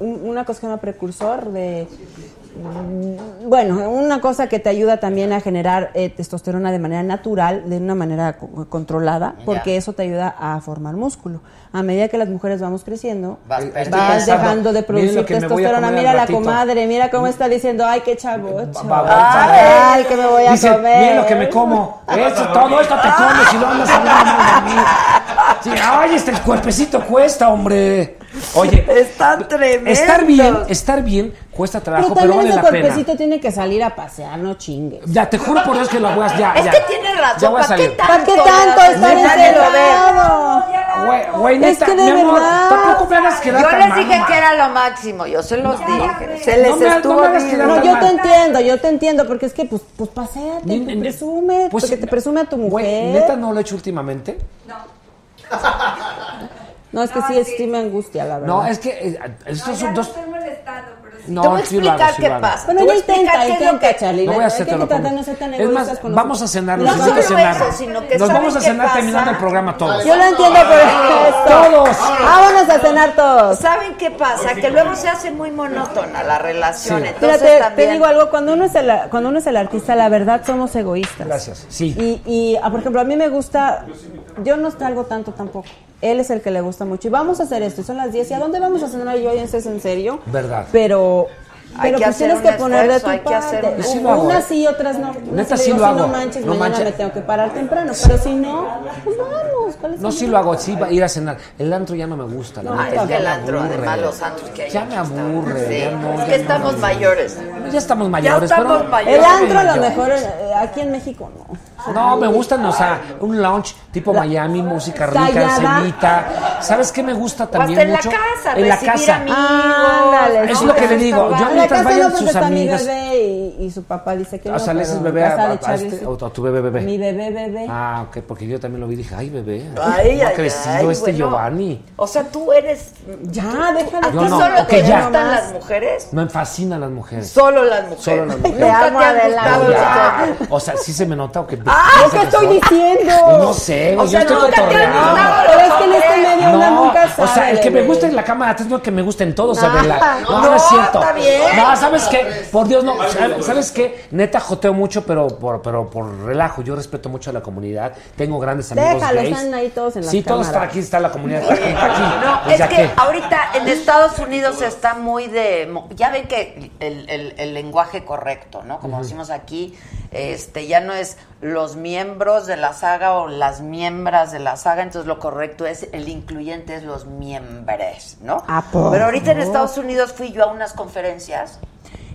Speaker 12: un- una cosa que se llama precursor de... mm, Bueno, una cosa que te ayuda también a generar eh, testosterona de manera natural, de una manera co- controlada,
Speaker 1: Ya.
Speaker 12: porque eso te ayuda a formar músculo. A medida que las mujeres vamos creciendo,
Speaker 1: Vas
Speaker 12: vas
Speaker 1: perdiendo. pensando,
Speaker 12: dejando de
Speaker 1: "Miren lo
Speaker 12: producir
Speaker 1: que me voy a
Speaker 12: testosterona.
Speaker 1: comer al
Speaker 12: Mira la
Speaker 1: ratito".
Speaker 12: comadre, mira cómo está diciendo, ay, qué chavocha.
Speaker 2: ay,
Speaker 12: Ay, que me voy a
Speaker 2: Dice,
Speaker 12: comer.
Speaker 2: miren lo que me como. Esto, todo esto te comes y lo andas hablando mal de mí. Sí, ay, este el cuerpecito cuesta, hombre. Oye,
Speaker 1: están tremendos.
Speaker 2: estar bien, estar bien cuesta trabajo,
Speaker 12: Pero
Speaker 2: pero,
Speaker 12: también
Speaker 2: vale
Speaker 12: ese
Speaker 2: la pena.
Speaker 12: cuerpecito tiene que salir a pasear, no chingues.
Speaker 2: Ya, te juro por Dios que la voy a... Ya,
Speaker 12: Es
Speaker 2: ya.
Speaker 12: que tienes razón,
Speaker 2: Ya voy a
Speaker 12: ¿pa' qué
Speaker 2: salir.
Speaker 12: tanto? ¿Para qué tanto estar encerrado?
Speaker 2: Güey, güey,
Speaker 12: Es
Speaker 2: neta,
Speaker 12: que de
Speaker 2: mi amor,
Speaker 12: verdad.
Speaker 2: tampoco me hagas quedar
Speaker 1: Yo
Speaker 2: tan
Speaker 1: les
Speaker 2: mal,
Speaker 1: dije
Speaker 2: ma.
Speaker 1: que era lo máximo, yo se los dije. Se les
Speaker 12: No me- no me
Speaker 1: estuvo
Speaker 12: hagas
Speaker 1: diciendo.
Speaker 12: quedar No, tan yo mal. te entiendo, yo te entiendo, porque es que pues, pues paséate,
Speaker 2: Ni-
Speaker 12: pues,
Speaker 2: ni-
Speaker 12: presume,
Speaker 2: pues,
Speaker 12: porque te presume a tu mujer.
Speaker 2: Neta, no lo he hecho últimamente.
Speaker 12: No, es que sí, es sí me angustia, la verdad.
Speaker 2: No, es que eh, estos son dos... No,
Speaker 12: Te voy a
Speaker 2: sí lo hago,
Speaker 12: explicar
Speaker 2: sí
Speaker 12: qué
Speaker 2: lo hago.
Speaker 12: pasa. Bueno, Te voy a ya explicar intenta, qué es lo intenta, que- Charlie.
Speaker 2: No voy a
Speaker 12: Hay
Speaker 2: hacer
Speaker 12: que
Speaker 2: todo lo
Speaker 12: tratar de
Speaker 2: como-
Speaker 12: no ser tan
Speaker 2: Es
Speaker 12: egoístas
Speaker 2: más,
Speaker 12: con
Speaker 2: vamos a
Speaker 12: nosotros.
Speaker 2: cenar.
Speaker 12: No
Speaker 2: Nos vamos a
Speaker 12: solo
Speaker 2: cenar.
Speaker 12: eso, sino
Speaker 2: Nos
Speaker 12: que ¿saben
Speaker 2: vamos a
Speaker 12: qué
Speaker 2: cenar
Speaker 12: pasa?
Speaker 2: terminando el programa todos.
Speaker 12: Yo lo entiendo por eso.
Speaker 2: Todos.
Speaker 12: Vámonos a cenar todos.
Speaker 1: ¿Saben qué pasa? Que luego se hace muy monótona la relación.
Speaker 12: Sí.
Speaker 1: Entonces
Speaker 12: Fíjate,
Speaker 1: también.
Speaker 12: te digo algo, cuando uno es el, cuando uno es el artista, la verdad somos egoístas.
Speaker 2: Gracias. Sí.
Speaker 12: Y, y, ah, por ejemplo, a mí me gusta, yo no salgo tanto tampoco. Él es el que le gusta mucho. Y vamos a hacer esto, y son las 10. ¿Y a dónde vamos a cenar? Y yo, "Oye, ¿eso es en serio?
Speaker 2: Verdad.
Speaker 12: Pero,
Speaker 1: Hay
Speaker 12: pero
Speaker 1: que
Speaker 12: pues
Speaker 1: hacer
Speaker 12: tienes
Speaker 1: un
Speaker 12: que poner de
Speaker 1: esfuerzo,
Speaker 12: tu
Speaker 1: hay que hacer
Speaker 12: parte.
Speaker 1: un
Speaker 2: Sí lo hago,
Speaker 12: Unas
Speaker 2: ¿eh?
Speaker 12: sí, otras no. Unas
Speaker 2: Neta,
Speaker 12: le
Speaker 2: sí
Speaker 12: digo,
Speaker 2: lo hago.
Speaker 12: No manches,
Speaker 2: No
Speaker 12: mañana
Speaker 2: manches.
Speaker 12: me tengo que parar temprano. Pero si no, pues vamos. ¿cuál es
Speaker 2: No,
Speaker 12: el
Speaker 2: sí
Speaker 12: problema?
Speaker 2: lo hago, sí va a ir a cenar. El antro ya no me gusta. la
Speaker 1: No,
Speaker 2: neta,
Speaker 1: Ah, es
Speaker 2: ya
Speaker 1: que el
Speaker 2: me
Speaker 1: antro,
Speaker 2: aburre.
Speaker 1: además los antros que hay.
Speaker 2: Ya me aburre.
Speaker 1: Sí,
Speaker 2: ya no,
Speaker 1: es que
Speaker 2: ya no.
Speaker 1: estamos mayores.
Speaker 2: Ya estamos mayores.
Speaker 1: estamos
Speaker 2: pero-
Speaker 1: mayores.
Speaker 12: El antro a
Speaker 2: Ya.
Speaker 12: lo mejor eh, aquí en México no.
Speaker 2: No, me gustan, o sea, un lounge tipo Miami, música rica,
Speaker 12: Sayada.
Speaker 2: cenita. ¿Sabes qué me gusta también
Speaker 12: hasta en la
Speaker 2: mucho?
Speaker 12: casa,
Speaker 2: en la
Speaker 12: recibir
Speaker 2: casa. Ah,
Speaker 12: amigos. Ándale,
Speaker 2: es
Speaker 12: sí,
Speaker 2: lo que
Speaker 12: eso
Speaker 2: le
Speaker 12: está
Speaker 2: digo.
Speaker 12: padre.
Speaker 2: Yo
Speaker 12: En la
Speaker 2: mientras
Speaker 12: casa
Speaker 2: vayan
Speaker 12: no,
Speaker 2: sus
Speaker 12: porque está mi
Speaker 2: amigas.
Speaker 12: bebé y, y su papá dice que
Speaker 2: O
Speaker 12: no,
Speaker 2: sea, le
Speaker 12: pero
Speaker 2: haces
Speaker 12: en
Speaker 2: bebé a,
Speaker 12: casa de
Speaker 2: a- a
Speaker 12: Charlie
Speaker 2: este-
Speaker 12: sí.
Speaker 2: o a tu bebé bebé.
Speaker 12: Mi bebé bebé.
Speaker 2: Ah, ok, porque yo también lo vi y dije, ay, bebé.
Speaker 1: Ay,
Speaker 2: ¿cómo ha
Speaker 1: ay,
Speaker 2: crecido
Speaker 1: ay,
Speaker 2: este
Speaker 1: bueno.
Speaker 2: Giovanni?
Speaker 1: O sea, tú eres.
Speaker 12: Ya, déjalo.
Speaker 1: ¿A ti
Speaker 2: Yo no,
Speaker 1: solo
Speaker 2: ok,
Speaker 1: te
Speaker 2: ya.
Speaker 1: gustan las mujeres?
Speaker 2: Me fascinan las mujeres.
Speaker 1: Solo las mujeres.
Speaker 2: Solo las mujeres.
Speaker 1: Nunca
Speaker 12: amo,
Speaker 1: te han gustado
Speaker 2: No,
Speaker 1: los
Speaker 2: ya.
Speaker 1: hombres.
Speaker 2: O sea, sí se me nota o que.
Speaker 12: ¡Ah!
Speaker 2: ¿qué
Speaker 12: ¿Qué estoy diciendo?
Speaker 2: Pues no sé, güey,
Speaker 12: O sea,
Speaker 2: yo estoy
Speaker 12: nunca te han
Speaker 2: cotorreando.
Speaker 12: gustado Pero es que en este medio
Speaker 2: no,
Speaker 12: una nunca sabe.
Speaker 2: O sea, el que me
Speaker 12: bebé.
Speaker 2: gusta en la cámara es no que me gusten todos,
Speaker 12: Ah,
Speaker 2: Adela. No, no,
Speaker 12: no,
Speaker 2: es cierto.
Speaker 12: está bien.
Speaker 2: No, ¿sabes qué? Por Dios, no. ¿Sabes- ¿Sabes qué? Neta joteo mucho, pero por, pero por relajo. Yo respeto mucho a la comunidad. Tengo grandes amigos
Speaker 12: Déjalo,
Speaker 2: gays.
Speaker 12: están ahí todos en la
Speaker 2: Sí, todos están aquí, está la comunidad. Está aquí. está aquí.
Speaker 1: No,
Speaker 2: Pues
Speaker 1: es
Speaker 2: ya
Speaker 1: que
Speaker 2: qué.
Speaker 1: ahorita en Estados Unidos está muy de. mo- Ya ven que el, el- el lenguaje correcto, ¿no? Como
Speaker 2: Ujú.
Speaker 1: decimos aquí, este ya no es los miembros de la saga o las miembras de la saga, entonces lo correcto es el incluyente es los miembres, ¿no?
Speaker 2: Ah,
Speaker 12: ¿A poco?
Speaker 1: Pero ahorita en Estados Unidos fui yo a unas conferencias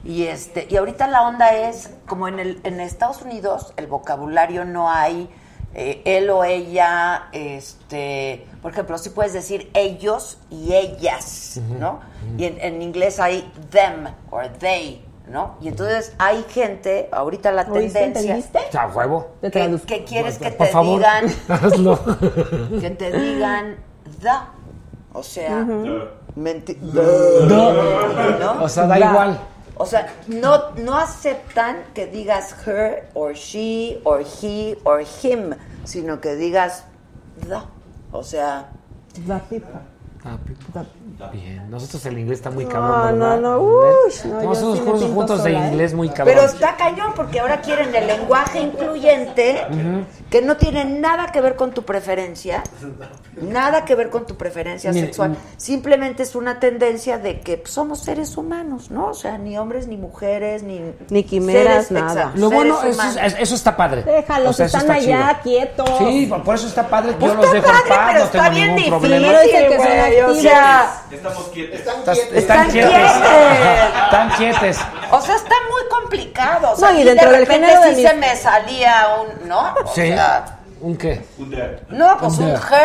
Speaker 1: y este y ahorita la onda es como en el en Estados Unidos el vocabulario no hay eh, él o ella, este, por ejemplo, sí puedes decir ellos y ellas, ¿no? Y en, en inglés hay them or they, ¿no? Y entonces hay gente, ahorita la
Speaker 12: ¿Oíste?
Speaker 1: tendencia
Speaker 12: ¿Entendiste?
Speaker 2: O sea, huevo.
Speaker 12: Te
Speaker 1: que,
Speaker 12: traduzco.
Speaker 1: que quieres que
Speaker 2: Por
Speaker 1: te
Speaker 2: favor,
Speaker 1: digan
Speaker 2: hazlo.
Speaker 1: que te digan the, o sea, menti- ¿no?
Speaker 2: O sea, da igual.
Speaker 1: O sea, no, no aceptan que digas her or she or he or him, sino que digas the. O sea,
Speaker 12: La pipa.
Speaker 2: Ah,
Speaker 12: La
Speaker 2: Bien, nosotros el inglés está muy
Speaker 12: No,
Speaker 2: cabrón.
Speaker 12: no,
Speaker 2: ¿verdad?
Speaker 12: no,
Speaker 2: ¿Ven?
Speaker 12: uy, no, yo
Speaker 2: Nosotros
Speaker 12: sí me
Speaker 2: cursos
Speaker 12: pinto
Speaker 2: juntos
Speaker 12: sola,
Speaker 2: de
Speaker 12: ¿eh?
Speaker 2: inglés muy cabrón.
Speaker 1: Pero está cañón porque ahora quieren el lenguaje incluyente
Speaker 2: Ujú.
Speaker 1: que no tiene nada que ver con tu preferencia, nada que ver con tu preferencia
Speaker 2: Mire,
Speaker 1: sexual.
Speaker 2: mm.
Speaker 1: Simplemente es una tendencia de que somos seres humanos, ¿no? O sea, ni hombres, ni mujeres, ni...
Speaker 12: Ni quimeras,
Speaker 1: seres-
Speaker 12: nada.
Speaker 1: exacto,
Speaker 2: Lo bueno,
Speaker 1: seres
Speaker 2: eso, es-
Speaker 1: humanos.
Speaker 2: eso está padre.
Speaker 12: Déjalos,
Speaker 2: O sea, eso
Speaker 12: están
Speaker 2: está
Speaker 12: allá quietos.
Speaker 2: chido. Sí, por- por eso está padre.
Speaker 12: Pues
Speaker 2: Yo los
Speaker 12: está
Speaker 2: dejo en paz,
Speaker 12: padre, pero
Speaker 2: no tengo
Speaker 12: está bien
Speaker 2: ningún
Speaker 12: difícil,
Speaker 2: problema.
Speaker 12: pero dicen que son activos.
Speaker 25: Estamos quietos.
Speaker 2: Estás-
Speaker 25: quietos.
Speaker 2: Están
Speaker 25: Están
Speaker 2: quietes.
Speaker 25: quietes.
Speaker 2: Están quietes.
Speaker 1: O sea, está muy complicado. O sea,
Speaker 12: No, y
Speaker 1: a mí
Speaker 12: dentro
Speaker 1: de
Speaker 12: del
Speaker 1: repente
Speaker 12: género de
Speaker 1: sí
Speaker 12: mis-
Speaker 1: se me salía un... ¿No? O
Speaker 2: Sí.
Speaker 1: sea,
Speaker 2: ¿Un qué? Un
Speaker 1: no, pues un G.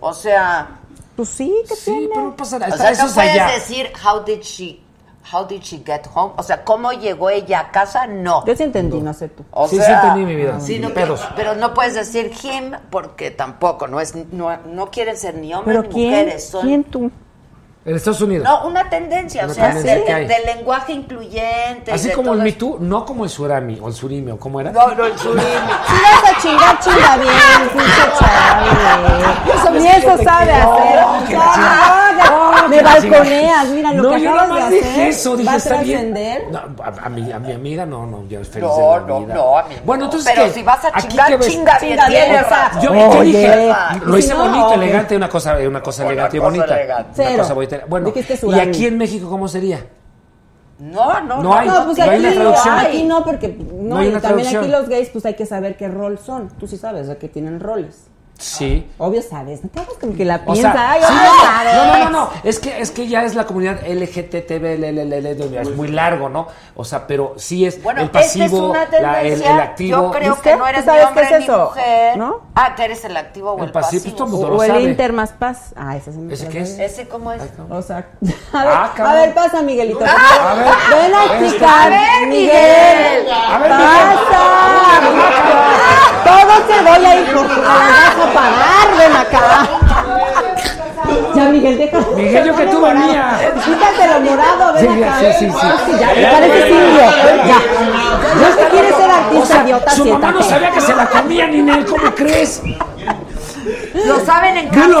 Speaker 1: O sea...
Speaker 12: Pues sí, que
Speaker 2: sí, pero no pasa nada.
Speaker 1: O sea,
Speaker 2: Eso
Speaker 1: no
Speaker 2: es
Speaker 1: puedes
Speaker 2: allá.
Speaker 1: decir how did she how did she get home, o sea, cómo llegó ella a casa, no.
Speaker 12: Yo sí entendí, no sé tú.
Speaker 1: O
Speaker 2: Sí, sí
Speaker 1: sea,
Speaker 2: entendí, mi vida.
Speaker 1: sino que-
Speaker 2: Pedos.
Speaker 1: pero no puedes decir him porque tampoco no es no, no quieren ser ni hombres
Speaker 12: Pero
Speaker 1: ni
Speaker 12: ¿quién?
Speaker 1: mujeres, son
Speaker 12: ¿Quién tú?
Speaker 2: En Estados Unidos.
Speaker 1: no una tendencia,
Speaker 2: Una
Speaker 1: o sea,
Speaker 2: tendencia
Speaker 1: del,
Speaker 2: que hay.
Speaker 1: del lenguaje incluyente, y
Speaker 2: Así
Speaker 1: de
Speaker 2: como
Speaker 1: todo
Speaker 2: el Me
Speaker 1: esto.
Speaker 2: Too, no como el Surami o el Surimi o cómo era.
Speaker 1: No, no, el surimi.
Speaker 12: vas a chingar, chinga bien, pinche chale. Eso ni eso sabe hacer.
Speaker 2: que la
Speaker 12: Ah,
Speaker 2: chingada.
Speaker 12: ya, Me balconeas, mira lo
Speaker 2: no,
Speaker 12: que
Speaker 2: yo nada
Speaker 12: acabas de
Speaker 2: más
Speaker 12: hacer.
Speaker 2: dije eso, dije,
Speaker 12: ¿Va a
Speaker 2: está bien.
Speaker 12: trascender?
Speaker 2: No, a, a mi, a mi amiga no, no, yo feliz
Speaker 1: No,
Speaker 2: de la
Speaker 1: no,
Speaker 2: vida.
Speaker 1: no, a mí
Speaker 2: Bueno,
Speaker 1: no.
Speaker 2: entonces
Speaker 1: Pero
Speaker 2: ¿qué?
Speaker 1: si vas a
Speaker 2: Aquí
Speaker 1: chingar,
Speaker 2: que ves-
Speaker 1: chinga bien,
Speaker 12: Chinga bien,
Speaker 1: tienes
Speaker 12: raza.
Speaker 1: razón.
Speaker 2: Yo,
Speaker 12: Oye.
Speaker 2: yo dije, lo
Speaker 12: Y
Speaker 2: hice
Speaker 12: si no,
Speaker 2: bonito,
Speaker 12: ok.
Speaker 2: elegante, una cosa, una cosa elegante y
Speaker 1: cosa
Speaker 2: bonita.
Speaker 1: elegante.
Speaker 2: Una
Speaker 12: Cero.
Speaker 2: cosa bonita. Bueno,
Speaker 12: Dijiste
Speaker 2: ¿y
Speaker 12: surami.
Speaker 2: aquí en México cómo sería?
Speaker 1: No, no,
Speaker 2: No hay.
Speaker 12: No, pues
Speaker 2: No hay
Speaker 12: aquí,
Speaker 2: una traducción.
Speaker 12: aquí no, porque no,
Speaker 2: No hay
Speaker 12: y
Speaker 2: una
Speaker 12: también
Speaker 2: traducción.
Speaker 12: aquí los gays, pues hay que saber qué rol son. Tú sí sabes, de que tienen roles.
Speaker 2: Sí.
Speaker 12: Obvio sabes, no te hagas como que la
Speaker 2: O
Speaker 12: piensa.
Speaker 2: sea,
Speaker 12: Ay,
Speaker 2: sí,
Speaker 12: obvio sabes.
Speaker 2: no, no, no, no, es que es que ya es la comunidad LGTB, es muy largo, ¿no? O sea, pero sí es
Speaker 1: Bueno,
Speaker 2: el
Speaker 1: esta es
Speaker 2: pasivo,
Speaker 1: una
Speaker 2: la- el,
Speaker 1: tendencia.
Speaker 2: el activo.
Speaker 1: yo creo
Speaker 12: ¿Viste?
Speaker 1: que no eres
Speaker 12: ¿Tú sabes
Speaker 1: ni hombre
Speaker 12: qué es
Speaker 1: ni
Speaker 12: eso?
Speaker 1: mujer.
Speaker 12: ¿No?
Speaker 1: Ah, que eres el activo o el,
Speaker 2: El pasivo,
Speaker 1: pasivo.
Speaker 2: todo el mundo
Speaker 12: O,
Speaker 2: lo
Speaker 12: o el
Speaker 2: sabe.
Speaker 12: Inter más paz. Ah, esa sí me
Speaker 2: ¿Ese
Speaker 12: la
Speaker 2: qué
Speaker 12: sabía.
Speaker 2: es?
Speaker 1: Ese cómo es.
Speaker 12: O sea, a ver,
Speaker 2: Ah,
Speaker 12: a
Speaker 2: cabrón.
Speaker 12: ver pasa, Miguelito.
Speaker 2: Ah, a ver.
Speaker 12: Ven a
Speaker 2: Este.
Speaker 12: explicar,
Speaker 1: A ver,
Speaker 12: Miguel.
Speaker 1: Miguel.
Speaker 2: A ver,
Speaker 12: Pasa. Todo te doy ahí, hijo. Te la vas a pagar, ven acá. Ya, Miguel, deja.
Speaker 2: Miguel, yo que tú
Speaker 12: morado.
Speaker 2: venía.
Speaker 12: Quítate lo morado, ven
Speaker 2: Sí,
Speaker 12: acá.
Speaker 2: sí, sí, sí.
Speaker 12: Ah, ya,
Speaker 2: Ya,
Speaker 12: ya pareces
Speaker 2: bueno.
Speaker 12: indio. Ya. Ya, si quieres ser artista,
Speaker 2: O sea,
Speaker 12: idiota,
Speaker 2: su mamá no
Speaker 12: siéntate.
Speaker 2: sabía que se la comía, Ninel, ¿cómo crees?
Speaker 1: Lo saben en
Speaker 2: Velo,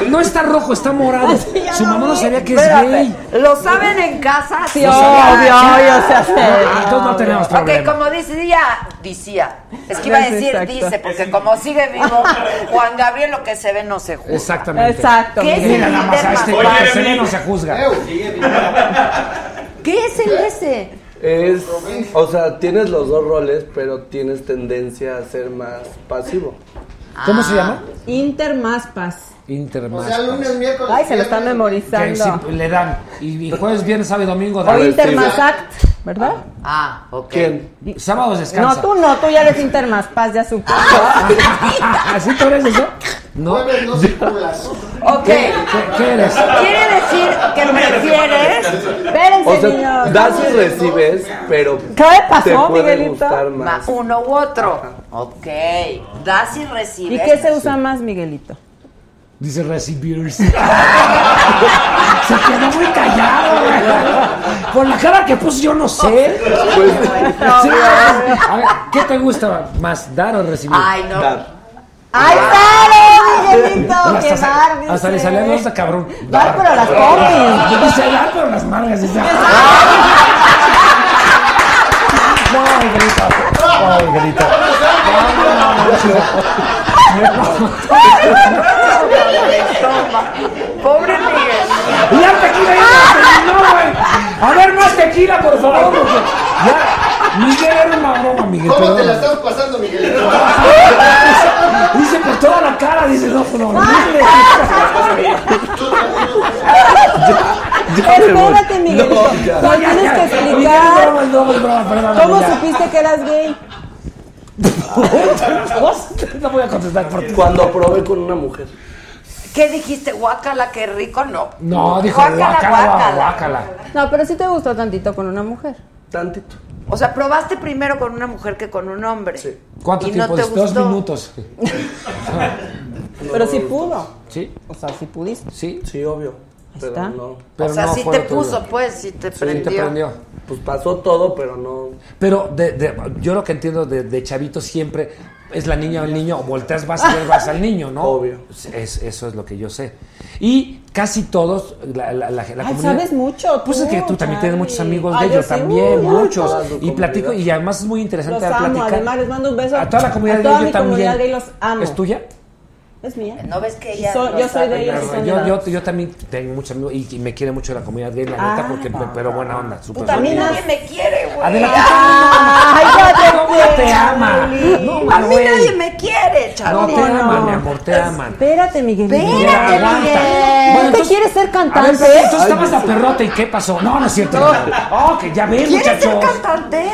Speaker 2: no, no está rojo, está morado. Su mamá no sabía que es
Speaker 1: Espérate,
Speaker 2: gay.
Speaker 1: Lo saben en casa. Sí, Ah,
Speaker 12: obvio, obvio, se hace.
Speaker 2: Ah, Entonces no tenemos
Speaker 1: Ok,
Speaker 2: problema.
Speaker 1: como decía, decía. Es que iba a
Speaker 12: Gracias,
Speaker 1: decir
Speaker 12: exacto.
Speaker 1: dice, porque como sigue vivo, Juan Gabriel lo que se ve no se juzga.
Speaker 2: Exactamente.
Speaker 12: Exacto.
Speaker 1: ¿Qué es
Speaker 2: Mira
Speaker 1: el
Speaker 2: nada más a este
Speaker 1: Intermax?
Speaker 2: cuate, se ve, no se juzga.
Speaker 1: ¿Qué es el ese?
Speaker 5: Es, o sea, tienes los dos roles, pero tienes tendencia a ser más pasivo.
Speaker 2: ¿Cómo
Speaker 12: Ah.
Speaker 2: se llama?
Speaker 12: Inter más paz.
Speaker 2: Intermax.
Speaker 26: O sea, lunes, miércoles.
Speaker 12: Ay, se lo está
Speaker 26: viernes.
Speaker 2: Que
Speaker 12: memorizando.
Speaker 2: sí, le dan. Y, y jueves, viernes, sábado y domingo.
Speaker 12: O
Speaker 2: dan.
Speaker 12: Inter más act, ¿verdad?
Speaker 1: Ah, ok.
Speaker 2: Sábados descansa.
Speaker 12: No, tú no, tú ya eres Inter más paz, ya supe.
Speaker 2: ¿Así tú eres eso? No.
Speaker 26: Jueves no circulas.
Speaker 1: Ok.
Speaker 2: ¿Qué, qué eres?
Speaker 1: Quiere decir que prefieres
Speaker 12: Espérense,
Speaker 5: O sea,
Speaker 12: niños.
Speaker 5: das y recibes, pero
Speaker 12: ¿Qué pasó,
Speaker 5: te puede
Speaker 12: Miguelito?
Speaker 5: gustar
Speaker 1: ma-
Speaker 5: más.
Speaker 1: uno u otro. Ok. Das y recibes.
Speaker 12: ¿Y qué se usa más, Miguelito?
Speaker 2: Dice receivers. Se quedó muy callado, güey. Con la cara que puso, yo no sé.
Speaker 5: Pues,
Speaker 2: Sí, a ver, ¿qué te gusta más, dar o recibir?
Speaker 1: Ay, no.
Speaker 5: Dar.
Speaker 12: ¡Ay, dale, Miguelito! ¡Qué
Speaker 2: hasta,
Speaker 12: dar,
Speaker 2: sa- hasta le
Speaker 12: dice.
Speaker 2: salía a esta cabrón.
Speaker 12: Dar, pero las pompis.
Speaker 2: Yo Dice dar, pero las margas. dice. No, Miguelito. No, Miguelito.
Speaker 1: Pobre Miguel.
Speaker 2: Y ya tequila ya no, güey. A ver, más tequila, por favor. porque Ya, Miguel era una broma, Miguel.
Speaker 26: ¿Cómo te
Speaker 2: perdón.
Speaker 26: la estás pasando, Miguel?
Speaker 2: Dice por toda la cara, dice, no, pues, no, no.
Speaker 12: Espérate, Miguelito.
Speaker 5: No, ya.
Speaker 12: No, tienes que
Speaker 2: Miguel,
Speaker 12: explicar
Speaker 2: no, no, no, no, perdón,
Speaker 12: cómo
Speaker 2: ya.
Speaker 12: supiste que eras gay.
Speaker 2: No voy a contestar por ti.
Speaker 5: Cuando probé con una mujer.
Speaker 1: ¿Qué dijiste? Guácala, qué rico, no.
Speaker 2: No, dijo, guácala, guácala.
Speaker 12: No, pero sí te gustó tantito con una mujer.
Speaker 5: Tantito.
Speaker 1: O sea, probaste primero con una mujer que con un hombre.
Speaker 5: Sí.
Speaker 2: ¿Cuánto
Speaker 1: Y no
Speaker 2: tiempo?
Speaker 1: te
Speaker 2: es? Dos
Speaker 1: gustó.
Speaker 2: minutos.
Speaker 12: Pero sí pudo.
Speaker 2: Sí,
Speaker 12: O sea, sí pudiste.
Speaker 2: sí.
Speaker 5: Sí, obio. Pero
Speaker 12: está.
Speaker 5: no.
Speaker 2: Pero
Speaker 1: o sea,
Speaker 2: no
Speaker 1: sí
Speaker 2: fue
Speaker 1: te
Speaker 2: lo tuyo.
Speaker 1: puso, pues, sí te
Speaker 2: Sí, te
Speaker 1: prendió.
Speaker 2: prendió.
Speaker 5: Pues pasó todo, pero no.
Speaker 2: Pero de- de- yo lo que entiendo de, de chavito siempre es la niña o el niño, o volteas vas y vas al niño, ¿no?
Speaker 5: Obvio.
Speaker 2: Es, eso es lo que yo sé. Y Casi todos, la, la, la- la
Speaker 27: Ay,
Speaker 2: comunidad-
Speaker 27: sabes mucho.
Speaker 2: Pues es que tú también tienes
Speaker 27: Charlie.
Speaker 2: muchos amigos de
Speaker 27: Ay, yo
Speaker 2: ellos,
Speaker 27: sí, uy,
Speaker 2: también, muchos.
Speaker 27: toda su
Speaker 2: Y platico, y además es muy interesante
Speaker 27: Los amo,
Speaker 2: platicar.
Speaker 27: además les mando un beso.
Speaker 2: a toda la comunidad
Speaker 27: a
Speaker 2: de
Speaker 27: toda
Speaker 2: ellos
Speaker 27: mi comunidad
Speaker 2: también.
Speaker 27: gay los amo.
Speaker 2: ¿Es tuya?
Speaker 27: Es mía.
Speaker 1: ¿No ves que ella
Speaker 27: Soy-
Speaker 1: lo
Speaker 27: yo soy de
Speaker 1: sabe?
Speaker 27: ellos y son
Speaker 2: Yo,
Speaker 27: de
Speaker 2: yo, yo también tengo muchos amigos y, y me quiere mucho la comunidad gay, la neta,
Speaker 27: Ah,
Speaker 2: porque, pero buena onda, súper
Speaker 27: también
Speaker 2: sólida.
Speaker 27: nadie me
Speaker 1: quiere, güey.
Speaker 2: Adela, ¿tú
Speaker 1: Ay,
Speaker 2: también?
Speaker 1: ya
Speaker 2: ¿Cómo te ama? No,
Speaker 1: a mí
Speaker 2: Manuel.
Speaker 1: nadie me quiere,
Speaker 2: No,
Speaker 1: Charlie.
Speaker 2: te aman, mi amor, te aman.
Speaker 27: Espérate, Miguel.
Speaker 1: Espérate,
Speaker 2: Aguanta.
Speaker 1: Miguel.
Speaker 2: Bueno,
Speaker 27: ¿Te
Speaker 2: entonces-
Speaker 27: quieres ser
Speaker 2: A ver,
Speaker 27: cantante?
Speaker 2: pero entonces estabas la perrota y ¿qué pasó? No, no es cierto.
Speaker 27: No.
Speaker 2: Oh, que ya ven,
Speaker 27: ¿Quieres ser
Speaker 2: muchachos.
Speaker 1: cantante?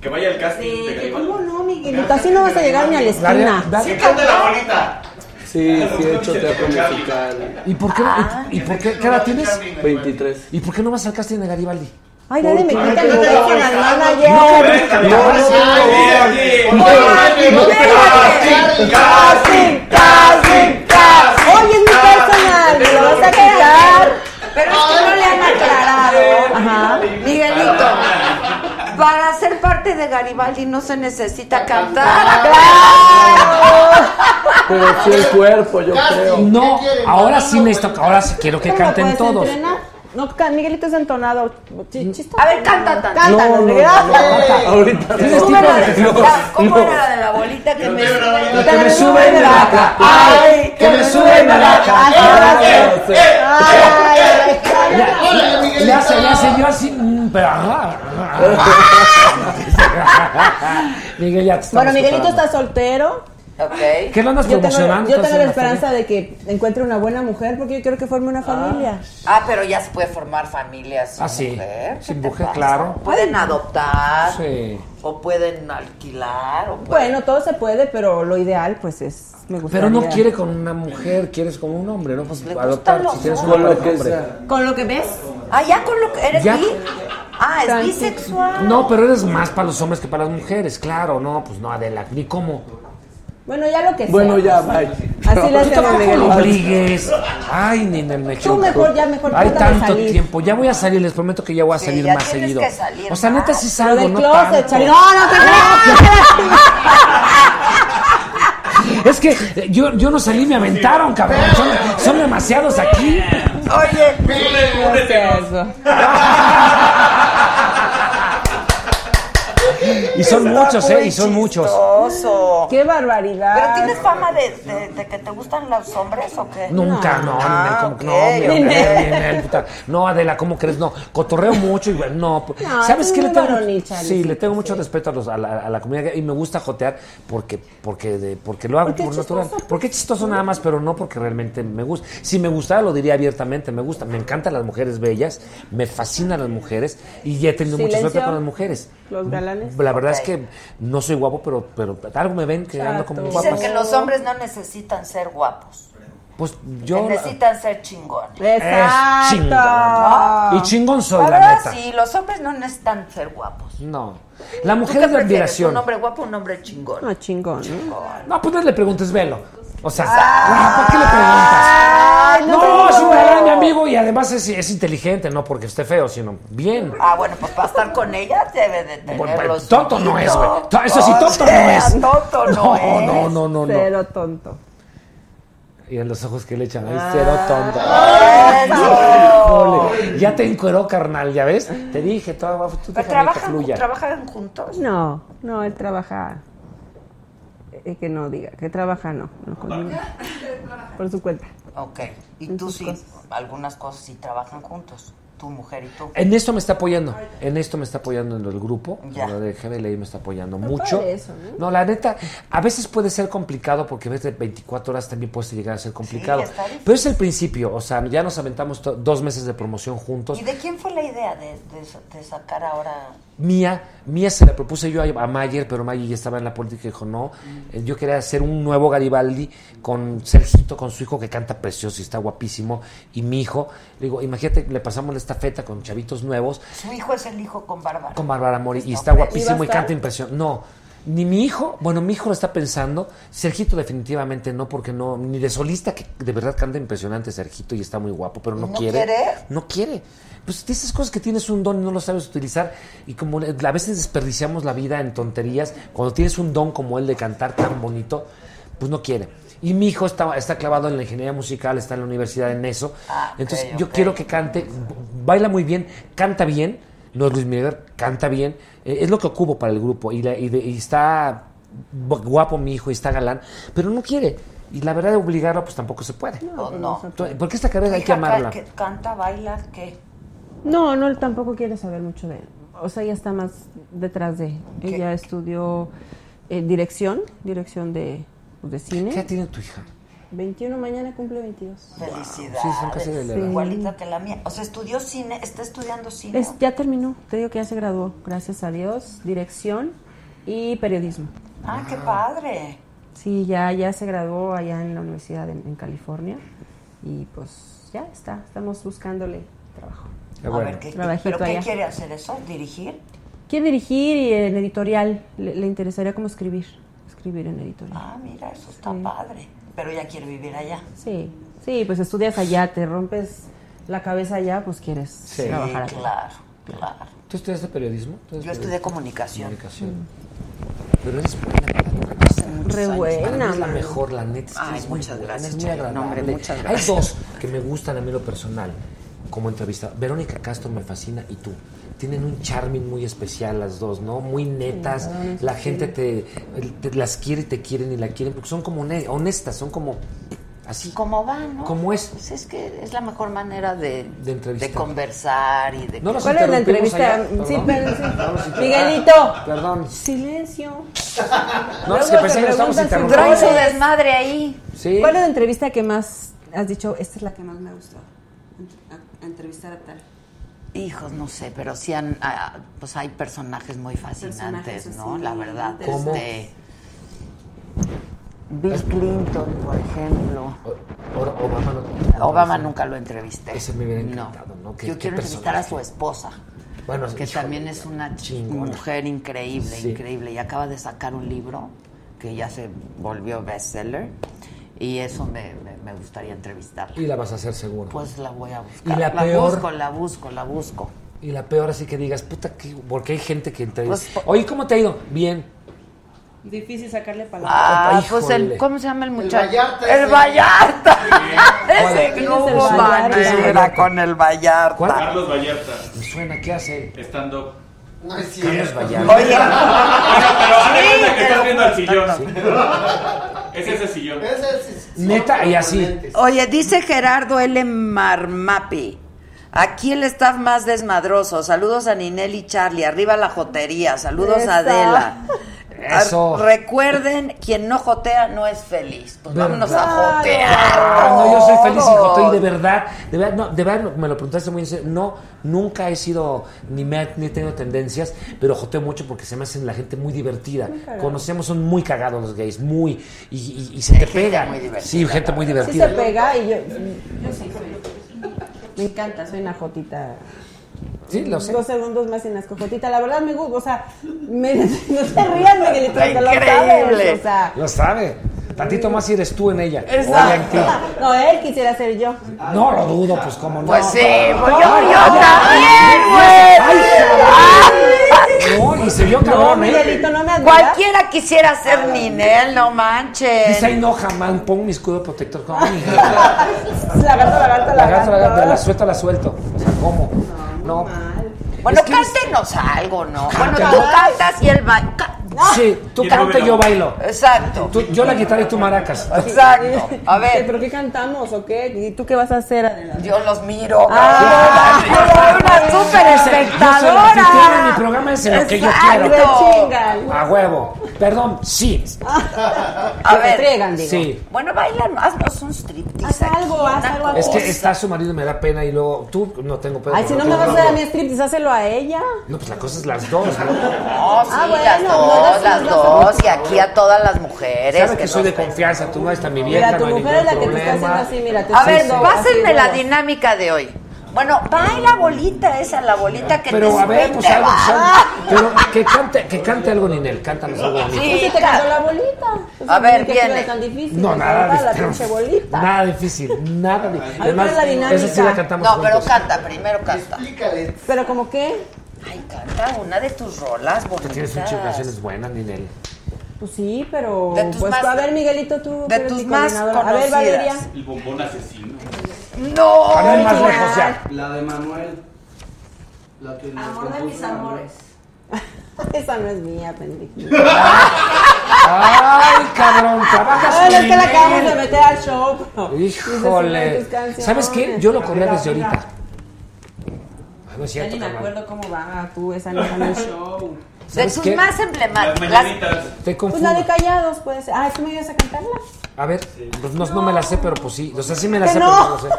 Speaker 28: Que vaya al casting de Garibaldi.
Speaker 27: ¿Cómo no, Miguelito? Así no vas a llegar ni a la esquina.
Speaker 28: Sí, canta la bolita.
Speaker 29: Sí, sí he hecho teatro musical.
Speaker 2: ¿Y por qué,
Speaker 27: Ah,
Speaker 2: y, y por qué, qué edad tienes?
Speaker 29: 23.
Speaker 2: ¿Y por qué no vas al casting de Garibaldi?
Speaker 27: Ay, nadie me
Speaker 2: Ay,
Speaker 27: quita
Speaker 2: no
Speaker 27: mi
Speaker 2: te
Speaker 27: beso
Speaker 2: dejes,
Speaker 27: al
Speaker 2: Carlos.
Speaker 27: manager.
Speaker 2: No, vete,
Speaker 29: No,
Speaker 2: ahora sí.
Speaker 29: no, no,
Speaker 2: Oigan,
Speaker 29: no,
Speaker 2: no,
Speaker 27: ¡Casting! ¡Casting! ¡Casting! ¡Oye, es mi personal! ¿Me lo vas a quitar?
Speaker 1: Pero es que no le han aclarado. Miguelito, para ser parte de Garibaldi no se necesita cantar.
Speaker 29: Pero sí el cuerpo, yo creo.
Speaker 2: No, ahora sí necesito, ahora sí quiero que
Speaker 27: ¿Cómo
Speaker 2: canten
Speaker 27: puedes
Speaker 2: todos. Mm.
Speaker 27: entrenar? No, ca- Miguelito es entonado.
Speaker 1: A ver, canta, canta.
Speaker 27: Cántanos,
Speaker 29: No, no,
Speaker 27: gracias.
Speaker 29: no, Ahorita.
Speaker 2: Tienes tipo
Speaker 1: Súbela
Speaker 2: de-
Speaker 1: de-
Speaker 2: Este no,
Speaker 1: la- ¿Cómo
Speaker 2: no.
Speaker 1: era la de la bolita que me
Speaker 2: Que me sube en la laca, ay, que me sube en la laca.
Speaker 16: Eh,
Speaker 2: ay,
Speaker 16: ay,
Speaker 2: ay.
Speaker 16: Hola,
Speaker 2: Le-
Speaker 16: Miguelito.
Speaker 2: Le hace, le hace yo así, mm, pero ah, ajá. Miguel, ya te estamos
Speaker 27: Bueno, Miguelito
Speaker 2: preparando.
Speaker 27: está soltero.
Speaker 1: Ok.
Speaker 2: ¿Qué lo andas
Speaker 27: Yo tengo,
Speaker 2: promocionando?
Speaker 27: yo tengo la
Speaker 2: entonces, en
Speaker 27: esperanza de que encuentre una buena mujer porque yo quiero que forme una familia.
Speaker 1: Ah, pero ya se puede formar familias sin
Speaker 2: Ah, sí.
Speaker 1: mujer. ¿qué
Speaker 2: Sin
Speaker 1: te
Speaker 2: mujer,
Speaker 1: pasa?
Speaker 2: claro.
Speaker 1: Pueden adoptar.
Speaker 2: Sí.
Speaker 1: Ah, O pueden alquilar. O pueden...
Speaker 27: Bueno, todo se puede, pero lo ideal pues es me gusta.
Speaker 2: Pero no quiere con una mujer, quieres con un hombre, ¿no? Pues adoptar,
Speaker 27: los
Speaker 2: si tienes un
Speaker 29: dos. Con lo
Speaker 2: hombre.
Speaker 29: que sea.
Speaker 27: con lo que ves.
Speaker 1: Ah, ya con lo que. ¿Eres
Speaker 2: Ya.
Speaker 1: bi? Ah, es
Speaker 2: Tranqui.
Speaker 1: bisexual.
Speaker 2: No, pero eres más para los hombres que para las mujeres, claro, no, pues no, Adela, ni cómo.
Speaker 27: Bueno, ya lo que sea. pues.
Speaker 29: Bueno, ya, bye. pues,
Speaker 27: Así le
Speaker 2: Tú
Speaker 27: hacemos,
Speaker 2: tampoco lo
Speaker 27: Miguelito.
Speaker 2: obligues. Ay, ni en el mechón.
Speaker 27: mejor, ya mejor
Speaker 2: Hay
Speaker 27: trata de
Speaker 2: tanto
Speaker 27: salir.
Speaker 2: tiempo. Ya voy a salir, les prometo que ya voy a salir
Speaker 27: ya
Speaker 2: más
Speaker 27: tienes
Speaker 2: seguido.
Speaker 27: que salir
Speaker 2: o sea, neta sí
Speaker 27: Lo
Speaker 2: salgo,
Speaker 27: del
Speaker 2: no
Speaker 27: closet,
Speaker 2: tanto.
Speaker 27: Charlie. No, no te
Speaker 2: Es que eh, yo, yo no salí, me aventaron, cabrón. Son, son demasiados aquí.
Speaker 1: Oye,
Speaker 2: Y son
Speaker 1: Está
Speaker 2: muchos, ¿eh?
Speaker 1: muy
Speaker 2: Y son muchos.
Speaker 1: chistoso.
Speaker 27: ¡Qué barbaridad!
Speaker 1: ¿Pero tienes fama de, de- de que te gustan los hombres o qué?
Speaker 2: Nunca, no,
Speaker 1: Ah,
Speaker 2: Ninel, ¿cómo que no,
Speaker 1: ok,
Speaker 2: hombre,
Speaker 1: ok.
Speaker 2: hombre, Ninel, puta. No, Adela, ¿cómo crees? No, cotorreo mucho y bueno, no. pues,
Speaker 27: No,
Speaker 2: ¿Sabes
Speaker 27: tú
Speaker 2: qué le
Speaker 27: muy
Speaker 2: tengo?
Speaker 27: varonil, Charlie,
Speaker 2: sí,
Speaker 27: sí,
Speaker 2: le tengo mucho respeto a, los, a, la, a la comunidad gay y me gusta jotear porque porque de- porque lo hago
Speaker 27: Porque es
Speaker 2: por natural.
Speaker 27: chistoso, pues.
Speaker 2: Porque es chistoso nada más, pero no porque realmente me gusta. Si me gustara lo diría abiertamente, me gusta, me encantan las mujeres bellas, me fascinan las mujeres y ya he tenido mucha
Speaker 27: Silencio.
Speaker 2: suerte con las mujeres.
Speaker 27: Los galanes.
Speaker 2: La verdad
Speaker 1: Ok.
Speaker 2: es que no soy guapo, pero pero algo me ven que ando como
Speaker 27: Chato.
Speaker 2: guapas.
Speaker 1: Dicen que los hombres no necesitan ser guapos.
Speaker 2: Pues
Speaker 1: que
Speaker 2: yo
Speaker 1: necesitan ser chingones.
Speaker 2: Es chingón.
Speaker 1: ¿No?
Speaker 2: Y chingón soy,
Speaker 1: Ah.
Speaker 2: la
Speaker 1: La verdad,
Speaker 2: neta.
Speaker 1: sí, los hombres no necesitan ser guapos.
Speaker 2: No. La
Speaker 1: ¿Tú
Speaker 2: mujer
Speaker 1: qué
Speaker 2: es de
Speaker 1: prefieres,
Speaker 2: admiración.
Speaker 1: ¿Un hombre guapo o un hombre chingón?
Speaker 27: No, chingón.
Speaker 2: No, pues no le preguntes, velo. O sea, ¿para qué le preguntas?
Speaker 1: Ah. no
Speaker 2: No,
Speaker 1: te
Speaker 2: es un
Speaker 1: digo.
Speaker 2: galán, mi amigo, y además es, es inteligente, no porque esté feo, sino bien.
Speaker 1: Ah, bueno, pues para estar con ella debe de tener
Speaker 2: Bueno,
Speaker 1: los
Speaker 2: tonto no es, güey.
Speaker 1: ojitos.
Speaker 2: To- Eso sí, tonto
Speaker 1: O
Speaker 2: no
Speaker 1: sea,
Speaker 2: es.
Speaker 1: Tonto no, es.
Speaker 2: no, no, no, no.
Speaker 27: Cero tonto.
Speaker 2: Y en los ojos que le echan, ay,
Speaker 1: Ah.
Speaker 2: cero tonto.
Speaker 1: Eso.
Speaker 2: Híjole, ya te encueró, carnal, ¿ya ves? Te dije, todo, va- tú
Speaker 1: Pero
Speaker 2: déjame que
Speaker 1: trabajan,
Speaker 2: fluya.
Speaker 1: trabajan juntos.
Speaker 27: No, no, él trabaja. eh, que no diga, que trabaja no, no conmigo. Por su cuenta.
Speaker 1: Ok. Y tú sí, algunas cosas sí trabajan juntos. Tu mujer y tú.
Speaker 2: En esto me está apoyando, en esto me está apoyando en el grupo,
Speaker 1: Ya.
Speaker 2: en lo de GBLI me está apoyando
Speaker 27: Pero
Speaker 2: mucho.
Speaker 27: padre eso, ¿no?
Speaker 2: la neta, a veces puede ser complicado porque ves de 24 horas también puede llegar a ser complicado.
Speaker 1: está difícil.
Speaker 2: Pero es el principio, o sea, ya nos aventamos to- dos meses de promoción juntos.
Speaker 1: ¿Y de quién fue la idea de, de- de sacar ahora?
Speaker 2: Mía, Mía se la propuse yo a, a Mayer, pero Mayer ya estaba en la política y dijo, no,
Speaker 1: Mm.
Speaker 2: eh, yo quería hacer un nuevo Garibaldi con Sergito, con su hijo que canta precioso y está guapísimo, y mi hijo. Le digo, imagínate, le pasamos la estafeta con chavitos nuevos
Speaker 1: Su hijo es el hijo con Bárbara.
Speaker 2: con Bárbara Mori y
Speaker 1: Está
Speaker 2: está
Speaker 1: bueno.
Speaker 2: guapísimo
Speaker 1: ¿Iba a
Speaker 2: y canta
Speaker 1: estar?
Speaker 2: impresión. No, ni mi hijo, bueno, mi hijo lo está pensando, Sergito definitivamente no, porque no, ni de solista, que de verdad canta impresionante Sergito y está muy guapo, pero no,
Speaker 1: ¿No quiere?
Speaker 2: No quiere. Pues de esas cosas que tienes un don y no lo sabes utilizar, y como le- a veces desperdiciamos la vida en tonterías, cuando tienes un don como el de cantar tan bonito, pues no quiere. Y mi hijo está, está clavado en la ingeniería musical, está en la universidad en eso.
Speaker 1: Ah,
Speaker 2: Entonces yo quiero que cante, baila muy bien, canta bien. No es Luis Miguel, canta bien. Eh, es lo que ocupo para el grupo. Y, la- y de- y está bu- guapo mi hijo y está galán, pero no quiere. Y la verdad, obligarlo, pues tampoco se puede.
Speaker 1: No, no.
Speaker 2: Entonces, Porque esta carrera hay que
Speaker 1: Hija, ca-
Speaker 2: amarla.
Speaker 1: que canta, baila, ¿qué?
Speaker 12: No, no, él tampoco quiere saber mucho de él. O sea, ella está más detrás de. Ella estudió eh, dirección, dirección de, pues, de cine.
Speaker 2: ¿Qué edad tiene tu hija?
Speaker 12: 21, mañana cumple 22.
Speaker 1: Felicidades.
Speaker 2: Sí, son casi de la
Speaker 12: edad.
Speaker 1: Igualita que la mía. O sea, estudió cine, está estudiando cine.
Speaker 12: Es- ya terminó, te digo que ya se graduó, gracias a Dios, dirección y periodismo.
Speaker 1: Ah, qué padre.
Speaker 12: Sí, ya, ya se graduó allá en la universidad en, en California y pues ya está, estamos buscándole trabajo.
Speaker 1: A ver, ¿qué,
Speaker 12: Trabajito
Speaker 1: ¿pero qué
Speaker 12: allá.
Speaker 1: quiere hacer eso? ¿Dirigir?
Speaker 12: Quiere dirigir y en editorial, le, le interesaría como escribir, escribir en editorial.
Speaker 1: Ah, mira, eso está padre. Pero ella quiere vivir allá.
Speaker 12: Sí, sí, pues estudias allá, te rompes la cabeza allá, pues quieres
Speaker 2: Sí.
Speaker 12: trabajar
Speaker 2: Sí,
Speaker 12: allá.
Speaker 1: Claro, claro.
Speaker 2: ¿Tú estudiaste periodismo?
Speaker 1: Yo estudié comunicación.
Speaker 2: Comunicación. Mm. Pero eres buena. para lo que
Speaker 12: Re
Speaker 2: haces.
Speaker 12: buena,
Speaker 2: Para mí Es la
Speaker 12: mano.
Speaker 2: mejor, la neta. Es que
Speaker 1: Ay,
Speaker 2: eres muy
Speaker 1: muchas
Speaker 2: buena,
Speaker 1: gracias,
Speaker 2: es muy
Speaker 1: Chabelo.
Speaker 2: agradable.
Speaker 1: No, hombre, muchas
Speaker 2: Hay
Speaker 1: gracias.
Speaker 2: dos que me gustan a mí en lo personal como entrevista. Verónica Castro me fascina y tú. Tienen un charming muy especial las dos, ¿no? Muy netas.
Speaker 30: Ay,
Speaker 2: La
Speaker 30: sí.
Speaker 2: gente te, te- las quiere y te quieren y la quieren porque son como hone- honestas, son como así.
Speaker 1: Como van, ¿no?
Speaker 2: Como es.
Speaker 1: Pues es que es la mejor manera de,
Speaker 2: De entrevistar.
Speaker 1: de conversar y de...
Speaker 2: No nos
Speaker 1: ¿Cuál es la
Speaker 2: interrumpimos
Speaker 1: entrevista?
Speaker 2: allá, perdón.
Speaker 1: Sí, pero- sí.
Speaker 2: No nos interrumpimos.
Speaker 1: Miguelito.
Speaker 2: Perdón.
Speaker 12: Silencio.
Speaker 2: No, es que
Speaker 12: Luego
Speaker 2: pensé
Speaker 12: te
Speaker 2: que estamos
Speaker 12: preguntan si
Speaker 2: interrumpiendo.
Speaker 12: traes
Speaker 2: Trae su
Speaker 12: el-
Speaker 1: desmadre ahí.
Speaker 2: Sí.
Speaker 12: ¿Cuál es la entrevista que más has dicho? Esta es la que más me gustó. a- a entrevistar a tal.
Speaker 1: Hijos, no sé, pero sí han, ah, pues hay personajes muy fascinantes,
Speaker 12: Personajes
Speaker 1: ¿no?
Speaker 12: así,
Speaker 1: La verdad.
Speaker 12: ¿Cómo?
Speaker 1: Este, Bill Clinton, por ejemplo.
Speaker 2: Obama,
Speaker 1: Obama nunca lo entrevisté.
Speaker 2: Ese me hubiera encantado, ¿no? Qué-
Speaker 1: Yo
Speaker 2: qué
Speaker 1: quiero entrevistar a su
Speaker 2: personaje.
Speaker 1: esposa.
Speaker 2: Bueno,
Speaker 1: que
Speaker 2: híjole,
Speaker 1: también es una
Speaker 2: chingona.
Speaker 1: mujer increíble,
Speaker 2: Sí.
Speaker 1: increíble. Y acaba de sacar un libro que ya se volvió bestseller. Y eso me, me- me gustaría entrevistarla.
Speaker 2: Y la vas a hacer seguro.
Speaker 1: Pues la voy a buscar.
Speaker 2: Y la peor-
Speaker 1: busco, la busco, la busco.
Speaker 2: Y la peor así que digas, puta, que, porque hay gente que te dice,
Speaker 1: Pues,
Speaker 2: oye, ¿cómo te ha ido? Bien.
Speaker 12: Difícil sacarle
Speaker 1: Ah,
Speaker 2: Híjole.
Speaker 1: pues el, ¿cómo se llama el muchacho?
Speaker 31: Vallarta
Speaker 1: El
Speaker 31: ese.
Speaker 1: Vallarta.
Speaker 2: ¿Cuál?
Speaker 1: Ese
Speaker 2: ¿Quién
Speaker 1: que no
Speaker 2: es el
Speaker 1: hubo
Speaker 2: Vallarta?
Speaker 1: manera con el Vallarta.
Speaker 5: Carlos Vallarta.
Speaker 2: Me suena, ¿qué hace?
Speaker 5: Estando.
Speaker 32: No es
Speaker 2: Carlos
Speaker 32: cierto.
Speaker 2: Vallarta.
Speaker 5: Oye. Bueno, pero haz de cuenta que estás viendo al sillón.
Speaker 2: Sí.
Speaker 5: Es ese sillón.
Speaker 2: Neta, y así.
Speaker 1: Oye, dice Gerardo L. Marmapi. Aquí el staff más desmadroso. Saludos a Ninel y Charlie. Arriba la jotería. Saludos a
Speaker 6: Esa.
Speaker 1: Adela. Ar-
Speaker 2: Eso.
Speaker 1: Recuerden, quien no jotea no es feliz. Pues vámonos a
Speaker 2: ¿Verdad?
Speaker 1: jotear.
Speaker 2: Ah, no, yo soy feliz y joteo, y de verdad, de verdad, no, de verdad, me lo preguntaste muy en serio. No, nunca he sido, ni me ha- ni he tenido tendencias, pero joteo mucho porque se me hacen la gente muy divertida.
Speaker 12: Muy cagado.
Speaker 2: Conocemos, son muy cagados los gays, muy, y, y- y se te pega. Sí, gente muy
Speaker 12: Sí se
Speaker 2: divertida.
Speaker 12: pega y yo... Yo sí Me encanta, soy una jotita.
Speaker 2: Sí, lo sé.
Speaker 12: Dos segundos más en las cojotitas. La verdad me gusta, o sea, me- no te rías, Miguelito, te lo sabes. O sea,
Speaker 2: Lo sabe. Tantito más si eres tú en ella. Oye, en ti.
Speaker 12: Exacto. No, él quisiera ser yo.
Speaker 2: No lo dudo, pues cómo no.
Speaker 12: Pues sí, pues yo-
Speaker 2: Ay,
Speaker 12: yo
Speaker 2: ay,
Speaker 12: también,
Speaker 2: güey. Ay, cabrón. No, y se vio cabrón, ¿eh?
Speaker 1: Cualquiera quisiera ser Ninel, no
Speaker 2: Dice,
Speaker 1: manches.
Speaker 2: ay, no, jamás, pon mi escudo protector. ¿Cómo?
Speaker 12: Lagarto, lagarto,
Speaker 2: Lagarto, lagarto, la
Speaker 12: lagarto.
Speaker 2: suelto, la suelto. O sea, ¿cómo? No.
Speaker 1: Bueno, cántenos algo, ¿no? Bueno, tú
Speaker 2: Cántanos.
Speaker 1: cantas y él va. ca-
Speaker 2: pues,
Speaker 1: Ah.
Speaker 2: Sí, tú
Speaker 1: Y
Speaker 2: canta y yo bailo.
Speaker 1: Exacto.
Speaker 2: Tú- yo la guitarra y tú maracas.
Speaker 1: Exacto. A ver.
Speaker 12: ¿Pero qué cantamos o qué? ¿Y tú qué vas a hacer, Adela?
Speaker 1: Yo los miro.
Speaker 12: Ah,
Speaker 1: cabrón. Yo soy una súper
Speaker 2: Yo soy la anfitriona de mi
Speaker 1: espectadora.
Speaker 2: programa es en lo que yo
Speaker 1: Exacto.
Speaker 2: quiero. A huevo. Perdón, sí.
Speaker 1: A
Speaker 2: Lo que
Speaker 1: ver.
Speaker 2: traigan, digo. Sí.
Speaker 1: Bueno, bailan, haznos un striptease. Haz algo, haz algo.
Speaker 2: Es que está su marido y me da pena y luego tú no tengo pena.
Speaker 12: Ay, si no me vas a dar a mi striptease, hácelo a ella.
Speaker 2: No, pues la cosa es las dos, ¿no?
Speaker 1: No, sí,
Speaker 12: Ah, bueno,
Speaker 1: las
Speaker 12: no,
Speaker 1: dos,
Speaker 12: no,
Speaker 1: las
Speaker 12: no,
Speaker 1: dos.
Speaker 12: no.
Speaker 1: Y aquí a todas las mujeres.
Speaker 2: Sabes que soy de confianza, tú no está mi vieja,
Speaker 12: Mira, tu
Speaker 2: no hay
Speaker 12: mujer es la
Speaker 2: ningún
Speaker 12: que te está haciendo
Speaker 2: problema.
Speaker 12: así, mira. te
Speaker 1: A
Speaker 12: está
Speaker 1: ver,
Speaker 12: haciendo
Speaker 1: pásenme
Speaker 12: así,
Speaker 1: la
Speaker 12: mira.
Speaker 1: dinámica de hoy. Bueno, baila bolita esa, la bolita que
Speaker 2: Pero
Speaker 1: te
Speaker 2: a ver,
Speaker 1: suelte,
Speaker 2: pues algo.
Speaker 1: va.
Speaker 2: Pero que cante, que cante algo, Ninel. Cántanos algo bonito.
Speaker 12: Sí, se te cayó la bolita. O sea,
Speaker 1: A ver,
Speaker 12: ni que
Speaker 1: viene.
Speaker 12: fuera tan difícil.
Speaker 2: No,
Speaker 12: se
Speaker 2: nada
Speaker 12: te va La
Speaker 2: difícil.
Speaker 12: pinche bolita.
Speaker 2: Nada difícil, nada difícil.
Speaker 12: ¿cuál es la dinámica?
Speaker 2: esa sí la cantamos
Speaker 1: No, pero
Speaker 2: juntos.
Speaker 1: canta, primero canta.
Speaker 12: ¿Pero como qué?
Speaker 1: Ay, canta una de tus rolas
Speaker 2: Tú tienes un
Speaker 1: bonitas.
Speaker 2: chingazo, eres buena, Ninel.
Speaker 12: Pues sí, pero.
Speaker 5: De tus
Speaker 12: pues,
Speaker 5: más-
Speaker 12: a ver, Miguelito, tú.
Speaker 5: de
Speaker 12: que eres
Speaker 5: tus
Speaker 12: mi
Speaker 5: más
Speaker 12: coordinadora. A ver,
Speaker 5: conocidas.
Speaker 12: Valeria.
Speaker 5: El bombón asesino.
Speaker 12: No,
Speaker 5: A ver, más
Speaker 12: original.
Speaker 5: lejos ya.
Speaker 33: La de Manuel. La que nos
Speaker 12: Amor de
Speaker 33: compuso
Speaker 12: mis
Speaker 33: Manuel.
Speaker 12: amores. Esa no es mía, pendejo.
Speaker 2: Ay, cabrón, trabajas
Speaker 12: Ay, es que la
Speaker 2: bien.
Speaker 12: acabamos de meter al show. pero-
Speaker 2: Híjole.
Speaker 12: Dices, "Una de tus
Speaker 2: ¿Sabes qué? Yo lo corría desde ahorita. Ah, No es
Speaker 12: Ya
Speaker 2: cierto,
Speaker 12: ni me
Speaker 2: cabrón.
Speaker 12: acuerdo cómo va tú esa no en el show.
Speaker 2: De tus qué? más
Speaker 1: emblemáticas.
Speaker 2: Te
Speaker 12: Pues la
Speaker 2: confundo.
Speaker 12: de callados puede ser. Ah, ¿tú me ibas a cantarla?
Speaker 2: A ver, pues no, no me la sé, pero pues sí. O sea, sí me la
Speaker 12: Que
Speaker 2: sé,
Speaker 12: no.
Speaker 2: pero no sé.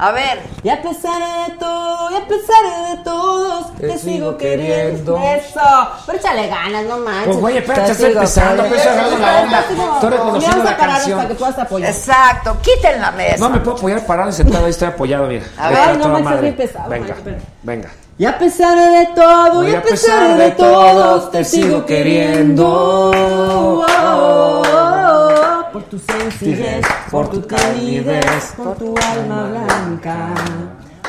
Speaker 12: A ver. Y a pesar de todo, y a pesar de todos, te, sigo queriendo. Eso. Pero échale ganas, no manches.
Speaker 2: Pues, güey, espérate,
Speaker 12: Te
Speaker 2: estoy
Speaker 12: sigo
Speaker 2: empezando,
Speaker 12: queriendo.
Speaker 2: estoy agarrando la onda. Estoy reconociendo
Speaker 12: Me vas a
Speaker 2: la
Speaker 12: parar
Speaker 2: canción.
Speaker 12: hasta que tú vas a apoyar.
Speaker 1: Exacto, quiten la mesa.
Speaker 2: No me puedo apoyar parado y sentado, ahí estoy apoyado, mira.
Speaker 12: A
Speaker 2: Ahí
Speaker 12: ver,
Speaker 2: está
Speaker 12: no
Speaker 2: toda
Speaker 12: manches,
Speaker 2: madre.
Speaker 12: bien pesado,
Speaker 2: Venga,
Speaker 12: manches, pero-
Speaker 2: venga.
Speaker 12: Y a pesar de todo, y a pesar de todos, te sigo queriendo. Por tu sencillez, por tu calidez, por tu alma blanca.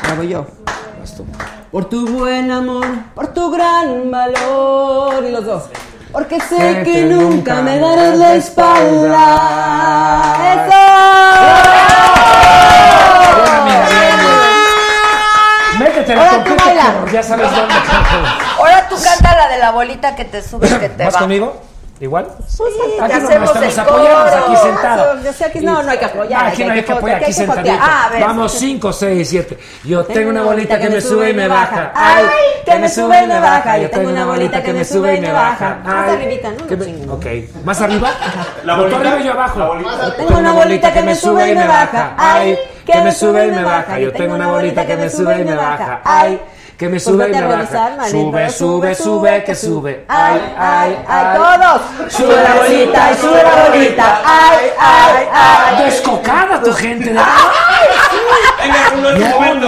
Speaker 12: Bravo yo. Por tu buen amor, por tu gran valor. Y los dos. Porque sé que nunca me darás la espalda.
Speaker 2: Métete
Speaker 1: Ahora
Speaker 2: la
Speaker 1: tú
Speaker 2: trompeta,
Speaker 1: baila.
Speaker 2: por- ya sabes dónde.
Speaker 1: Ahora tú canta la de la bolita que te sube, que te
Speaker 2: ¿Vas
Speaker 1: va.
Speaker 2: conmigo? ¿Igual?
Speaker 1: te
Speaker 2: Aquí no
Speaker 1: hacemos
Speaker 2: estamos
Speaker 1: el
Speaker 2: apoyados, aquí
Speaker 1: coro.
Speaker 2: sentados.
Speaker 12: Yo sé aquí no, no hay que apoyar.
Speaker 2: Aquí no hay que apoyar, aquí sentadito.
Speaker 12: sentadito. Ah, a ver.
Speaker 2: Vamos, 5, 6, 7. Yo tengo una bolita que me sube y me baja.
Speaker 12: Ay, que me sube y me baja. Yo tengo una bolita que me sube y me baja. Más
Speaker 2: Ay,
Speaker 12: arribita, ¿no?
Speaker 2: que me- Ok, ¿más arriba?
Speaker 5: La
Speaker 2: Botón
Speaker 5: bolita.
Speaker 2: arriba y yo abajo. Yo
Speaker 12: Tengo una bolita que me sube y me baja. Ay,
Speaker 2: que me sube y me baja. Yo tengo una bolita que me sube y me baja. Ay, que me
Speaker 12: Pues
Speaker 2: sube y
Speaker 12: vete a
Speaker 2: me baja.
Speaker 12: revisar, manito,
Speaker 2: Sube, sube, sube, que sube.
Speaker 12: Ay, ay, ay, todos.
Speaker 2: Sube la bolita y sube la bolita.
Speaker 12: Ay, ay, ay.
Speaker 2: Descocada tu gente. de-
Speaker 5: Venga, uno en su momento.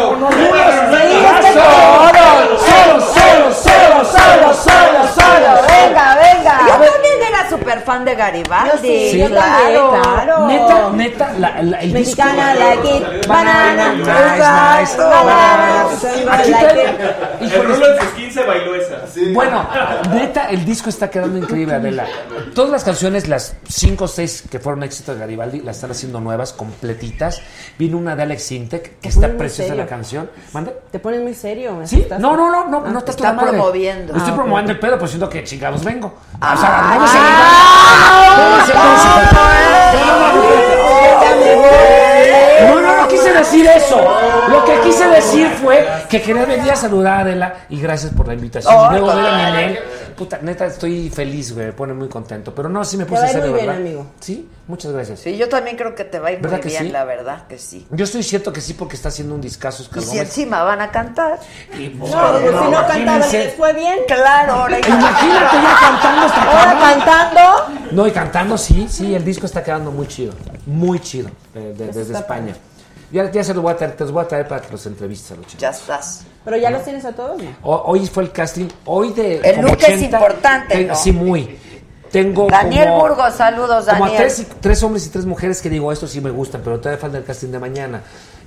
Speaker 2: Solo, solo, solo, solo, solo, solo.
Speaker 1: Venga, venga.
Speaker 2: A ver.
Speaker 1: Yo también era súper fan de Garibaldi.
Speaker 2: Sí, Neta, neta, la, la, el disco.
Speaker 1: Mexicana, like it, banana,
Speaker 2: Nice, nice.
Speaker 1: banana,
Speaker 2: Aquí
Speaker 1: like
Speaker 2: te-
Speaker 5: El
Speaker 2: Híjole,
Speaker 5: Rulo en sus 15 bailó esa.
Speaker 2: Bueno, neta, el disco está quedando increíble, Adela. Todas las canciones, las 5 o 6 que fueron éxitos de Garibaldi, las están haciendo nuevas, completitas. Vino una de Alex Intec, que está
Speaker 12: Muy
Speaker 2: preciosa
Speaker 12: serio.
Speaker 2: la canción. ¿Mande?
Speaker 12: Te pones muy serio, me Ah,
Speaker 2: ¿Sí?
Speaker 12: asustas.
Speaker 2: No, no, no, no, no
Speaker 12: te
Speaker 2: estás toda madre. Lo Estoy promoviendo el pedo, pues siento que chingados vengo. O sea,
Speaker 12: Ah,
Speaker 2: no me sé- no me sé- no me sé- no, no, no, no, no, no, no quise decir eso. Lo que quise decir fue que quería venir a saludar a Adela y gracias por la invitación.
Speaker 12: Oh,
Speaker 2: Luego de la
Speaker 12: claro.
Speaker 2: Ninel, puta, neta, estoy feliz, güey, me pone muy contento. Pero no, sí me
Speaker 1: Te
Speaker 2: puse
Speaker 1: va a
Speaker 2: a
Speaker 1: ir
Speaker 2: serio,
Speaker 1: muy bien,
Speaker 2: ¿verdad?
Speaker 1: amigo.
Speaker 2: Sí, muchas gracias.
Speaker 1: Sí, yo también creo que te va a ir muy
Speaker 2: ¿Verdad que
Speaker 1: bien,
Speaker 2: sí?
Speaker 1: la verdad que sí.
Speaker 2: Yo estoy cierto que sí porque está haciendo un discazo.
Speaker 1: Y si encima van a cantar.
Speaker 2: No, pues, si no cantaba, ¿les
Speaker 1: fue bien. Claro, ahora
Speaker 2: Imagínate ya cantando esta
Speaker 1: Ahora
Speaker 2: cabrón.
Speaker 1: cantando.
Speaker 2: No, y cantando, sí, sí, el disco está quedando muy chido. Muy chido. de- de-
Speaker 12: Eso
Speaker 2: desde
Speaker 12: está
Speaker 2: España. Ya, ya se los voy a traer, te los voy a traer para que los entrevistes a los chicos.
Speaker 1: Ya estás.
Speaker 12: Pero ya los tienes a todos, ¿no?
Speaker 2: O- hoy fue el casting, hoy de.
Speaker 1: El
Speaker 2: como
Speaker 1: look es importante,
Speaker 2: ten-
Speaker 1: ¿no?
Speaker 2: Sí, muy. Tengo.
Speaker 1: Daniel
Speaker 2: como-
Speaker 1: Burgos, saludos,
Speaker 2: Como a
Speaker 1: Daniel.
Speaker 2: tres, tres hombres y tres mujeres que digo, estos sí me gustan, pero todavía falta el casting de mañana.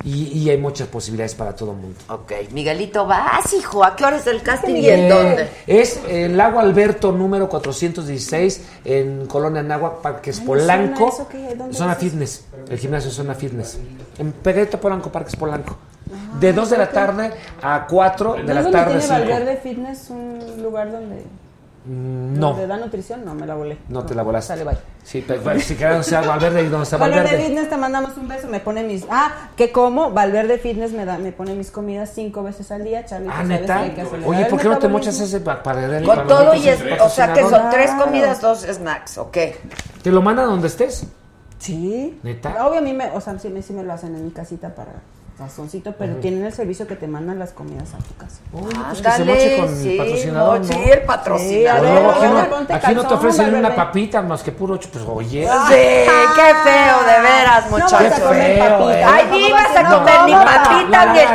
Speaker 2: Y, y hay muchas posibilidades para todo el mundo.
Speaker 1: Ok, Pues, Miguelito, vas, hijo. ¿A qué hora es el casting y
Speaker 2: Eh,
Speaker 1: en dónde?
Speaker 2: Es el Lago Alberto número 416 en Colonia Nagua, Parques
Speaker 12: Ay, me suena
Speaker 2: Polanco.
Speaker 12: eso, ¿qué? ¿Dónde
Speaker 2: Zona
Speaker 12: es eso?
Speaker 2: fitness, el gimnasio Zona fitness. En Pegueto Polanco, Parques Polanco.
Speaker 12: Ah,
Speaker 2: De 2 de la tarde a 4 de
Speaker 12: ¿No es
Speaker 2: la
Speaker 12: donde
Speaker 2: tarde.
Speaker 12: tiene
Speaker 2: 5.
Speaker 12: Valverde Fitness un lugar donde, donde
Speaker 2: Mm, No,
Speaker 12: da nutrición? No, me la volé.
Speaker 2: no te la volaste.
Speaker 12: Sale, bye.
Speaker 2: Sí, pero bueno, si quedaron, sea Valverde y donde está
Speaker 12: Valverde
Speaker 2: Valverde.
Speaker 12: Fitness te mandamos un beso, me pone mis... Ah, que como Valverde Fitness me da, me pone mis comidas cinco veces al día, Charlie.
Speaker 2: Ah,
Speaker 12: tú sabes
Speaker 2: neta.
Speaker 12: que hay que acelerar
Speaker 2: Oye,
Speaker 12: el
Speaker 2: ¿por qué no te
Speaker 12: metabolismo.
Speaker 2: mochas ese pa- para darle
Speaker 1: Con
Speaker 2: para los
Speaker 1: todo y
Speaker 2: otros
Speaker 1: es, o sea que son
Speaker 2: patrocinadores?
Speaker 1: tres comidas, dos snacks, ok.
Speaker 2: ¿Te lo mandan donde estés?
Speaker 12: Sí.
Speaker 2: ¿Neta?
Speaker 12: Obvio, a mí me, o sea, sí, me- sí me lo hacen en mi casita para tazoncito, pero
Speaker 2: Ujú.
Speaker 12: tienen el servicio que te mandan las comidas a tu casa.
Speaker 2: pues que se Ándale, moche con el sí, patrocinador, mo- ¿no? sí,
Speaker 1: el patrocinador.
Speaker 12: a ver,
Speaker 2: Luego, aquí,
Speaker 12: Valverde,
Speaker 2: no,
Speaker 12: ponte
Speaker 2: aquí no te
Speaker 12: calzón,
Speaker 2: ofrecen ni una
Speaker 12: Valverde.
Speaker 2: papita más que puro ch- pues oye.
Speaker 1: Sí, qué feo, de veras,
Speaker 2: No vas
Speaker 1: muchachos.
Speaker 2: a comer papita.
Speaker 1: Ay,
Speaker 2: No,
Speaker 1: ni
Speaker 2: no
Speaker 1: ibas
Speaker 2: vas a-
Speaker 1: a
Speaker 2: no,
Speaker 1: comer ni
Speaker 2: no, no,
Speaker 1: papitas,
Speaker 2: no,
Speaker 1: ni el
Speaker 2: no.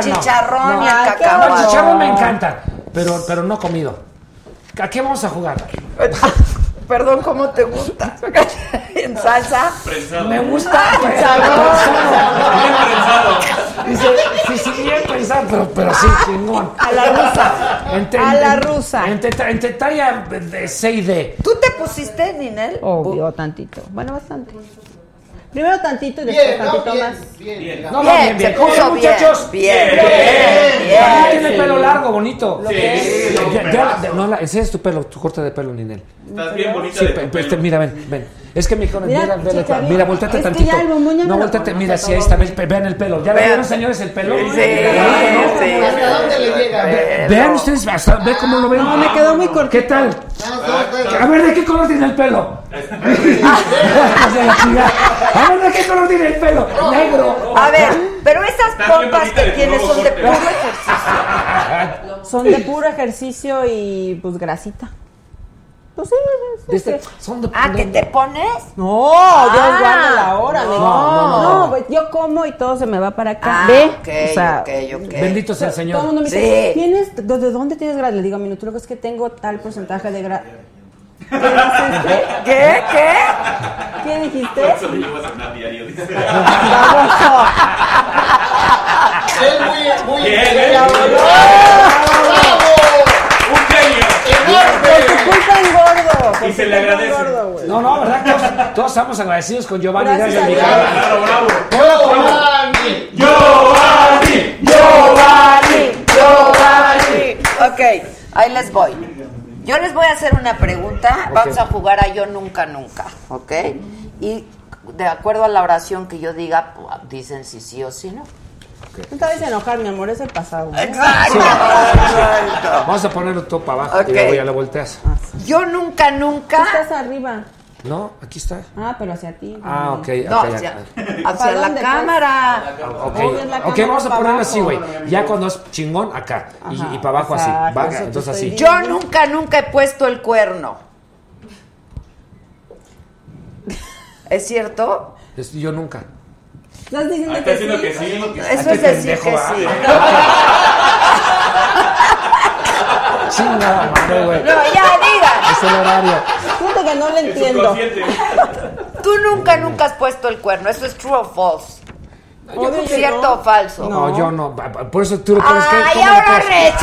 Speaker 2: No,
Speaker 1: chicharrón, ni el
Speaker 2: ay, qué
Speaker 1: cacahuate.
Speaker 2: bueno, El chicharrón me encanta, pero, pero no comido. ¿A qué vamos a jugar?
Speaker 1: Perdón, ¿cómo te gusta? En salsa. Ah,
Speaker 5: Prensado.
Speaker 1: Me gusta.
Speaker 2: Ah,
Speaker 1: pues.
Speaker 2: Dice, sí, sí, bien pensado, pero, pero sí, chingón.
Speaker 1: Ah, A la rusa.
Speaker 2: En te-
Speaker 1: A la
Speaker 2: en-
Speaker 1: rusa.
Speaker 2: En, teta- en tetalla de 6D.
Speaker 1: ¿Tú te pusiste, Ninel?
Speaker 12: Obvio, Oh, tantito. Bueno, bastante. Primero tantito y después
Speaker 1: Bien, no,
Speaker 12: tantito
Speaker 1: bien,
Speaker 12: más.
Speaker 2: Bien,
Speaker 1: bien.
Speaker 2: no, no, bien,
Speaker 1: Bien,
Speaker 2: bien.
Speaker 1: se
Speaker 2: ¿Cómo
Speaker 1: puso
Speaker 2: ven,
Speaker 1: bien,
Speaker 2: muchachos?
Speaker 1: bien, bien,
Speaker 2: También
Speaker 1: bien,
Speaker 2: tiene
Speaker 1: sí.
Speaker 2: pelo largo, bonito.
Speaker 1: Lo que es.
Speaker 2: Ya- ya-
Speaker 1: Pelazo.
Speaker 2: no, la- ese es tu pelo, tu corte de pelo, Ninel.
Speaker 5: Estás bien bonita
Speaker 2: Sí,
Speaker 5: de
Speaker 2: pe-
Speaker 5: tu
Speaker 2: pe-
Speaker 5: pelo.
Speaker 2: mira, ven, ven. Es que mi hijo,
Speaker 5: Mira,
Speaker 2: mira, mira, mira,
Speaker 5: checa bien.
Speaker 2: mira, volteate
Speaker 5: Es que
Speaker 2: tantito.
Speaker 5: ya el bombón ya me
Speaker 2: no,
Speaker 5: lo
Speaker 2: volteate,
Speaker 5: conoce
Speaker 2: mira, sí,
Speaker 5: todo.
Speaker 2: ahí está, ven, pe- vean el pelo. ¿Ya lo
Speaker 5: Vean.
Speaker 2: vieron, señores, el pelo?
Speaker 5: Sí,
Speaker 2: ¿No?
Speaker 5: sí,
Speaker 2: ¿No?
Speaker 5: sí.
Speaker 34: ¿Dónde le llega?
Speaker 2: Vean ustedes, hasta, ve cómo lo ven. No, me quedó muy corto. ¿Qué tal? A ver, ¿de qué color tiene el pelo? Hijos de la chingada. A ver, ¿de qué color tiene el pelo? Negro.
Speaker 1: A ver, pero esas
Speaker 2: Está bien
Speaker 1: pompas
Speaker 2: bonita
Speaker 1: que
Speaker 2: de
Speaker 1: tienes
Speaker 2: nuevo
Speaker 1: son de
Speaker 2: corte.
Speaker 1: puro ejercicio.
Speaker 12: Son de puro ejercicio y pues grasita. Pues sí, sí, sí, sí.
Speaker 1: Ah, ¿que te pones?
Speaker 12: No,
Speaker 1: Ah,
Speaker 12: Dios guarde la hora.
Speaker 1: no.
Speaker 12: me-
Speaker 1: No, no, no.
Speaker 12: pues, yo como y todo se me va para acá.
Speaker 1: Ah,
Speaker 12: Ve,
Speaker 1: ok,
Speaker 12: o sea,
Speaker 1: ok, ok.
Speaker 2: Bendito sea el
Speaker 12: Todo el
Speaker 2: Señor.
Speaker 12: mundo me dice, ¿tienes, de, de dónde tienes grasa? Le digo, mi nutrólogo es que tengo tal porcentaje de grasa.
Speaker 1: ¿Qué? ¿Qué?
Speaker 12: ¿Qué dijiste?
Speaker 5: Por eso me llevo a cenar diario, dice.
Speaker 34: Es muy, muy
Speaker 5: Bien,
Speaker 34: bien.
Speaker 5: ¿eh?
Speaker 2: Oh.
Speaker 34: ¡Un genio!
Speaker 12: engordo.
Speaker 5: Y se le agradece.
Speaker 2: No, no, ¿verdad? Todos, todos estamos agradecidos con Giovanni.
Speaker 5: Gracias
Speaker 2: Gracias,
Speaker 5: a
Speaker 2: mi
Speaker 5: Dios.
Speaker 2: cara.
Speaker 5: Claro, bravo.
Speaker 2: Hola, hola.
Speaker 34: Giovanni.
Speaker 5: Giovanni, Giovanni,
Speaker 1: Giovanni. Ok, ahí les voy. Yo les voy a hacer una pregunta. Vamos a jugar a Yo Nunca Nunca, ¿ok? Y de acuerdo a la oración que yo diga, pues, dicen si sí o si no.
Speaker 12: No te vayas a enojar, mi amor, es el pasado.
Speaker 2: Vamos a ponerlo todo para abajo
Speaker 1: Ok.
Speaker 2: y luego ya lo volteas.
Speaker 1: Yo nunca, nunca.
Speaker 12: Tú estás arriba.
Speaker 2: No, aquí está.
Speaker 12: Ah, pero hacia ti.
Speaker 2: Ah, ok.
Speaker 1: No,
Speaker 2: ok,
Speaker 1: hacia,
Speaker 2: ok.
Speaker 1: hacia la
Speaker 12: dónde, pues?
Speaker 1: cámara.
Speaker 2: Ok,
Speaker 12: Obvio, es la
Speaker 2: ok,
Speaker 12: cámara
Speaker 2: vamos a
Speaker 12: para
Speaker 2: ponerlo así, güey.
Speaker 12: abajo.
Speaker 2: Ya cuando es chingón, acá. Y,
Speaker 1: Ajá,
Speaker 2: para abajo así.
Speaker 1: exacto,
Speaker 2: Va,
Speaker 1: eso te
Speaker 2: entonces así.
Speaker 1: Yo nunca, nunca he puesto el cuerno. ¿Es cierto?
Speaker 2: Es- Yo nunca.
Speaker 12: Estás diciendo
Speaker 5: Está Ah, diciendo que sí.
Speaker 1: Eso es decir que sí.
Speaker 2: Chinga, madre, güey.
Speaker 1: No, ya digan.
Speaker 2: Es el horario.
Speaker 12: Punto que no le entiendo.
Speaker 1: Tú nunca, nunca has puesto el cuerno. Eso es true o false.
Speaker 12: Obvio que
Speaker 1: ¿Cierto
Speaker 12: no.
Speaker 1: o falso?
Speaker 2: No, yo no. Por eso tú lo pones que.
Speaker 1: ¡Ay,
Speaker 2: ¿cómo lo
Speaker 1: ahora
Speaker 2: pones?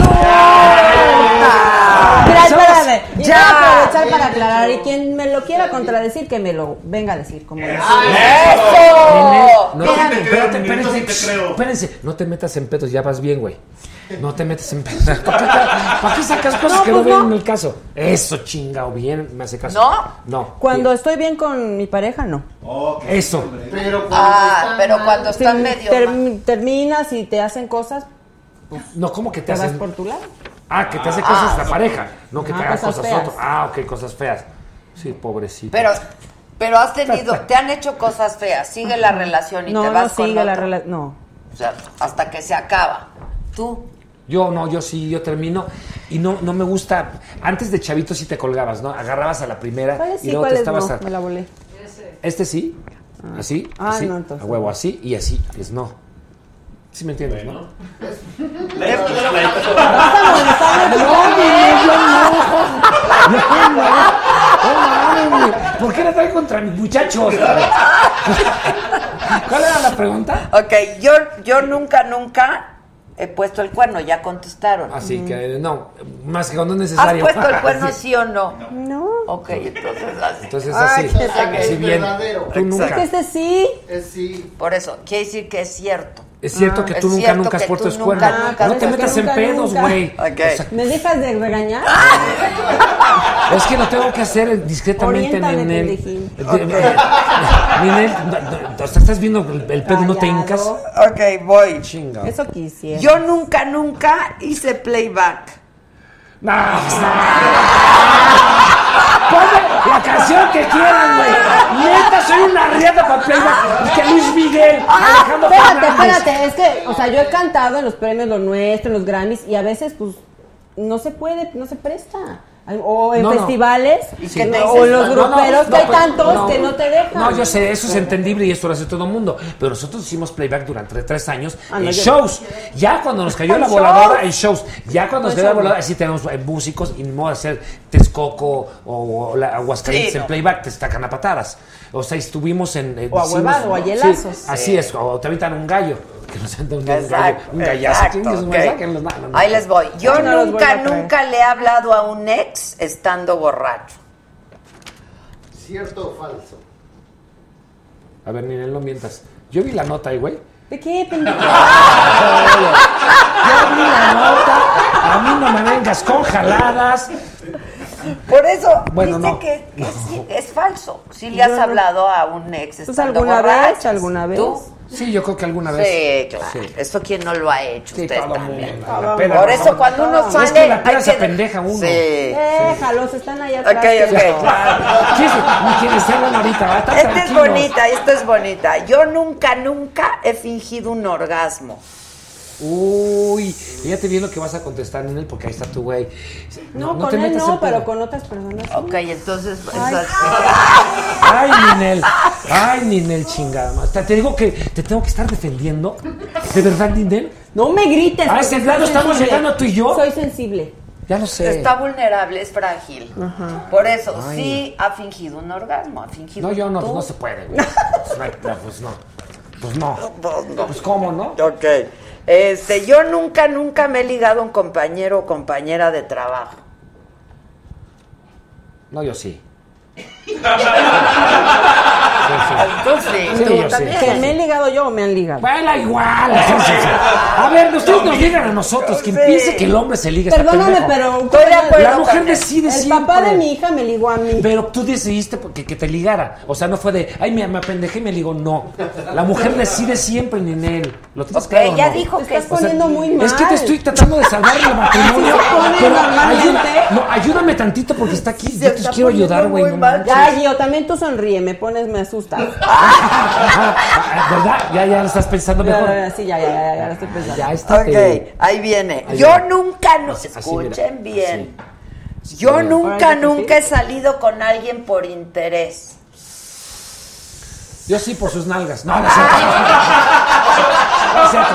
Speaker 1: resulta!
Speaker 12: Mira, espérame. Y
Speaker 1: Ya.
Speaker 12: voy a aprovechar para aclarar. Y quien me lo quiera contradecir, que me lo venga a decir. Como
Speaker 2: Nene,
Speaker 1: ¡Eso!
Speaker 2: No,
Speaker 1: Espérame.
Speaker 2: espérate, espérate, espérense, espérense. No te metas en pedos, ya vas bien, güey. No te metas en pedos. ¿Para qué, para qué sacas cosas
Speaker 12: No,
Speaker 2: que
Speaker 12: pues
Speaker 2: no ven
Speaker 12: no.
Speaker 2: en el caso? Eso, chinga, o bien me hace caso.
Speaker 12: ¿No?
Speaker 2: No.
Speaker 12: Cuando estoy bien con mi pareja, no.
Speaker 2: Eso.
Speaker 34: Pero
Speaker 1: Ah, pero cuando
Speaker 12: Sí,
Speaker 1: están medio.
Speaker 12: ter-
Speaker 1: mal.
Speaker 12: terminas y te hacen cosas,
Speaker 2: No, ¿cómo que te
Speaker 12: te vas
Speaker 2: haces?
Speaker 12: por tu lado.
Speaker 2: Ah, que te hace cosas la pareja. No, que
Speaker 12: Ah,
Speaker 2: te haga
Speaker 12: cosas
Speaker 2: cosas
Speaker 12: feas.
Speaker 2: otro. Ah, ok, cosas feas. Sí, pobrecito.
Speaker 1: Pero, pero has tenido, te han hecho cosas feas. Sigue la relación y
Speaker 12: No,
Speaker 1: te
Speaker 12: no
Speaker 1: vas con
Speaker 12: sigue la
Speaker 1: otro.
Speaker 12: relación. No.
Speaker 1: O sea, hasta que se acaba. Tú.
Speaker 2: Yo no, yo sí, yo termino. Y no, no me gusta. Antes de chavito sí te colgabas, ¿no? Agarrabas a la primera
Speaker 12: ¿Cuáles
Speaker 2: y
Speaker 12: Pues sí,
Speaker 2: luego te
Speaker 12: cuáles
Speaker 2: estabas
Speaker 12: no?
Speaker 2: a-
Speaker 12: Me la volé.
Speaker 2: Este sí, así,
Speaker 12: Ah,
Speaker 2: así,
Speaker 12: no, entonces
Speaker 2: a huevo así y así, es no. ¿Sí me entiendes,
Speaker 12: Vas a molestar a-
Speaker 2: no? No, no, no, no, no. ¿Por qué la trae contra mis muchachos? ¿Cuál era la pregunta?
Speaker 1: Ok, yo, yo nunca, nunca he puesto el cuerno. Ya contestaron.
Speaker 2: Así Ah, que no, más que cuando es
Speaker 1: ¿Has
Speaker 2: necesario.
Speaker 1: puesto el cuerno
Speaker 2: Así.
Speaker 1: sí o no?
Speaker 12: No.
Speaker 1: Ok, entonces así.
Speaker 2: Entonces
Speaker 1: Ay,
Speaker 2: así,
Speaker 1: te saqué.
Speaker 2: así bien. Tú
Speaker 12: Es que
Speaker 2: nunca.
Speaker 12: este sí.
Speaker 34: Es sí.
Speaker 1: Por eso, quiere decir que es cierto. Ah,
Speaker 2: Es cierto que
Speaker 1: Es
Speaker 2: tú nunca,
Speaker 1: cierto
Speaker 2: nunca has
Speaker 1: que
Speaker 2: puesto
Speaker 1: tú
Speaker 2: el
Speaker 1: nunca,
Speaker 2: cuerno.
Speaker 1: nunca
Speaker 2: No
Speaker 1: has
Speaker 2: te
Speaker 1: puesto
Speaker 2: metas
Speaker 1: el
Speaker 2: en
Speaker 12: cuerno.
Speaker 2: pedos, güey.
Speaker 1: Ok.
Speaker 2: O sea,
Speaker 12: ¿Me dejas de regañar?
Speaker 2: Es que lo tengo que hacer discretamente,
Speaker 12: Oriéntame,
Speaker 2: Ninel.
Speaker 12: pendejil.
Speaker 2: Eh, eh, Ninel, no, no, o sea, estás viendo el, el pedo y no te hincas.
Speaker 1: Ok, voy.
Speaker 2: Chinga.
Speaker 12: Eso quisiera.
Speaker 1: Yo nunca, nunca hice playback.
Speaker 2: No, pues, no. Ah, Ponme la canción que quieran, güey. Neta, soy una riata para playback. Que Luis Miguel,
Speaker 12: Ah,
Speaker 2: Alejandro
Speaker 12: espérate,
Speaker 2: Fernández.
Speaker 12: espérate, es que, o sea, yo he cantado en los premios Lo Nuestro, en los Grammys, y a veces, pues, no se puede, no se presta.
Speaker 27: O en
Speaker 2: No, no.
Speaker 27: festivales,
Speaker 2: Y que te
Speaker 27: o
Speaker 2: dicen,
Speaker 27: los
Speaker 2: no, no,
Speaker 27: gruperos,
Speaker 2: no,
Speaker 27: que hay
Speaker 2: pues,
Speaker 27: tantos
Speaker 2: no.
Speaker 27: que no te dejan.
Speaker 2: No, yo sé, eso es entendible y esto lo hace todo el mundo. Pero nosotros hicimos playback durante tres años
Speaker 27: Ah,
Speaker 2: en
Speaker 27: no, yo-
Speaker 2: shows. Ya cuando nos cayó
Speaker 27: ¿En
Speaker 2: la voladora, en shows. Ya cuando nos
Speaker 27: No,
Speaker 2: cayó la
Speaker 27: eso no.
Speaker 2: voladora, así tenemos eh, músicos y no hacer Texcoco o, la- Aguascalientes
Speaker 27: Sí,
Speaker 2: en
Speaker 27: no.
Speaker 2: playback, te sacan a patadas. O sea, estuvimos en. eh,
Speaker 27: O a
Speaker 2: hicimos-
Speaker 27: huevado, o a
Speaker 2: Sí,
Speaker 27: hielazos.
Speaker 2: Así es, o te avientan un gallo. Que nos avientan un gallo.
Speaker 1: Exacto,
Speaker 2: Un gallazo.
Speaker 1: exacto,
Speaker 2: Chingues,
Speaker 1: ok.
Speaker 2: me sacan los- no, no, no.
Speaker 1: Ahí les voy. Yo
Speaker 2: No los voy
Speaker 1: nunca,
Speaker 2: a creer.
Speaker 1: nunca le he hablado a un ex estando borracho.
Speaker 4: ¿Cierto o falso?
Speaker 2: A ver, Ninel, no mientas. Yo vi la nota ahí, güey.
Speaker 27: ¿De qué, pendejo?
Speaker 2: Yo vi la nota. A mí no me vengas con jaladas.
Speaker 1: Por eso,
Speaker 2: Bueno,
Speaker 1: dice
Speaker 2: no.
Speaker 1: que, que sí, es falso. Si le has hablado a un ex
Speaker 27: Pues
Speaker 1: estando
Speaker 27: alguna vez,
Speaker 1: borracho.
Speaker 27: alguna vez.
Speaker 1: ¿Tú?
Speaker 2: Sí, yo creo que alguna vez.
Speaker 1: Sí, claro. Eso quien no lo ha hecho. Ustedes también.
Speaker 2: la Todo peda,
Speaker 1: Por
Speaker 2: no,
Speaker 1: eso
Speaker 2: no,
Speaker 1: cuando
Speaker 2: no.
Speaker 1: uno
Speaker 2: Es que
Speaker 1: sale...
Speaker 2: la peda
Speaker 1: hay
Speaker 2: se
Speaker 1: que-
Speaker 2: apendeja uno.
Speaker 12: Eh,
Speaker 1: Sí.
Speaker 27: Déjalos, están allá atrás.
Speaker 2: Ni quienes se hablan ahorita, va, están
Speaker 1: Esta es
Speaker 2: tranquilos.
Speaker 1: bonita, esta es bonita. Yo nunca, nunca he fingido un orgasmo.
Speaker 2: Uy, ya te vi lo que vas a contestar, Ninel, porque ahí está tu güey.
Speaker 27: No, con él
Speaker 2: metas en
Speaker 27: no, pero
Speaker 2: pedo.
Speaker 27: con otras personas.
Speaker 1: Ok, entonces...
Speaker 2: Ay, Ninel. Ay, Ninel, chingada. madre. Te, te digo que te tengo que estar defendiendo. ¿De verdad, Ninel?
Speaker 27: No me grites.
Speaker 2: A
Speaker 27: porque
Speaker 2: ese
Speaker 27: soy
Speaker 2: lado estamos
Speaker 27: sensible.
Speaker 2: llegando tú y yo.
Speaker 27: Soy sensible.
Speaker 2: Ya lo sé.
Speaker 1: Está vulnerable, es frágil. Por eso,
Speaker 2: Ay.
Speaker 1: sí ha fingido un orgasmo, ha fingido
Speaker 2: No, yo no,
Speaker 1: ¿Tú?
Speaker 2: pues no se puede, güey. Pues no, no, pues no. Pues no. Pues cómo, ¿no?
Speaker 1: Ok. Este, yo nunca, nunca me he ligado a un compañero o compañera de trabajo.
Speaker 2: No, yo sí.
Speaker 1: Tú sí,
Speaker 2: Sí,
Speaker 1: tú
Speaker 2: yo sí.
Speaker 1: también.
Speaker 27: Que me he ligado yo o me han ligado.
Speaker 2: Baila igual. Sí, sí, sí. A ver, ustedes nos digan a nosotros. Quien
Speaker 27: Sí.
Speaker 2: piense que el hombre se liga está
Speaker 27: Perdóname,
Speaker 2: pendejo.
Speaker 27: pero
Speaker 2: La mujer decide
Speaker 27: El
Speaker 2: siempre.
Speaker 27: papá de mi hija me ligó a mí.
Speaker 2: Pero tú decidiste porque- que te ligara. O sea, no fue de, ay, me, me apendejé y me ligó. No. La mujer decide siempre, Ninel. Lo tienes claro,
Speaker 27: ella
Speaker 2: ¿no?
Speaker 27: dijo que Te estás
Speaker 2: O sea,
Speaker 27: poniendo muy mal.
Speaker 2: Es que te estoy tratando de salvar el matrimonio.
Speaker 27: Sí se pone
Speaker 2: pero
Speaker 27: normalmente.
Speaker 2: ayuda- no, ayúdame tantito porque está aquí. Yo te quiero ayudar, güey. no manches.
Speaker 27: Ya, Gio, también tú sonríe, me pones, me asustas. Ah,
Speaker 2: Ah, ¿Verdad? Ya, ya lo estás pensando
Speaker 27: Ya,
Speaker 2: mejor.
Speaker 27: ya, ya, sí, ya, ya, ya, ya, lo estoy pensando.
Speaker 2: Ya está.
Speaker 1: Ok, ahí viene.
Speaker 2: Ahí
Speaker 1: yo
Speaker 2: viene.
Speaker 1: nunca, no,
Speaker 2: Así, Pues, así,
Speaker 1: escuchen
Speaker 2: mira,
Speaker 1: bien. Yo
Speaker 2: Mira.
Speaker 1: nunca,
Speaker 2: Ahora yo te
Speaker 1: nunca he salido con alguien por interés.
Speaker 2: Yo sí por sus nalgas. No, no es cierto. No, es cierto.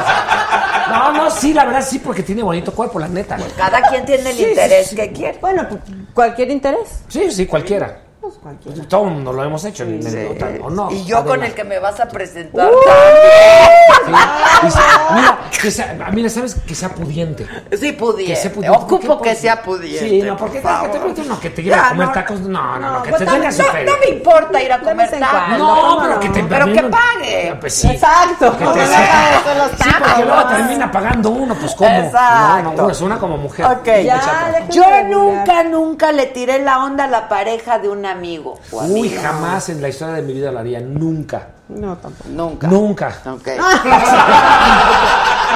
Speaker 2: no, no, sí, la verdad sí, porque tiene bonito cuerpo, la neta, güey.
Speaker 1: Cada quien tiene el
Speaker 2: Sí, sí,
Speaker 1: interés
Speaker 2: sí.
Speaker 1: que quiere.
Speaker 27: Bueno, pues, cualquier interés.
Speaker 2: Sí, sí, cualquiera.
Speaker 1: Pues
Speaker 2: Pues Todo el mundo lo hemos hecho, ni- ni- o tal- o no.
Speaker 1: Y yo con el que me vas a presentar
Speaker 2: Sí.
Speaker 1: también.
Speaker 2: Y se- mira, que sea- mira, sabes que sea pudiente.
Speaker 1: Sí, pudiente.
Speaker 2: Que sea pudiente.
Speaker 1: Ocupo
Speaker 2: ¿Por qué?
Speaker 1: que sea pudiente.
Speaker 2: Sí, no, porque
Speaker 1: por
Speaker 2: crees que te
Speaker 1: favor.
Speaker 2: mete uno que te lleve
Speaker 1: Ya,
Speaker 2: a comer
Speaker 1: no.
Speaker 2: tacos. No, no, no, que
Speaker 1: pues
Speaker 2: te
Speaker 1: tam-
Speaker 2: tenga su
Speaker 1: no,
Speaker 2: feria.
Speaker 1: no me importa ir a comer tacos.
Speaker 2: No, pero que te
Speaker 1: Pero
Speaker 2: a mí
Speaker 1: que
Speaker 2: no-
Speaker 1: pague.
Speaker 2: Pues sí.
Speaker 1: Exacto.
Speaker 2: Que te-
Speaker 1: No me hagas eso, los
Speaker 2: Sí, porque
Speaker 1: tacos.
Speaker 2: luego termina pagando uno, pues cómo.
Speaker 1: Exacto.
Speaker 2: No, no, es una como mujer.
Speaker 1: Ok.
Speaker 2: Muchacha.
Speaker 1: Yo nunca, nunca le tiré la onda a la pareja de un amigo. o
Speaker 2: Uy,
Speaker 1: amiga.
Speaker 2: jamás en la historia de mi vida lo haría. Nunca.
Speaker 27: No, tampoco.
Speaker 1: Nunca.
Speaker 2: Nunca.
Speaker 1: Ok.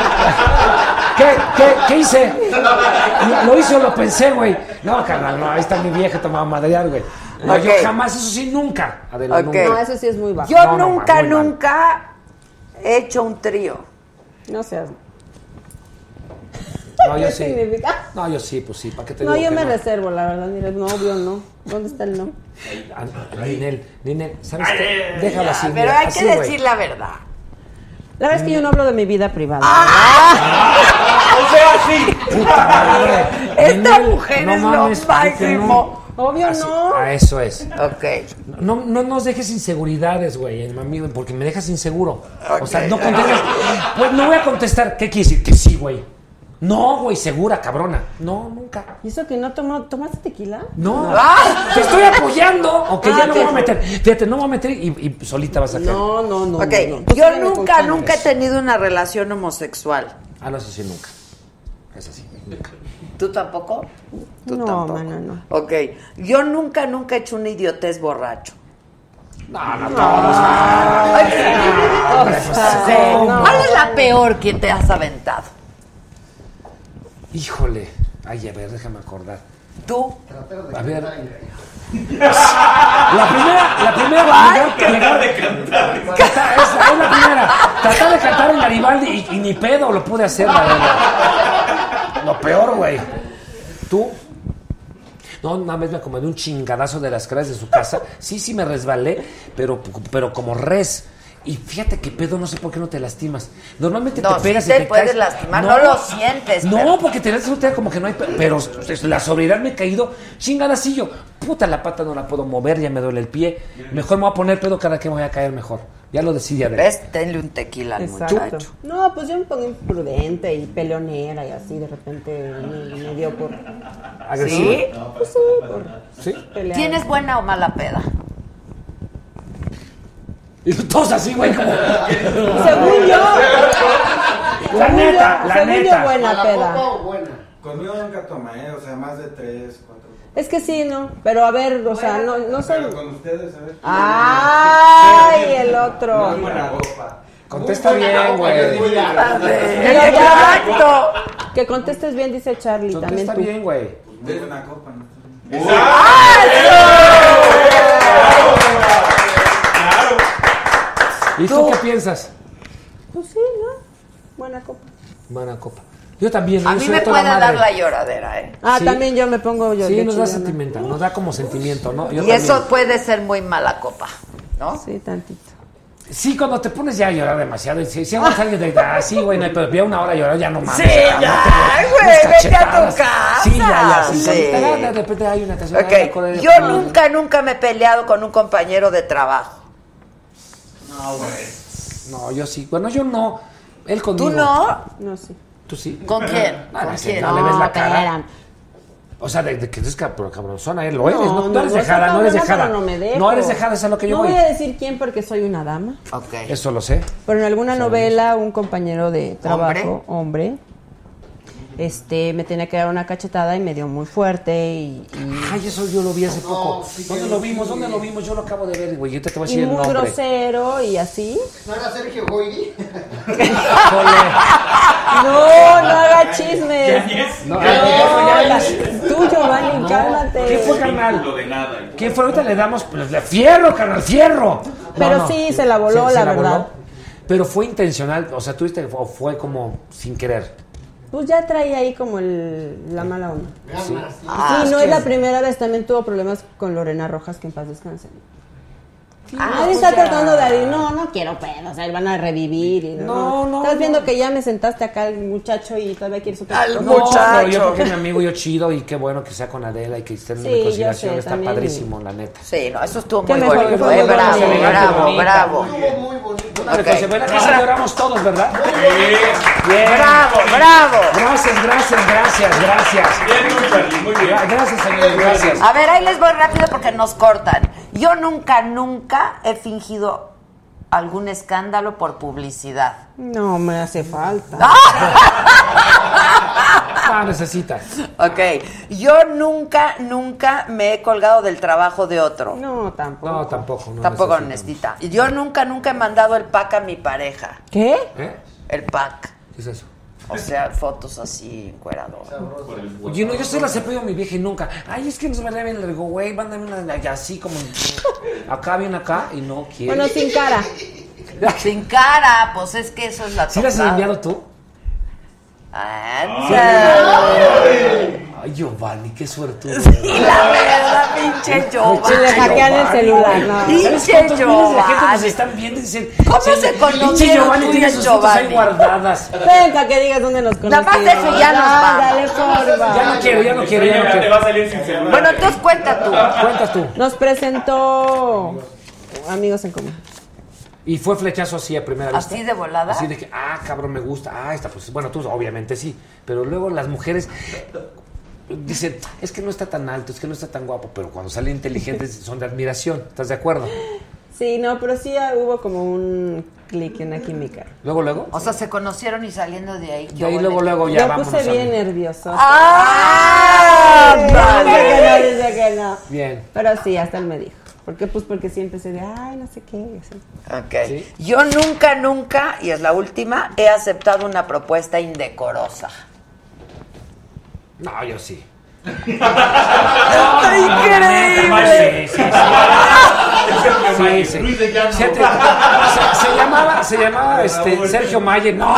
Speaker 2: ¿Qué, qué, qué hice? Lo- Lo hice o lo pensé, güey. No, carnal, no. Ahí está mi vieja tomada madrear, güey. No, yo
Speaker 1: Ok.
Speaker 2: jamás, eso sí, nunca. Adelante.
Speaker 1: Ok.
Speaker 27: No, eso sí es muy bajo.
Speaker 1: Yo
Speaker 2: No, no,
Speaker 1: nunca,
Speaker 2: mal, muy mal.
Speaker 1: nunca he hecho un trío.
Speaker 27: No seas.
Speaker 2: No, yo
Speaker 27: ¿Qué
Speaker 2: sí.
Speaker 27: significa?
Speaker 2: No, yo sí, pues sí. ¿Para qué te
Speaker 27: No,
Speaker 2: digo
Speaker 27: yo
Speaker 2: que
Speaker 27: me
Speaker 2: no?
Speaker 27: reservo, la verdad. Mira, no, obvio, no. ¿Dónde está el no?
Speaker 2: Ah, Ninel, Ninel, ¿sabes
Speaker 27: Ay,
Speaker 2: qué?
Speaker 27: ay,
Speaker 2: Déjalo
Speaker 27: ya,
Speaker 2: así.
Speaker 27: pero
Speaker 2: mira,
Speaker 27: hay que
Speaker 2: así, güey.
Speaker 27: decir
Speaker 1: La verdad.
Speaker 27: La verdad es que yo no hablo de mi vida privada.
Speaker 1: Ah, O sea, sí.
Speaker 2: Ah. Puta madre.
Speaker 1: Esta mujer
Speaker 2: no
Speaker 1: es
Speaker 2: mames,
Speaker 1: lo
Speaker 2: ¿por qué
Speaker 1: máximo. Obvio no.
Speaker 2: Ah, eso es.
Speaker 1: Ok.
Speaker 2: No, no nos dejes inseguridades, güey, amigo, porque me dejas inseguro. O sea, no contestas. Pues no voy a contestar. ¿Qué quieres decir? Que sí, güey. No, güey, segura, cabrona. No, nunca.
Speaker 27: ¿Y eso que no tomó, tomaste tequila?
Speaker 2: No.
Speaker 27: Ah.
Speaker 2: Te estoy apoyando. Ok,
Speaker 27: Ah,
Speaker 2: ya no me
Speaker 27: ok.
Speaker 2: voy a meter. Fíjate, no me voy a meter y, y solita vas a caer.
Speaker 27: No, no, no.
Speaker 1: Ok,
Speaker 27: no, no.
Speaker 1: yo
Speaker 27: Sígueme
Speaker 1: nunca,
Speaker 27: contando.
Speaker 1: nunca he tenido una relación homosexual.
Speaker 2: Ah, no, eso sí, nunca. Es así, nunca.
Speaker 1: ¿Tú tampoco? Tú
Speaker 27: No,
Speaker 1: tampoco.
Speaker 27: mana, no.
Speaker 1: Ok, yo nunca, nunca he hecho un idiotez borracho.
Speaker 2: No, no, todos.
Speaker 1: Ay, sí. Sí.
Speaker 2: no.
Speaker 1: ¿Cuál es la peor que te has aventado?
Speaker 2: Híjole. Ay, a ver, déjame acordar.
Speaker 1: ¿Tú?
Speaker 2: A ver. La primera, la primera
Speaker 4: Ay,
Speaker 2: que
Speaker 4: tratar de
Speaker 2: cantar. esa es la primera. Tratar de cantar en Garibaldi y, y ni pedo lo pude hacer, la verdad. Lo peor, güey. ¿Tú? No, una vez me acomodé un chingadazo de las caras de su casa. Sí, sí me resbalé, pero, pero como res. Y fíjate que pedo, no sé por qué no te lastimas. Normalmente
Speaker 1: No,
Speaker 2: te pegas
Speaker 1: sí
Speaker 2: y
Speaker 1: te
Speaker 2: te
Speaker 1: puedes
Speaker 2: caes.
Speaker 1: lastimar, no lo sientes,
Speaker 2: No,
Speaker 1: pero-
Speaker 2: porque te das usted como que no hay. pe- Pero la sobriedad me he caído. Chingadacillo. Puta, la pata no la puedo mover, ya me duele el pie. Mejor me voy a poner pedo cada que me voy a caer mejor. Ya lo decidí a ver.
Speaker 1: ¿Ves? Tenle un tequila al muchacho.
Speaker 12: No, pues yo me pongo imprudente y peleonera y así de repente me, me dio por.
Speaker 2: ¿Agresiva?
Speaker 12: ¿Sí? Pues sí, por
Speaker 2: ¿Sí?
Speaker 12: pelear.
Speaker 1: ¿Tienes buena o mala peda?
Speaker 2: Y todos así, güey. como-
Speaker 12: Según yo.
Speaker 2: La
Speaker 12: Según
Speaker 2: neta,
Speaker 12: yo-
Speaker 2: la
Speaker 12: según yo,
Speaker 2: neta.
Speaker 12: buena
Speaker 2: ¿A la
Speaker 12: peda.
Speaker 2: popa o
Speaker 5: Conmigo nunca toma, ¿eh? O sea, más de tres, cuatro.
Speaker 12: Es que sí, ¿no? Pero a ver, o sea, no, no soy.
Speaker 5: Pero con ustedes, a ver.
Speaker 12: ¡Ay, el otro!
Speaker 5: Muy buena copa.
Speaker 2: Contesta
Speaker 5: Muy buena
Speaker 2: bien,
Speaker 5: copa, yo
Speaker 2: güey.
Speaker 5: digo ya.
Speaker 12: Pero ya, Que contestes bien, dice Charlie. también
Speaker 2: Contesta
Speaker 12: tú.
Speaker 2: bien, güey.
Speaker 5: Muy buena copa, ¿no?
Speaker 2: ¿Y tú qué piensas?
Speaker 12: Pues sí, ¿no? Buena copa.
Speaker 2: Buena copa. Yo también.
Speaker 1: A
Speaker 2: yo
Speaker 1: mí
Speaker 2: soy
Speaker 1: me
Speaker 2: toda
Speaker 1: puede dar
Speaker 2: madre.
Speaker 1: la lloradera, ¿eh?
Speaker 12: Ah,
Speaker 2: Sí.
Speaker 12: también yo me pongo yo.
Speaker 2: Sí,
Speaker 12: yo
Speaker 2: nos da
Speaker 12: chillona.
Speaker 2: sentimental, nos da como sentimiento, ¿no? Yo
Speaker 1: Y eso
Speaker 2: también.
Speaker 1: puede ser muy mala copa, ¿no?
Speaker 12: Sí, tantito.
Speaker 2: Sí, cuando te pones ya a llorar demasiado. Y si, si aguas alguien de ah, sí, güey, no, hay pedo, ya una hora llorar, ya no mames.
Speaker 1: Sí,
Speaker 2: ya,
Speaker 1: Ah, ya, güey,
Speaker 2: unas
Speaker 1: vete a tu
Speaker 2: cachetadas.
Speaker 1: casa.
Speaker 2: Sí, ya, ya, Ah, sí.
Speaker 1: Sí.
Speaker 2: ahorita De repente hay una canción.
Speaker 1: Ok,
Speaker 2: ay, me acordé de-
Speaker 1: Yo nunca, nunca me he peleado con un compañero de trabajo.
Speaker 2: No, güey. No, yo sí. Bueno, yo no. Él conmigo.
Speaker 1: ¿Tú no?
Speaker 12: No, sí.
Speaker 2: ¿Tú sí?
Speaker 1: ¿Con quién?
Speaker 2: No,
Speaker 1: ¿Con
Speaker 2: no, sé,
Speaker 1: quién?
Speaker 2: no le ves
Speaker 1: No,
Speaker 2: la cara.
Speaker 1: espérate.
Speaker 2: O sea, de, de que eres cabro- cabronzona, eh, lo eres.
Speaker 12: No,
Speaker 2: No, Tú
Speaker 12: no,
Speaker 2: eres
Speaker 12: no,
Speaker 2: dejada,
Speaker 12: esa
Speaker 2: no eres
Speaker 12: cabrona,
Speaker 2: dejada.
Speaker 12: pero no me dejo.
Speaker 2: No eres dejada, eso es lo que yo
Speaker 12: No
Speaker 2: voy.
Speaker 12: voy a decir quién porque soy una dama.
Speaker 2: Eso lo sé.
Speaker 12: Pero en alguna novela, un compañero de trabajo, hombre, este, me tenía que dar una cachetada y me dio muy fuerte. Y, y-
Speaker 2: Ay, eso yo lo vi hace poco.
Speaker 12: sí,
Speaker 2: ¿Dónde
Speaker 12: sí,
Speaker 2: lo
Speaker 12: sí.
Speaker 2: vimos? ¿Dónde lo vimos? Yo lo acabo de ver, güey. Yo te voy a
Speaker 12: y
Speaker 2: decir el
Speaker 12: muy
Speaker 2: nombre.
Speaker 12: grosero y así.
Speaker 8: ¿No era Sergio Goyri?
Speaker 12: No, no haga chismes.
Speaker 2: No,
Speaker 12: No,
Speaker 2: ya, ya, ya, ya.
Speaker 12: tú, Giovanni,
Speaker 2: No.
Speaker 12: cálmate.
Speaker 2: ¿Qué fue, carnal? ¿Qué fue? Ahorita le damos. pues, le- ¡Fierro, carnal, fierro! No,
Speaker 12: Pero
Speaker 2: no.
Speaker 12: sí, se la voló,
Speaker 2: Se- se
Speaker 12: la verdad.
Speaker 2: voló. Pero fue intencional, o sea, tuviste o fue como sin querer.
Speaker 12: Pues ya traía ahí como el- la mala onda.
Speaker 2: Sí.
Speaker 8: Ah,
Speaker 12: y no
Speaker 8: es
Speaker 12: es la
Speaker 8: que-
Speaker 12: primera vez, también tuvo problemas con Lorena Rojas, que en paz descanse.
Speaker 8: Ah,
Speaker 12: Nadie
Speaker 8: pues
Speaker 12: está
Speaker 8: ya.
Speaker 12: tratando de adiv- No, no quiero pedos, o sea, van a revivir. y
Speaker 8: No, no,
Speaker 12: Estás
Speaker 8: no.
Speaker 12: viendo que ya me sentaste acá el muchacho y todavía quieres otro.
Speaker 2: No, pero yo porque mi amigo yo chido y qué bueno que sea con Adela y que estén
Speaker 12: Sí,
Speaker 2: en reconciliación.
Speaker 12: yo sé,
Speaker 2: Está
Speaker 12: también.
Speaker 2: padrísimo, la neta.
Speaker 1: Sí, no, eso estuvo
Speaker 2: Qué
Speaker 1: muy
Speaker 2: mejor que
Speaker 1: bonito.
Speaker 2: fue
Speaker 1: eh,
Speaker 2: muy
Speaker 1: bravo,
Speaker 2: bonita,
Speaker 1: bravo,
Speaker 2: bonita.
Speaker 1: bravo.
Speaker 2: Una
Speaker 1: Ok.
Speaker 2: reconciliación. Bueno, aquí celebramos todos, ¿verdad? Sí. Bien.
Speaker 1: Bravo, bravo.
Speaker 2: Gracias, gracias, gracias, gracias. Bien, Charlie, muy bien. Gracias, señor, gracias.
Speaker 1: A ver, ahí les voy rápido porque nos cortan. Yo nunca, nunca he fingido algún escándalo por publicidad.
Speaker 12: No me hace falta.
Speaker 2: Ah, necesitas.
Speaker 1: Ok, yo nunca, nunca me he colgado del trabajo de otro.
Speaker 12: No, tampoco.
Speaker 2: No, tampoco. No
Speaker 1: Tampoco
Speaker 2: necesitamos.
Speaker 1: honestita. Yo nunca, nunca he mandado el pack a mi pareja.
Speaker 12: ¿Qué?
Speaker 2: ¿Eh?
Speaker 1: El pack.
Speaker 2: ¿Qué es eso?
Speaker 1: O sea, fotos así, encuerados.
Speaker 2: Oye, no, yo se las he pedido a mi vieja y nunca. Ay, es que nos vale bien. Le digo, güey, mándame una de la- así como. Acá, bien acá. Y no quiere.
Speaker 12: Bueno, sin cara.
Speaker 1: Sin cara, pues es que eso es la
Speaker 2: ¿Sí las has
Speaker 1: tocada.
Speaker 2: enviado tú?
Speaker 1: Ándale.
Speaker 2: Ay, Giovanni, qué suerte.
Speaker 1: Y la verdad, pinche Giovanni.
Speaker 2: Se
Speaker 1: Se le hackean el celular, no.
Speaker 2: ¿Sabes
Speaker 1: Pinche
Speaker 2: cuántos miles de gente nos
Speaker 1: Giovanni.
Speaker 2: están viendo y dicen...
Speaker 1: ¿Cómo
Speaker 2: sí,
Speaker 1: se
Speaker 2: Pinche
Speaker 1: conocieron
Speaker 2: Giovanni
Speaker 1: tú y
Speaker 2: tiene
Speaker 1: el
Speaker 2: sus fotos ahí
Speaker 1: Giovanni?
Speaker 2: guardadas.
Speaker 12: Venga, que digas dónde nos
Speaker 1: Nada
Speaker 12: conocimos.
Speaker 1: más eso ya nos va.
Speaker 12: Ándale, porfa.
Speaker 2: Ya no quiero, ya no quiero, ya no quiero.
Speaker 1: Bueno, entonces cuenta tú.
Speaker 2: Cuenta tú.
Speaker 12: Nos presentó amigos en común.
Speaker 2: Y fue flechazo así a primera vez.
Speaker 1: ¿Así de volada?
Speaker 2: Así de que, ah, cabrón, me gusta. Ah, esta, pues, bueno, tú obviamente sí. Pero luego las mujeres dicen, es que no está tan alto, es que no está tan guapo. Pero cuando salen inteligentes son de admiración. ¿Estás de acuerdo?
Speaker 12: Sí, no, pero sí ah, hubo como un clic en la química.
Speaker 2: Luego, luego.
Speaker 1: O sea, se conocieron y saliendo de ahí.
Speaker 2: De ahí luego, luego ya
Speaker 12: Yo puse
Speaker 2: vámonos a
Speaker 12: bien
Speaker 2: mí.
Speaker 12: nervioso.
Speaker 1: ¡Ah!
Speaker 12: Dice
Speaker 1: ándale.
Speaker 12: que no, dice que no.
Speaker 2: Bien.
Speaker 12: Pero sí, hasta él me dijo. ¿Por qué? Pues porque siempre se de, ay, no sé qué. y así.
Speaker 1: Ok. Yo nunca, nunca, y es la última, he aceptado una propuesta indecorosa.
Speaker 2: No, yo sí.
Speaker 1: ¡Está
Speaker 2: increíble! Sí, sí, sí. Sí, sí. Se, te- se- se llamaba, se llamaba este, Sergio Mayer. No,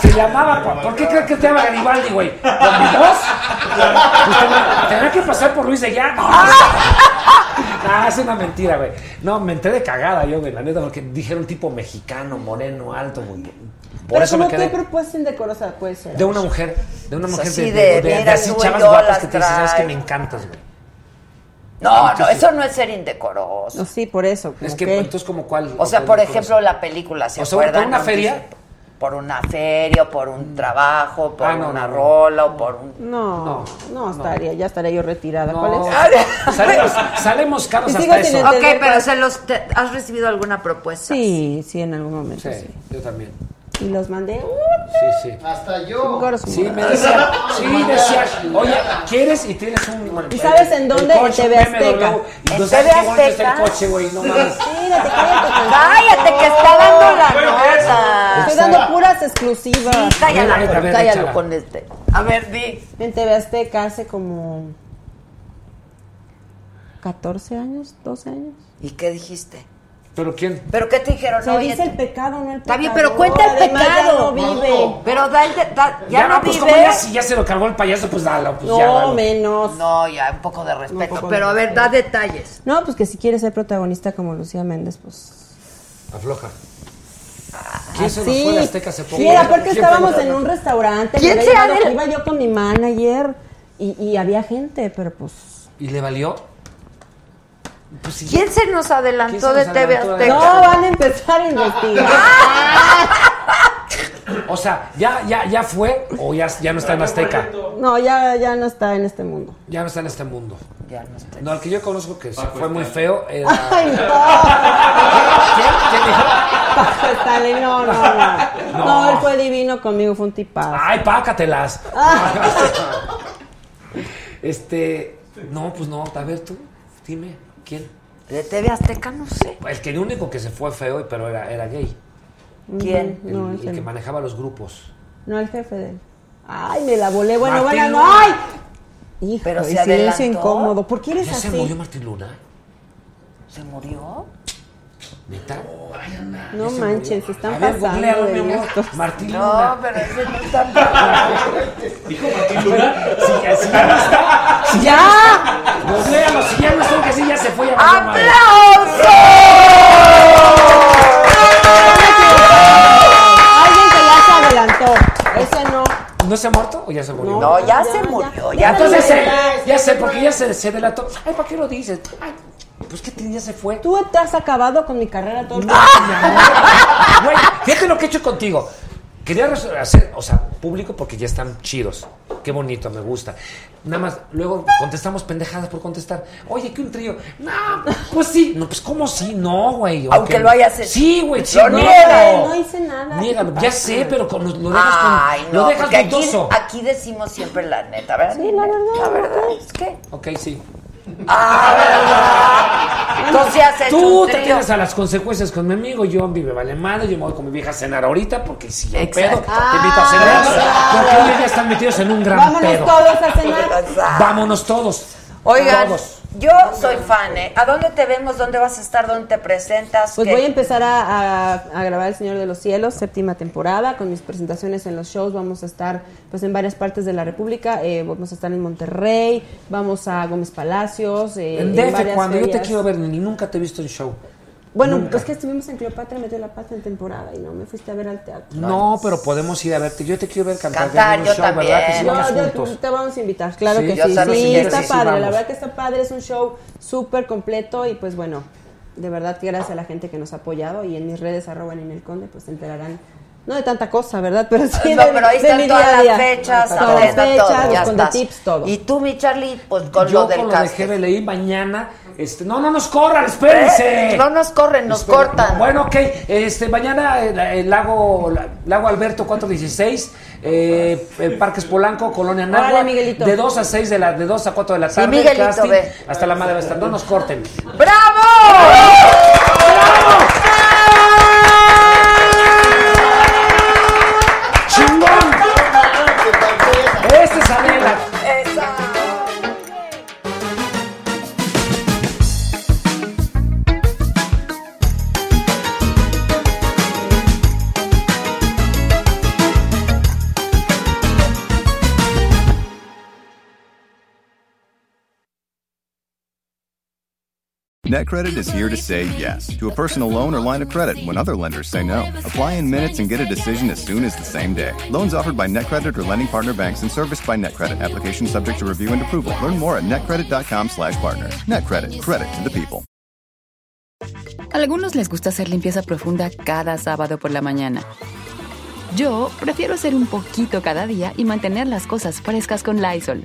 Speaker 2: se llamaba. ¿Por, por qué crees que te llama Garibaldi, güey? ¿Por mi voz? Pues tenía, tenía que pasar por Luis de Llano. Ah, es una mentira, güey. No, me entré de cagada yo, güey, la neta, porque dijeron tipo mexicano, moreno, alto, güey. Por
Speaker 35: Pero
Speaker 2: eso me
Speaker 35: como qué
Speaker 2: quedé.
Speaker 35: propuesta indecorosa puede ser.
Speaker 2: De una mujer, de una mujer
Speaker 35: Así
Speaker 2: de,
Speaker 35: de,
Speaker 2: de- de-
Speaker 35: mira,
Speaker 2: de así
Speaker 35: tú
Speaker 2: chavas
Speaker 35: y yo
Speaker 2: guapas
Speaker 35: las
Speaker 2: que te dicen, sabes que
Speaker 35: traes".
Speaker 2: me encantas, güey.
Speaker 1: No, no,
Speaker 2: Ah, Entonces-
Speaker 1: eso no es ser indecoroso.
Speaker 12: No, sí, por eso.
Speaker 2: Es que, entonces, como cuál.
Speaker 1: O sea,
Speaker 2: cuál
Speaker 1: por
Speaker 2: de todas?
Speaker 1: ejemplo, la película, ¿se
Speaker 2: O sea, por
Speaker 1: acuerdan?
Speaker 2: una
Speaker 1: Nos
Speaker 2: feria.
Speaker 1: dice, Por una feria, o por un trabajo, por
Speaker 2: Ah, no,
Speaker 1: una
Speaker 2: no, no.
Speaker 1: rola, o por un...
Speaker 12: No, no, estaría, ya estaría yo retirada.
Speaker 1: No.
Speaker 12: ¿Cuál es?
Speaker 2: Salimos, salimos caros hasta eso.
Speaker 1: Ok, pero se los te- ¿has recibido alguna propuesta?
Speaker 12: Sí, sí, en algún momento. Sí,
Speaker 2: yo también.
Speaker 12: Y los mandé.
Speaker 2: Sí, sí.
Speaker 36: Hasta
Speaker 12: Son
Speaker 36: yo.
Speaker 12: caros.
Speaker 2: Sí, me decía, sí, decía, oye, ¿quieres? Y tienes un...
Speaker 12: ¿Y sabes en
Speaker 2: el
Speaker 12: dónde? En
Speaker 2: coche, un
Speaker 12: TV
Speaker 2: BMW,
Speaker 12: Azteca.
Speaker 2: Y
Speaker 12: ¿En
Speaker 2: tú sabes
Speaker 12: TV
Speaker 2: qué bonito está el
Speaker 12: Azteca?
Speaker 2: coche, güey, no mames.
Speaker 1: Cállate, que está dando la nota.
Speaker 12: Estoy dando puras exclusivas.
Speaker 1: Sí, cállala,
Speaker 12: A ver, a ver,
Speaker 1: cállalo
Speaker 12: échala.
Speaker 1: con este. A ver, di.
Speaker 12: En TV Azteca hace como 14 años, 12 años.
Speaker 1: ¿Y qué dijiste?
Speaker 2: ¿Pero quién?
Speaker 1: ¿Pero qué te dijeron?
Speaker 12: Se
Speaker 1: Oye,
Speaker 12: dice el
Speaker 1: te-
Speaker 12: pecado, no el pecado.
Speaker 1: Está bien, pero cuenta el
Speaker 12: Además, ya no
Speaker 1: pecado.
Speaker 12: vive.
Speaker 1: Pero da el de- da- ya,
Speaker 2: Ya,
Speaker 1: no
Speaker 2: pues como
Speaker 1: vive.
Speaker 2: ya, si ya se lo cargó el payaso, pues dalo, pues ya.
Speaker 12: No,
Speaker 2: dalo.
Speaker 12: menos.
Speaker 1: No, ya, un poco de respeto.
Speaker 12: poco de
Speaker 1: pero a ver, da detalles.
Speaker 12: No, pues que si quieres ser protagonista como Lucía Méndez, pues.
Speaker 2: Afloja. ¿Quién se nos
Speaker 12: así.
Speaker 2: fue de Azteca hace poco?
Speaker 12: Ah, Sí, era porque
Speaker 2: ¿Quién
Speaker 12: estábamos
Speaker 2: fue?
Speaker 12: en un restaurante.
Speaker 1: ¿Quién
Speaker 12: me
Speaker 1: se
Speaker 12: había
Speaker 1: ha
Speaker 12: llevado-
Speaker 1: del-
Speaker 12: Iba yo con mi manager y, y había gente, pero pues.
Speaker 2: ¿Y le valió? Pues sí.
Speaker 1: ¿Quién se nos adelantó
Speaker 2: ¿Quién se nos
Speaker 1: de TV
Speaker 2: adelantó de-
Speaker 1: Azteca?
Speaker 12: No, van a empezar a investigar.
Speaker 2: O sea, ¿ya, ya, ya fue o ya, ya no está en Azteca?
Speaker 12: No, ya, ya no está en este mundo.
Speaker 2: Ya no está en este mundo.
Speaker 1: Ya no está.
Speaker 2: No, el que yo conozco que se fue muy feo era...
Speaker 12: Ay, no. Paco Stanley, no, no, no.
Speaker 2: No.
Speaker 12: No, él fue divino conmigo, fue un tipazo.
Speaker 2: ¡Ay, pácatelas!
Speaker 12: Ah.
Speaker 2: Este. No, pues no, a ver tú, dime, ¿quién?
Speaker 1: De TV Azteca, no sé.
Speaker 2: El que el único que se fue feo, pero era, era gay.
Speaker 1: ¿Quién?
Speaker 2: El,
Speaker 12: No,
Speaker 2: el
Speaker 12: ese
Speaker 2: que
Speaker 12: no.
Speaker 2: manejaba los grupos.
Speaker 12: No, el jefe de él. Ay, me la volé. Bueno,
Speaker 2: Martín
Speaker 12: bueno, no.
Speaker 2: Luna.
Speaker 12: ¡Ay! Hijo,
Speaker 1: Pero
Speaker 12: Pero
Speaker 1: se adelantó.
Speaker 12: silencio incómodo. ¿Por qué eres
Speaker 2: ¿Ya
Speaker 12: así?
Speaker 2: se murió Martín Luna?
Speaker 1: ¿Se murió?
Speaker 2: ¿Neta?
Speaker 12: No
Speaker 2: se
Speaker 12: manches, se
Speaker 2: A
Speaker 12: están
Speaker 2: ver,
Speaker 12: pasando
Speaker 2: googlealo, mi
Speaker 12: de
Speaker 2: amor.
Speaker 12: gusto.
Speaker 2: Martín
Speaker 1: No,
Speaker 2: Luna.
Speaker 1: pero ese no está.
Speaker 2: ¿Dijo Martín Luna? Sí, ya, sí, ya no está. Sí, ya
Speaker 12: ¡Ya!
Speaker 2: no está. Googlealo, si ya no está, que sí, ya se fue. ya valió madre.
Speaker 12: Alguien que ya se adelantó. Ese no.
Speaker 2: ¿No se ha muerto o ya se murió?
Speaker 1: No, ya se murió. Ya
Speaker 2: Entonces,
Speaker 1: se
Speaker 2: eh, ya sé, porque ya se, se delató. Ay, ¿para qué lo dices? Ay, pues que ya se fue.
Speaker 12: Tú te has acabado con mi carrera todo el tiempo.
Speaker 2: Güey, fíjate lo que he hecho contigo. Quería res- hacer, o sea, público porque ya están chidos. Qué bonito, me gusta. Nada más, luego contestamos pendejadas por contestar. Oye, que un trío. No, pues sí. No, pues ¿cómo sí? No, güey.
Speaker 1: Aunque lo hayas hecho.
Speaker 2: Sí, güey. Sí,
Speaker 1: Lo
Speaker 2: no,
Speaker 1: niegas.
Speaker 2: güey.
Speaker 12: No hice nada.
Speaker 2: Niégalo. Ya sé, pero con- lo dejas, con-
Speaker 1: Ay, no,
Speaker 2: lo dejas
Speaker 1: porque aquí,
Speaker 2: dudoso.
Speaker 1: aquí decimos siempre la neta, ¿verdad?
Speaker 12: Sí, la verdad.
Speaker 1: La verdad es que.
Speaker 2: Ok, sí.
Speaker 1: Entonces has hecho
Speaker 2: Tú
Speaker 1: un
Speaker 2: te
Speaker 1: trío.
Speaker 2: tienes a las consecuencias con mi amigo, yo a mí me vale madre, yo me voy con mi vieja a cenar ahorita porque si hay
Speaker 1: Exacto.
Speaker 2: pedo, te invito a cenar. Porque ellos ya están metidos en un gran
Speaker 12: Vámonos
Speaker 2: pedo.
Speaker 12: todos a cenar.
Speaker 2: Vámonos todos.
Speaker 1: Oigan,
Speaker 2: Todos.
Speaker 1: yo soy fan, ¿eh? ¿A dónde te vemos? ¿Dónde vas a estar? ¿Dónde te presentas?
Speaker 12: Pues
Speaker 1: ¿Qué?
Speaker 12: voy a empezar a, a- a grabar El Señor de los Cielos, séptima temporada, con mis presentaciones en los shows. Vamos a estar pues en varias partes de la República. eh, vamos a estar en Monterrey, vamos a Gómez Palacios. eh,
Speaker 2: En DF,
Speaker 12: varias
Speaker 2: cuando yo te
Speaker 12: ferias.
Speaker 2: quiero ver, ni nunca te he visto en show.
Speaker 12: Bueno,
Speaker 2: Nunca.
Speaker 12: pues que estuvimos en Cleopatra, metió la pata en temporada y no me fuiste a ver al teatro.
Speaker 2: No, pero podemos ir a verte. Yo te quiero ver cantar.
Speaker 1: Cantar,
Speaker 2: en un
Speaker 1: yo
Speaker 2: show, ¿verdad? Que sí,
Speaker 1: también.
Speaker 12: No,
Speaker 2: vamos
Speaker 12: yo-
Speaker 2: juntos.
Speaker 12: te vamos a invitar, claro
Speaker 2: Sí,
Speaker 12: que
Speaker 2: yo
Speaker 12: sí.
Speaker 2: también
Speaker 12: Sí,
Speaker 2: sí,
Speaker 12: está
Speaker 2: sí,
Speaker 12: padre, la
Speaker 2: vamos.
Speaker 12: verdad que está padre, es un show súper completo y pues bueno, de verdad que gracias a la gente que nos ha apoyado y en mis redes arroba en el conde pues se enterarán. No de tanta cosa, ¿verdad? Pero sí
Speaker 1: No,
Speaker 12: de,
Speaker 1: pero ahí
Speaker 12: de mi
Speaker 1: están todas
Speaker 12: día a
Speaker 1: las
Speaker 12: día.
Speaker 1: fechas,
Speaker 12: todas las
Speaker 1: ahorita
Speaker 12: fechas,
Speaker 1: todo, ya
Speaker 12: los conde
Speaker 1: estás.
Speaker 12: tips, todo.
Speaker 1: Y tú, mi Charlie, pues con
Speaker 2: yo
Speaker 1: lo del
Speaker 2: con lo de
Speaker 1: cast.
Speaker 2: GBLI mañana. Este, no, no nos corran, espérense.
Speaker 1: Eh, No nos corren, nos
Speaker 2: Espera,
Speaker 1: cortan.
Speaker 2: no, Bueno, ok. Este, mañana el, el lago, la- lago Alberto 416, eh, el Parques Polanco, Colonia Nagua.
Speaker 12: Órale, Miguelito.
Speaker 2: De 2 a 6 de la, de 2 a 4 de la tarde.
Speaker 1: Miguelito,
Speaker 2: casting.
Speaker 1: ve.
Speaker 2: Hasta la madre va a estar. No nos corten.
Speaker 1: ¡Bravo!
Speaker 2: ¡Chingón! Este es Adela.
Speaker 34: NetCredit is here to say yes to a personal loan or line of credit when other lenders say no. Apply in minutes and get a decision as soon as the same day. Loans offered by NetCredit or lending partner banks and serviced by NetCredit. Application subject to review and approval. Learn more at netcredit.com slash partner. NetCredit. Credit to the people.
Speaker 19: Algunos les gusta hacer limpieza profunda cada sábado por la mañana. Yo prefiero hacer un poquito cada día y mantener las cosas frescas con Lysol.